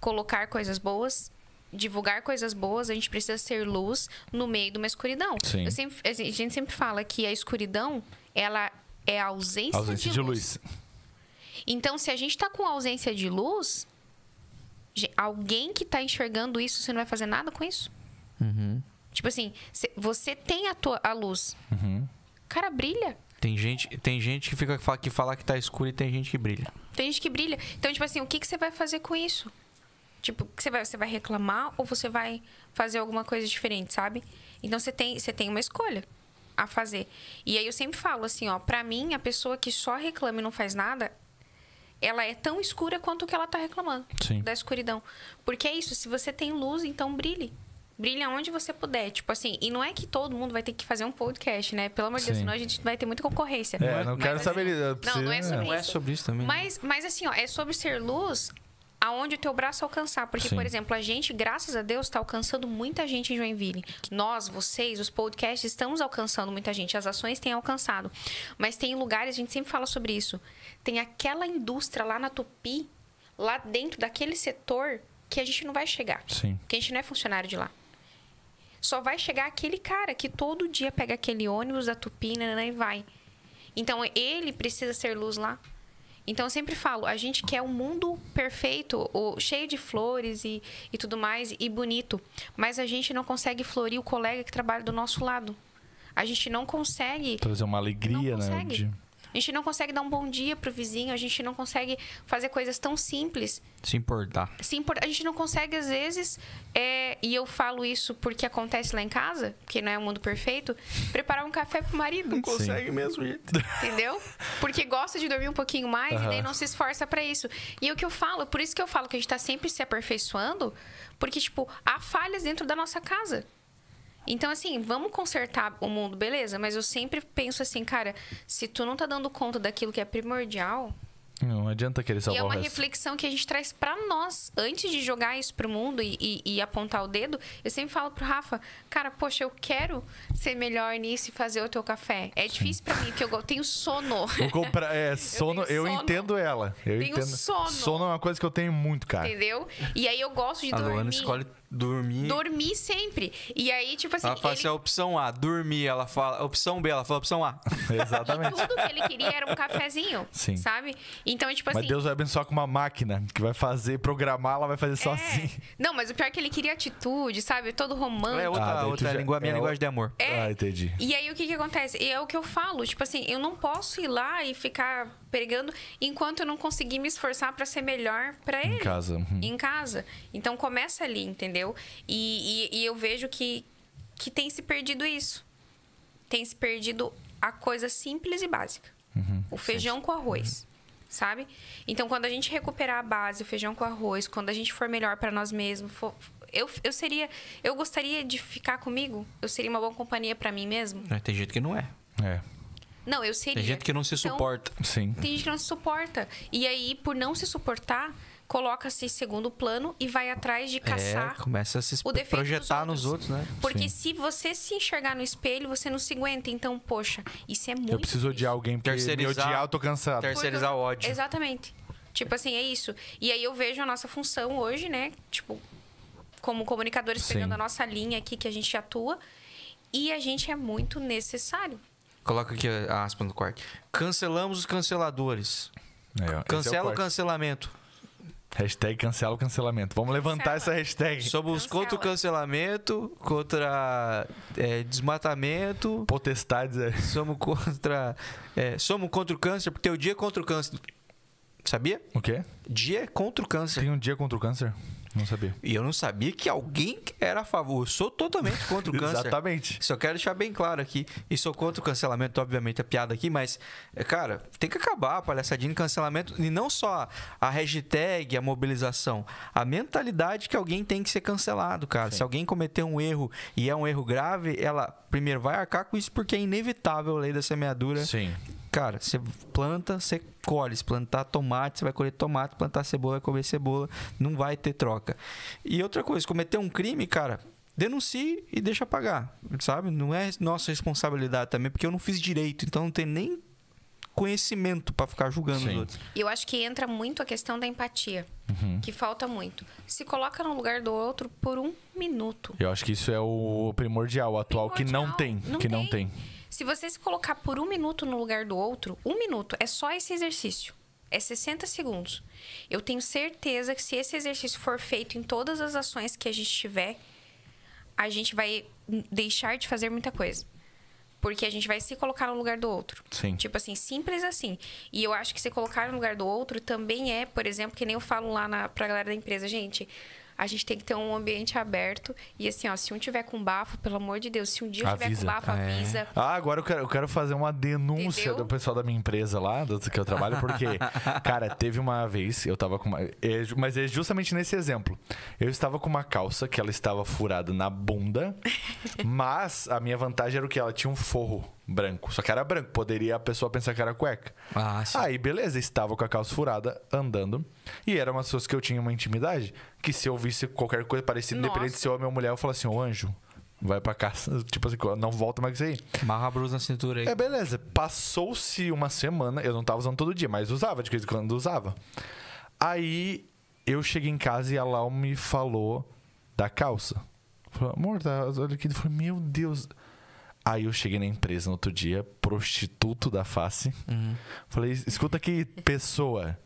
[SPEAKER 3] colocar coisas boas, divulgar coisas boas, a gente precisa ser luz no meio de uma escuridão.
[SPEAKER 1] Sim.
[SPEAKER 3] Eu sempre- a gente sempre fala que a escuridão, ela é a ausência,
[SPEAKER 1] Ausência de luz.
[SPEAKER 3] então, se a gente tá com ausência de luz, ge- alguém que tá enxergando isso, você não vai fazer nada com isso? Tipo assim, cê- você tem a, tua, a luz. Cara, brilha.
[SPEAKER 4] Tem gente, tem gente que fica que fala que tá escuro e tem gente que brilha.
[SPEAKER 3] Tem gente que brilha. Então, tipo assim, o que, que você vai fazer com isso? Tipo, que você vai, você vai reclamar ou você vai fazer alguma coisa diferente, sabe? Então, você tem, você tem uma escolha a fazer. E aí, eu sempre falo assim, ó. Pra mim, a pessoa que só reclama e não faz nada, ela é tão escura quanto o que ela tá reclamando.
[SPEAKER 1] Sim.
[SPEAKER 3] Da escuridão. Porque é isso. Se você tem luz, então brilhe. Brilhe onde você puder. Tipo assim, e não é que todo mundo vai ter que fazer um podcast, né? Pelo amor de Deus,
[SPEAKER 1] Sim.
[SPEAKER 3] senão a gente vai ter muita concorrência.
[SPEAKER 1] É, não
[SPEAKER 3] Mas,
[SPEAKER 1] quero
[SPEAKER 3] assim,
[SPEAKER 1] saber.
[SPEAKER 3] Não, não é sobre
[SPEAKER 4] Não é sobre isso também. né?
[SPEAKER 3] mas, mas assim, ó, é sobre ser luz aonde o teu braço alcançar. Porque,
[SPEAKER 1] Sim.
[SPEAKER 3] por exemplo, a gente, graças a Deus, está alcançando muita gente em Joinville. Nós, vocês, os podcasts, estamos alcançando muita gente. As ações têm alcançado. Mas tem lugares, a gente sempre fala sobre isso. Tem aquela indústria lá na Tupi, lá dentro daquele setor, que a gente não vai chegar.
[SPEAKER 1] Sim.
[SPEAKER 3] Porque a gente não é funcionário de lá. Só vai chegar aquele cara que todo dia pega aquele ônibus da Tupi né, e vai. Então, ele precisa ser luz lá. Então, eu sempre falo, a gente quer um mundo perfeito, o- cheio de flores e, e tudo mais, e bonito. Mas a gente não consegue florir o colega que trabalha do nosso lado. A gente não consegue
[SPEAKER 1] Trazer uma alegria,
[SPEAKER 3] não
[SPEAKER 1] né?
[SPEAKER 3] consegue.
[SPEAKER 1] de-
[SPEAKER 3] A gente não consegue dar um bom dia pro vizinho, a gente não consegue fazer coisas tão simples
[SPEAKER 4] né? Se importar.
[SPEAKER 3] se impor- A gente não consegue, às vezes, é, e eu falo isso porque acontece lá em casa, porque não é um mundo perfeito, preparar um café pro marido,
[SPEAKER 1] consegue
[SPEAKER 4] mesmo, gente.
[SPEAKER 3] entendeu? Porque gosta de dormir um pouquinho mais e daí
[SPEAKER 1] Aham.
[SPEAKER 3] não se esforça pra isso. E é o que eu falo, por isso que eu falo que a gente tá sempre se aperfeiçoando, porque, tipo, há falhas dentro da nossa casa. Então, assim, vamos consertar o mundo, beleza? Mas eu sempre penso assim, cara, se tu não tá dando conta daquilo que é primordial,
[SPEAKER 1] Não adianta querer
[SPEAKER 3] e
[SPEAKER 4] Tá
[SPEAKER 1] salvar
[SPEAKER 3] é uma
[SPEAKER 1] o resto.
[SPEAKER 3] reflexão que a gente traz pra nós. Antes de jogar isso pro mundo e, e- e apontar o dedo, eu sempre falo pro Rafa, cara, poxa, eu quero ser melhor nisso e fazer o teu café. É difícil pra mim, porque eu go- tenho sono.
[SPEAKER 1] Vou comprar. É, sono.
[SPEAKER 3] tenho
[SPEAKER 1] Eu,
[SPEAKER 3] sono.
[SPEAKER 1] entendo ela. Eu
[SPEAKER 3] Tenho
[SPEAKER 1] entendo.
[SPEAKER 3] sono.
[SPEAKER 1] Sono é uma coisa que eu tenho muito, cara.
[SPEAKER 3] entendeu? E aí eu gosto de
[SPEAKER 4] A Luana
[SPEAKER 3] dormir.
[SPEAKER 4] escolhe dormir.
[SPEAKER 3] Dormir sempre. E aí, tipo assim,
[SPEAKER 4] Ela fala assim,
[SPEAKER 3] ele,
[SPEAKER 4] a opção A, dormir. Ela fala, "É opção B, ela fala, opção A.
[SPEAKER 1] Exatamente.
[SPEAKER 3] tudo que ele queria era um cafezinho,
[SPEAKER 1] Sim.
[SPEAKER 3] sabe? Então, é tipo
[SPEAKER 1] Mas
[SPEAKER 3] assim...
[SPEAKER 1] Deus vai abençoar com uma máquina que vai fazer, programar, ela vai fazer
[SPEAKER 3] é.
[SPEAKER 1] sozinha.
[SPEAKER 3] Não, mas o pior é que ele queria atitude, sabe? Todo romântico.
[SPEAKER 4] É
[SPEAKER 1] Ah,
[SPEAKER 4] outra,
[SPEAKER 1] daí tu
[SPEAKER 4] outra
[SPEAKER 1] já-
[SPEAKER 4] língua, minha
[SPEAKER 1] é
[SPEAKER 4] linguagem
[SPEAKER 1] outra-
[SPEAKER 4] de amor.
[SPEAKER 3] É.
[SPEAKER 1] Ah, entendi.
[SPEAKER 3] E aí o que que acontece? E é o que eu falo, tipo assim, eu não posso ir lá e ficar pregando enquanto eu não conseguir me esforçar pra ser melhor pra ele.
[SPEAKER 1] Em casa. uhum.
[SPEAKER 3] Em casa. Então começa ali, entendeu? E, e- e eu vejo que, que tem se perdido isso. Tem se perdido a coisa simples e básica.
[SPEAKER 1] Uhum.
[SPEAKER 3] O feijão com arroz. Sabe? Então, quando a gente recuperar a base, o feijão com arroz, quando a gente for melhor pra nós mesmos, for- eu, eu seria. Eu gostaria de ficar comigo? Eu seria uma boa companhia pra mim mesmo?
[SPEAKER 4] Mas Tem gente que não é.
[SPEAKER 1] É.
[SPEAKER 3] Não, eu seria.
[SPEAKER 4] Tem gente que não se
[SPEAKER 3] Então,
[SPEAKER 4] suporta.
[SPEAKER 1] Sim.
[SPEAKER 3] tem gente que não se suporta. E aí, por não se suportar, coloca-se em segundo plano e vai atrás de caçar.
[SPEAKER 4] É, começa a se
[SPEAKER 3] o defeito
[SPEAKER 4] projetar
[SPEAKER 3] dos
[SPEAKER 4] nos outros, né?
[SPEAKER 3] Porque se você se enxergar no espelho, você não se aguenta. Então, poxa, isso é muito.
[SPEAKER 1] Eu preciso
[SPEAKER 3] difícil.
[SPEAKER 1] odiar alguém, porque me
[SPEAKER 4] Terceirizar-
[SPEAKER 1] odiar eu tô cansado.
[SPEAKER 4] Terce- terceirizar
[SPEAKER 3] Porque-
[SPEAKER 4] o ódio.
[SPEAKER 3] Exatamente. Tipo assim, é isso. E aí eu vejo a nossa função hoje, né? Tipo, como comunicadores
[SPEAKER 1] Sim.
[SPEAKER 3] pegando a nossa linha aqui que a gente atua. E a gente é muito necessário.
[SPEAKER 4] Coloca aqui a aspa no corte. Cancelamos os canceladores.
[SPEAKER 1] É, ó, esse é
[SPEAKER 4] Cancela o
[SPEAKER 1] corte.
[SPEAKER 4] cancelamento.
[SPEAKER 1] Hashtag cancela o cancelamento. Vamos levantar
[SPEAKER 3] Cancela.
[SPEAKER 1] essa hashtag.
[SPEAKER 4] Somos
[SPEAKER 3] Cancela.
[SPEAKER 4] contra o cancelamento, contra é, desmatamento,
[SPEAKER 1] Potestades. é.
[SPEAKER 4] somos contra. é, somos contra o câncer, porque o dia é contra o câncer. Sabia?
[SPEAKER 1] O quê?
[SPEAKER 4] Dia é contra o câncer.
[SPEAKER 1] Tem um dia contra o câncer? Não sabia.
[SPEAKER 2] E eu não sabia que alguém era a favor. Eu sou totalmente contra o câncer.
[SPEAKER 1] Exatamente.
[SPEAKER 2] Só quero deixar bem claro aqui. E sou contra o cancelamento, obviamente, a piada aqui, mas, é, cara, tem que acabar a palhaçadinha de cancelamento. E não só a hashtag, a mobilização. A mentalidade que alguém tem que ser cancelado, cara. Se alguém cometer um erro e é um erro grave, ela primeiro vai arcar com isso porque é inevitável a lei da semeadura.
[SPEAKER 1] Sim.
[SPEAKER 2] Cara, você planta, você colhe. Se plantar tomate, você vai colher tomate. Plantar cebola, vai comer cebola. Não vai ter troca. E outra coisa, se cometer um crime, cara, denuncie e deixa pagar, sabe? Não é nossa responsabilidade também, porque eu não fiz direito. Então não tem nem conhecimento pra ficar julgando os
[SPEAKER 1] Sim.
[SPEAKER 2] outros.
[SPEAKER 3] E eu acho que entra muito a questão da empatia, que falta muito. Se coloca no lugar do outro por um minuto.
[SPEAKER 1] Eu acho que isso é o primordial, o atual, que não tem.
[SPEAKER 3] Primordial.
[SPEAKER 1] que não tem.
[SPEAKER 3] Se você se colocar por um minuto no lugar do outro, um minuto é só esse exercício. É 60 segundos. Eu tenho certeza que se esse exercício for feito em todas as ações que a gente tiver, a gente vai deixar de fazer muita coisa. Porque a gente vai se colocar no lugar do outro.
[SPEAKER 1] Sim.
[SPEAKER 3] Tipo assim, simples assim. E eu acho que se colocar no lugar do outro também é, por exemplo, que nem eu falo lá na, pra galera da empresa, gente. A gente tem que ter um ambiente aberto. E assim, ó, se um tiver com bafo, pelo amor de Deus, se um dia eu tiver
[SPEAKER 1] Avisa.
[SPEAKER 3] com bafo, avisa.
[SPEAKER 1] Ah, agora eu quero, eu quero fazer uma denúncia
[SPEAKER 3] Entendeu?
[SPEAKER 1] do pessoal da minha empresa lá, do que eu trabalho, porque, cara, teve uma vez, eu tava com uma. é ju- mas é justamente nesse exemplo. Eu estava com uma calça que ela estava furada na bunda, mas a minha vantagem era o que? Ela tinha um forro branco. Só que era branco, poderia a pessoa pensar que era cueca.
[SPEAKER 2] Ah, sim.
[SPEAKER 1] Aí, beleza, estava com a calça furada, andando. E eram umas pessoas que eu tinha uma intimidade, que se eu visse qualquer coisa parecida, independente
[SPEAKER 3] Nossa.
[SPEAKER 1] se eu homem ou mulher, eu falava assim, ô anjo, vai pra casa. Tipo assim, não volta mais com isso aí.
[SPEAKER 2] Amarra a brusa na cintura aí.
[SPEAKER 1] É, beleza. Passou-se uma semana, eu não tava usando todo dia, mas usava, de vez em quando usava. Aí eu cheguei em casa e a Lau me falou da calça. Falou, amor, tá, olha aqui. Eu falei, meu Deus. Aí eu cheguei na empresa no outro dia, prostituto da face. Falei, escuta aqui, pessoa.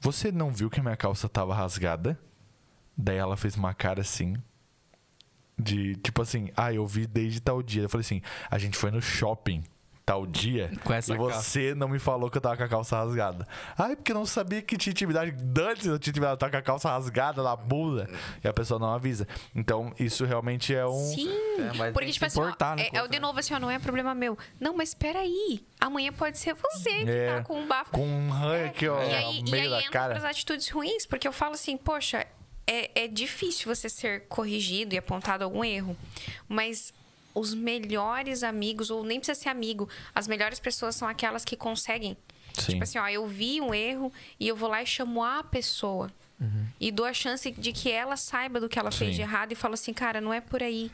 [SPEAKER 1] Você não viu que a minha calça tava rasgada? Daí ela fez uma cara assim. De tipo assim, ah, eu vi desde tal dia. Eu falei assim, a gente foi no shopping tal dia
[SPEAKER 2] Com essa
[SPEAKER 1] e você não me falou que eu tava com a calça rasgada. Ai, porque eu não sabia que tinha intimidade. Dante, eu tinha intimidade, eu tava com a calça rasgada na bunda. E a pessoa não avisa. Então, isso realmente é um.
[SPEAKER 3] Sim,
[SPEAKER 2] É, mas tem
[SPEAKER 3] porque
[SPEAKER 2] que
[SPEAKER 3] tipo
[SPEAKER 2] se
[SPEAKER 3] assim, ó,
[SPEAKER 2] importar, né,
[SPEAKER 3] é,
[SPEAKER 2] com
[SPEAKER 3] é
[SPEAKER 2] o
[SPEAKER 3] o de novo assim, ó, não é problema meu. Não, mas peraí, amanhã pode ser você que
[SPEAKER 1] É,
[SPEAKER 3] tá com um bafo.
[SPEAKER 1] Com um ranho aqui, ó,
[SPEAKER 3] e aí,
[SPEAKER 1] no
[SPEAKER 3] e aí
[SPEAKER 1] meio da
[SPEAKER 3] entra
[SPEAKER 1] cara.
[SPEAKER 3] as atitudes ruins, porque eu falo assim, poxa, é, é difícil você ser corrigido e apontado algum erro, mas os melhores amigos, ou nem precisa ser amigo, as melhores pessoas são aquelas que conseguem.
[SPEAKER 1] Sim.
[SPEAKER 3] Tipo assim, ó, eu vi um erro e eu vou lá e chamo a pessoa. E dou a chance de que ela saiba do que ela fez
[SPEAKER 1] Uhum. Sim.
[SPEAKER 3] de errado e falo assim, cara, não é por aí.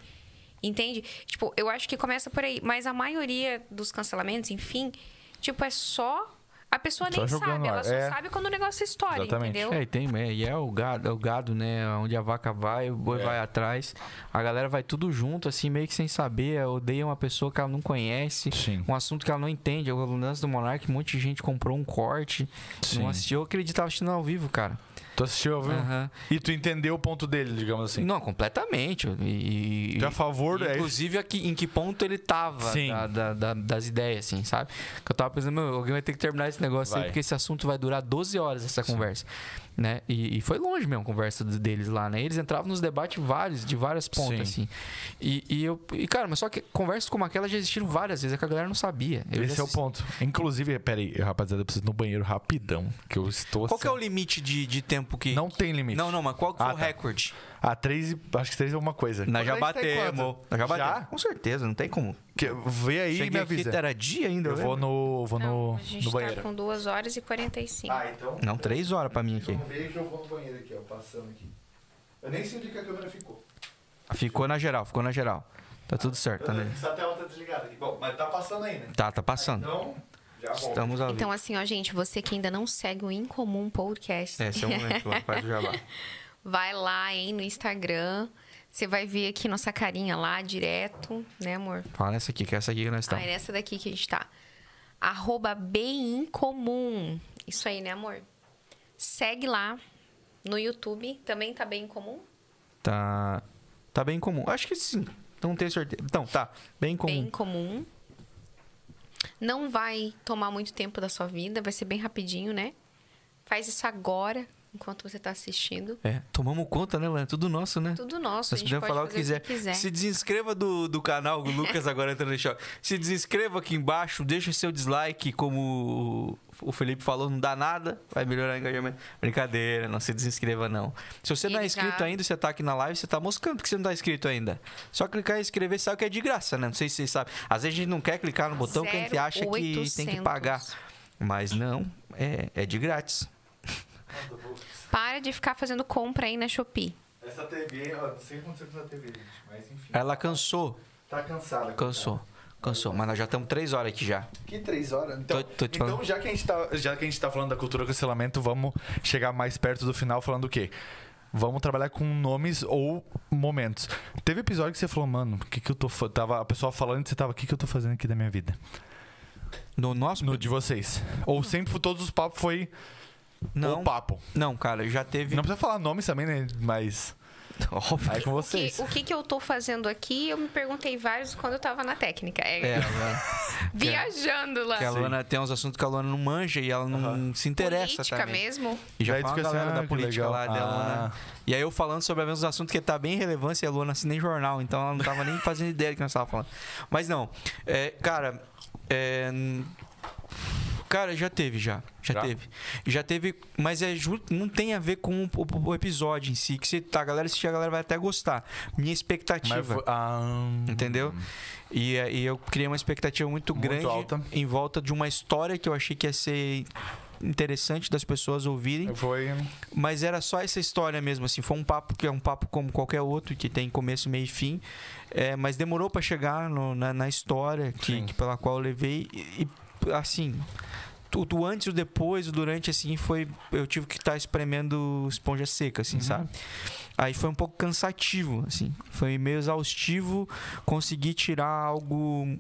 [SPEAKER 3] Entende? Tipo, eu acho que começa por aí. Mas a maioria dos cancelamentos, enfim, tipo, é só. A pessoa
[SPEAKER 1] Só
[SPEAKER 3] nem
[SPEAKER 1] jogando
[SPEAKER 3] sabe,
[SPEAKER 1] no
[SPEAKER 3] ela
[SPEAKER 1] ar,
[SPEAKER 3] só
[SPEAKER 1] é.
[SPEAKER 3] sabe quando o negócio estoura,
[SPEAKER 1] Exatamente.
[SPEAKER 3] entendeu?
[SPEAKER 2] É, e tem, é, e é o gado, é o gado, né? Onde a vaca vai, o boi vai atrás. A galera vai tudo junto, assim, meio que sem saber. é, Odeia uma pessoa que ela não conhece.
[SPEAKER 1] Sim.
[SPEAKER 2] Um assunto que ela não entende. O lance do Monark, um monte de gente comprou um corte.
[SPEAKER 1] Sim.
[SPEAKER 2] Não assistiu. Eu acreditava assistindo ao vivo, cara.
[SPEAKER 1] Tu assistiu, viu?
[SPEAKER 2] Aham.
[SPEAKER 1] E tu entendeu o ponto dele, digamos assim.
[SPEAKER 2] Não, completamente. E, e-
[SPEAKER 1] Tu é a favor
[SPEAKER 2] e,
[SPEAKER 1] é isso?
[SPEAKER 2] Inclusive, aqui, em que ponto ele tava
[SPEAKER 1] Sim.
[SPEAKER 2] da- da- da- das ideias, assim, sabe? Que eu tava pensando, meu, alguém vai ter que terminar esse negócio aí,
[SPEAKER 1] Vai.
[SPEAKER 2] porque esse assunto vai durar 12 horas, essa conversa. Né? E, e foi longe mesmo a conversa do- deles lá, né? Eles entravam nos debates vários, de várias pontas,
[SPEAKER 1] Sim.
[SPEAKER 2] assim. E, e eu. E, cara, mas só que conversas como aquela já existiram várias vezes, é que a galera não sabia. Eu
[SPEAKER 1] Esse
[SPEAKER 2] já
[SPEAKER 1] é o
[SPEAKER 2] assisti-
[SPEAKER 1] ponto. Inclusive, peraí, rapaziada, eu preciso ir no banheiro rapidão, que eu estou...
[SPEAKER 2] Qual que é o
[SPEAKER 1] assim-
[SPEAKER 2] limite de, de tempo que.
[SPEAKER 1] Não tem limite.
[SPEAKER 2] não, não, mas qual que foi
[SPEAKER 1] Ah,
[SPEAKER 2] o
[SPEAKER 1] tá.
[SPEAKER 2] recorde?
[SPEAKER 1] Ah, três, e- acho que três é alguma coisa.
[SPEAKER 2] Nós já
[SPEAKER 1] Quanto é que tá em
[SPEAKER 2] batemos.
[SPEAKER 1] quanto?
[SPEAKER 2] Nós já
[SPEAKER 1] Já?
[SPEAKER 2] batemos. Com certeza, não tem como.
[SPEAKER 1] Que- vê aí e me
[SPEAKER 2] Cheguei aqui, tá
[SPEAKER 1] avisa.
[SPEAKER 2] era dia ainda. né?
[SPEAKER 1] Eu vou
[SPEAKER 2] lembro.
[SPEAKER 1] no, vou
[SPEAKER 3] Não,
[SPEAKER 1] no,
[SPEAKER 3] a gente
[SPEAKER 1] no
[SPEAKER 3] tá
[SPEAKER 1] banheiro.
[SPEAKER 3] com 2 horas e 45.
[SPEAKER 1] então.
[SPEAKER 2] Não, três horas pra mim aqui.
[SPEAKER 1] ver que eu vou no banheiro aqui, ó, passando aqui. Eu nem sei onde que a câmera ficou.
[SPEAKER 2] Ficou na geral, ficou na geral. Tá tudo certo, tá né?
[SPEAKER 1] Essa tela tá desligada aqui. Bom, mas tá passando aí, né?
[SPEAKER 2] Tá, tá passando.
[SPEAKER 1] Então, já
[SPEAKER 2] Estamos ao
[SPEAKER 3] Então,
[SPEAKER 2] vivo.
[SPEAKER 3] assim, ó, gente, você que ainda não segue o Incomum Podcast,
[SPEAKER 2] Esse é o momento, lá, faz o jabá.
[SPEAKER 3] vai lá, hein, no Instagram. Você vai ver aqui nossa carinha lá direto, né, amor?
[SPEAKER 2] Fala nessa aqui, que é essa aqui que nós
[SPEAKER 3] Ah, é
[SPEAKER 2] estamos.
[SPEAKER 3] nessa daqui que a gente tá. Arroba bem incomum. Isso aí, né, amor? Segue lá no YouTube. Também tá bem incomum?
[SPEAKER 2] Tá. Tá bem comum. Acho que sim. Não tenho certeza. Então, tá. Bem
[SPEAKER 3] Bem
[SPEAKER 2] comum.
[SPEAKER 3] comum. Não vai tomar muito tempo da sua vida, vai ser bem rapidinho, né? Faz isso agora. enquanto você está assistindo.
[SPEAKER 2] É, tomamos conta, né, Lana? Tudo nosso, né?
[SPEAKER 3] Tudo
[SPEAKER 2] Nós
[SPEAKER 3] nosso. a gente
[SPEAKER 2] podemos
[SPEAKER 3] pode
[SPEAKER 2] falar o que
[SPEAKER 3] fazer
[SPEAKER 2] quiser. Se desinscreva do, do canal, o Lucas agora entrando no shopping. Se desinscreva aqui embaixo, deixa seu dislike, como o o Felipe falou, não dá nada, vai melhorar o engajamento. Brincadeira, não se desinscreva não. Se você não é
[SPEAKER 3] Ele
[SPEAKER 2] inscrito
[SPEAKER 3] já-
[SPEAKER 2] ainda, você tá aqui na live, você tá moscando porque você não tá inscrito ainda. Só clicar em inscrever, sabe que é de graça, né? Não sei se vocês sabem. Às vezes a gente não quer clicar no botão que a gente acha que tem que
[SPEAKER 3] 0800.
[SPEAKER 2] pagar. Mas não, é, é de grátis.
[SPEAKER 3] Para de ficar fazendo compra aí na Shopee.
[SPEAKER 1] Essa TV, ó, não sei o que aconteceu com essa TV, gente, mas enfim.
[SPEAKER 2] Ela cansou,
[SPEAKER 1] Tá cansada.
[SPEAKER 2] cansou, cansou. Mas nós já estamos três horas aqui já.
[SPEAKER 1] Que três horas? Então,
[SPEAKER 2] Tô- tô te
[SPEAKER 1] então
[SPEAKER 2] falando.
[SPEAKER 1] já, que a gente tá, já que a gente tá falando da cultura do cancelamento, vamos chegar mais perto do final falando o quê? Vamos trabalhar com nomes ou momentos. Teve episódio que você falou, mano, o que que eu tô... fa- Tava a pessoa falando e você tava, o que que eu tô fazendo aqui da minha vida?
[SPEAKER 2] No nosso
[SPEAKER 1] No de vocês. Ou sempre todos os papos foi
[SPEAKER 2] Não,
[SPEAKER 1] o papo.
[SPEAKER 2] não, cara, já teve.
[SPEAKER 1] Não precisa falar nomes também, né? Mas
[SPEAKER 2] Óbvio.
[SPEAKER 1] aí é com
[SPEAKER 3] Que-
[SPEAKER 1] vocês.
[SPEAKER 3] o que, que eu tô fazendo aqui? Eu me perguntei vários quando eu tava na técnica. É,
[SPEAKER 2] É, né?
[SPEAKER 3] viajando lá.
[SPEAKER 2] que a Luana tem uns assuntos que a Luana não manja e ela não se interessa
[SPEAKER 3] Política
[SPEAKER 2] também.
[SPEAKER 3] mesmo.
[SPEAKER 2] E já
[SPEAKER 1] Daí tu
[SPEAKER 2] fala a
[SPEAKER 1] fica assim,
[SPEAKER 2] galera
[SPEAKER 1] ah,
[SPEAKER 2] da
[SPEAKER 1] que
[SPEAKER 2] política
[SPEAKER 1] legal.
[SPEAKER 2] lá dela,
[SPEAKER 1] Ah.
[SPEAKER 2] né? E aí eu falando sobre a mesmos assuntos que tá bem relevância e a Luana assina em jornal, então ela não tava nem fazendo ideia do que nós tava falando. Mas não, é, cara, é, n- Cara, já teve, já. Já,
[SPEAKER 1] Já?
[SPEAKER 2] teve. Já teve, mas é ju- não tem a ver com o, o- o episódio em si. Que se tá, a galera assistir, a galera vai até gostar. Minha expectativa.
[SPEAKER 1] Mas foi- ah,
[SPEAKER 2] Entendeu? E, eh, e eu criei uma expectativa muito,
[SPEAKER 1] Muito
[SPEAKER 2] grande
[SPEAKER 1] alta.
[SPEAKER 2] em volta de uma história que eu achei que ia ser interessante das pessoas ouvirem,
[SPEAKER 1] Foi...
[SPEAKER 2] mas era só essa história mesmo, assim, foi um papo que é um papo como qualquer outro, que tem começo, meio e fim, eh, mas demorou para chegar no- na, na história que,
[SPEAKER 1] Sim.
[SPEAKER 2] que pela qual eu levei e, e, assim, tudo antes, o depois, o durante, assim, foi, eu tive que estar espremendo esponja seca, assim, sabe? Aí foi um pouco cansativo, assim. Foi meio exaustivo conseguir tirar algo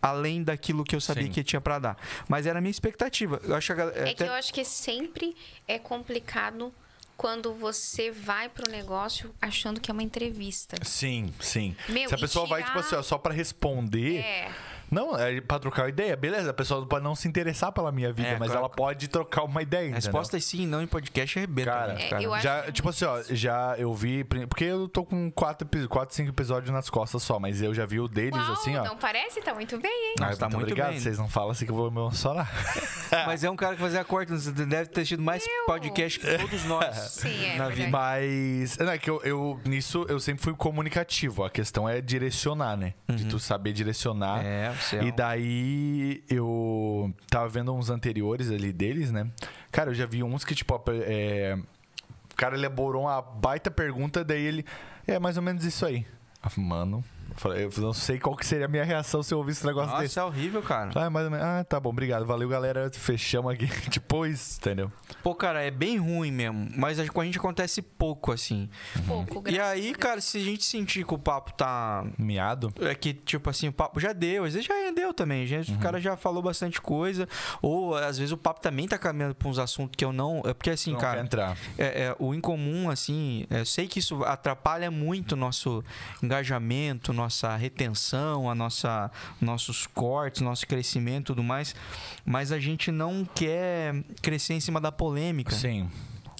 [SPEAKER 2] além daquilo que eu sabia
[SPEAKER 7] Sim.
[SPEAKER 2] que tinha pra dar. Mas era a minha expectativa. Eu acho que a gal-
[SPEAKER 3] É que
[SPEAKER 2] até-
[SPEAKER 3] eu acho que sempre é complicado quando você vai pro negócio achando que é uma entrevista.
[SPEAKER 1] Sim, sim.
[SPEAKER 3] Meu,
[SPEAKER 1] Se a
[SPEAKER 3] e
[SPEAKER 1] pessoa vai,
[SPEAKER 3] tirar-
[SPEAKER 1] tipo assim, ó, só pra responder...
[SPEAKER 3] É.
[SPEAKER 1] Não, é pra trocar ideia, beleza. A pessoa pode não se interessar pela minha vida,
[SPEAKER 2] É,
[SPEAKER 1] mas
[SPEAKER 2] claro.
[SPEAKER 1] ela pode trocar uma ideia. entendeu?
[SPEAKER 2] Resposta é sim, não em podcast arrebenta.
[SPEAKER 1] Cara,
[SPEAKER 2] né,
[SPEAKER 3] É, eu acho
[SPEAKER 1] já,
[SPEAKER 3] que é
[SPEAKER 1] tipo assim, ó, já eu vi. Porque eu tô com 4, 5 episódios nas costas só, mas eu já vi o deles,
[SPEAKER 3] Uau,
[SPEAKER 1] assim, ó.
[SPEAKER 3] não parece? Tá muito bem, hein?
[SPEAKER 1] Ah,
[SPEAKER 2] Nossa, tá muito
[SPEAKER 1] obrigado,
[SPEAKER 2] bem.
[SPEAKER 1] vocês não falam assim que eu vou me emocionar.
[SPEAKER 2] Mas é um cara que fazia corte, você deve ter tido mais
[SPEAKER 3] Eu?
[SPEAKER 2] podcast que todos nós.
[SPEAKER 3] Sim, é
[SPEAKER 2] Na vida.
[SPEAKER 3] verdade.
[SPEAKER 1] Mas. Não, é que eu, eu- Nisso eu sempre fui comunicativo. A questão é direcionar, né? De tu saber direcionar.
[SPEAKER 2] Uhum. É, você é
[SPEAKER 1] E
[SPEAKER 2] um-
[SPEAKER 1] daí eu tava vendo uns anteriores ali deles, né? Cara, eu já vi uns que, tipo, a pe- é, o cara elaborou uma baita pergunta, daí ele. É mais ou menos isso aí. Ah, Mano, eu falei, eu não sei qual que seria a minha reação se eu ouvisse um negócio desse.
[SPEAKER 2] Nossa, é horrível, cara.
[SPEAKER 1] Ah, mais ou menos. Ah, tá bom, obrigado. Valeu, galera. Fechamos aqui. Tipo isso, entendeu?
[SPEAKER 2] Pô, cara, é bem ruim mesmo. Mas acho que com a gente acontece pouco, assim.
[SPEAKER 3] Pouco,
[SPEAKER 1] é
[SPEAKER 2] E
[SPEAKER 3] graças a
[SPEAKER 2] aí,
[SPEAKER 3] Deus.
[SPEAKER 2] cara, se a gente sentir que o papo tá
[SPEAKER 1] Miado.
[SPEAKER 2] É que, tipo assim, o papo já deu, às vezes já rendeu também. Gente, O cara já falou bastante coisa. Ou às vezes o papo também tá caminhando pra uns assuntos que eu não. É porque assim,
[SPEAKER 1] não quer
[SPEAKER 2] cara.
[SPEAKER 1] entrar.
[SPEAKER 2] É, é, o incomum, assim, eu sei que isso atrapalha muito o nosso engajamento, nossa retenção, a nossa, nossos cortes, nosso crescimento e tudo mais, mas a gente não quer crescer em cima da polêmica
[SPEAKER 1] Sim.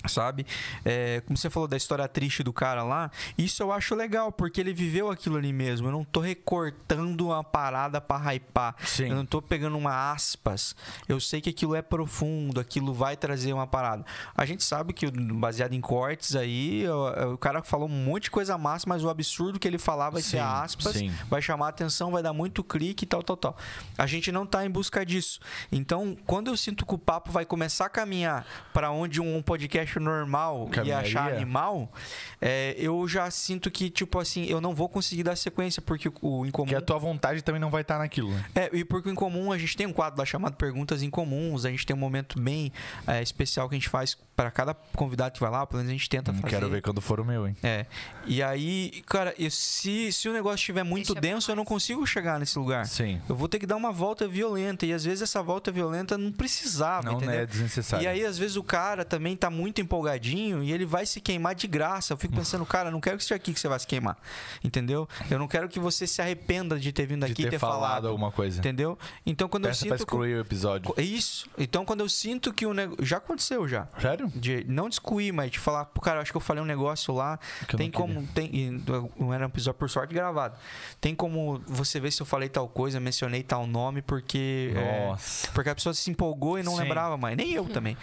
[SPEAKER 2] sabe? É, como você falou da história triste do cara lá, isso eu acho legal, porque ele viveu aquilo ali mesmo. Eu não tô recortando uma parada pra hypar.
[SPEAKER 1] Sim.
[SPEAKER 2] Eu não tô pegando uma aspas. Eu sei que aquilo é profundo, aquilo vai trazer uma parada. A gente sabe que, baseado em cortes aí, o, o cara falou um monte de coisa massa, mas o absurdo que ele falar vai ser
[SPEAKER 1] Sim,
[SPEAKER 2] aspas,
[SPEAKER 1] sim.
[SPEAKER 2] vai chamar atenção, vai dar muito clique e tal, tal, tal. A gente não tá em busca disso. Então, quando eu sinto que o papo vai começar a caminhar para onde um podcast normal ia
[SPEAKER 1] Caminharia.
[SPEAKER 2] achar animal, é, eu já sinto que, tipo assim, eu não vou conseguir dar sequência, porque o incomum.
[SPEAKER 1] Que a tua vontade também não vai estar naquilo, né?
[SPEAKER 2] É, e porque o incomum, a gente tem um quadro lá chamado Perguntas Incomuns, a gente tem um momento bem é, especial que a gente faz para cada convidado que vai lá, pelo menos a gente tenta
[SPEAKER 1] Não
[SPEAKER 2] fazer.
[SPEAKER 1] Hum, quero ver quando for o meu, hein?
[SPEAKER 2] É. E aí, cara, eu- se, se o negócio estiver muito
[SPEAKER 3] Deixa pra
[SPEAKER 2] denso, eu não consigo chegar nesse lugar.
[SPEAKER 1] Sim.
[SPEAKER 2] Eu vou ter que dar uma volta violenta. E às vezes essa volta violenta não precisava,
[SPEAKER 1] Não
[SPEAKER 2] Ah,
[SPEAKER 1] né,
[SPEAKER 2] entendeu?
[SPEAKER 1] é desnecessário.
[SPEAKER 2] E aí, às vezes, o cara também tá muito empolgadinho e ele vai se queimar de graça. Eu fico
[SPEAKER 1] Hum.
[SPEAKER 2] pensando, cara, não quero que seja aqui que você vai se queimar. Entendeu? Eu não quero que você se arrependa de ter vindo
[SPEAKER 1] De
[SPEAKER 2] aqui e
[SPEAKER 1] ter
[SPEAKER 2] ter,
[SPEAKER 1] falado
[SPEAKER 2] falado.
[SPEAKER 1] alguma coisa.
[SPEAKER 2] Entendeu? Então quando
[SPEAKER 1] Peça pra
[SPEAKER 2] eu sinto. que-
[SPEAKER 1] excluir o episódio.
[SPEAKER 2] é Isso. Então, quando eu sinto que o negócio. Já aconteceu já.
[SPEAKER 1] Sério?
[SPEAKER 2] De não descuir, mas de falar, pô, cara, acho que eu falei um negócio lá.
[SPEAKER 1] Que eu
[SPEAKER 2] tem
[SPEAKER 1] não
[SPEAKER 2] como. Tem, e não era um episódio, por sorte, gravado. Tem como você ver se eu falei tal coisa, mencionei tal nome, porque. é,
[SPEAKER 1] Nossa.
[SPEAKER 2] porque a pessoa se empolgou e não
[SPEAKER 8] Sim.
[SPEAKER 2] lembrava mais. Nem eu também.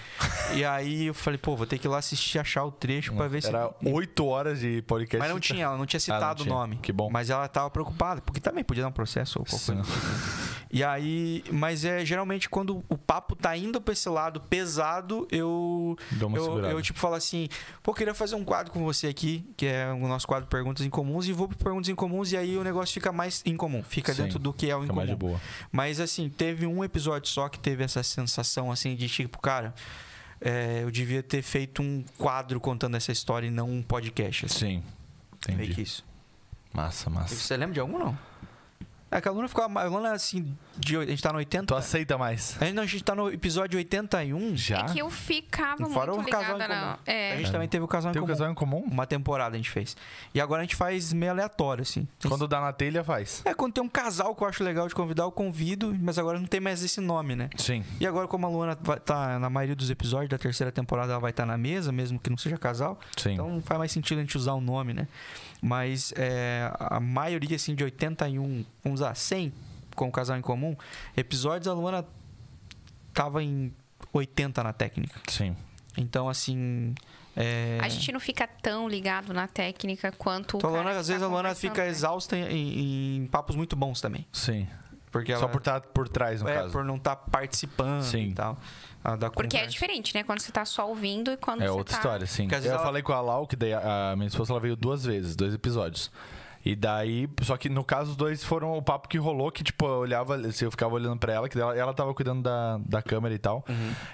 [SPEAKER 2] e aí eu falei, pô, vou ter que ir lá assistir, achar o trecho Tipo, pra ver se.
[SPEAKER 1] Era oito horas de podcast.
[SPEAKER 2] Mas não tinha, ela não tinha citado o
[SPEAKER 1] Ah, tinha.
[SPEAKER 2] nome.
[SPEAKER 1] Que bom.
[SPEAKER 2] Mas ela tava preocupada, porque também podia dar um processo ou qualquer
[SPEAKER 1] Sim.
[SPEAKER 2] coisa. E aí, mas é geralmente quando o papo tá indo pra esse lado pesado, eu.
[SPEAKER 1] Dá uma
[SPEAKER 2] eu,
[SPEAKER 1] segurada.
[SPEAKER 2] eu, tipo falo assim, pô, queria fazer um quadro com você aqui, que é o nosso quadro Perguntas Incomuns, e vou pro Perguntas Incomuns, e aí o negócio fica mais incomum, fica
[SPEAKER 1] Sim.
[SPEAKER 2] dentro do que é o
[SPEAKER 1] Fica mais de
[SPEAKER 2] incomum.
[SPEAKER 1] boa.
[SPEAKER 2] Mas assim, teve um episódio só que teve essa sensação assim de tipo, cara, é, eu devia ter feito um quadro contando essa história e não um podcast. Assim.
[SPEAKER 1] Sim.
[SPEAKER 2] Meio que
[SPEAKER 1] Entendi.
[SPEAKER 2] isso.
[SPEAKER 1] Massa, massa.
[SPEAKER 2] Você lembra de algum, não? É que a Luna ficou. A Luna, assim, de, oi- a gente tá no 80.
[SPEAKER 1] Tu aceita mais?
[SPEAKER 2] A gente, não, a gente tá no episódio 81.
[SPEAKER 1] Já?
[SPEAKER 3] É que eu ficava
[SPEAKER 2] Fora o
[SPEAKER 3] muito
[SPEAKER 2] casal
[SPEAKER 3] ligada
[SPEAKER 2] em comum.
[SPEAKER 3] na.
[SPEAKER 2] A
[SPEAKER 3] É.
[SPEAKER 2] gente também teve o casal em
[SPEAKER 1] Tem um
[SPEAKER 2] comum.
[SPEAKER 1] casal em comum?
[SPEAKER 2] Uma temporada a gente fez. E agora a gente faz meio aleatório, assim.
[SPEAKER 1] Quando dá na telha, faz.
[SPEAKER 2] É, quando tem um casal que eu acho legal de convidar, eu convido, mas agora não tem mais esse nome, né?
[SPEAKER 1] Sim.
[SPEAKER 2] E agora, como a Luana vai- tá na maioria dos episódios da terceira temporada, ela vai estar na mesa, mesmo que não seja casal.
[SPEAKER 1] Sim.
[SPEAKER 2] Então não faz mais sentido a gente usar o nome, né? Mas é, a maioria, assim, de 81, vamos usar 100, com o casal em comum, episódios, a Luana tava em 80 na técnica.
[SPEAKER 1] Sim.
[SPEAKER 2] Então, assim... é,
[SPEAKER 3] A gente não fica tão ligado na técnica quanto.
[SPEAKER 2] então, a
[SPEAKER 3] o cara
[SPEAKER 2] Luana,
[SPEAKER 3] que
[SPEAKER 2] às vezes
[SPEAKER 3] tá
[SPEAKER 2] a Luana
[SPEAKER 3] conversando,
[SPEAKER 2] fica
[SPEAKER 3] né?
[SPEAKER 2] exausta em, em papos muito bons também.
[SPEAKER 1] Sim.
[SPEAKER 2] Porque ela,
[SPEAKER 1] Só por estar por trás, no
[SPEAKER 2] é,
[SPEAKER 1] caso.
[SPEAKER 2] por não estar participando
[SPEAKER 1] Sim.
[SPEAKER 2] e tal. ah, da
[SPEAKER 3] Porque é
[SPEAKER 2] conversa.
[SPEAKER 3] diferente, né? Quando você tá só ouvindo e quando
[SPEAKER 1] É
[SPEAKER 3] você
[SPEAKER 1] outra
[SPEAKER 3] tá-
[SPEAKER 1] história, sim.
[SPEAKER 2] Porque às
[SPEAKER 1] Eu
[SPEAKER 2] vezes ela-
[SPEAKER 1] falei com a Lau, que daí a a minha esposa ela veio duas vezes, dois episódios. E daí, só que no caso, os dois foram o papo que rolou, que tipo, eu olhava, assim, eu ficava olhando pra ela, que ela, ela tava cuidando da, da câmera e tal.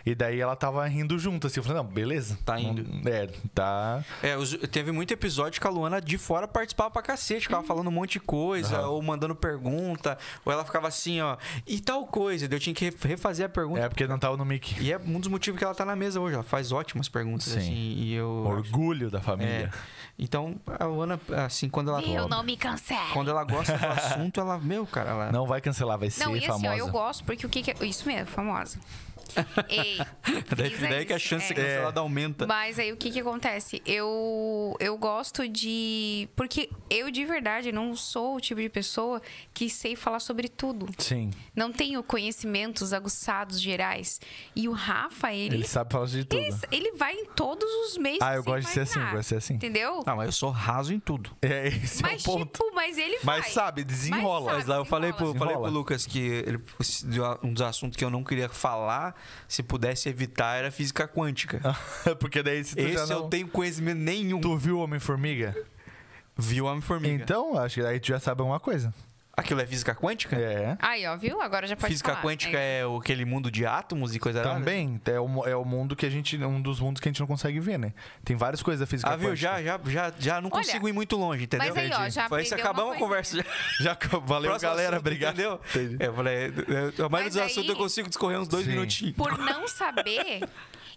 [SPEAKER 1] E daí ela tava rindo junto, assim, eu falei, não, beleza.
[SPEAKER 2] Uhum. Tá
[SPEAKER 1] Não-
[SPEAKER 2] indo.
[SPEAKER 1] é, tá.
[SPEAKER 3] tipo
[SPEAKER 2] É, os- teve muito episódio que a Luana de fora participava pra cacete,
[SPEAKER 3] Uhum.
[SPEAKER 2] ficava falando um monte de coisa, ou mandando pergunta, ou ela ficava assim, ó, e tal coisa, daí eu tinha que re- refazer a pergunta.
[SPEAKER 1] É porque não tava no mic.
[SPEAKER 2] E é um dos motivos que ela tá na mesa hoje, ela faz ótimas perguntas,
[SPEAKER 1] Sim.
[SPEAKER 2] assim, e eu...
[SPEAKER 1] Orgulho da
[SPEAKER 2] É,
[SPEAKER 1] família.
[SPEAKER 2] então, a Luana, assim, quando ela,
[SPEAKER 3] Eu não me cancele.
[SPEAKER 2] quando ela gosta do assunto, ela, meu, cara, ela...
[SPEAKER 1] Não vai cancelar, vai ser
[SPEAKER 3] Não, e assim,
[SPEAKER 1] é famosa.
[SPEAKER 3] ó, eu gosto, porque o que que é. Isso mesmo, famosa. Ei.
[SPEAKER 2] daí,
[SPEAKER 3] frisa
[SPEAKER 2] daí que a
[SPEAKER 3] isso,
[SPEAKER 2] chance
[SPEAKER 3] é.
[SPEAKER 2] de cancelada
[SPEAKER 1] tá-
[SPEAKER 2] aumenta.
[SPEAKER 3] Mas aí o que que acontece? Eu, eu gosto de. Porque eu de verdade não sou o tipo de pessoa que sei falar sobre tudo.
[SPEAKER 1] Sim.
[SPEAKER 3] Não tenho conhecimentos aguçados gerais. E o Rafa, ele.
[SPEAKER 1] Ele sabe falar de tudo.
[SPEAKER 3] ele, ele vai em todos os meios.
[SPEAKER 1] Ah,
[SPEAKER 3] que
[SPEAKER 1] eu
[SPEAKER 3] você
[SPEAKER 1] gosto de ser assim, eu
[SPEAKER 3] imaginar,
[SPEAKER 1] gosto de ser assim.
[SPEAKER 3] Entendeu?
[SPEAKER 2] Não, mas eu sou raso em tudo.
[SPEAKER 1] É, esse
[SPEAKER 3] mas,
[SPEAKER 1] é o ponto.
[SPEAKER 3] tipo, mas ele vai.
[SPEAKER 1] Mas sabe, desenrola.
[SPEAKER 3] sabe,
[SPEAKER 2] Mas lá eu falei pro,
[SPEAKER 3] desenrola.
[SPEAKER 1] Desenrola.
[SPEAKER 2] falei pro Lucas que ele, um dos assuntos que eu não queria falar, se pudesse evitar, era física quântica.
[SPEAKER 1] porque daí se Ah, tu já
[SPEAKER 2] Esse
[SPEAKER 1] não...
[SPEAKER 2] eu tenho conhecimento nenhum.
[SPEAKER 1] Tu viu Homem-Formiga?
[SPEAKER 2] Viu Homem-Formiga?
[SPEAKER 1] Então, acho que aí tu já sabe alguma coisa.
[SPEAKER 2] Aquilo é física quântica?
[SPEAKER 1] É.
[SPEAKER 3] Aí, ó, viu? Agora já pode
[SPEAKER 2] Física
[SPEAKER 3] falar.
[SPEAKER 2] quântica é. o- aquele mundo de átomos e coisa errada?
[SPEAKER 1] Também é o, é o mundo que a gente. Um dos mundos que a gente não consegue ver, né? Tem várias coisas da física.
[SPEAKER 2] Ah, viu?
[SPEAKER 1] quântica.
[SPEAKER 2] Já, já, já, já não
[SPEAKER 3] Olha,
[SPEAKER 2] consigo ir muito longe, entendeu?
[SPEAKER 3] mas aí, ó, já
[SPEAKER 2] Foi isso,
[SPEAKER 3] aprendeu uma
[SPEAKER 2] acabamos a conversa.
[SPEAKER 3] coisinha.
[SPEAKER 1] Já co- valeu,
[SPEAKER 2] Próximo
[SPEAKER 1] galera.
[SPEAKER 2] assunto,
[SPEAKER 1] obrigado.
[SPEAKER 2] Entendeu?
[SPEAKER 1] Entendi.
[SPEAKER 2] É, eu falei, é, é, a maioria
[SPEAKER 3] Mas
[SPEAKER 2] dos assuntos
[SPEAKER 3] aí-
[SPEAKER 2] eu consigo discorrer uns dois
[SPEAKER 1] Sim.
[SPEAKER 2] minutinhos.
[SPEAKER 3] Por não saber,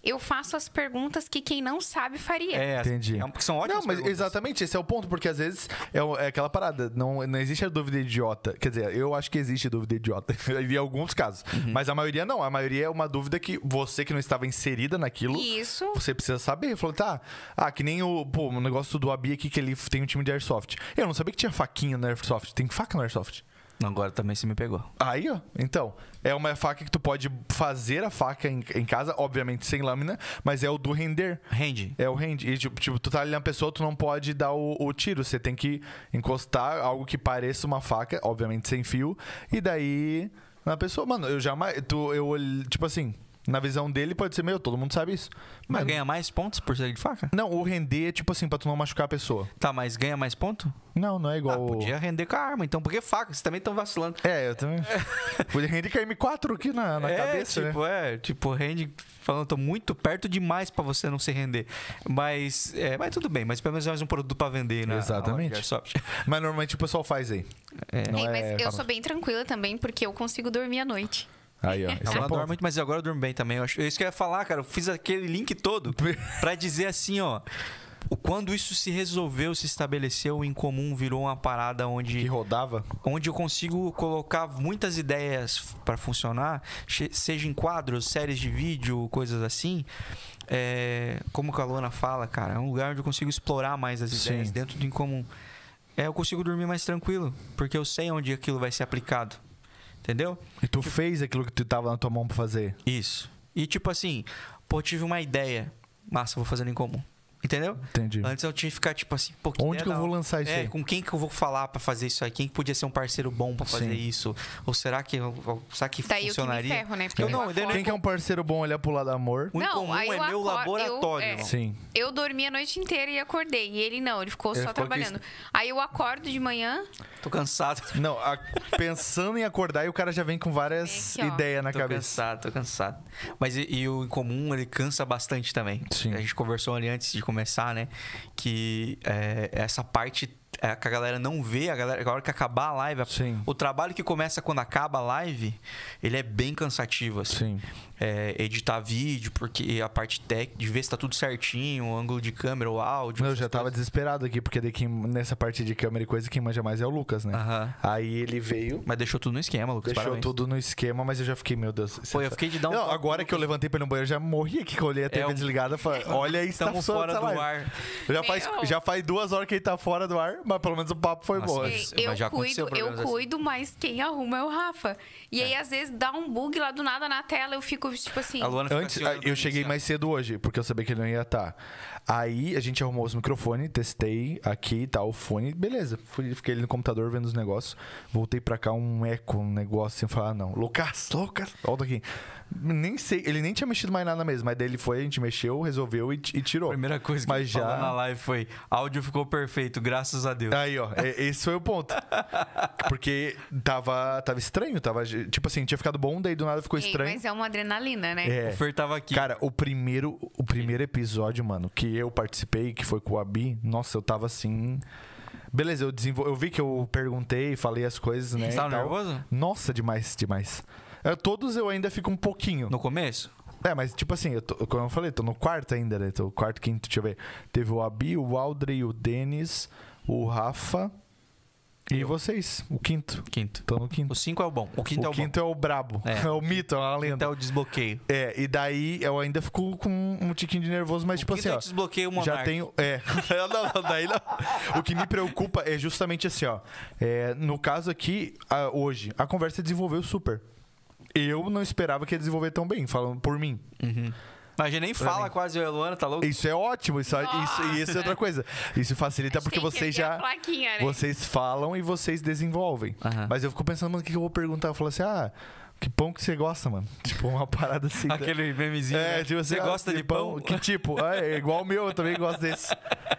[SPEAKER 3] eu faço as perguntas que quem não sabe faria.
[SPEAKER 2] É,
[SPEAKER 1] Entendi.
[SPEAKER 2] é um- são ótimas
[SPEAKER 1] Não, mas
[SPEAKER 2] perguntas.
[SPEAKER 1] exatamente, esse é o ponto, porque às vezes é, o- é aquela parada, não, não existe a dúvida idiota. Quer dizer, eu acho que existe dúvida idiota em alguns casos,
[SPEAKER 2] Uhum.
[SPEAKER 1] mas a maioria não. A maioria é uma dúvida que você que não estava inserida naquilo,
[SPEAKER 3] Isso.
[SPEAKER 1] você precisa saber. Falou, tá, ah, que nem o, pô, o negócio do Abi aqui que ele tem um time de airsoft. Eu não sabia que tinha faquinha no airsoft, tem faca no airsoft.
[SPEAKER 2] Não, agora também você me pegou.
[SPEAKER 1] Aí, ó. Então, é uma faca que tu pode fazer a faca em, em casa, obviamente sem lâmina, mas é o do render.
[SPEAKER 2] Randy,
[SPEAKER 1] É o hand. E, tipo, tipo, tu tá ali na pessoa, tu não pode dar o, o tiro. Você tem que encostar algo que pareça uma faca, obviamente sem fio, e daí na pessoa. Mano, eu jamais. Tu, eu, olh- tipo assim, na visão dele pode ser, meu, todo mundo sabe isso.
[SPEAKER 2] mas
[SPEAKER 1] Mas.
[SPEAKER 2] ganha mais pontos por ser de faca?
[SPEAKER 1] Não, o render é tipo assim, pra tu não machucar a pessoa.
[SPEAKER 2] Tá, mas ganha mais ponto?
[SPEAKER 1] Não, não é igual.
[SPEAKER 2] Ah,
[SPEAKER 1] o-
[SPEAKER 2] podia render com a arma, então, porque faca, vocês também estão vacilando.
[SPEAKER 1] É, eu também. Podia render com a M4 aqui na, na
[SPEAKER 2] é,
[SPEAKER 1] cabeça, né?
[SPEAKER 2] tipo, é, tipo, rende falando, tô muito perto demais pra você não se render. Mas, é, mas tudo bem, mas pelo menos é mais um produto pra vender, né?
[SPEAKER 1] Exatamente.
[SPEAKER 2] Airsoft.
[SPEAKER 1] Mas normalmente o pessoal faz aí.
[SPEAKER 2] É.
[SPEAKER 1] Não
[SPEAKER 3] Ei, mas
[SPEAKER 1] é
[SPEAKER 3] eu
[SPEAKER 1] famoso.
[SPEAKER 3] sou bem tranquila também, porque eu consigo dormir à noite.
[SPEAKER 1] Aí, ó.
[SPEAKER 2] Não,
[SPEAKER 1] Esse
[SPEAKER 2] eu
[SPEAKER 1] é
[SPEAKER 2] não
[SPEAKER 1] um ponto.
[SPEAKER 2] dormo muito, mas agora eu durmo bem também. Eu acho, é isso que eu ia falar, cara. Eu fiz aquele link todo pra dizer assim, ó. o- Quando isso se resolveu, se estabeleceu em comum, virou uma parada
[SPEAKER 1] Que
[SPEAKER 2] onde,
[SPEAKER 1] rodava.
[SPEAKER 2] onde eu consigo colocar muitas ideias pra funcionar, che- seja em quadros, séries de vídeo, coisas assim. É, como que a Lona fala, cara, é um lugar onde eu consigo explorar mais as
[SPEAKER 1] Sim.
[SPEAKER 2] ideias dentro do incomum. É, eu consigo dormir mais tranquilo, porque eu sei onde aquilo vai ser aplicado. Entendeu?
[SPEAKER 1] E tu fez aquilo que tu tava na tua mão pra fazer.
[SPEAKER 2] Isso. E tipo assim, pô, eu tive uma ideia. Massa, vou fazendo em comum. Entendeu?
[SPEAKER 1] Entendi.
[SPEAKER 2] Antes eu tinha que ficar tipo assim, pô,
[SPEAKER 1] Onde
[SPEAKER 2] ideia
[SPEAKER 1] que eu
[SPEAKER 2] da
[SPEAKER 1] vou
[SPEAKER 2] hora.
[SPEAKER 1] lançar isso
[SPEAKER 2] É,
[SPEAKER 1] aí?
[SPEAKER 2] com quem que eu vou falar pra fazer isso aí? Quem que podia ser um parceiro bom pra fazer
[SPEAKER 1] Sim.
[SPEAKER 2] isso? Ou será que, ou- será que
[SPEAKER 3] Daí eu que me
[SPEAKER 2] funcionaria?
[SPEAKER 3] ferro, né? Porque
[SPEAKER 2] Eu não,
[SPEAKER 3] eu
[SPEAKER 2] eu dei
[SPEAKER 3] acordo-
[SPEAKER 1] Quem que é um parceiro bom olhar pro lado do amor?
[SPEAKER 2] O
[SPEAKER 3] Não,
[SPEAKER 2] incomum
[SPEAKER 3] aí
[SPEAKER 2] é
[SPEAKER 3] eu
[SPEAKER 2] meu
[SPEAKER 3] acordo-
[SPEAKER 2] laboratório.
[SPEAKER 3] eu- é.
[SPEAKER 2] irmão.
[SPEAKER 1] Sim.
[SPEAKER 3] Eu dormi a noite inteira e acordei. E ele não, ele ficou
[SPEAKER 1] Ele
[SPEAKER 3] só
[SPEAKER 1] ficou aqui-
[SPEAKER 3] trabalhando. Aí eu acordo de manhã,
[SPEAKER 2] Tô cansado.
[SPEAKER 1] Não, a- pensando em acordar e o cara já vem com várias
[SPEAKER 3] É aqui, ó.
[SPEAKER 1] ideias na
[SPEAKER 2] Tô
[SPEAKER 1] cabeça.
[SPEAKER 2] cansado, tô cansado. Mas e, e o incomum, ele cansa bastante também.
[SPEAKER 1] Sim.
[SPEAKER 2] A gente conversou ali antes de começar, né? Que é, essa parte é, que a galera não vê, a galera, a hora que acabar a live, a-
[SPEAKER 1] Sim.
[SPEAKER 2] o trabalho que começa quando acaba a live, ele é bem cansativo, assim.
[SPEAKER 1] Sim.
[SPEAKER 2] É, editar vídeo, porque a parte técnica, de ver se tá tudo certinho, o ângulo de câmera, o áudio.
[SPEAKER 1] Eu já tava desesperado aqui, porque daí quem- nessa parte de câmera e coisa, quem manja mais é o Lucas, né?
[SPEAKER 2] Aham.
[SPEAKER 1] Aí ele veio,
[SPEAKER 2] Mas deixou tudo no esquema, Lucas.
[SPEAKER 1] Deixou
[SPEAKER 2] parabéns.
[SPEAKER 1] tudo no esquema, mas eu já fiquei, meu Deus.
[SPEAKER 2] Pô, eu fiquei de dar um
[SPEAKER 1] Não,
[SPEAKER 2] toque
[SPEAKER 1] agora
[SPEAKER 2] no
[SPEAKER 1] que eu
[SPEAKER 2] Lucas.
[SPEAKER 1] levantei pra ir no banheiro, eu já morri aqui que eu olhei a TV
[SPEAKER 2] É um-
[SPEAKER 1] desligada. Falei, "Tá olha aí, está
[SPEAKER 2] Tamo fora do ar.
[SPEAKER 1] Já faz,
[SPEAKER 3] Meu.
[SPEAKER 1] já faz duas horas que ele tá fora do ar, mas pelo menos o papo foi
[SPEAKER 2] Nossa,
[SPEAKER 1] bom.
[SPEAKER 2] mas-
[SPEAKER 3] Ei, eu
[SPEAKER 2] já aconteceu
[SPEAKER 3] cuido, eu
[SPEAKER 2] problemas assim.
[SPEAKER 3] cuido, mas quem arruma é o Rafa. E aí, às vezes, dá um bug lá do nada na tela, eu fico tipo assim.
[SPEAKER 2] A Luana fica
[SPEAKER 1] Antes, ah,
[SPEAKER 2] assim, olhando pra
[SPEAKER 1] eu
[SPEAKER 2] mim,
[SPEAKER 1] cheguei
[SPEAKER 2] assim, ó.
[SPEAKER 1] mais cedo hoje, porque eu sabia que ele não ia estar. Aí a gente arrumou os microfones, testei aqui e tal, o fone, beleza. Fui, fiquei ali no computador vendo os negócios. Voltei pra cá, um eco, um negócio assim, falar, ah, não. Lucas, Lucas, volta aqui. Nem sei, ele nem tinha mexido mais nada na mesa, mas daí ele foi, a gente mexeu, resolveu e, t- e tirou.
[SPEAKER 2] A primeira coisa que
[SPEAKER 1] mas
[SPEAKER 2] ele falou na
[SPEAKER 1] já.
[SPEAKER 2] live foi: áudio ficou perfeito, graças a Deus.
[SPEAKER 1] Aí, ó, é- esse foi o ponto. Porque tava, tava estranho, tava. Tipo assim, tinha ficado bom, daí do nada ficou
[SPEAKER 3] Ei,
[SPEAKER 1] estranho.
[SPEAKER 3] Mas é uma adrenalina, né?
[SPEAKER 1] É.
[SPEAKER 2] O Fer tava aqui.
[SPEAKER 1] Cara, o primeiro, o primeiro episódio, mano, que eu participei, que foi com o Abi, nossa, eu tava assim. Beleza, eu desenvol... eu vi que eu perguntei, falei as coisas, né?
[SPEAKER 2] Você
[SPEAKER 1] e
[SPEAKER 2] tava
[SPEAKER 1] tal.
[SPEAKER 2] nervoso?
[SPEAKER 1] Nossa, demais, demais. É, todos eu ainda fico um pouquinho.
[SPEAKER 2] No começo?
[SPEAKER 1] É, mas tipo assim, eu tô- como eu falei, tô no quarto ainda, né? Tô quarto, quinto, deixa eu ver. Teve o Abi, o Aldrey, o Denis, o Rafa e vocês, o quinto.
[SPEAKER 2] Quinto.
[SPEAKER 1] Tô no quinto.
[SPEAKER 2] O cinco é o bom. O quinto é
[SPEAKER 1] o
[SPEAKER 2] o bom.
[SPEAKER 1] quinto é o brabo. É.
[SPEAKER 2] É.
[SPEAKER 1] o mito, é uma
[SPEAKER 2] O quinto é
[SPEAKER 1] lenda.
[SPEAKER 2] o desbloqueio.
[SPEAKER 1] É, e daí eu ainda fico com um tiquinho de nervoso, mas tipo
[SPEAKER 2] o quinto
[SPEAKER 1] assim,
[SPEAKER 2] é
[SPEAKER 1] ó.
[SPEAKER 2] o desbloqueio o
[SPEAKER 1] Já
[SPEAKER 2] monarca.
[SPEAKER 1] tenho. É. não, não, daí não. O que me preocupa é justamente assim, ó. É, no caso aqui, a- hoje, a conversa desenvolveu super. Eu não esperava que ia desenvolver tão bem, falando por mim.
[SPEAKER 2] Mas a gente nem fala quase eu e a Luana, tá louco?
[SPEAKER 1] Isso é ótimo, isso, isso, e isso é outra coisa. Isso facilita
[SPEAKER 3] Acho
[SPEAKER 1] porque
[SPEAKER 3] que tem que
[SPEAKER 1] vocês
[SPEAKER 3] erguer a
[SPEAKER 1] já.
[SPEAKER 3] plaquinha, né?
[SPEAKER 1] Vocês falam e vocês desenvolvem.
[SPEAKER 2] Aham.
[SPEAKER 1] Mas eu fico pensando, mano, o que que eu vou perguntar? Eu falo assim, ah, que pão que você gosta, mano? Tipo, uma parada assim. tá?
[SPEAKER 2] Aquele memezinho.
[SPEAKER 1] É,
[SPEAKER 2] né?
[SPEAKER 1] tipo, assim,
[SPEAKER 2] Você
[SPEAKER 1] ah,
[SPEAKER 2] gosta de pão?
[SPEAKER 1] Que tipo? Ah, é igual o meu, eu também gosto desse.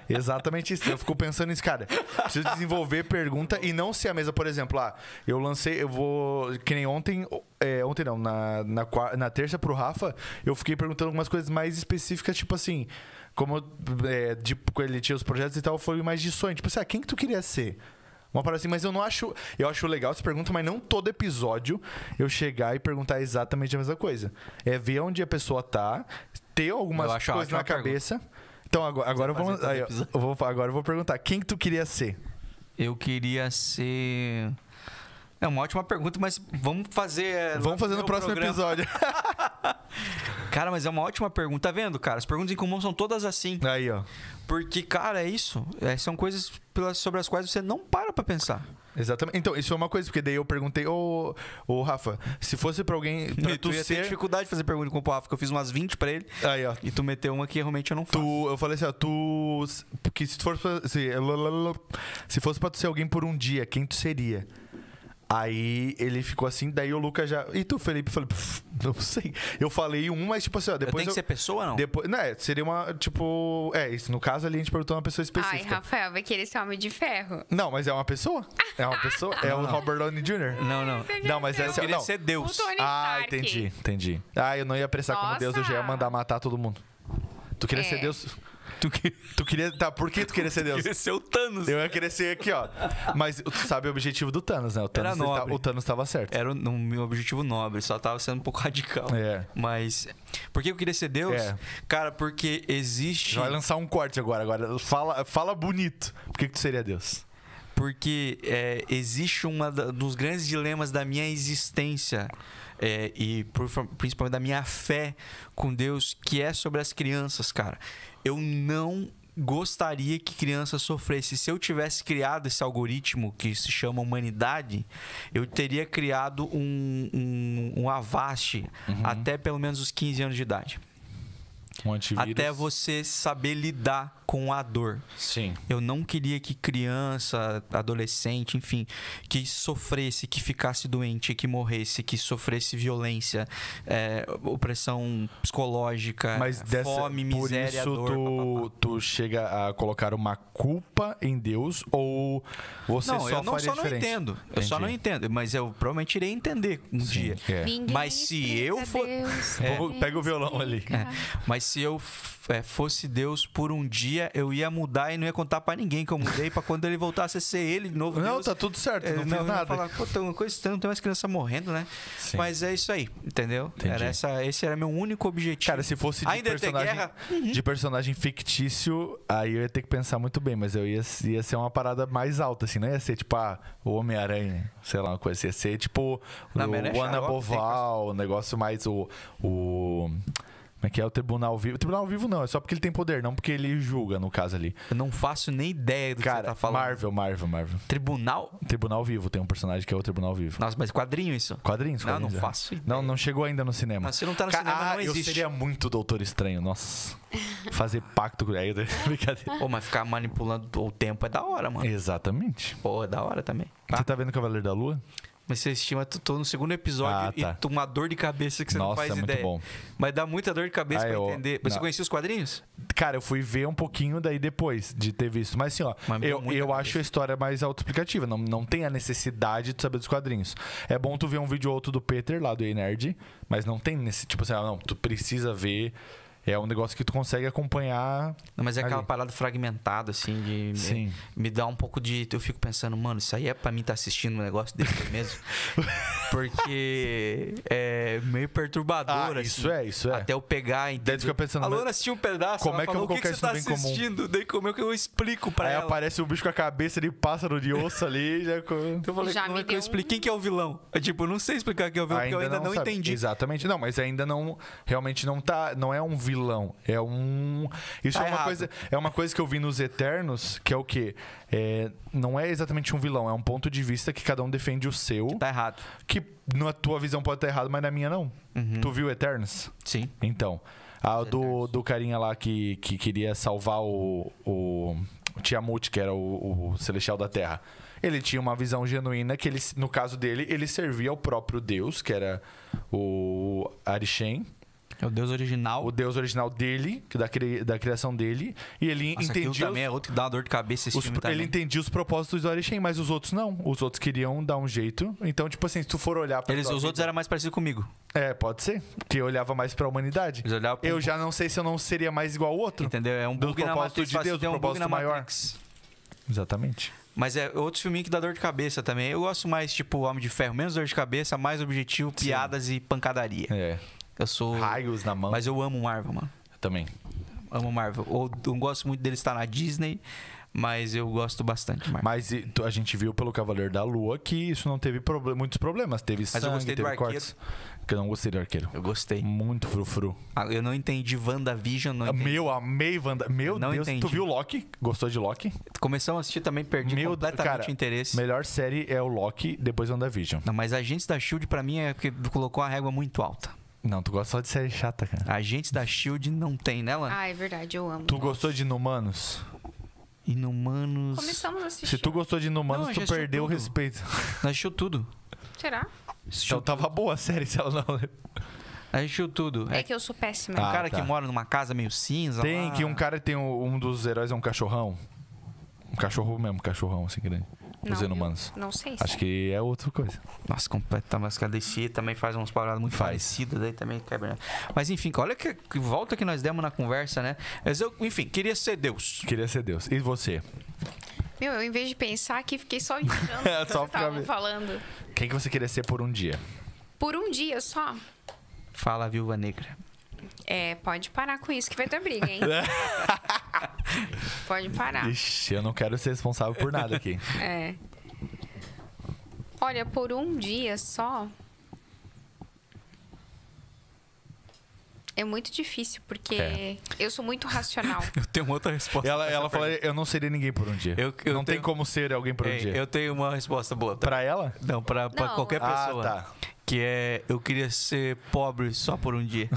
[SPEAKER 1] Exatamente isso. Eu fico pensando nisso, cara. Preciso desenvolver pergunta e não ser a mesa. Por exemplo, ah, eu lancei, eu vou. Que nem ontem. é, ontem não, na, na, qua- na terça pro Rafa, eu fiquei perguntando algumas coisas mais específicas, tipo assim. Como é, de- quando ele tinha os projetos e tal, foi mais de sonho. Tipo assim, ah, quem que tu queria ser? Uma parada assim, mas eu não acho. Eu acho legal essa pergunta, mas não todo episódio eu chegar e perguntar exatamente a mesma coisa. É ver onde a pessoa tá, ter algumas
[SPEAKER 2] Eu acho
[SPEAKER 1] coisas
[SPEAKER 2] ótima
[SPEAKER 1] na cabeça. Então agora, agora eu,
[SPEAKER 2] fazer
[SPEAKER 1] vou,
[SPEAKER 2] todo
[SPEAKER 1] aí, ó,
[SPEAKER 2] episódio.
[SPEAKER 1] eu vou. Agora eu vou perguntar: quem que tu queria ser?
[SPEAKER 2] Eu queria ser. É uma ótima pergunta, mas vamos fazer. é, lá
[SPEAKER 1] Vamos fazer no
[SPEAKER 2] meu
[SPEAKER 1] próximo
[SPEAKER 2] programa.
[SPEAKER 1] episódio.
[SPEAKER 2] Cara, mas é uma ótima pergunta. Tá vendo, cara? As perguntas em comum são todas assim.
[SPEAKER 1] aí, ó.
[SPEAKER 2] Porque, cara, é isso. É, são coisas pelas- sobre as quais você não para pra pensar.
[SPEAKER 1] Exatamente. Então, isso é uma coisa, porque daí eu perguntei, ô, ô Rafa, se fosse pra alguém. Pra
[SPEAKER 2] Eu
[SPEAKER 1] tu
[SPEAKER 2] ia ter
[SPEAKER 1] ser.
[SPEAKER 2] dificuldade de fazer pergunta com o Rafa, que eu fiz umas 20 pra ele.
[SPEAKER 1] Aí, ó.
[SPEAKER 2] E tu meteu uma que realmente eu não faço.
[SPEAKER 1] Tu, eu falei assim, ó, tu. Que se tu fosse pra. Se, se fosse pra tu ser alguém por um dia, quem tu seria? Aí ele ficou assim, daí o Lucas já. E tu, Felipe? Eu falei, "Pff, não sei. Eu falei um, mas tipo assim, ó,
[SPEAKER 2] Eu
[SPEAKER 1] depois.
[SPEAKER 2] tenho que ser pessoa, não?
[SPEAKER 1] Depois, né, seria uma, tipo... É, isso, no caso ali a gente perguntou uma pessoa
[SPEAKER 3] Ai,
[SPEAKER 1] específica.
[SPEAKER 3] Rafael, vai querer ser homem de ferro.
[SPEAKER 1] não, mas é uma pessoa? É uma pessoa? é o
[SPEAKER 2] Ah, não.
[SPEAKER 1] Robert Downey Jr.?
[SPEAKER 2] Não, não.
[SPEAKER 3] Você já
[SPEAKER 1] Não, mas
[SPEAKER 3] viu?
[SPEAKER 1] essa...
[SPEAKER 2] Queria
[SPEAKER 1] Não.
[SPEAKER 2] ser Deus.
[SPEAKER 3] O Tony
[SPEAKER 1] Ah,
[SPEAKER 3] Stark.
[SPEAKER 1] entendi, entendi. Ah, eu não ia prestar como Deus, eu já ia
[SPEAKER 3] Nossa.
[SPEAKER 1] mandar matar todo mundo. Tu queria
[SPEAKER 3] É.
[SPEAKER 1] ser Deus?
[SPEAKER 2] Tu que...
[SPEAKER 1] Tu queria. Tá, por que tu queria ser Deus?
[SPEAKER 2] Esse é o Thanos.
[SPEAKER 1] Eu ia querer ser aqui, ó. Mas tu sabe o objetivo do Thanos, né? O Thanos, ele tá-
[SPEAKER 2] nobre.
[SPEAKER 1] o Thanos tava certo.
[SPEAKER 2] Era o o meu objetivo nobre, só tava sendo um pouco radical.
[SPEAKER 1] É.
[SPEAKER 2] Mas. Por que eu queria ser Deus?
[SPEAKER 1] É.
[SPEAKER 2] Cara, porque existe.
[SPEAKER 1] Já Vai lançar um corte agora. agora. Fala, fala bonito. Por que, que tu seria Deus?
[SPEAKER 2] Porque é, existe um dos grandes dilemas da minha existência é, e por fa- principalmente da minha fé com Deus, que é sobre as crianças, cara. Eu não gostaria que crianças sofressem. Se eu tivesse criado esse algoritmo que se chama humanidade, eu teria criado um, um, um avaste até pelo menos os 15 anos de idade.
[SPEAKER 1] Um antivírus.
[SPEAKER 2] Até você saber lidar com a dor.
[SPEAKER 1] Sim.
[SPEAKER 2] Eu não queria que criança, adolescente, enfim, que sofresse, que ficasse doente, que morresse, que sofresse violência, é, opressão psicológica,
[SPEAKER 1] Mas dessa,
[SPEAKER 2] é, fome, miséria,
[SPEAKER 1] por isso
[SPEAKER 2] dor. papapá.
[SPEAKER 1] tu, tu chega a colocar uma culpa em Deus ou você
[SPEAKER 2] Não,
[SPEAKER 1] só
[SPEAKER 2] eu não,
[SPEAKER 1] faria
[SPEAKER 2] só não
[SPEAKER 1] diferente?
[SPEAKER 2] entendo. Eu só não
[SPEAKER 1] Entendi.
[SPEAKER 2] entendo, mas eu provavelmente irei entender um dia.
[SPEAKER 1] É.
[SPEAKER 3] Ninguém
[SPEAKER 2] Mas se eu
[SPEAKER 3] explica
[SPEAKER 2] for-
[SPEAKER 3] Deus,
[SPEAKER 1] É.
[SPEAKER 3] ninguém
[SPEAKER 1] Pega o violão ali.
[SPEAKER 3] explica.
[SPEAKER 2] Mas se eu f- é, fosse Deus por um dia, eu ia mudar e não ia contar pra ninguém que eu mudei, pra quando ele voltasse a ser ele de novo.
[SPEAKER 1] Não,
[SPEAKER 2] Deus,
[SPEAKER 1] tá tudo certo,
[SPEAKER 2] É,
[SPEAKER 1] não,
[SPEAKER 2] não,
[SPEAKER 1] fiz
[SPEAKER 2] não
[SPEAKER 1] nada.
[SPEAKER 2] Falar, Pô, tem uma coisa estranha, não tem mais criança morrendo, né?
[SPEAKER 1] Sim.
[SPEAKER 2] Mas é isso aí, entendeu?
[SPEAKER 1] Entendi.
[SPEAKER 2] Era essa, esse era meu único objetivo.
[SPEAKER 1] Cara, se fosse de
[SPEAKER 2] Ainda ia ter
[SPEAKER 1] personagem, Uhum.
[SPEAKER 2] guerra?
[SPEAKER 1] de personagem fictício, aí eu ia ter que pensar muito bem, mas eu ia, ia ser uma parada mais alta, assim, não ia ser tipo ah, o Homem-Aranha, sei lá, uma coisa. Ia ser tipo
[SPEAKER 2] Não, mas ele é
[SPEAKER 1] o Ana
[SPEAKER 2] xarope,
[SPEAKER 1] Boval, o negócio mais o. o como é que é o Tribunal Vivo? O Tribunal Vivo não, é só porque ele tem poder, não porque ele julga, no caso ali.
[SPEAKER 2] Eu não faço nem ideia do que você
[SPEAKER 1] Cara,
[SPEAKER 2] tá falando.
[SPEAKER 1] Marvel, Marvel, Marvel.
[SPEAKER 2] Tribunal?
[SPEAKER 1] Tribunal Vivo, tem um personagem que é o Tribunal Vivo.
[SPEAKER 2] Nossa, mas quadrinho isso?
[SPEAKER 1] Quadrinhos,
[SPEAKER 2] Não,
[SPEAKER 1] quadrinhos.
[SPEAKER 2] não
[SPEAKER 1] é.
[SPEAKER 2] faço ideia.
[SPEAKER 1] Não, não chegou ainda no cinema.
[SPEAKER 2] Mas se não tá no
[SPEAKER 1] Ca-
[SPEAKER 2] cinema,
[SPEAKER 1] ah,
[SPEAKER 2] não
[SPEAKER 1] eu
[SPEAKER 2] existe.
[SPEAKER 1] seria muito Doutor Estranho, nossa. Fazer pacto com... Aí, brincadeira.
[SPEAKER 2] Pô, mas ficar manipulando o tempo é da hora, mano.
[SPEAKER 1] Exatamente.
[SPEAKER 2] Pô, é da hora também.
[SPEAKER 1] Você tá vendo Cavaleiro da Lua?
[SPEAKER 2] Mas você estima, tu tô no segundo episódio
[SPEAKER 1] Ah, tá.
[SPEAKER 2] e tu uma dor de cabeça que você não
[SPEAKER 1] Nossa,
[SPEAKER 2] faz
[SPEAKER 1] muito
[SPEAKER 2] ideia.
[SPEAKER 1] bom.
[SPEAKER 2] Mas dá muita dor de cabeça
[SPEAKER 1] Ah,
[SPEAKER 2] pra
[SPEAKER 1] eu-
[SPEAKER 2] entender. Mas
[SPEAKER 1] não.
[SPEAKER 2] você conhecia os quadrinhos?
[SPEAKER 1] Cara, eu fui ver um pouquinho daí depois de ter visto. Mas assim, ó,
[SPEAKER 2] Mas me deu
[SPEAKER 1] eu,
[SPEAKER 2] muita
[SPEAKER 1] eu
[SPEAKER 2] cabeça.
[SPEAKER 1] acho a história mais autoexplicativa. Não, não tem a necessidade de saber dos quadrinhos. É bom tu ver um vídeo ou outro do Peter lá do Ei Nerd, mas não tem nesse tipo assim, ah, não, tu precisa ver. É um negócio que tu consegue acompanhar.
[SPEAKER 2] Não, mas é aquela
[SPEAKER 1] Ali.
[SPEAKER 2] parada fragmentada, assim, de
[SPEAKER 1] Sim.
[SPEAKER 2] Me, me dá um pouco de. Eu fico pensando, mano, isso aí é pra mim estar assistindo um negócio desse mesmo. Porque é meio
[SPEAKER 1] Ah,
[SPEAKER 2] perturbador, assim.
[SPEAKER 1] isso é, isso é.
[SPEAKER 2] Até eu pegar e
[SPEAKER 1] Daí tu fica pensando,
[SPEAKER 2] A Luana
[SPEAKER 1] mas-
[SPEAKER 2] assistiu um pedaço,
[SPEAKER 1] como
[SPEAKER 2] ela
[SPEAKER 1] é que eu
[SPEAKER 2] falou,
[SPEAKER 1] vou
[SPEAKER 2] o que, que você tá
[SPEAKER 1] colocar isso no bem comum?"
[SPEAKER 2] assistindo? Daí como é que eu explico pra
[SPEAKER 1] Aí
[SPEAKER 2] ela?
[SPEAKER 1] aparece o bicho com a cabeça de pássaro de osso ali. Já... co-
[SPEAKER 2] Então eu falei,
[SPEAKER 3] Já
[SPEAKER 2] como
[SPEAKER 3] me
[SPEAKER 2] é que eu
[SPEAKER 3] deu
[SPEAKER 2] explico?
[SPEAKER 3] um-
[SPEAKER 2] Quem que é o vilão? Eu, tipo, eu não sei explicar quem é o vilão, porque eu ainda não,
[SPEAKER 1] sabe.
[SPEAKER 2] entendi.
[SPEAKER 1] Exatamente. Não, mas ainda não. Realmente não tá. Não é um vilão. É um. Isso
[SPEAKER 2] Tá
[SPEAKER 1] é uma
[SPEAKER 2] errado.
[SPEAKER 1] coisa. É uma coisa que eu vi nos Eternos, que é o quê? É, não é exatamente um vilão, é um ponto de vista que cada um defende o seu.
[SPEAKER 2] Tá errado.
[SPEAKER 1] Que, na tua visão pode estar errado, mas na minha não.
[SPEAKER 2] Uhum.
[SPEAKER 1] Tu viu Eternos?
[SPEAKER 2] Sim.
[SPEAKER 1] Então. A do, do carinha lá que, que queria salvar o, o, o Tiamut, que era o, o Celestial da Terra. Ele tinha uma visão genuína que, ele, no caso dele, ele servia ao próprio Deus, que era o Arishem,
[SPEAKER 2] É o Deus original.
[SPEAKER 1] o Deus original dele, que da, cri- da criação dele, e ele
[SPEAKER 2] Nossa, aquilo
[SPEAKER 1] entendia. os-
[SPEAKER 2] também é outro que dá uma dor de cabeça esse
[SPEAKER 1] os-
[SPEAKER 2] filme também.
[SPEAKER 1] ele entendia os propósitos do Arishem, mas os outros não. Os outros queriam dar um jeito. Então, tipo assim, se tu for olhar pra
[SPEAKER 2] Eles,
[SPEAKER 1] tua
[SPEAKER 2] os outros
[SPEAKER 1] vida-
[SPEAKER 2] eram mais parecidos comigo.
[SPEAKER 1] É, pode ser. Que olhava mais pra humanidade.
[SPEAKER 2] Eles olhavam pra um
[SPEAKER 1] Eu já não sei se eu não seria mais igual ao outro.
[SPEAKER 2] Entendeu? É um
[SPEAKER 1] Do
[SPEAKER 2] bug na
[SPEAKER 1] propósito
[SPEAKER 2] Matrix.
[SPEAKER 1] de
[SPEAKER 2] faz-
[SPEAKER 1] Deus,
[SPEAKER 2] tem
[SPEAKER 1] do
[SPEAKER 2] um bug na
[SPEAKER 1] propósito maior.
[SPEAKER 2] Matrix.
[SPEAKER 1] Exatamente.
[SPEAKER 2] Mas é outro filminho que dá dor de cabeça também. Eu gosto mais, tipo, Homem de Ferro. Menos dor de cabeça, mais objetivo, piadas e pancadaria.
[SPEAKER 1] É.
[SPEAKER 2] Eu sou...
[SPEAKER 1] Raios na mão.
[SPEAKER 2] Mas eu amo Marvel, mano.
[SPEAKER 1] também.
[SPEAKER 2] Amo Marvel. Ou- Eu gosto muito dele estar na Disney, mas eu gosto bastante de Marvel.
[SPEAKER 1] Mas e tu- a gente viu pelo Cavaleiro da Lua que isso não teve proble- muitos problemas. Teve
[SPEAKER 2] eu
[SPEAKER 1] sangue,
[SPEAKER 2] gostei do
[SPEAKER 1] teve
[SPEAKER 2] arqueiro.
[SPEAKER 1] cortes. Que eu não gostei do arqueiro.
[SPEAKER 2] Eu gostei.
[SPEAKER 1] Muito frufru.
[SPEAKER 2] Ah, Eu não entendi WandaVision, não entendi.
[SPEAKER 1] Meu, amei Wanda. Meu
[SPEAKER 2] Não
[SPEAKER 1] Deus, tu
[SPEAKER 2] entendi.
[SPEAKER 1] viu Loki? Gostou de Loki?
[SPEAKER 2] Começamos a assistir também, perdi
[SPEAKER 1] Meu
[SPEAKER 2] completamente
[SPEAKER 1] cara,
[SPEAKER 2] o interesse.
[SPEAKER 1] Melhor série é o Loki, depois WandaVision.
[SPEAKER 2] Não, mas Agentes da S.H.I.E.L.D. pra mim é porque colocou a régua muito alta.
[SPEAKER 1] Não, tu gosta só de série chata, cara.
[SPEAKER 2] Agentes da S.H.I.E.L.D. não tem né, nela.
[SPEAKER 3] Ah, é verdade, eu amo.
[SPEAKER 1] Tu gostou de Inumanos?
[SPEAKER 2] Inumanos.
[SPEAKER 3] Começamos a
[SPEAKER 1] Se
[SPEAKER 3] assistir.
[SPEAKER 1] tu gostou de Inumanos,
[SPEAKER 2] Não, eu já
[SPEAKER 1] tu
[SPEAKER 2] assisti
[SPEAKER 1] perdeu o
[SPEAKER 2] tudo.
[SPEAKER 1] respeito.
[SPEAKER 2] Nós assistiu tudo.
[SPEAKER 3] Será?
[SPEAKER 1] Então tava boa a série se ela não leu.
[SPEAKER 2] Nós assistiu tudo. É,
[SPEAKER 3] É que eu sou péssima.
[SPEAKER 2] um
[SPEAKER 1] Ah,
[SPEAKER 2] cara
[SPEAKER 1] tá.
[SPEAKER 2] que mora numa casa meio cinza.
[SPEAKER 1] Tem
[SPEAKER 2] Tá lá.
[SPEAKER 1] que um cara tem um, um dos heróis é um cachorrão. Um cachorro mesmo, um cachorrão assim grande. os
[SPEAKER 3] Não,
[SPEAKER 1] inumanos.
[SPEAKER 3] eu Não sei.
[SPEAKER 1] Acho que é outra coisa.
[SPEAKER 2] Nossa, completa, mas que a DC também faz umas paradas muito
[SPEAKER 1] Faz.
[SPEAKER 2] parecidas, daí também quebra. né? Mas enfim, olha que, que volta que nós demos na conversa, né? Mas eu, enfim, queria ser Deus.
[SPEAKER 1] Queria ser Deus. E você?
[SPEAKER 3] Meu, eu em vez de pensar aqui, fiquei só imaginando o que
[SPEAKER 2] É,
[SPEAKER 1] Só
[SPEAKER 3] vocês
[SPEAKER 1] ficar
[SPEAKER 3] estavam
[SPEAKER 1] vendo.
[SPEAKER 3] falando.
[SPEAKER 1] Quem que você queria ser por um dia?
[SPEAKER 3] Por um dia só.
[SPEAKER 2] Fala, viúva negra.
[SPEAKER 3] É, pode parar com isso que vai dar briga, hein? pode parar.
[SPEAKER 1] Ixi, eu não quero ser responsável por nada aqui.
[SPEAKER 3] É. Olha, por um dia só. É muito difícil, porque
[SPEAKER 1] É.
[SPEAKER 3] eu sou muito racional.
[SPEAKER 2] Eu tenho outra resposta.
[SPEAKER 1] ela ela fala, eu não seria ninguém por um dia.
[SPEAKER 2] Eu- eu
[SPEAKER 1] não tem
[SPEAKER 2] tenho-
[SPEAKER 1] como ser alguém por um
[SPEAKER 2] Ei,
[SPEAKER 1] dia.
[SPEAKER 2] é, Eu tenho uma resposta boa. Pra...
[SPEAKER 1] Pra ela?
[SPEAKER 2] Não, pra, pra
[SPEAKER 3] Não,
[SPEAKER 2] qualquer
[SPEAKER 3] eu-
[SPEAKER 2] pessoa.
[SPEAKER 1] Ah, tá.
[SPEAKER 2] Que é, eu queria ser pobre só por um dia.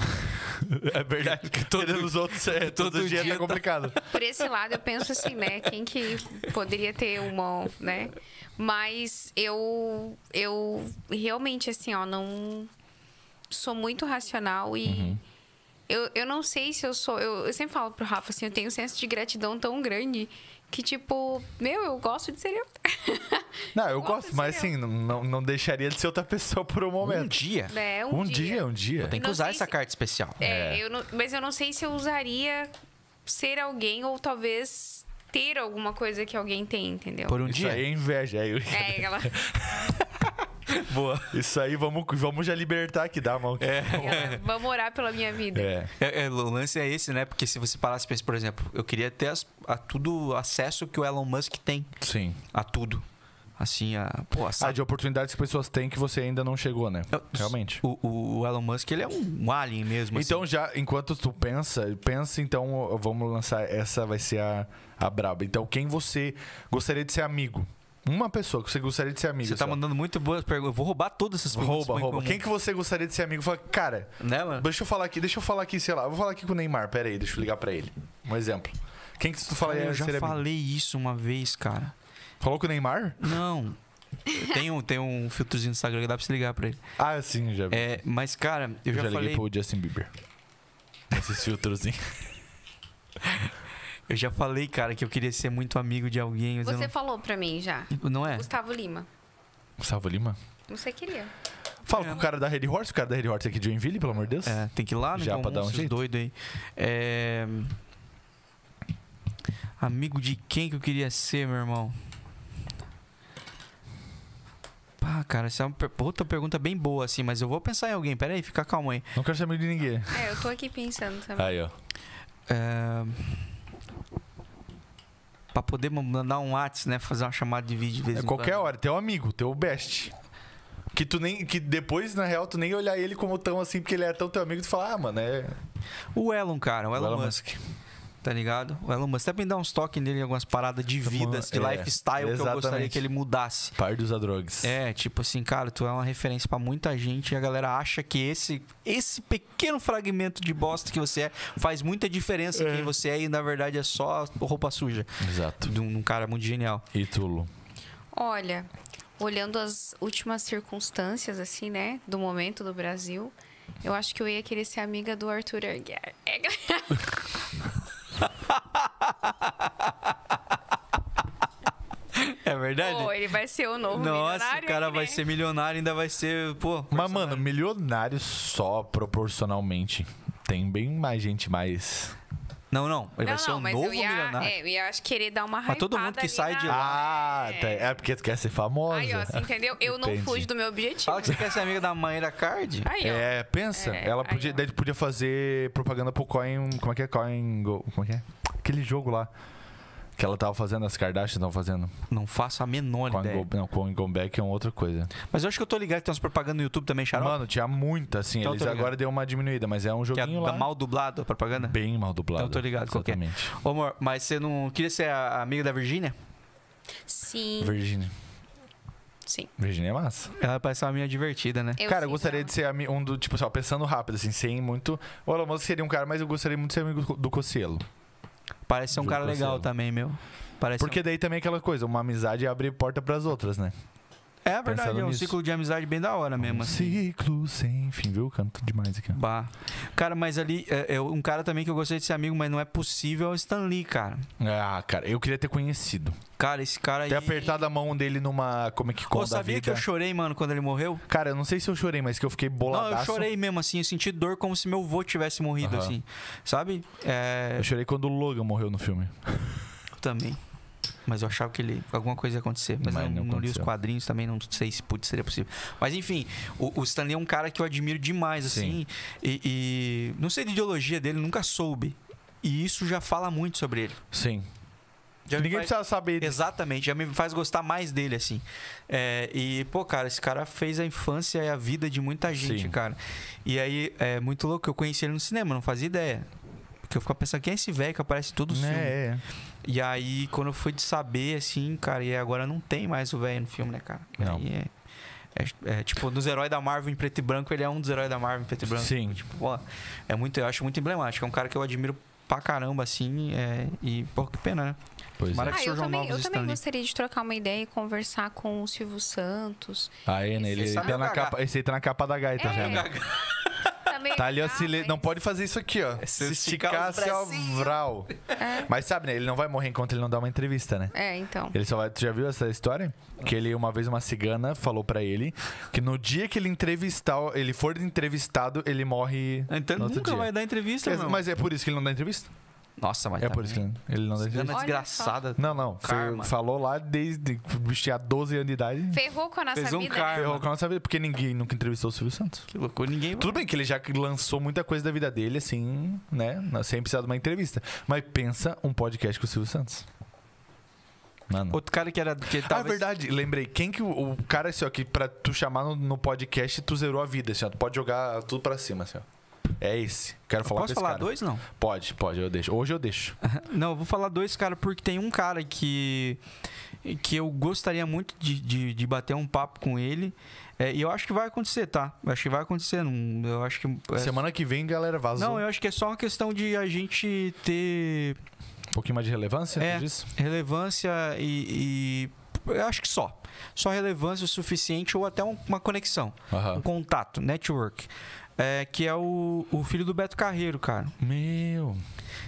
[SPEAKER 1] É verdade que todos os outros, é, todo,
[SPEAKER 2] todo
[SPEAKER 1] dia,
[SPEAKER 2] dia
[SPEAKER 1] tá
[SPEAKER 2] tá-
[SPEAKER 1] complicado.
[SPEAKER 3] Por esse lado, eu penso assim, né? Quem que poderia ter uma, né? Mas eu, eu realmente, assim, ó, não... Sou muito racional e...
[SPEAKER 1] Uhum.
[SPEAKER 3] Eu, eu não sei se eu sou... Eu, eu sempre falo pro Rafa, assim, eu tenho um senso de gratidão tão grande que, tipo... Meu, eu gosto de ser eu.
[SPEAKER 1] Não, eu
[SPEAKER 3] Outra
[SPEAKER 1] gosto, mas
[SPEAKER 3] seria
[SPEAKER 1] assim, não- não, não deixaria de ser outra pessoa por um
[SPEAKER 2] Um
[SPEAKER 1] momento.
[SPEAKER 2] dia.
[SPEAKER 3] né?
[SPEAKER 1] Um, dia, um dia.
[SPEAKER 2] Tem que
[SPEAKER 3] Não
[SPEAKER 2] usar
[SPEAKER 3] sei
[SPEAKER 2] essa
[SPEAKER 3] se-
[SPEAKER 2] carta especial.
[SPEAKER 3] É,
[SPEAKER 1] É.
[SPEAKER 3] eu não- mas eu não sei se eu usaria ser alguém ou talvez ter alguma coisa que alguém tem, entendeu?
[SPEAKER 2] Por um
[SPEAKER 1] Isso
[SPEAKER 2] dia.
[SPEAKER 1] aí é inveja. É, eu-
[SPEAKER 3] É, ela...
[SPEAKER 2] Boa.
[SPEAKER 1] Isso aí, vamos, vamos já libertar aqui, dá a mão. É.
[SPEAKER 3] Ela, Vamos orar pela minha vida.
[SPEAKER 2] É, é, o lance é esse, né? Porque se você parasse e pensa, por exemplo, eu queria ter as- a tudo acesso que o Elon Musk tem
[SPEAKER 1] sim.
[SPEAKER 2] a tudo. Assim, a. Pô, a
[SPEAKER 1] Ah, de oportunidades que pessoas têm que você ainda não chegou, né?
[SPEAKER 2] Eu-
[SPEAKER 1] Realmente.
[SPEAKER 2] O, o- o Elon Musk, ele é um alien mesmo.
[SPEAKER 1] Então
[SPEAKER 2] assim.
[SPEAKER 1] já, enquanto tu pensa, pensa então, vamos lançar, essa vai ser a, a braba. Então quem você gostaria de ser amigo? Uma pessoa que você gostaria de ser amigo.
[SPEAKER 2] Você tá
[SPEAKER 1] só.
[SPEAKER 2] mandando muito boas perguntas. Eu vou roubar todas essas perguntas.
[SPEAKER 1] Rouba,
[SPEAKER 2] põe em
[SPEAKER 1] rouba.
[SPEAKER 2] comum.
[SPEAKER 1] Quem que você gostaria de ser amigo? Fala, cara,
[SPEAKER 2] Né, mano?
[SPEAKER 1] deixa eu falar aqui, deixa eu falar aqui, sei lá, eu vou falar aqui com o Neymar, pera aí, deixa eu ligar pra ele. Um exemplo. Quem que tu falaria
[SPEAKER 2] eu
[SPEAKER 1] de
[SPEAKER 2] já
[SPEAKER 1] ser amigo?
[SPEAKER 2] falei isso uma vez, cara.
[SPEAKER 1] Falou com o Neymar?
[SPEAKER 2] Não. tem, um, tem um filtrozinho no Instagram que dá pra se ligar pra ele.
[SPEAKER 1] Ah, sim, já vi.
[SPEAKER 2] É, mas, cara, eu,
[SPEAKER 1] eu já,
[SPEAKER 2] já,
[SPEAKER 1] liguei pro
[SPEAKER 2] falei.
[SPEAKER 1] Justin Bieber. Esses filtrozinhos.
[SPEAKER 2] Eu já falei, cara, que eu queria ser muito amigo de alguém. Mas eu
[SPEAKER 3] Você falou pra mim já.
[SPEAKER 2] não... não é?
[SPEAKER 3] Gustavo Lima.
[SPEAKER 1] Gustavo Lima?
[SPEAKER 3] Você queria.
[SPEAKER 1] Fala com o cara da Red Horse, o cara da Red Horse aqui de Joinville, pelo amor de Deus.
[SPEAKER 2] É, tem que ir lá, né?
[SPEAKER 1] Já
[SPEAKER 2] Então,
[SPEAKER 1] pra dar um
[SPEAKER 2] esses
[SPEAKER 1] jeito.
[SPEAKER 2] doido aí. É... Amigo de quem que eu queria ser, meu irmão? Pá, cara, essa é uma per- outra pergunta bem boa, assim, mas eu vou pensar em alguém. Pera aí, fica calmo aí.
[SPEAKER 1] Não quero ser amigo de ninguém.
[SPEAKER 3] É, eu tô aqui pensando também.
[SPEAKER 1] Aí, ó.
[SPEAKER 2] É... Pra poder ma- mandar um WhatsApp, né? Fazer uma chamada de vídeo de vez
[SPEAKER 1] É
[SPEAKER 2] em
[SPEAKER 1] qualquer
[SPEAKER 2] quando.
[SPEAKER 1] hora, teu amigo, teu best. Que tu nem. Que depois, na real, tu nem olhar ele como tão assim, porque ele é tão teu amigo, tu fala, ah, mano, é.
[SPEAKER 2] O Elon, cara, o Elon,
[SPEAKER 1] Elon
[SPEAKER 2] Musk. Tá ligado? O Elon Musk. Até me dar uns toques nele em algumas paradas de
[SPEAKER 1] Tamo-
[SPEAKER 2] vida, de
[SPEAKER 1] é,
[SPEAKER 2] lifestyle que eu gostaria
[SPEAKER 1] exatamente.
[SPEAKER 2] que ele mudasse.
[SPEAKER 1] Par de usar drogas.
[SPEAKER 2] É, tipo assim, cara, tu é uma referência pra muita gente e a galera acha que esse esse pequeno fragmento de bosta que você é faz muita diferença em quem você é e na verdade é só roupa suja
[SPEAKER 1] Exato.
[SPEAKER 2] de um, um cara muito genial.
[SPEAKER 1] E tu, Lu?
[SPEAKER 3] Olha, olhando as últimas circunstâncias, assim, né? Do momento do Brasil, eu acho que eu ia querer ser amiga do Arthur Aguiar. É,
[SPEAKER 2] É verdade?
[SPEAKER 3] pô, oh, ele vai ser o novo
[SPEAKER 2] Nossa, o
[SPEAKER 3] milionário
[SPEAKER 2] cara
[SPEAKER 3] aí,
[SPEAKER 2] vai
[SPEAKER 3] né?
[SPEAKER 2] ser milionário, ainda vai ser, pô.
[SPEAKER 1] Mas, mano, milionário só proporcionalmente. Tem bem mais gente mais.
[SPEAKER 2] Não, não, ele
[SPEAKER 3] Não,
[SPEAKER 2] vai ser
[SPEAKER 3] não,
[SPEAKER 2] um
[SPEAKER 3] mas
[SPEAKER 2] novo
[SPEAKER 3] eu ia,
[SPEAKER 2] milionário.
[SPEAKER 3] é, eu ia acho, querer dar uma
[SPEAKER 2] Mas todo mundo
[SPEAKER 3] hypada
[SPEAKER 2] que
[SPEAKER 3] ali
[SPEAKER 2] sai
[SPEAKER 3] na-
[SPEAKER 2] de lá-
[SPEAKER 1] Ah, tá. É porque tu quer ser famosa.
[SPEAKER 3] Aí, ó, você entendeu? Eu não
[SPEAKER 1] Entendi.
[SPEAKER 3] fujo do meu objetivo.
[SPEAKER 2] Fala que você quer ser amiga da Mayra Card?
[SPEAKER 3] Aí, ó.
[SPEAKER 1] É, pensa.
[SPEAKER 3] É,
[SPEAKER 1] ela
[SPEAKER 3] aí,
[SPEAKER 1] podia,
[SPEAKER 3] ó.
[SPEAKER 1] daí tu podia fazer propaganda pro Coin. Como é que é? Coin. Go- Como é que é? Aquele jogo lá. Que ela tava fazendo, as Kardashians estavam fazendo.
[SPEAKER 2] Não faço a menor
[SPEAKER 1] Coin
[SPEAKER 2] ideia.
[SPEAKER 1] Go, não, Coin Go Back é uma outra coisa.
[SPEAKER 2] Mas eu acho que eu tô ligado que tem uns propaganda no YouTube também, Charol.
[SPEAKER 1] Mano, tinha muita, assim.
[SPEAKER 2] Então eu
[SPEAKER 1] eles
[SPEAKER 2] tô ligado.
[SPEAKER 1] agora deu uma diminuída, mas é um
[SPEAKER 2] que é
[SPEAKER 1] joguinho
[SPEAKER 2] da
[SPEAKER 1] lá.
[SPEAKER 2] mal dublado a propaganda.
[SPEAKER 1] Bem mal dublado.
[SPEAKER 2] Então eu tô ligado qual que é.
[SPEAKER 1] Exatamente.
[SPEAKER 2] Ô, amor, mas você não queria ser a amiga da Virgínia?
[SPEAKER 3] Sim,
[SPEAKER 1] Virginia.
[SPEAKER 3] sim.
[SPEAKER 1] Virginia é massa.
[SPEAKER 2] Ela parece uma menina divertida, né?
[SPEAKER 1] cara, eu
[SPEAKER 3] sei
[SPEAKER 1] gostaria
[SPEAKER 3] dela.
[SPEAKER 1] de ser ami- um do. Tipo, só pensando rápido, assim, sem muito. O Elon Musk seria um cara, mas eu gostaria muito de ser amigo do- do Cocielo.
[SPEAKER 2] Parece ser um
[SPEAKER 1] Juro
[SPEAKER 2] cara
[SPEAKER 1] pra você,
[SPEAKER 2] legal
[SPEAKER 1] ela.
[SPEAKER 2] também, meu. Parece um-
[SPEAKER 1] é Porque daí também é aquela coisa, uma amizade abre porta pras outras, né?
[SPEAKER 2] um... É verdade,
[SPEAKER 1] Pensando
[SPEAKER 2] é um
[SPEAKER 1] nisso.
[SPEAKER 2] ciclo de amizade bem da hora mesmo. assim.
[SPEAKER 1] Ciclo sem fim, viu? Canto demais aqui. ó.
[SPEAKER 2] Bah. Cara, mas ali, é, é um cara também que eu gostei de ser amigo, mas não é possível é o Stan Lee, cara.
[SPEAKER 1] Ah, cara, eu queria ter conhecido.
[SPEAKER 2] Cara, esse cara aí.
[SPEAKER 1] Ter apertado a mão dele numa é Comic Con
[SPEAKER 2] Pô,
[SPEAKER 1] da
[SPEAKER 2] sabia que eu
[SPEAKER 1] vida.
[SPEAKER 2] chorei, mano, quando ele morreu?
[SPEAKER 1] Cara, eu não sei se eu chorei, mas que eu fiquei
[SPEAKER 2] Não,
[SPEAKER 1] boladaço.
[SPEAKER 2] eu chorei mesmo, assim. Eu senti dor como se meu avô tivesse morrido,
[SPEAKER 1] Aham.
[SPEAKER 2] assim. Sabe? É,
[SPEAKER 1] Eu chorei quando o Logan morreu no filme.
[SPEAKER 2] eu também. Mas eu achava que ele, alguma coisa ia acontecer. Mas,
[SPEAKER 1] Mas
[SPEAKER 2] eu
[SPEAKER 1] não
[SPEAKER 2] não, não li os
[SPEAKER 1] aconteceu.
[SPEAKER 2] quadrinhos também, não sei se pude, seria possível. Mas enfim, o, o Stan Lee é um cara que eu admiro demais, assim. E, e não sei de ideologia dele, nunca soube. E isso já fala muito sobre ele.
[SPEAKER 1] Sim.
[SPEAKER 2] Já me
[SPEAKER 1] Ninguém
[SPEAKER 2] faz-
[SPEAKER 1] precisa saber.
[SPEAKER 2] Exatamente, já me faz gostar mais dele, assim. É, e, pô, cara, esse cara fez a infância e a vida de muita gente,
[SPEAKER 1] Sim.
[SPEAKER 2] cara. E aí, é muito louco, eu conheci ele no cinema, não fazia ideia. Porque eu ficava pensando, quem é esse velho que aparece em todo o filme? Tipo,
[SPEAKER 1] É, é.
[SPEAKER 2] E aí, quando eu fui de saber, assim, cara, e agora não tem mais o velho no filme, né, cara? E
[SPEAKER 1] Não.
[SPEAKER 2] aí é, é- é, tipo, dos heróis da Marvel em preto e branco, ele é um dos heróis da Marvel em preto e branco.
[SPEAKER 1] Sim.
[SPEAKER 2] Tipo, ó, é muito, eu acho muito emblemático. É um cara que eu admiro pra caramba, assim, é, e, pô, que pena, né?
[SPEAKER 1] Pois
[SPEAKER 2] Mara-
[SPEAKER 1] é.
[SPEAKER 2] que
[SPEAKER 3] Ah, eu
[SPEAKER 2] surjam
[SPEAKER 3] também,
[SPEAKER 2] novos
[SPEAKER 3] eu também
[SPEAKER 2] Stanley.
[SPEAKER 3] gostaria de trocar uma ideia e conversar com o Silvio Santos.
[SPEAKER 1] Aí, né?
[SPEAKER 3] Esse
[SPEAKER 1] Ele, ele
[SPEAKER 2] sabe
[SPEAKER 1] tá
[SPEAKER 2] o
[SPEAKER 1] na
[SPEAKER 2] Gagá.
[SPEAKER 1] capa, esse aí tá na capa da gaita
[SPEAKER 3] É.
[SPEAKER 1] já, né?
[SPEAKER 3] Também
[SPEAKER 1] Tá ali, ó,
[SPEAKER 3] legal, né?
[SPEAKER 1] se le-
[SPEAKER 3] mas-
[SPEAKER 1] não pode fazer isso aqui, ó.
[SPEAKER 2] É, se
[SPEAKER 1] Se esticar,
[SPEAKER 2] esticar os
[SPEAKER 1] se
[SPEAKER 2] bracinhos. É.
[SPEAKER 1] vral. Mas sabe, né? Ele não vai morrer enquanto ele não dá uma entrevista, né?
[SPEAKER 3] É, então.
[SPEAKER 1] Ele só vai. Tu já viu essa história? Que ele, uma vez, uma cigana falou pra ele que no dia que ele entrevistar, ele for entrevistado, ele morre.
[SPEAKER 2] Então
[SPEAKER 1] no outro
[SPEAKER 2] nunca
[SPEAKER 1] dia.
[SPEAKER 2] vai dar entrevista,
[SPEAKER 1] É,
[SPEAKER 2] meu.
[SPEAKER 1] Mas é por isso que ele não dá entrevista?
[SPEAKER 2] Nossa, mas
[SPEAKER 1] é por isso que ele, ele não dá entrevista.
[SPEAKER 2] tá Cigana é
[SPEAKER 3] Olha
[SPEAKER 2] desgraçada.
[SPEAKER 1] Não, não. Foi-
[SPEAKER 2] Karma.
[SPEAKER 1] falou lá desde. o bicho Tinha 12 anos de idade.
[SPEAKER 3] Ferrou com a nossa
[SPEAKER 2] Fez um
[SPEAKER 3] vida. né?
[SPEAKER 2] karma.
[SPEAKER 1] Ferrou com a nossa vida, porque ninguém nunca entrevistou o Silvio Santos.
[SPEAKER 2] Que loucura, ninguém vai.
[SPEAKER 1] Tudo bem que ele já lançou muita coisa da vida dele, assim, né? Sem precisar de uma entrevista. Mas pensa um podcast com o Silvio Santos. Mano.
[SPEAKER 2] Outro cara que era. Que
[SPEAKER 1] Ah,
[SPEAKER 2] talvez...
[SPEAKER 1] verdade, lembrei. Quem que o, o cara, assim, ó, que pra tu chamar no, no podcast, tu zerou a vida, assim, ó. Tu pode jogar tudo pra cima, assim, ó. É esse. Quero falar
[SPEAKER 2] Posso
[SPEAKER 1] com esse
[SPEAKER 2] falar
[SPEAKER 1] cara.
[SPEAKER 2] dois, não?
[SPEAKER 1] Pode, pode, eu deixo. Hoje eu deixo.
[SPEAKER 2] Não, eu vou falar dois, cara, porque tem um cara que. que eu gostaria muito de, de, de bater um papo com ele. É, e eu acho que vai acontecer, tá? Eu acho que vai acontecer. não- Eu acho que. é-
[SPEAKER 1] Semana que vem, galera, vazou.
[SPEAKER 2] Não, eu acho que é só uma questão de a gente ter
[SPEAKER 1] Um pouquinho mais de relevância,
[SPEAKER 2] É.
[SPEAKER 1] tu diz?
[SPEAKER 2] relevância e. e- eu acho que só. Só relevância o suficiente ou até um- uma conexão.
[SPEAKER 1] Aham.
[SPEAKER 2] Um contato, network. É, que é o, o filho do Beto Carreiro, cara.
[SPEAKER 1] Meu.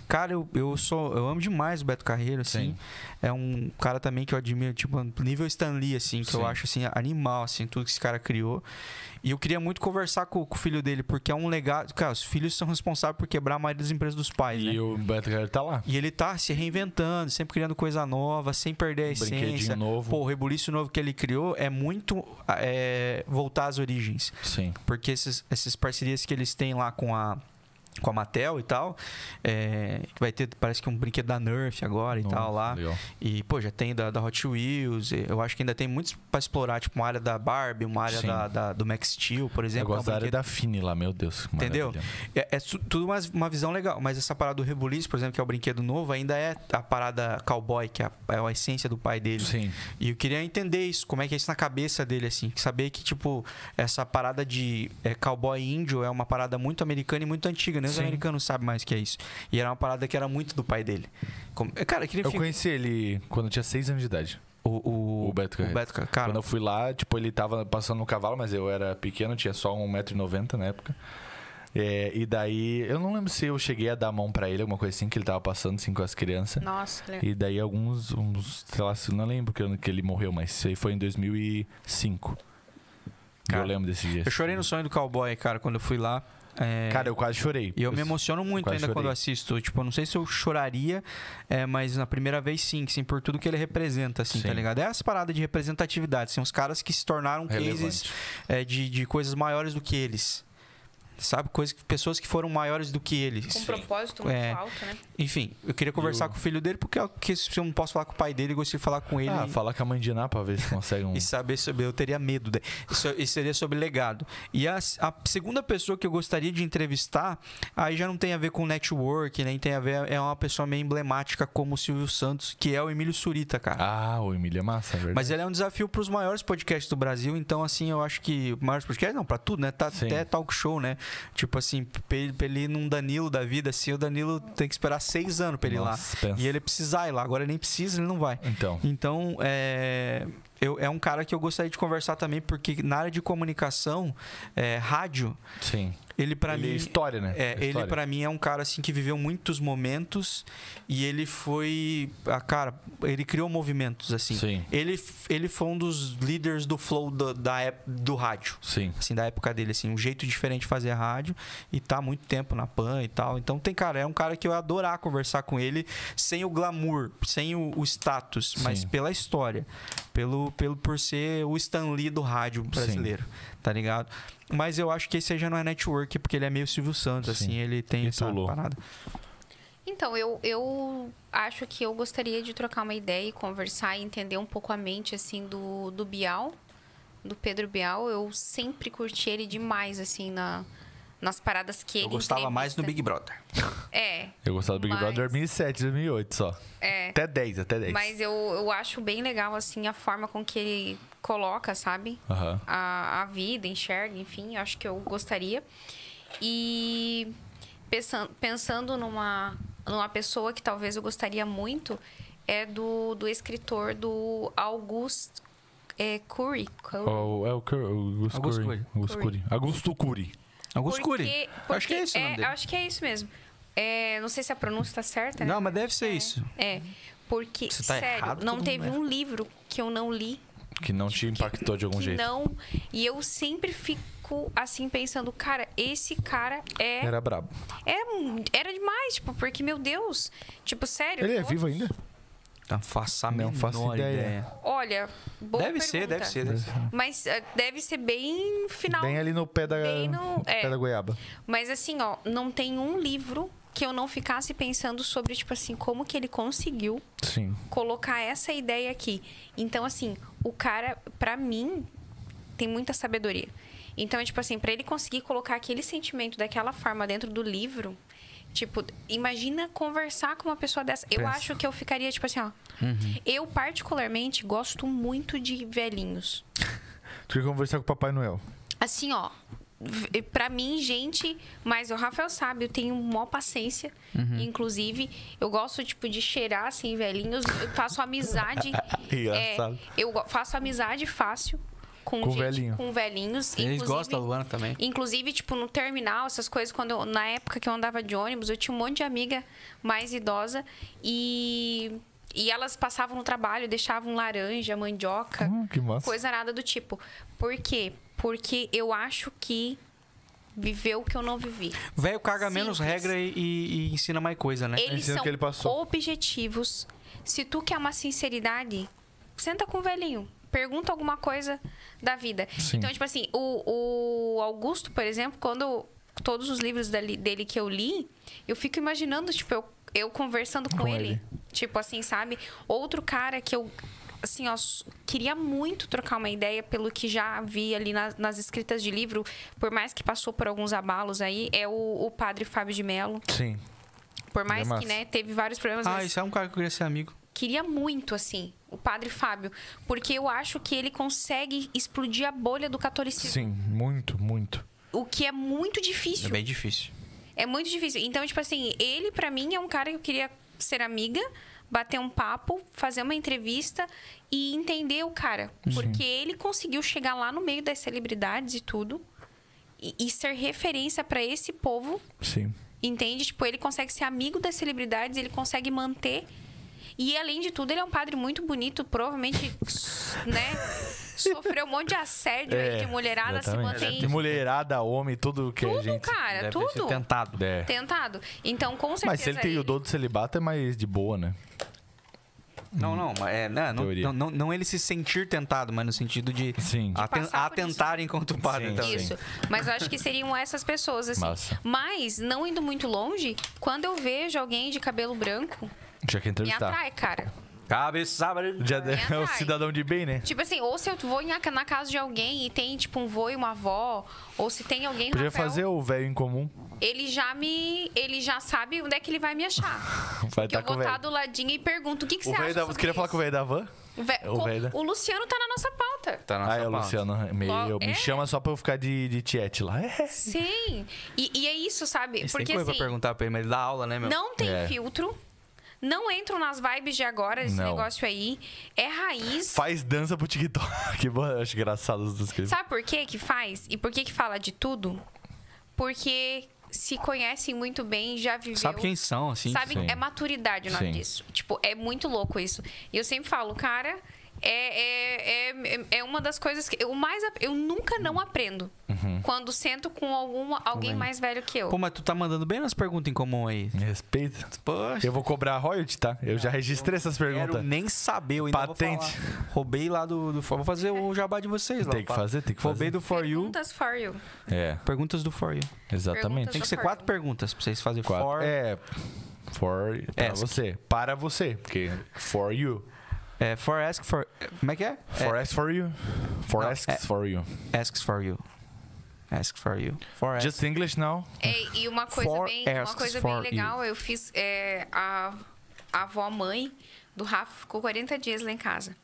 [SPEAKER 2] Cara, eu, eu sou. Eu amo demais o Beto Carreiro, assim.
[SPEAKER 1] Sim.
[SPEAKER 2] É um cara também que eu admiro, tipo, nível Stan Lee, assim, que
[SPEAKER 1] Sim.
[SPEAKER 2] eu acho assim, animal, assim, tudo que esse cara criou. E eu queria muito conversar com, com o filho dele, porque é um legado. Cara, os filhos são responsáveis por quebrar a maioria das empresas dos pais, né?
[SPEAKER 1] E o Beto Carreiro tá lá.
[SPEAKER 2] E ele tá se reinventando, sempre criando coisa nova, sem perder a essência.
[SPEAKER 1] Um Brinquedinho novo.
[SPEAKER 2] Pô, o rebuliço novo que ele criou é muito é, voltar às origens.
[SPEAKER 1] Sim.
[SPEAKER 2] Porque esses, essas parcerias que eles têm lá com a com a Mattel e tal, é, que vai ter parece que um brinquedo da Nerf agora e tal
[SPEAKER 1] Nossa,
[SPEAKER 2] tá lá
[SPEAKER 1] legal.
[SPEAKER 2] e pô já tem da, da Hot Wheels, e eu acho que ainda tem muitos pra explorar tipo uma área da Barbie, uma área
[SPEAKER 1] Sim.
[SPEAKER 2] da, da- do Max Steel, por
[SPEAKER 1] Eu
[SPEAKER 2] exemplo, que é um
[SPEAKER 1] gosto da área
[SPEAKER 2] brinquedo-
[SPEAKER 1] da Fini lá, meu Deus. que
[SPEAKER 2] Entendeu?
[SPEAKER 1] maravilha.
[SPEAKER 2] É, é su- tudo uma, uma visão legal, mas essa parada do Rebuliço, por exemplo, que é o brinquedo novo, ainda é a parada cowboy, que é a, é a essência do pai dele.
[SPEAKER 1] Sim.
[SPEAKER 2] E eu queria entender isso, como é que é isso na cabeça dele, assim. Saber que, tipo, essa parada de é, cowboy índio é uma parada muito americana e muito antiga, nem os
[SPEAKER 1] Sim.
[SPEAKER 2] americanos sabem mais que é isso. E era uma parada que era muito do pai dele. Como- é, cara, eu queria.
[SPEAKER 1] Eu
[SPEAKER 2] fi-
[SPEAKER 1] conheci ele quando eu tinha 6 anos de idade.
[SPEAKER 2] o, o,
[SPEAKER 1] o Beto Carreiro.
[SPEAKER 2] Ca- cara.
[SPEAKER 1] Quando eu fui lá, tipo, ele tava passando no cavalo, mas eu era pequeno, tinha só 1,90m na época. É, e daí, eu não lembro se eu cheguei a dar a mão pra ele, alguma coisa assim, que ele tava passando assim com as crianças.
[SPEAKER 3] Nossa, olha.
[SPEAKER 1] E daí alguns, uns, sei lá, se- não lembro que, ano que ele morreu, mas isso aí foi em 2005.
[SPEAKER 2] Cara,
[SPEAKER 1] eu lembro desse dia.
[SPEAKER 2] Eu chorei no sonho do cowboy, cara, quando eu fui lá. É,
[SPEAKER 1] Cara, eu quase chorei.
[SPEAKER 2] E eu me emociono muito
[SPEAKER 1] quase
[SPEAKER 2] ainda
[SPEAKER 1] chorei.
[SPEAKER 2] quando eu assisto. Tipo, eu não sei se eu choraria, é, mas na primeira vez sim, sim, por tudo que ele representa, assim,
[SPEAKER 1] Sim.
[SPEAKER 2] tá ligado? É essa parada de representatividade, são os caras que se tornaram cases
[SPEAKER 1] Relevante.
[SPEAKER 2] é, de, de coisas maiores do que eles. Sabe? Coisas, que- pessoas que foram maiores do que eles.
[SPEAKER 3] Com um propósito muito
[SPEAKER 2] É.
[SPEAKER 3] alto, né?
[SPEAKER 2] Enfim, eu queria conversar com o filho dele, porque é o que se eu não posso falar com o pai dele, eu gostaria de falar com ele.
[SPEAKER 1] Ah,
[SPEAKER 2] e-
[SPEAKER 1] falar com a mãe de Iná pra ver se consegue um...
[SPEAKER 2] e saber sobre. Eu teria medo. De, isso, isso seria sobre legado. E a, a segunda pessoa que eu gostaria de entrevistar, aí já não tem a ver com network, nem tem a ver. É uma pessoa meio emblemática como o Silvio Santos, que é o Emílio Surita, cara.
[SPEAKER 1] Ah, o Emílio é massa, é verdade.
[SPEAKER 2] Mas ele é um desafio para os maiores podcasts do Brasil, então assim, eu acho que maiores podcasts não, para tudo, né? Tá,
[SPEAKER 1] Sim.
[SPEAKER 2] até talk show, né? Tipo assim, pra ele, pra ele ir num Danilo da vida, assim, o Danilo tem que esperar seis anos para ele ir lá.
[SPEAKER 1] Nossa, pensa.
[SPEAKER 2] E ele precisar ir lá, agora ele nem precisa, ele não vai.
[SPEAKER 1] Então,
[SPEAKER 2] Então, é, eu, é um cara que eu gostaria de conversar também, porque na área de comunicação, é, rádio,
[SPEAKER 1] Sim.
[SPEAKER 2] ele para
[SPEAKER 1] Ele é
[SPEAKER 2] mim.
[SPEAKER 1] história, né?
[SPEAKER 2] É, ele
[SPEAKER 1] história.
[SPEAKER 2] pra mim é um cara assim que viveu muitos momentos e ele foi, a cara, ele criou movimentos assim.
[SPEAKER 1] Sim.
[SPEAKER 2] Ele f- ele foi um dos líderes do flow do, da ép- do rádio.
[SPEAKER 1] Sim.
[SPEAKER 2] Assim, da época dele, assim, um jeito diferente de fazer a rádio e tá há muito tempo na PAN e tal. Então tem, cara, é um cara que eu ia adorar conversar com ele sem o glamour, sem o, o status, mas
[SPEAKER 1] Sim.
[SPEAKER 2] pela história. Pelo, pelo, por ser o Stan Lee do rádio brasileiro, tá ligado? Mas eu acho que esse aí já não é network, porque ele é meio Silvio Santos,
[SPEAKER 1] Sim.
[SPEAKER 2] assim, ele tem
[SPEAKER 1] Ele
[SPEAKER 2] essa
[SPEAKER 1] pulou.
[SPEAKER 2] parada.
[SPEAKER 3] Então, eu, eu acho que eu gostaria de trocar uma ideia e conversar e entender um pouco a mente, assim, do, do Bial, do Pedro Bial. Eu sempre curti ele demais, assim, na, nas paradas que ele
[SPEAKER 2] Eu gostava mais
[SPEAKER 3] entrevista.
[SPEAKER 2] no Big Brother.
[SPEAKER 3] É,
[SPEAKER 1] Eu gostava do Big
[SPEAKER 3] Mas-
[SPEAKER 1] Brother 2007, 2008 só.
[SPEAKER 3] é.
[SPEAKER 1] Até 10, até 10.
[SPEAKER 3] Mas eu, eu acho bem legal, assim, a forma com que ele coloca, sabe?
[SPEAKER 1] Aham.
[SPEAKER 3] a, a vida, enxerga, enfim, eu acho que eu gostaria. E pensando, pensando numa, numa pessoa que talvez eu gostaria muito, é do, do escritor do August é, Cury. Cury.
[SPEAKER 1] O- é o Cur- o Augusto
[SPEAKER 2] Augusto
[SPEAKER 1] Cury.
[SPEAKER 2] Cury.
[SPEAKER 1] Augusto Cury. Augusto Cury.
[SPEAKER 2] Augusto Cury.
[SPEAKER 3] Porque-
[SPEAKER 2] Eu Acho que é
[SPEAKER 3] porque
[SPEAKER 2] isso o nome dele.
[SPEAKER 3] eu Acho que é isso mesmo. É, não sei se a pronúncia tá certa. né?
[SPEAKER 2] Não, mas deve ser isso.
[SPEAKER 3] É, porque,
[SPEAKER 2] Se tá
[SPEAKER 3] sério,
[SPEAKER 2] errado,
[SPEAKER 3] não
[SPEAKER 2] todo
[SPEAKER 3] teve
[SPEAKER 2] mundo
[SPEAKER 3] um livro que eu não li
[SPEAKER 1] Que não te impactou de algum
[SPEAKER 3] que
[SPEAKER 1] jeito.
[SPEAKER 3] não. E eu sempre fico assim pensando, cara, esse cara é
[SPEAKER 1] Era brabo.
[SPEAKER 3] Era, um- era demais, tipo, porque, meu Deus, tipo, sério.
[SPEAKER 1] Ele é
[SPEAKER 3] todos-
[SPEAKER 1] vivo ainda?
[SPEAKER 2] Não faço a
[SPEAKER 1] Não
[SPEAKER 2] menor
[SPEAKER 1] faço ideia.
[SPEAKER 2] ideia.
[SPEAKER 3] Olha, boa
[SPEAKER 2] Deve ser,
[SPEAKER 3] pergunta.
[SPEAKER 2] deve ser, deve ser.
[SPEAKER 3] Mas eh, deve ser bem final.
[SPEAKER 1] Bem ali eh, no pé da,
[SPEAKER 3] Bem no- é.
[SPEAKER 1] pé da goiaba.
[SPEAKER 3] Mas assim, ó, não tem um livro que eu não ficasse pensando sobre, tipo assim, como que ele conseguiu
[SPEAKER 1] Sim.
[SPEAKER 3] colocar essa ideia aqui. Então, assim, o cara, pra mim, tem muita sabedoria. Então, é tipo assim, pra ele conseguir colocar aquele sentimento daquela forma dentro do livro, tipo, imagina conversar com uma pessoa dessa. Eu
[SPEAKER 1] Pensa.
[SPEAKER 3] acho que eu ficaria, tipo assim, ó. Eu, particularmente, gosto muito de velhinhos.
[SPEAKER 1] Tu quer conversar com o Papai Noel?
[SPEAKER 3] Assim, ó. v- Pra mim, gente, mas o Rafael sabe, eu tenho mó paciência. Inclusive, eu gosto, tipo, de cheirar, assim, velhinhos. Eu faço amizade.
[SPEAKER 1] Engraçado.
[SPEAKER 3] É, eu go- faço amizade fácil com,
[SPEAKER 1] Com
[SPEAKER 3] gente,
[SPEAKER 1] velhinho.
[SPEAKER 3] com velhinhos.
[SPEAKER 9] Eles
[SPEAKER 3] inclusive-
[SPEAKER 9] gostam da Luana também.
[SPEAKER 3] Inclusive, tipo, no terminal, essas coisas, quando eu- na época que eu andava de ônibus, eu tinha um monte de amiga mais idosa e, e elas passavam no trabalho, deixavam laranja, mandioca,
[SPEAKER 1] Hum, que massa.
[SPEAKER 3] Tá. coisa nada do tipo. Por quê? Porque eu acho que viveu o que eu não vivi.
[SPEAKER 2] Velho caga menos
[SPEAKER 3] Simples.
[SPEAKER 2] regra e, e- e ensina mais coisa, né?
[SPEAKER 3] Eles
[SPEAKER 1] Ensina o
[SPEAKER 3] são
[SPEAKER 1] que ele passou.
[SPEAKER 3] objetivos. Se tu quer uma sinceridade, senta com o velhinho. Pergunta alguma coisa da vida.
[SPEAKER 1] Sim.
[SPEAKER 3] Então, tipo assim, o, o Augusto, por exemplo, quando todos os livros dali- dele que eu li, eu fico imaginando, tipo, eu, eu conversando com,
[SPEAKER 1] Com
[SPEAKER 3] ele.
[SPEAKER 1] ele.
[SPEAKER 3] Tipo assim, sabe? Outro cara que eu, assim, ó, s- queria muito trocar uma ideia pelo que já vi ali nas, nas escritas de livro, por mais que passou por alguns abalos aí, é o, o padre Fábio de Mello.
[SPEAKER 1] Sim.
[SPEAKER 3] Por mais
[SPEAKER 1] massa.
[SPEAKER 3] que, né, teve vários problemas,
[SPEAKER 2] Ah,
[SPEAKER 3] mas
[SPEAKER 2] isso é um cara que eu queria ser amigo.
[SPEAKER 3] queria muito, assim, o padre Fábio. Porque eu acho que ele consegue explodir a bolha do catolicismo.
[SPEAKER 1] Sim, muito, muito.
[SPEAKER 3] O que é muito
[SPEAKER 2] É
[SPEAKER 3] difícil.
[SPEAKER 2] bem difícil.
[SPEAKER 3] É muito difícil. Então, tipo assim, ele pra mim é um cara que eu queria ser amiga, bater um papo, fazer uma entrevista e entender o cara. Porque ele conseguiu chegar lá no meio das celebridades e tudo. E, e ser referência pra esse povo
[SPEAKER 1] Sim.
[SPEAKER 3] Entende? Tipo, ele consegue ser amigo das celebridades, ele consegue manter. E além de tudo, ele é um padre muito bonito, provavelmente, né? Sofreu um monte de assédio aí de mulherada, se
[SPEAKER 1] É, exatamente.
[SPEAKER 3] mantém.
[SPEAKER 1] É, De mulherada, homem, tudo que a
[SPEAKER 3] Tudo,
[SPEAKER 1] gente...
[SPEAKER 3] cara,
[SPEAKER 2] Deve ter
[SPEAKER 3] tudo.
[SPEAKER 2] sido tentado.
[SPEAKER 1] É.
[SPEAKER 3] Tentado. Então, com certeza.
[SPEAKER 1] Mas se ele tem o dom do celibato, é mais de boa, né?
[SPEAKER 2] Não, não, mas é, né, não,
[SPEAKER 1] Teoria.
[SPEAKER 2] não, não, não ele se sentir tentado, mas no sentido de
[SPEAKER 1] Sim.
[SPEAKER 2] aten-
[SPEAKER 3] passar por
[SPEAKER 2] atentar enquanto padre
[SPEAKER 1] Sim,
[SPEAKER 2] também.
[SPEAKER 3] Isso. Mas eu acho que seriam essas pessoas, assim.
[SPEAKER 1] Massa.
[SPEAKER 3] Mas, não indo muito longe, quando eu vejo alguém de cabelo branco,
[SPEAKER 1] Já que
[SPEAKER 3] me
[SPEAKER 1] entrevistar.
[SPEAKER 3] atrai, cara.
[SPEAKER 2] Cabeça
[SPEAKER 1] Já
[SPEAKER 3] Me
[SPEAKER 1] é o
[SPEAKER 3] atrai.
[SPEAKER 1] cidadão de bem, né?
[SPEAKER 3] Tipo assim, ou se eu vou em- na casa de alguém e tem, tipo, um vô e uma avó, ou se tem alguém
[SPEAKER 1] Podia
[SPEAKER 3] Rafael,
[SPEAKER 1] fazer o velho em comum.
[SPEAKER 3] ele já me. Ele já sabe onde é que ele vai me achar.
[SPEAKER 1] Vai
[SPEAKER 3] que
[SPEAKER 1] estar
[SPEAKER 3] eu
[SPEAKER 1] Tá com o
[SPEAKER 3] vou estar
[SPEAKER 1] velho.
[SPEAKER 3] do ladinho e pergunto o que, que
[SPEAKER 1] O
[SPEAKER 3] você
[SPEAKER 1] velho
[SPEAKER 3] acha.
[SPEAKER 1] da...
[SPEAKER 3] sobre
[SPEAKER 1] Você queria falar
[SPEAKER 3] isso?"
[SPEAKER 1] com o velho da van?
[SPEAKER 3] O ve-
[SPEAKER 1] o
[SPEAKER 3] com-
[SPEAKER 1] velho da-
[SPEAKER 3] o Luciano tá na nossa pauta.
[SPEAKER 2] Tá na
[SPEAKER 1] Ah, é,
[SPEAKER 2] sua
[SPEAKER 1] o
[SPEAKER 2] pauta.
[SPEAKER 1] Luciano. Meu, me
[SPEAKER 3] é.
[SPEAKER 1] chama só pra eu ficar de, de tiete lá. É.
[SPEAKER 3] Sim. E, e é isso, sabe?
[SPEAKER 2] Eles têm
[SPEAKER 3] Porque
[SPEAKER 2] coisa
[SPEAKER 3] assim,
[SPEAKER 2] pra perguntar pra ele, mas ele dá aula, né, meu?
[SPEAKER 3] não tem
[SPEAKER 1] É.
[SPEAKER 3] filtro. Não entram nas vibes de agora, esse
[SPEAKER 1] Não.
[SPEAKER 3] negócio aí. É raiz.
[SPEAKER 1] Faz dança pro TikTok. que bom, eu acho engraçado as duas coisas.
[SPEAKER 3] Sabe por que que faz? E por que que fala de tudo? Porque se conhecem muito bem, já viveu.
[SPEAKER 2] Sabe quem são, assim?
[SPEAKER 3] Sabe?
[SPEAKER 1] sim.
[SPEAKER 3] É maturidade o nome
[SPEAKER 1] Sim.
[SPEAKER 3] disso. Tipo, é muito louco isso. E eu sempre falo, cara, é, é, é, é uma das coisas que eu mais ap- eu nunca não aprendo
[SPEAKER 2] Uhum.
[SPEAKER 3] quando sento com alguma, alguém mais velho que eu.
[SPEAKER 2] Pô, mas tu tá mandando bem nas perguntas em comum aí.
[SPEAKER 1] Me respeita.
[SPEAKER 2] Poxa.
[SPEAKER 1] Eu vou cobrar royalty, tá? Eu já registrei essas
[SPEAKER 2] Quero
[SPEAKER 1] perguntas.
[SPEAKER 2] nem saber, eu ainda
[SPEAKER 1] Patente.
[SPEAKER 2] vou falar. Roubei lá do, do... Vou fazer o jabá de vocês lá.
[SPEAKER 1] Tem que fazer, tem que fazer.
[SPEAKER 2] Roubei do For You.
[SPEAKER 3] Perguntas for you.
[SPEAKER 1] É,
[SPEAKER 2] Perguntas do For You.
[SPEAKER 1] exatamente.
[SPEAKER 2] Tem que ser
[SPEAKER 3] For
[SPEAKER 2] quatro
[SPEAKER 3] You.
[SPEAKER 2] perguntas pra vocês fazerem
[SPEAKER 1] Quatro.
[SPEAKER 2] For...
[SPEAKER 1] É. For. Pra
[SPEAKER 2] Ask.
[SPEAKER 1] você. Para você. Porque. For you.
[SPEAKER 2] É, for ask for... Como é que é?
[SPEAKER 1] For asks for you. For
[SPEAKER 2] Não,
[SPEAKER 1] asks
[SPEAKER 2] é-
[SPEAKER 1] for you.
[SPEAKER 2] é asks for you. Ask for you. For ask.
[SPEAKER 1] Just English now.
[SPEAKER 3] É, e uma coisa
[SPEAKER 2] For
[SPEAKER 3] bem, uma
[SPEAKER 2] asks
[SPEAKER 3] coisa
[SPEAKER 2] for
[SPEAKER 3] bem
[SPEAKER 2] you.
[SPEAKER 3] legal, eu fiz é, a, a avó mãe do Rafa ficou 40 dias lá em casa.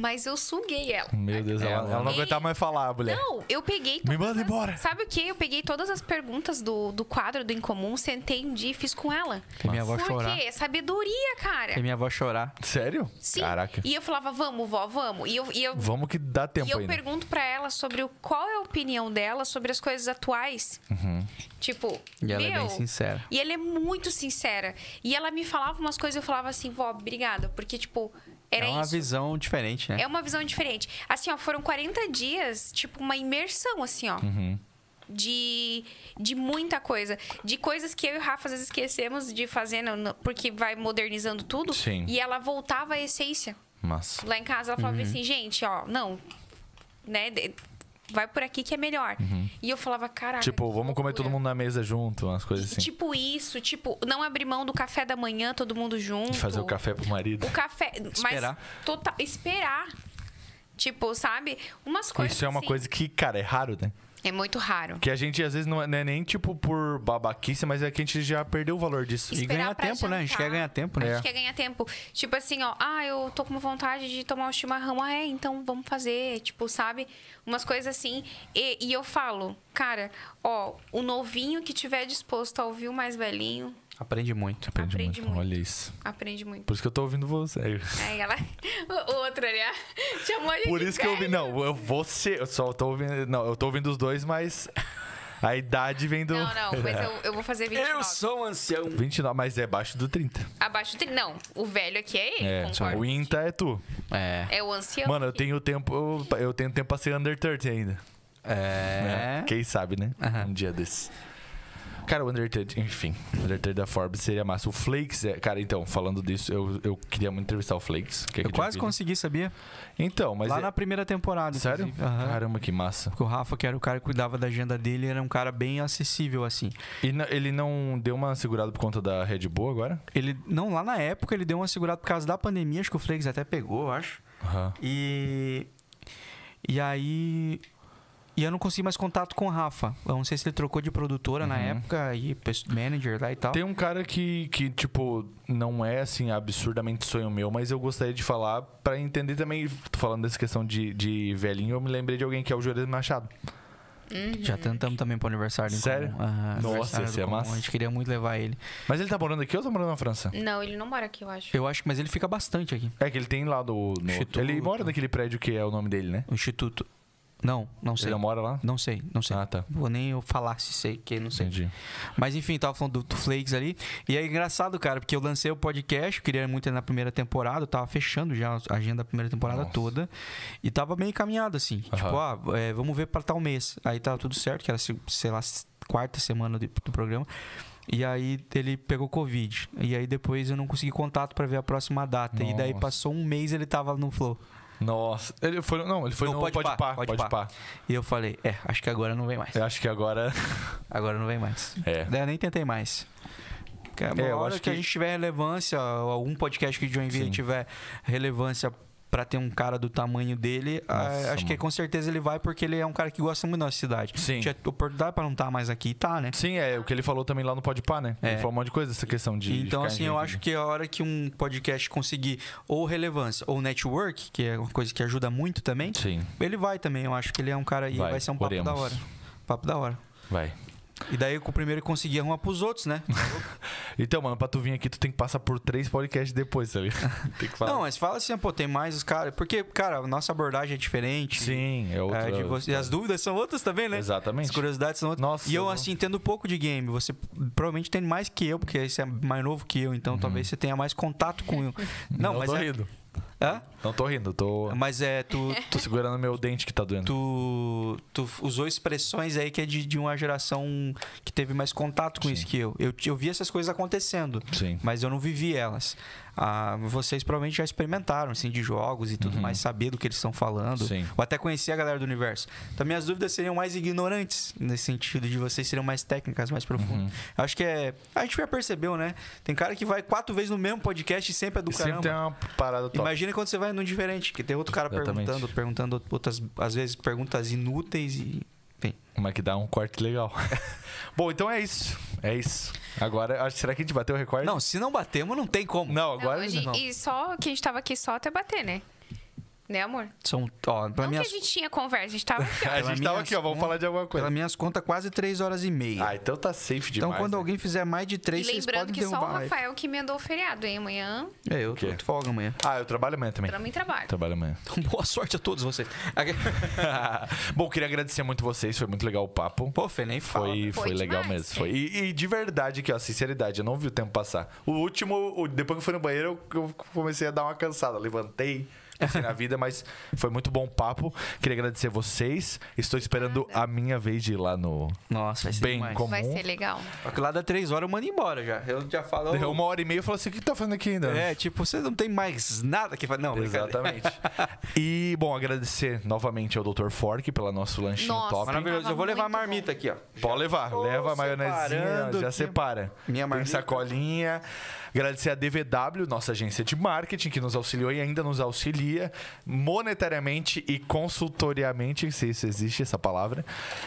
[SPEAKER 3] Mas eu suguei ela.
[SPEAKER 1] Meu Deus,
[SPEAKER 2] É,
[SPEAKER 1] ela,
[SPEAKER 2] ela-
[SPEAKER 1] ela não
[SPEAKER 3] Ei,
[SPEAKER 1] aguentava mais falar, mulher.
[SPEAKER 3] Não, eu peguei
[SPEAKER 1] Me
[SPEAKER 3] todas
[SPEAKER 1] manda
[SPEAKER 3] as-
[SPEAKER 1] embora.
[SPEAKER 3] Sabe o que? Eu peguei todas as perguntas do, do quadro do Incomum, sentei um dia e fiz com ela.
[SPEAKER 2] Fez minha avó
[SPEAKER 3] Por
[SPEAKER 2] chorar.
[SPEAKER 3] quê? Sabedoria, cara.
[SPEAKER 2] Fez minha avó chorar.
[SPEAKER 1] Sério?
[SPEAKER 3] Sim.
[SPEAKER 1] Caraca.
[SPEAKER 3] E eu falava, vamos, vó, vamos. E eu, e eu,
[SPEAKER 1] Vamos que dá
[SPEAKER 3] e
[SPEAKER 1] tempo
[SPEAKER 3] eu
[SPEAKER 1] ainda.
[SPEAKER 3] pergunto pra ela sobre o, qual é a opinião dela sobre as coisas atuais. Tipo,
[SPEAKER 2] Uhum. E ela é
[SPEAKER 3] meu,
[SPEAKER 2] bem sincera.
[SPEAKER 3] E ela é muito sincera. E ela me falava umas coisas e eu falava assim, vó, obrigada. Porque, tipo, era
[SPEAKER 2] é uma
[SPEAKER 3] isso.
[SPEAKER 2] visão diferente, né?
[SPEAKER 3] É uma visão diferente. Assim, ó, foram 40 dias, tipo, uma imersão, assim, ó.
[SPEAKER 1] Uhum.
[SPEAKER 3] De, de muita coisa. De coisas que eu e o Rafa às vezes esquecemos de fazer, no- no- porque vai modernizando tudo.
[SPEAKER 1] Sim. Uhum.
[SPEAKER 3] E ela voltava à essência.
[SPEAKER 1] Mas.
[SPEAKER 3] Lá em casa ela falava assim, gente, ó, não, né? de- Vai por aqui que é melhor. E eu falava, caraca.
[SPEAKER 1] Uhum. Tipo,
[SPEAKER 3] que
[SPEAKER 1] vamos comer
[SPEAKER 3] loucura."
[SPEAKER 1] todo mundo na mesa junto, umas coisas
[SPEAKER 3] E,
[SPEAKER 1] assim.
[SPEAKER 3] Tipo isso, tipo, não abrir mão do café da manhã, todo mundo junto.
[SPEAKER 1] Fazer o café pro marido.
[SPEAKER 3] O café.
[SPEAKER 2] Esperar.
[SPEAKER 3] Mas total, esperar. Tipo, sabe? Umas coisas.
[SPEAKER 1] Isso é uma
[SPEAKER 3] assim,
[SPEAKER 1] coisa que, cara, é raro, né?
[SPEAKER 3] É muito raro.
[SPEAKER 1] Que a gente às vezes não é, não é nem tipo por babaquice, mas é que a gente já perdeu o valor disso.
[SPEAKER 2] E
[SPEAKER 3] Esperar
[SPEAKER 2] ganhar
[SPEAKER 3] pra
[SPEAKER 2] tempo, né? A gente
[SPEAKER 3] jantar.
[SPEAKER 2] quer ganhar tempo, né?
[SPEAKER 3] A gente quer ganhar tempo. Tipo assim, ó, ah, eu tô com uma vontade de tomar um chimarrão. Ah, é, então vamos fazer. Tipo, sabe? Umas coisas assim. E, e eu falo, cara, ó, o novinho que tiver disposto a ouvir o mais velhinho,
[SPEAKER 2] Aprende muito.
[SPEAKER 1] Aprendi
[SPEAKER 3] aprende muito.
[SPEAKER 1] Olha isso.
[SPEAKER 3] aprende muito.
[SPEAKER 1] Por isso que eu tô ouvindo você.
[SPEAKER 3] Aí ela. O outro ali, ó, chamou a gente.
[SPEAKER 1] Por isso que eu ouvi.
[SPEAKER 3] velho.
[SPEAKER 1] Não, eu você. Eu só tô ouvindo. Não, eu tô ouvindo os dois, mas a idade vem do.
[SPEAKER 3] Não, não, mas eu, eu vou fazer 29.
[SPEAKER 2] sou um ancião.
[SPEAKER 1] 29, mas é abaixo do 30.
[SPEAKER 3] Abaixo do. tri- Não, o velho aqui é ele,
[SPEAKER 1] É,
[SPEAKER 3] concordo.
[SPEAKER 1] o INTA é tu.
[SPEAKER 2] É.
[SPEAKER 3] É o ancião.
[SPEAKER 1] Mano, eu tenho tempo. Eu tenho tempo pra ser under 30 ainda.
[SPEAKER 2] É.
[SPEAKER 1] né? Quem sabe, né?
[SPEAKER 2] Aham.
[SPEAKER 1] Um dia desse. Cara, o Undertaker, enfim, o Undertaker da Forbes seria massa. O Flakes, é- cara, então, falando disso, eu, eu queria muito entrevistar o Flakes. que é
[SPEAKER 2] Eu
[SPEAKER 1] aqui de
[SPEAKER 2] quase
[SPEAKER 1] Joinville.
[SPEAKER 2] consegui, sabia?
[SPEAKER 1] Então, mas.
[SPEAKER 2] Lá
[SPEAKER 1] é-
[SPEAKER 2] na primeira temporada.
[SPEAKER 1] Sério?
[SPEAKER 2] inclusive. Aham.
[SPEAKER 1] Caramba, que massa.
[SPEAKER 2] Porque o Rafa, que era o cara que cuidava da agenda dele, era um cara bem acessível, assim.
[SPEAKER 1] E na- ele não deu uma segurada por conta da Red Bull agora?
[SPEAKER 2] Ele, não, lá na época ele deu uma segurada por causa da pandemia, acho que o Flakes até pegou, eu acho.
[SPEAKER 1] Aham.
[SPEAKER 2] E. E aí. E eu não consegui mais contato com o Rafa. Eu não sei se ele trocou de produtora
[SPEAKER 1] Uhum.
[SPEAKER 2] na época e pes- manager lá e tal.
[SPEAKER 1] Tem um cara que, que, tipo, não é, assim, absurdamente sonho meu, mas eu gostaria de falar pra entender também, tô falando dessa questão de, de velhinho, eu me lembrei de alguém que é o Juarez Machado.
[SPEAKER 2] Já tentamos também pro aniversário. em
[SPEAKER 1] Sério?
[SPEAKER 2] comum. Aham,
[SPEAKER 1] Nossa,
[SPEAKER 2] aniversário
[SPEAKER 1] esse
[SPEAKER 2] do
[SPEAKER 1] é
[SPEAKER 2] comum.
[SPEAKER 1] massa.
[SPEAKER 2] A gente queria muito levar ele.
[SPEAKER 1] Mas ele tá morando aqui ou tá morando na França?
[SPEAKER 3] Não, ele não mora aqui, eu acho.
[SPEAKER 2] Eu acho que, mas ele fica bastante aqui.
[SPEAKER 1] É que ele tem lá do. no-
[SPEAKER 2] Instituto.
[SPEAKER 1] Ele mora naquele prédio que é o nome dele, né?
[SPEAKER 2] O Instituto. Não, não
[SPEAKER 1] Ele
[SPEAKER 2] sei.
[SPEAKER 1] não mora lá?
[SPEAKER 2] Não sei, não sei.
[SPEAKER 1] Ah, tá.
[SPEAKER 2] Vou nem eu falar se sei, que não sei.
[SPEAKER 1] Entendi.
[SPEAKER 2] Mas enfim, tava falando do, do Flakes ali. E é engraçado, cara, porque eu lancei o podcast, eu queria muito ir na primeira temporada, eu tava fechando já a agenda da primeira temporada
[SPEAKER 1] Nossa.
[SPEAKER 2] toda. E tava bem encaminhado, assim. Tipo, ah, é, vamos ver pra tal mês. Aí tava tudo certo, que era, se- sei lá, se- quarta semana de- do programa. E aí ele pegou Covid. E aí depois eu não consegui contato pra ver a próxima data. E daí
[SPEAKER 1] Nossa.
[SPEAKER 2] passou um mês ele tava no Flow.
[SPEAKER 1] Nossa. Ele foi. Não, ele foi
[SPEAKER 2] Não,
[SPEAKER 1] no
[SPEAKER 2] pode
[SPEAKER 1] Pode
[SPEAKER 2] pá,
[SPEAKER 1] Pá.
[SPEAKER 2] pode
[SPEAKER 1] Pode
[SPEAKER 2] pá.
[SPEAKER 1] Pá.
[SPEAKER 2] E eu falei, é, acho que agora não vem mais.
[SPEAKER 1] Eu acho que agora.
[SPEAKER 2] Agora não vem mais.
[SPEAKER 1] É.
[SPEAKER 2] Daí eu nem tentei mais. Porque uma
[SPEAKER 1] É, eu
[SPEAKER 2] hora
[SPEAKER 1] acho que-
[SPEAKER 2] que... a gente tiver relevância, ou algum podcast que o Joinville
[SPEAKER 1] Sim.
[SPEAKER 2] tiver relevância pra ter um cara do tamanho dele, a-
[SPEAKER 1] Nossa,
[SPEAKER 2] acho que
[SPEAKER 1] mano.
[SPEAKER 2] com certeza ele vai porque ele é um cara que gosta muito da nossa cidade.
[SPEAKER 1] Sim.
[SPEAKER 2] Tinha oportunidade pra não estar mais aqui, tá, né?
[SPEAKER 1] Sim, é o que ele falou também lá no Pode Pá, né?
[SPEAKER 2] É.
[SPEAKER 1] Ele falou um monte de coisa, essa questão de.
[SPEAKER 2] então, assim, eu acho que a hora que um podcast conseguir ou relevância ou network, que é uma coisa que ajuda muito também,
[SPEAKER 1] Sim,
[SPEAKER 2] ele vai também. Eu acho que ele é um cara e
[SPEAKER 1] Vai,
[SPEAKER 2] vai ser um papo
[SPEAKER 1] oremos.
[SPEAKER 2] da hora. Papo da hora.
[SPEAKER 1] vai.
[SPEAKER 2] E daí com o primeiro que conseguia arrumar pros outros, né?
[SPEAKER 1] Então, mano, pra tu vir aqui, tu tem que passar por três podcasts depois, tá ligado? Tem que falar.
[SPEAKER 2] Não, mas fala assim, pô, tem mais os caras. Porque, cara, a nossa abordagem é diferente.
[SPEAKER 1] Sim, é outra.
[SPEAKER 2] É, de você- e as dúvidas são outras também, né?
[SPEAKER 1] Exatamente.
[SPEAKER 2] As curiosidades são outras.
[SPEAKER 1] Nossa,
[SPEAKER 2] e eu,
[SPEAKER 1] eu-
[SPEAKER 2] assim, tendo pouco de game, você provavelmente tem mais que eu, porque você é mais novo que eu, então talvez você tenha mais contato com. Não,
[SPEAKER 1] Não
[SPEAKER 2] mas.
[SPEAKER 1] Uhum. tô
[SPEAKER 2] é...
[SPEAKER 1] rindo.
[SPEAKER 2] Hã?
[SPEAKER 1] Não tô rindo, tô,
[SPEAKER 2] Mas é, tu,
[SPEAKER 1] tô segurando meu dente que tá doendo.
[SPEAKER 2] tu, tu usou expressões aí que é de, de uma geração que teve mais contato com isso que eu. eu. Eu vi essas coisas acontecendo,
[SPEAKER 1] Sim.
[SPEAKER 2] mas eu não vivi elas. Ah, vocês provavelmente já experimentaram, assim, de jogos e tudo mais, saber do que eles estão falando.
[SPEAKER 1] Uhum. Sim.
[SPEAKER 2] Ou até conhecer a galera do universo. Então, minhas dúvidas seriam mais ignorantes, nesse sentido de vocês seriam mais técnicas, mais profundas.
[SPEAKER 1] Uhum.
[SPEAKER 2] Acho que é... A gente já percebeu, né? Tem cara que vai quatro vezes no mesmo podcast e sempre é do
[SPEAKER 1] Sempre
[SPEAKER 2] caramba.
[SPEAKER 1] tem uma parada top.
[SPEAKER 2] Imagina quando você vai num diferente, que tem outro cara
[SPEAKER 1] Exatamente.
[SPEAKER 2] perguntando, perguntando outras, às vezes perguntas inúteis e. Bem,
[SPEAKER 1] Mas que dá um corte legal. Bom, então é isso. É isso. Agora, acho- será que a gente bateu o recorde?
[SPEAKER 2] não, se não batemos, não tem como.
[SPEAKER 1] Não,
[SPEAKER 3] Não,
[SPEAKER 1] agora
[SPEAKER 3] hoje- é
[SPEAKER 1] não.
[SPEAKER 3] E só que a gente tava aqui só até bater, né? Né, amor?
[SPEAKER 2] São, ó, pela
[SPEAKER 3] não
[SPEAKER 2] minhas,
[SPEAKER 3] que a gente tinha conversa, a gente tava aqui, ó.
[SPEAKER 1] A
[SPEAKER 2] Pela
[SPEAKER 1] gente tava
[SPEAKER 2] minha
[SPEAKER 1] aqui, ó. Vamos
[SPEAKER 2] conta-
[SPEAKER 1] falar de alguma
[SPEAKER 2] pelas
[SPEAKER 1] coisa.
[SPEAKER 2] minhas contas, quase três horas e meia.
[SPEAKER 1] Ah, então tá safe demais.
[SPEAKER 2] então, quando
[SPEAKER 1] né?
[SPEAKER 2] alguém fizer mais de
[SPEAKER 3] E
[SPEAKER 2] três, vocês
[SPEAKER 3] lembrando
[SPEAKER 2] podem
[SPEAKER 3] que só o
[SPEAKER 2] derrubar. a live.
[SPEAKER 3] Rafael que emendou o feriado, hein? Amanhã,
[SPEAKER 2] É, eu tô
[SPEAKER 1] quê?
[SPEAKER 2] de folga amanhã.
[SPEAKER 1] Ah, eu trabalho amanhã também.
[SPEAKER 3] trama em trabalho.
[SPEAKER 1] Trabalho amanhã.
[SPEAKER 2] Então, boa sorte a todos vocês. Ah.
[SPEAKER 1] Bom, queria agradecer muito vocês. Foi muito legal o papo.
[SPEAKER 2] Pô, Fê, nem fala.
[SPEAKER 1] Foi, foi,
[SPEAKER 3] Foi
[SPEAKER 1] legal
[SPEAKER 3] demais,
[SPEAKER 1] mesmo.
[SPEAKER 3] É.
[SPEAKER 1] Foi. E, e de verdade aqui, ó, sinceridade, eu não vi o tempo passar. O último, o- depois que eu fui no banheiro, eu, eu comecei a dar uma cansada. Levantei, pensei na vida, mas foi muito bom o papo. Queria agradecer vocês. Estou esperando a minha vez de ir lá no.
[SPEAKER 2] Nossa, vai ser
[SPEAKER 1] Bem
[SPEAKER 2] demais.
[SPEAKER 1] como-
[SPEAKER 3] Vai
[SPEAKER 1] Bom.
[SPEAKER 3] ser legal.
[SPEAKER 2] Só que lá da três horas eu mando embora já. Eu já falo.
[SPEAKER 1] Deu uma hora e meia e falou assim: o que que tá fazendo aqui ainda?
[SPEAKER 2] É, tipo, você não tem mais nada que fazer. Não, brincadeira.
[SPEAKER 1] Exatamente. e, bom, agradecer novamente ao Dr. Fork pelo nosso lanchinho
[SPEAKER 3] Nossa,
[SPEAKER 1] top.
[SPEAKER 2] Maravilhoso. Eu vou levar a
[SPEAKER 3] Tava muito
[SPEAKER 2] marmita aqui, ó.
[SPEAKER 1] Pode levar,
[SPEAKER 2] Tô
[SPEAKER 1] leva a maionezinha,
[SPEAKER 2] separando
[SPEAKER 1] já
[SPEAKER 2] aqui.
[SPEAKER 1] separa.
[SPEAKER 2] Minha
[SPEAKER 1] Tem
[SPEAKER 2] marmita.
[SPEAKER 1] sacolinha. Agradecer a DVW, nossa agência de marketing, que nos auxiliou e ainda nos auxilia monetariamente e consultoriamente, se isso existe essa palavra.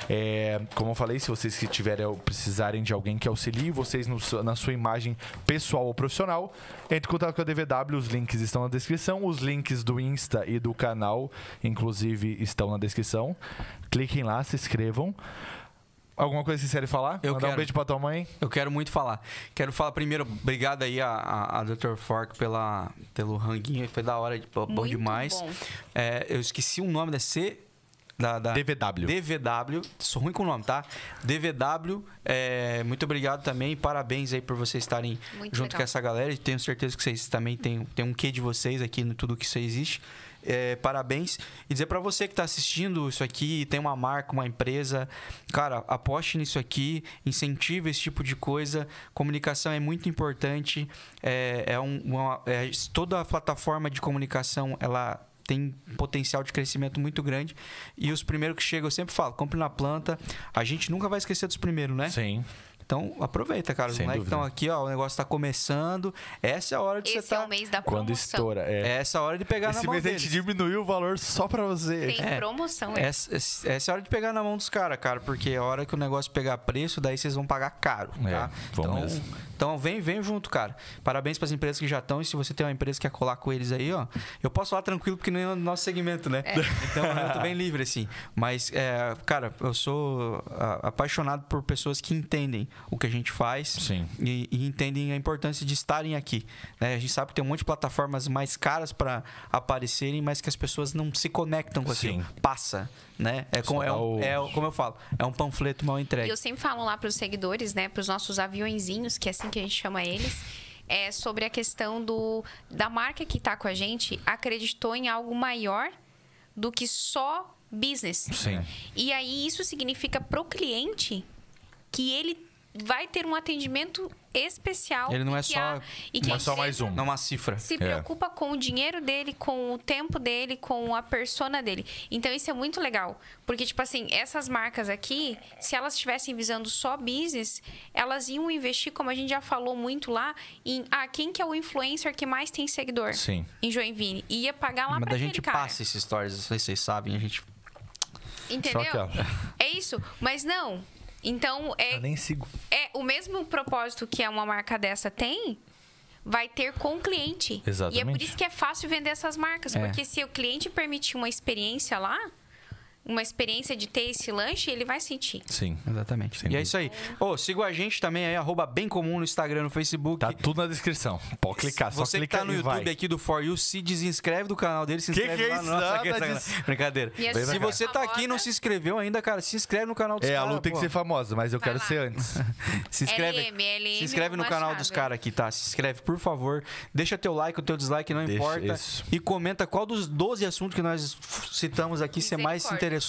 [SPEAKER 1] É, como eu falei, se vocês que tiverem ou precisarem de alguém que auxilie vocês no su- na sua imagem pessoal ou profissional, entre em contato com a DVW, os links estão na descrição, os links do Insta e do canal, inclusive, estão na descrição. Cliquem lá, se inscrevam. Alguma coisa que vocês querem falar?
[SPEAKER 2] Eu
[SPEAKER 1] Mandar um
[SPEAKER 2] quero.
[SPEAKER 1] beijo pra tua mãe.
[SPEAKER 2] Eu quero muito falar. Quero falar primeiro, obrigado aí a, a, a Dr. Fork pela, pelo ranguinho, foi da hora, bom bom
[SPEAKER 3] Muito
[SPEAKER 2] demais.
[SPEAKER 3] bom.
[SPEAKER 2] É, eu esqueci o nome da C. Da, da-
[SPEAKER 1] DVW.
[SPEAKER 2] DVW, sou ruim com o nome, tá? DVW, é, muito obrigado também, parabéns aí por vocês estarem
[SPEAKER 3] Muito
[SPEAKER 2] junto
[SPEAKER 3] legal.
[SPEAKER 2] com essa galera. e Tenho certeza que vocês também têm, têm um quê de vocês aqui no tudo que isso existe. É, parabéns. E dizer pra você que tá assistindo isso aqui, tem uma marca, uma empresa, cara, aposte nisso aqui, incentive esse tipo de coisa. Comunicação é muito importante. É, é um- uma- é- toda a plataforma de comunicação, ela tem potencial de crescimento muito grande. E os primeiros que chegam, eu sempre falo, compre na planta. A gente nunca vai esquecer dos primeiros, né?
[SPEAKER 1] Sim.
[SPEAKER 2] Então, aproveita, cara. Os
[SPEAKER 1] Sem
[SPEAKER 2] moleques
[SPEAKER 1] dúvida.
[SPEAKER 2] estão aqui, ó. O negócio tá começando. Essa é a hora de
[SPEAKER 3] Esse
[SPEAKER 2] você tá.
[SPEAKER 3] é o mês da
[SPEAKER 1] Quando
[SPEAKER 3] promoção.
[SPEAKER 1] estoura. É.
[SPEAKER 2] Essa é a hora de pegar
[SPEAKER 1] Esse
[SPEAKER 2] na mão
[SPEAKER 1] mês a gente
[SPEAKER 2] deles.
[SPEAKER 1] diminuiu o valor só pra você.
[SPEAKER 3] Tem promoção, é.
[SPEAKER 2] Essa, essa- essa é a hora de pegar na mão dos caras, cara, porque é a hora que o negócio pegar preço, daí vocês vão pagar caro,
[SPEAKER 1] É,
[SPEAKER 2] tá?
[SPEAKER 1] vão
[SPEAKER 2] então,
[SPEAKER 1] mesmo.
[SPEAKER 2] então vem, vem junto, cara. Parabéns pras empresas que já estão e se você tem uma empresa que quer colar com eles aí, ó, eu posso falar tranquilo porque não é no nosso segmento, né? Então eu tô bem livre assim. Mas, é, cara, eu sou a- apaixonado por pessoas que entendem o que a gente faz
[SPEAKER 1] Sim.
[SPEAKER 2] e, e entendem a importância de estarem aqui. né? A gente sabe que tem um monte de plataformas mais caras para aparecerem, mas que as pessoas não se conectam com aquilo.
[SPEAKER 1] Sim.
[SPEAKER 2] tipo assim, Passa, né? É, com-
[SPEAKER 1] Só
[SPEAKER 2] é,
[SPEAKER 1] dá
[SPEAKER 2] um-
[SPEAKER 1] o-
[SPEAKER 2] é o- como eu falo, é um panfleto mal
[SPEAKER 3] E
[SPEAKER 2] entregue.
[SPEAKER 3] eu sempre falo lá pros seguidores, né, pros nossos aviõezinhos, que é assim que a gente chama eles, é sobre a questão do da marca que tá com a gente acreditou em algo maior do que só business.
[SPEAKER 1] Sim.
[SPEAKER 3] E aí isso significa pro cliente que ele vai ter um atendimento especial.
[SPEAKER 2] Ele não
[SPEAKER 3] e
[SPEAKER 2] é
[SPEAKER 3] que
[SPEAKER 2] só-
[SPEAKER 3] a- e que
[SPEAKER 1] não
[SPEAKER 3] a
[SPEAKER 1] é só mais
[SPEAKER 3] empresa
[SPEAKER 1] um.
[SPEAKER 2] Não uma cifra.
[SPEAKER 3] Se preocupa com o dinheiro dele, com o tempo dele, com a persona dele. Então isso é muito legal. Porque, tipo assim, essas marcas aqui, se elas estivessem visando só business, elas iam investir, como a gente já falou muito lá, em ah, quem que é o influencer que mais tem seguidor
[SPEAKER 1] Sim.
[SPEAKER 3] em Joinville. E ia pagar lá
[SPEAKER 2] Mas
[SPEAKER 3] pra
[SPEAKER 2] a
[SPEAKER 3] aquele
[SPEAKER 2] gente
[SPEAKER 3] cara.
[SPEAKER 2] passa esses stories, vocês sabem, a gente.
[SPEAKER 3] Entendeu?
[SPEAKER 1] Só que, ó.
[SPEAKER 3] É isso. Mas não. Então, é,
[SPEAKER 1] Eu nem sigo.
[SPEAKER 3] é o mesmo propósito que uma marca dessa tem, vai ter com o cliente. E é por
[SPEAKER 1] Exatamente.
[SPEAKER 3] isso que é fácil vender essas marcas,
[SPEAKER 2] É.
[SPEAKER 3] porque se o cliente permitir uma experiência lá, uma experiência de ter esse lanche, ele vai sentir.
[SPEAKER 1] Sim.
[SPEAKER 2] Exatamente.
[SPEAKER 1] Sem
[SPEAKER 2] e
[SPEAKER 1] dúvida.
[SPEAKER 2] é isso aí. Ô, siga a gente também aí, arroba bem comum no Instagram, no Facebook.
[SPEAKER 1] Tá tudo na descrição. Pode clicar, só
[SPEAKER 2] Você que
[SPEAKER 1] clica
[SPEAKER 2] tá no
[SPEAKER 1] e
[SPEAKER 2] YouTube
[SPEAKER 1] vai.
[SPEAKER 2] aqui do For You, se desinscreve do canal dele, se
[SPEAKER 1] Que
[SPEAKER 2] inscreve
[SPEAKER 1] que é
[SPEAKER 2] lá
[SPEAKER 1] isso?
[SPEAKER 2] no nosso-
[SPEAKER 1] Nada
[SPEAKER 2] Sacanagem.
[SPEAKER 1] disso.
[SPEAKER 2] Brincadeira.
[SPEAKER 3] E a
[SPEAKER 1] Vem
[SPEAKER 2] Se
[SPEAKER 1] pra cá.
[SPEAKER 2] você tá aqui e não se inscreveu ainda, cara, se inscreve no canal dos
[SPEAKER 1] É, a
[SPEAKER 2] caras.
[SPEAKER 1] Lu tem que
[SPEAKER 2] pô.
[SPEAKER 1] ser famosa, mas eu
[SPEAKER 3] Vai
[SPEAKER 1] quero
[SPEAKER 3] lá.
[SPEAKER 1] ser antes.
[SPEAKER 2] Se inscreve,
[SPEAKER 3] LM, LM
[SPEAKER 2] se inscreve no canal dos
[SPEAKER 3] Machado.
[SPEAKER 2] caras aqui, tá? Se inscreve, por favor. Deixa teu like, o teu dislike, não
[SPEAKER 1] Deixa,
[SPEAKER 2] importa.
[SPEAKER 1] isso.
[SPEAKER 2] E comenta qual dos 12 assuntos que nós citamos aqui você mais se
[SPEAKER 3] Misericórdia.
[SPEAKER 2] interessou.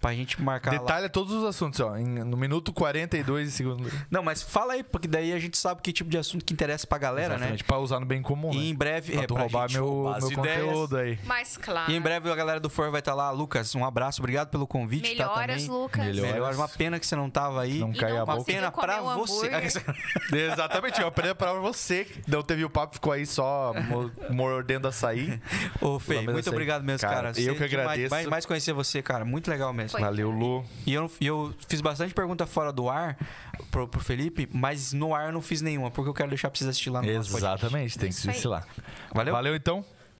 [SPEAKER 2] Pra gente marcar lá.
[SPEAKER 1] Detalha todos os assuntos, ó. em- no minuto 42 e segundo.
[SPEAKER 2] Não, mas fala aí, porque daí a gente sabe que tipo de assunto que interessa pra galera,
[SPEAKER 1] Exatamente,
[SPEAKER 2] né?
[SPEAKER 1] pra usar no bem comum.
[SPEAKER 2] E em
[SPEAKER 1] Né?
[SPEAKER 2] breve...
[SPEAKER 1] Pra
[SPEAKER 2] é,
[SPEAKER 1] tu
[SPEAKER 2] pra
[SPEAKER 1] roubar
[SPEAKER 2] gente
[SPEAKER 1] meu,
[SPEAKER 2] roubar as
[SPEAKER 1] meu
[SPEAKER 2] ideias.
[SPEAKER 1] conteúdo aí.
[SPEAKER 3] Mas claro.
[SPEAKER 2] E em breve a galera do For vai estar lá. Lucas, um abraço, obrigado pelo convite. tá,
[SPEAKER 3] Melhoras,
[SPEAKER 2] também.
[SPEAKER 3] Lucas.
[SPEAKER 1] Melhoras.
[SPEAKER 2] Melhoras. Uma pena que você não tava aí.
[SPEAKER 1] Não
[SPEAKER 3] E
[SPEAKER 1] Cai a
[SPEAKER 3] não
[SPEAKER 1] boca.
[SPEAKER 2] Uma
[SPEAKER 3] conseguiu
[SPEAKER 2] pena
[SPEAKER 3] comer
[SPEAKER 2] pra
[SPEAKER 3] um
[SPEAKER 2] você.
[SPEAKER 3] hambúrguer.
[SPEAKER 1] Exatamente, eu aprendi a palavra você. que Não teve o papo, ficou aí só mo- mordendo açaí.
[SPEAKER 2] Ô, Fê,
[SPEAKER 1] Lamento
[SPEAKER 2] muito
[SPEAKER 1] açaí.
[SPEAKER 2] obrigado mesmo,
[SPEAKER 1] assim, Cara,
[SPEAKER 2] cara.
[SPEAKER 1] eu
[SPEAKER 2] Você
[SPEAKER 1] que
[SPEAKER 2] é demais.
[SPEAKER 1] agradeço.
[SPEAKER 2] Mais, mais conhecer você, cara. Muito legal mesmo.
[SPEAKER 3] Foi.
[SPEAKER 1] Valeu, Lu.
[SPEAKER 2] E eu, e eu fiz bastante pergunta fora do ar pro, pro Felipe, mas no ar eu não fiz nenhuma, porque eu quero deixar pra vocês assistir lá no nosso podcast.
[SPEAKER 1] Exatamente, tem que
[SPEAKER 3] Isso aí.
[SPEAKER 1] se lá.
[SPEAKER 2] Valeu?
[SPEAKER 1] Valeu então.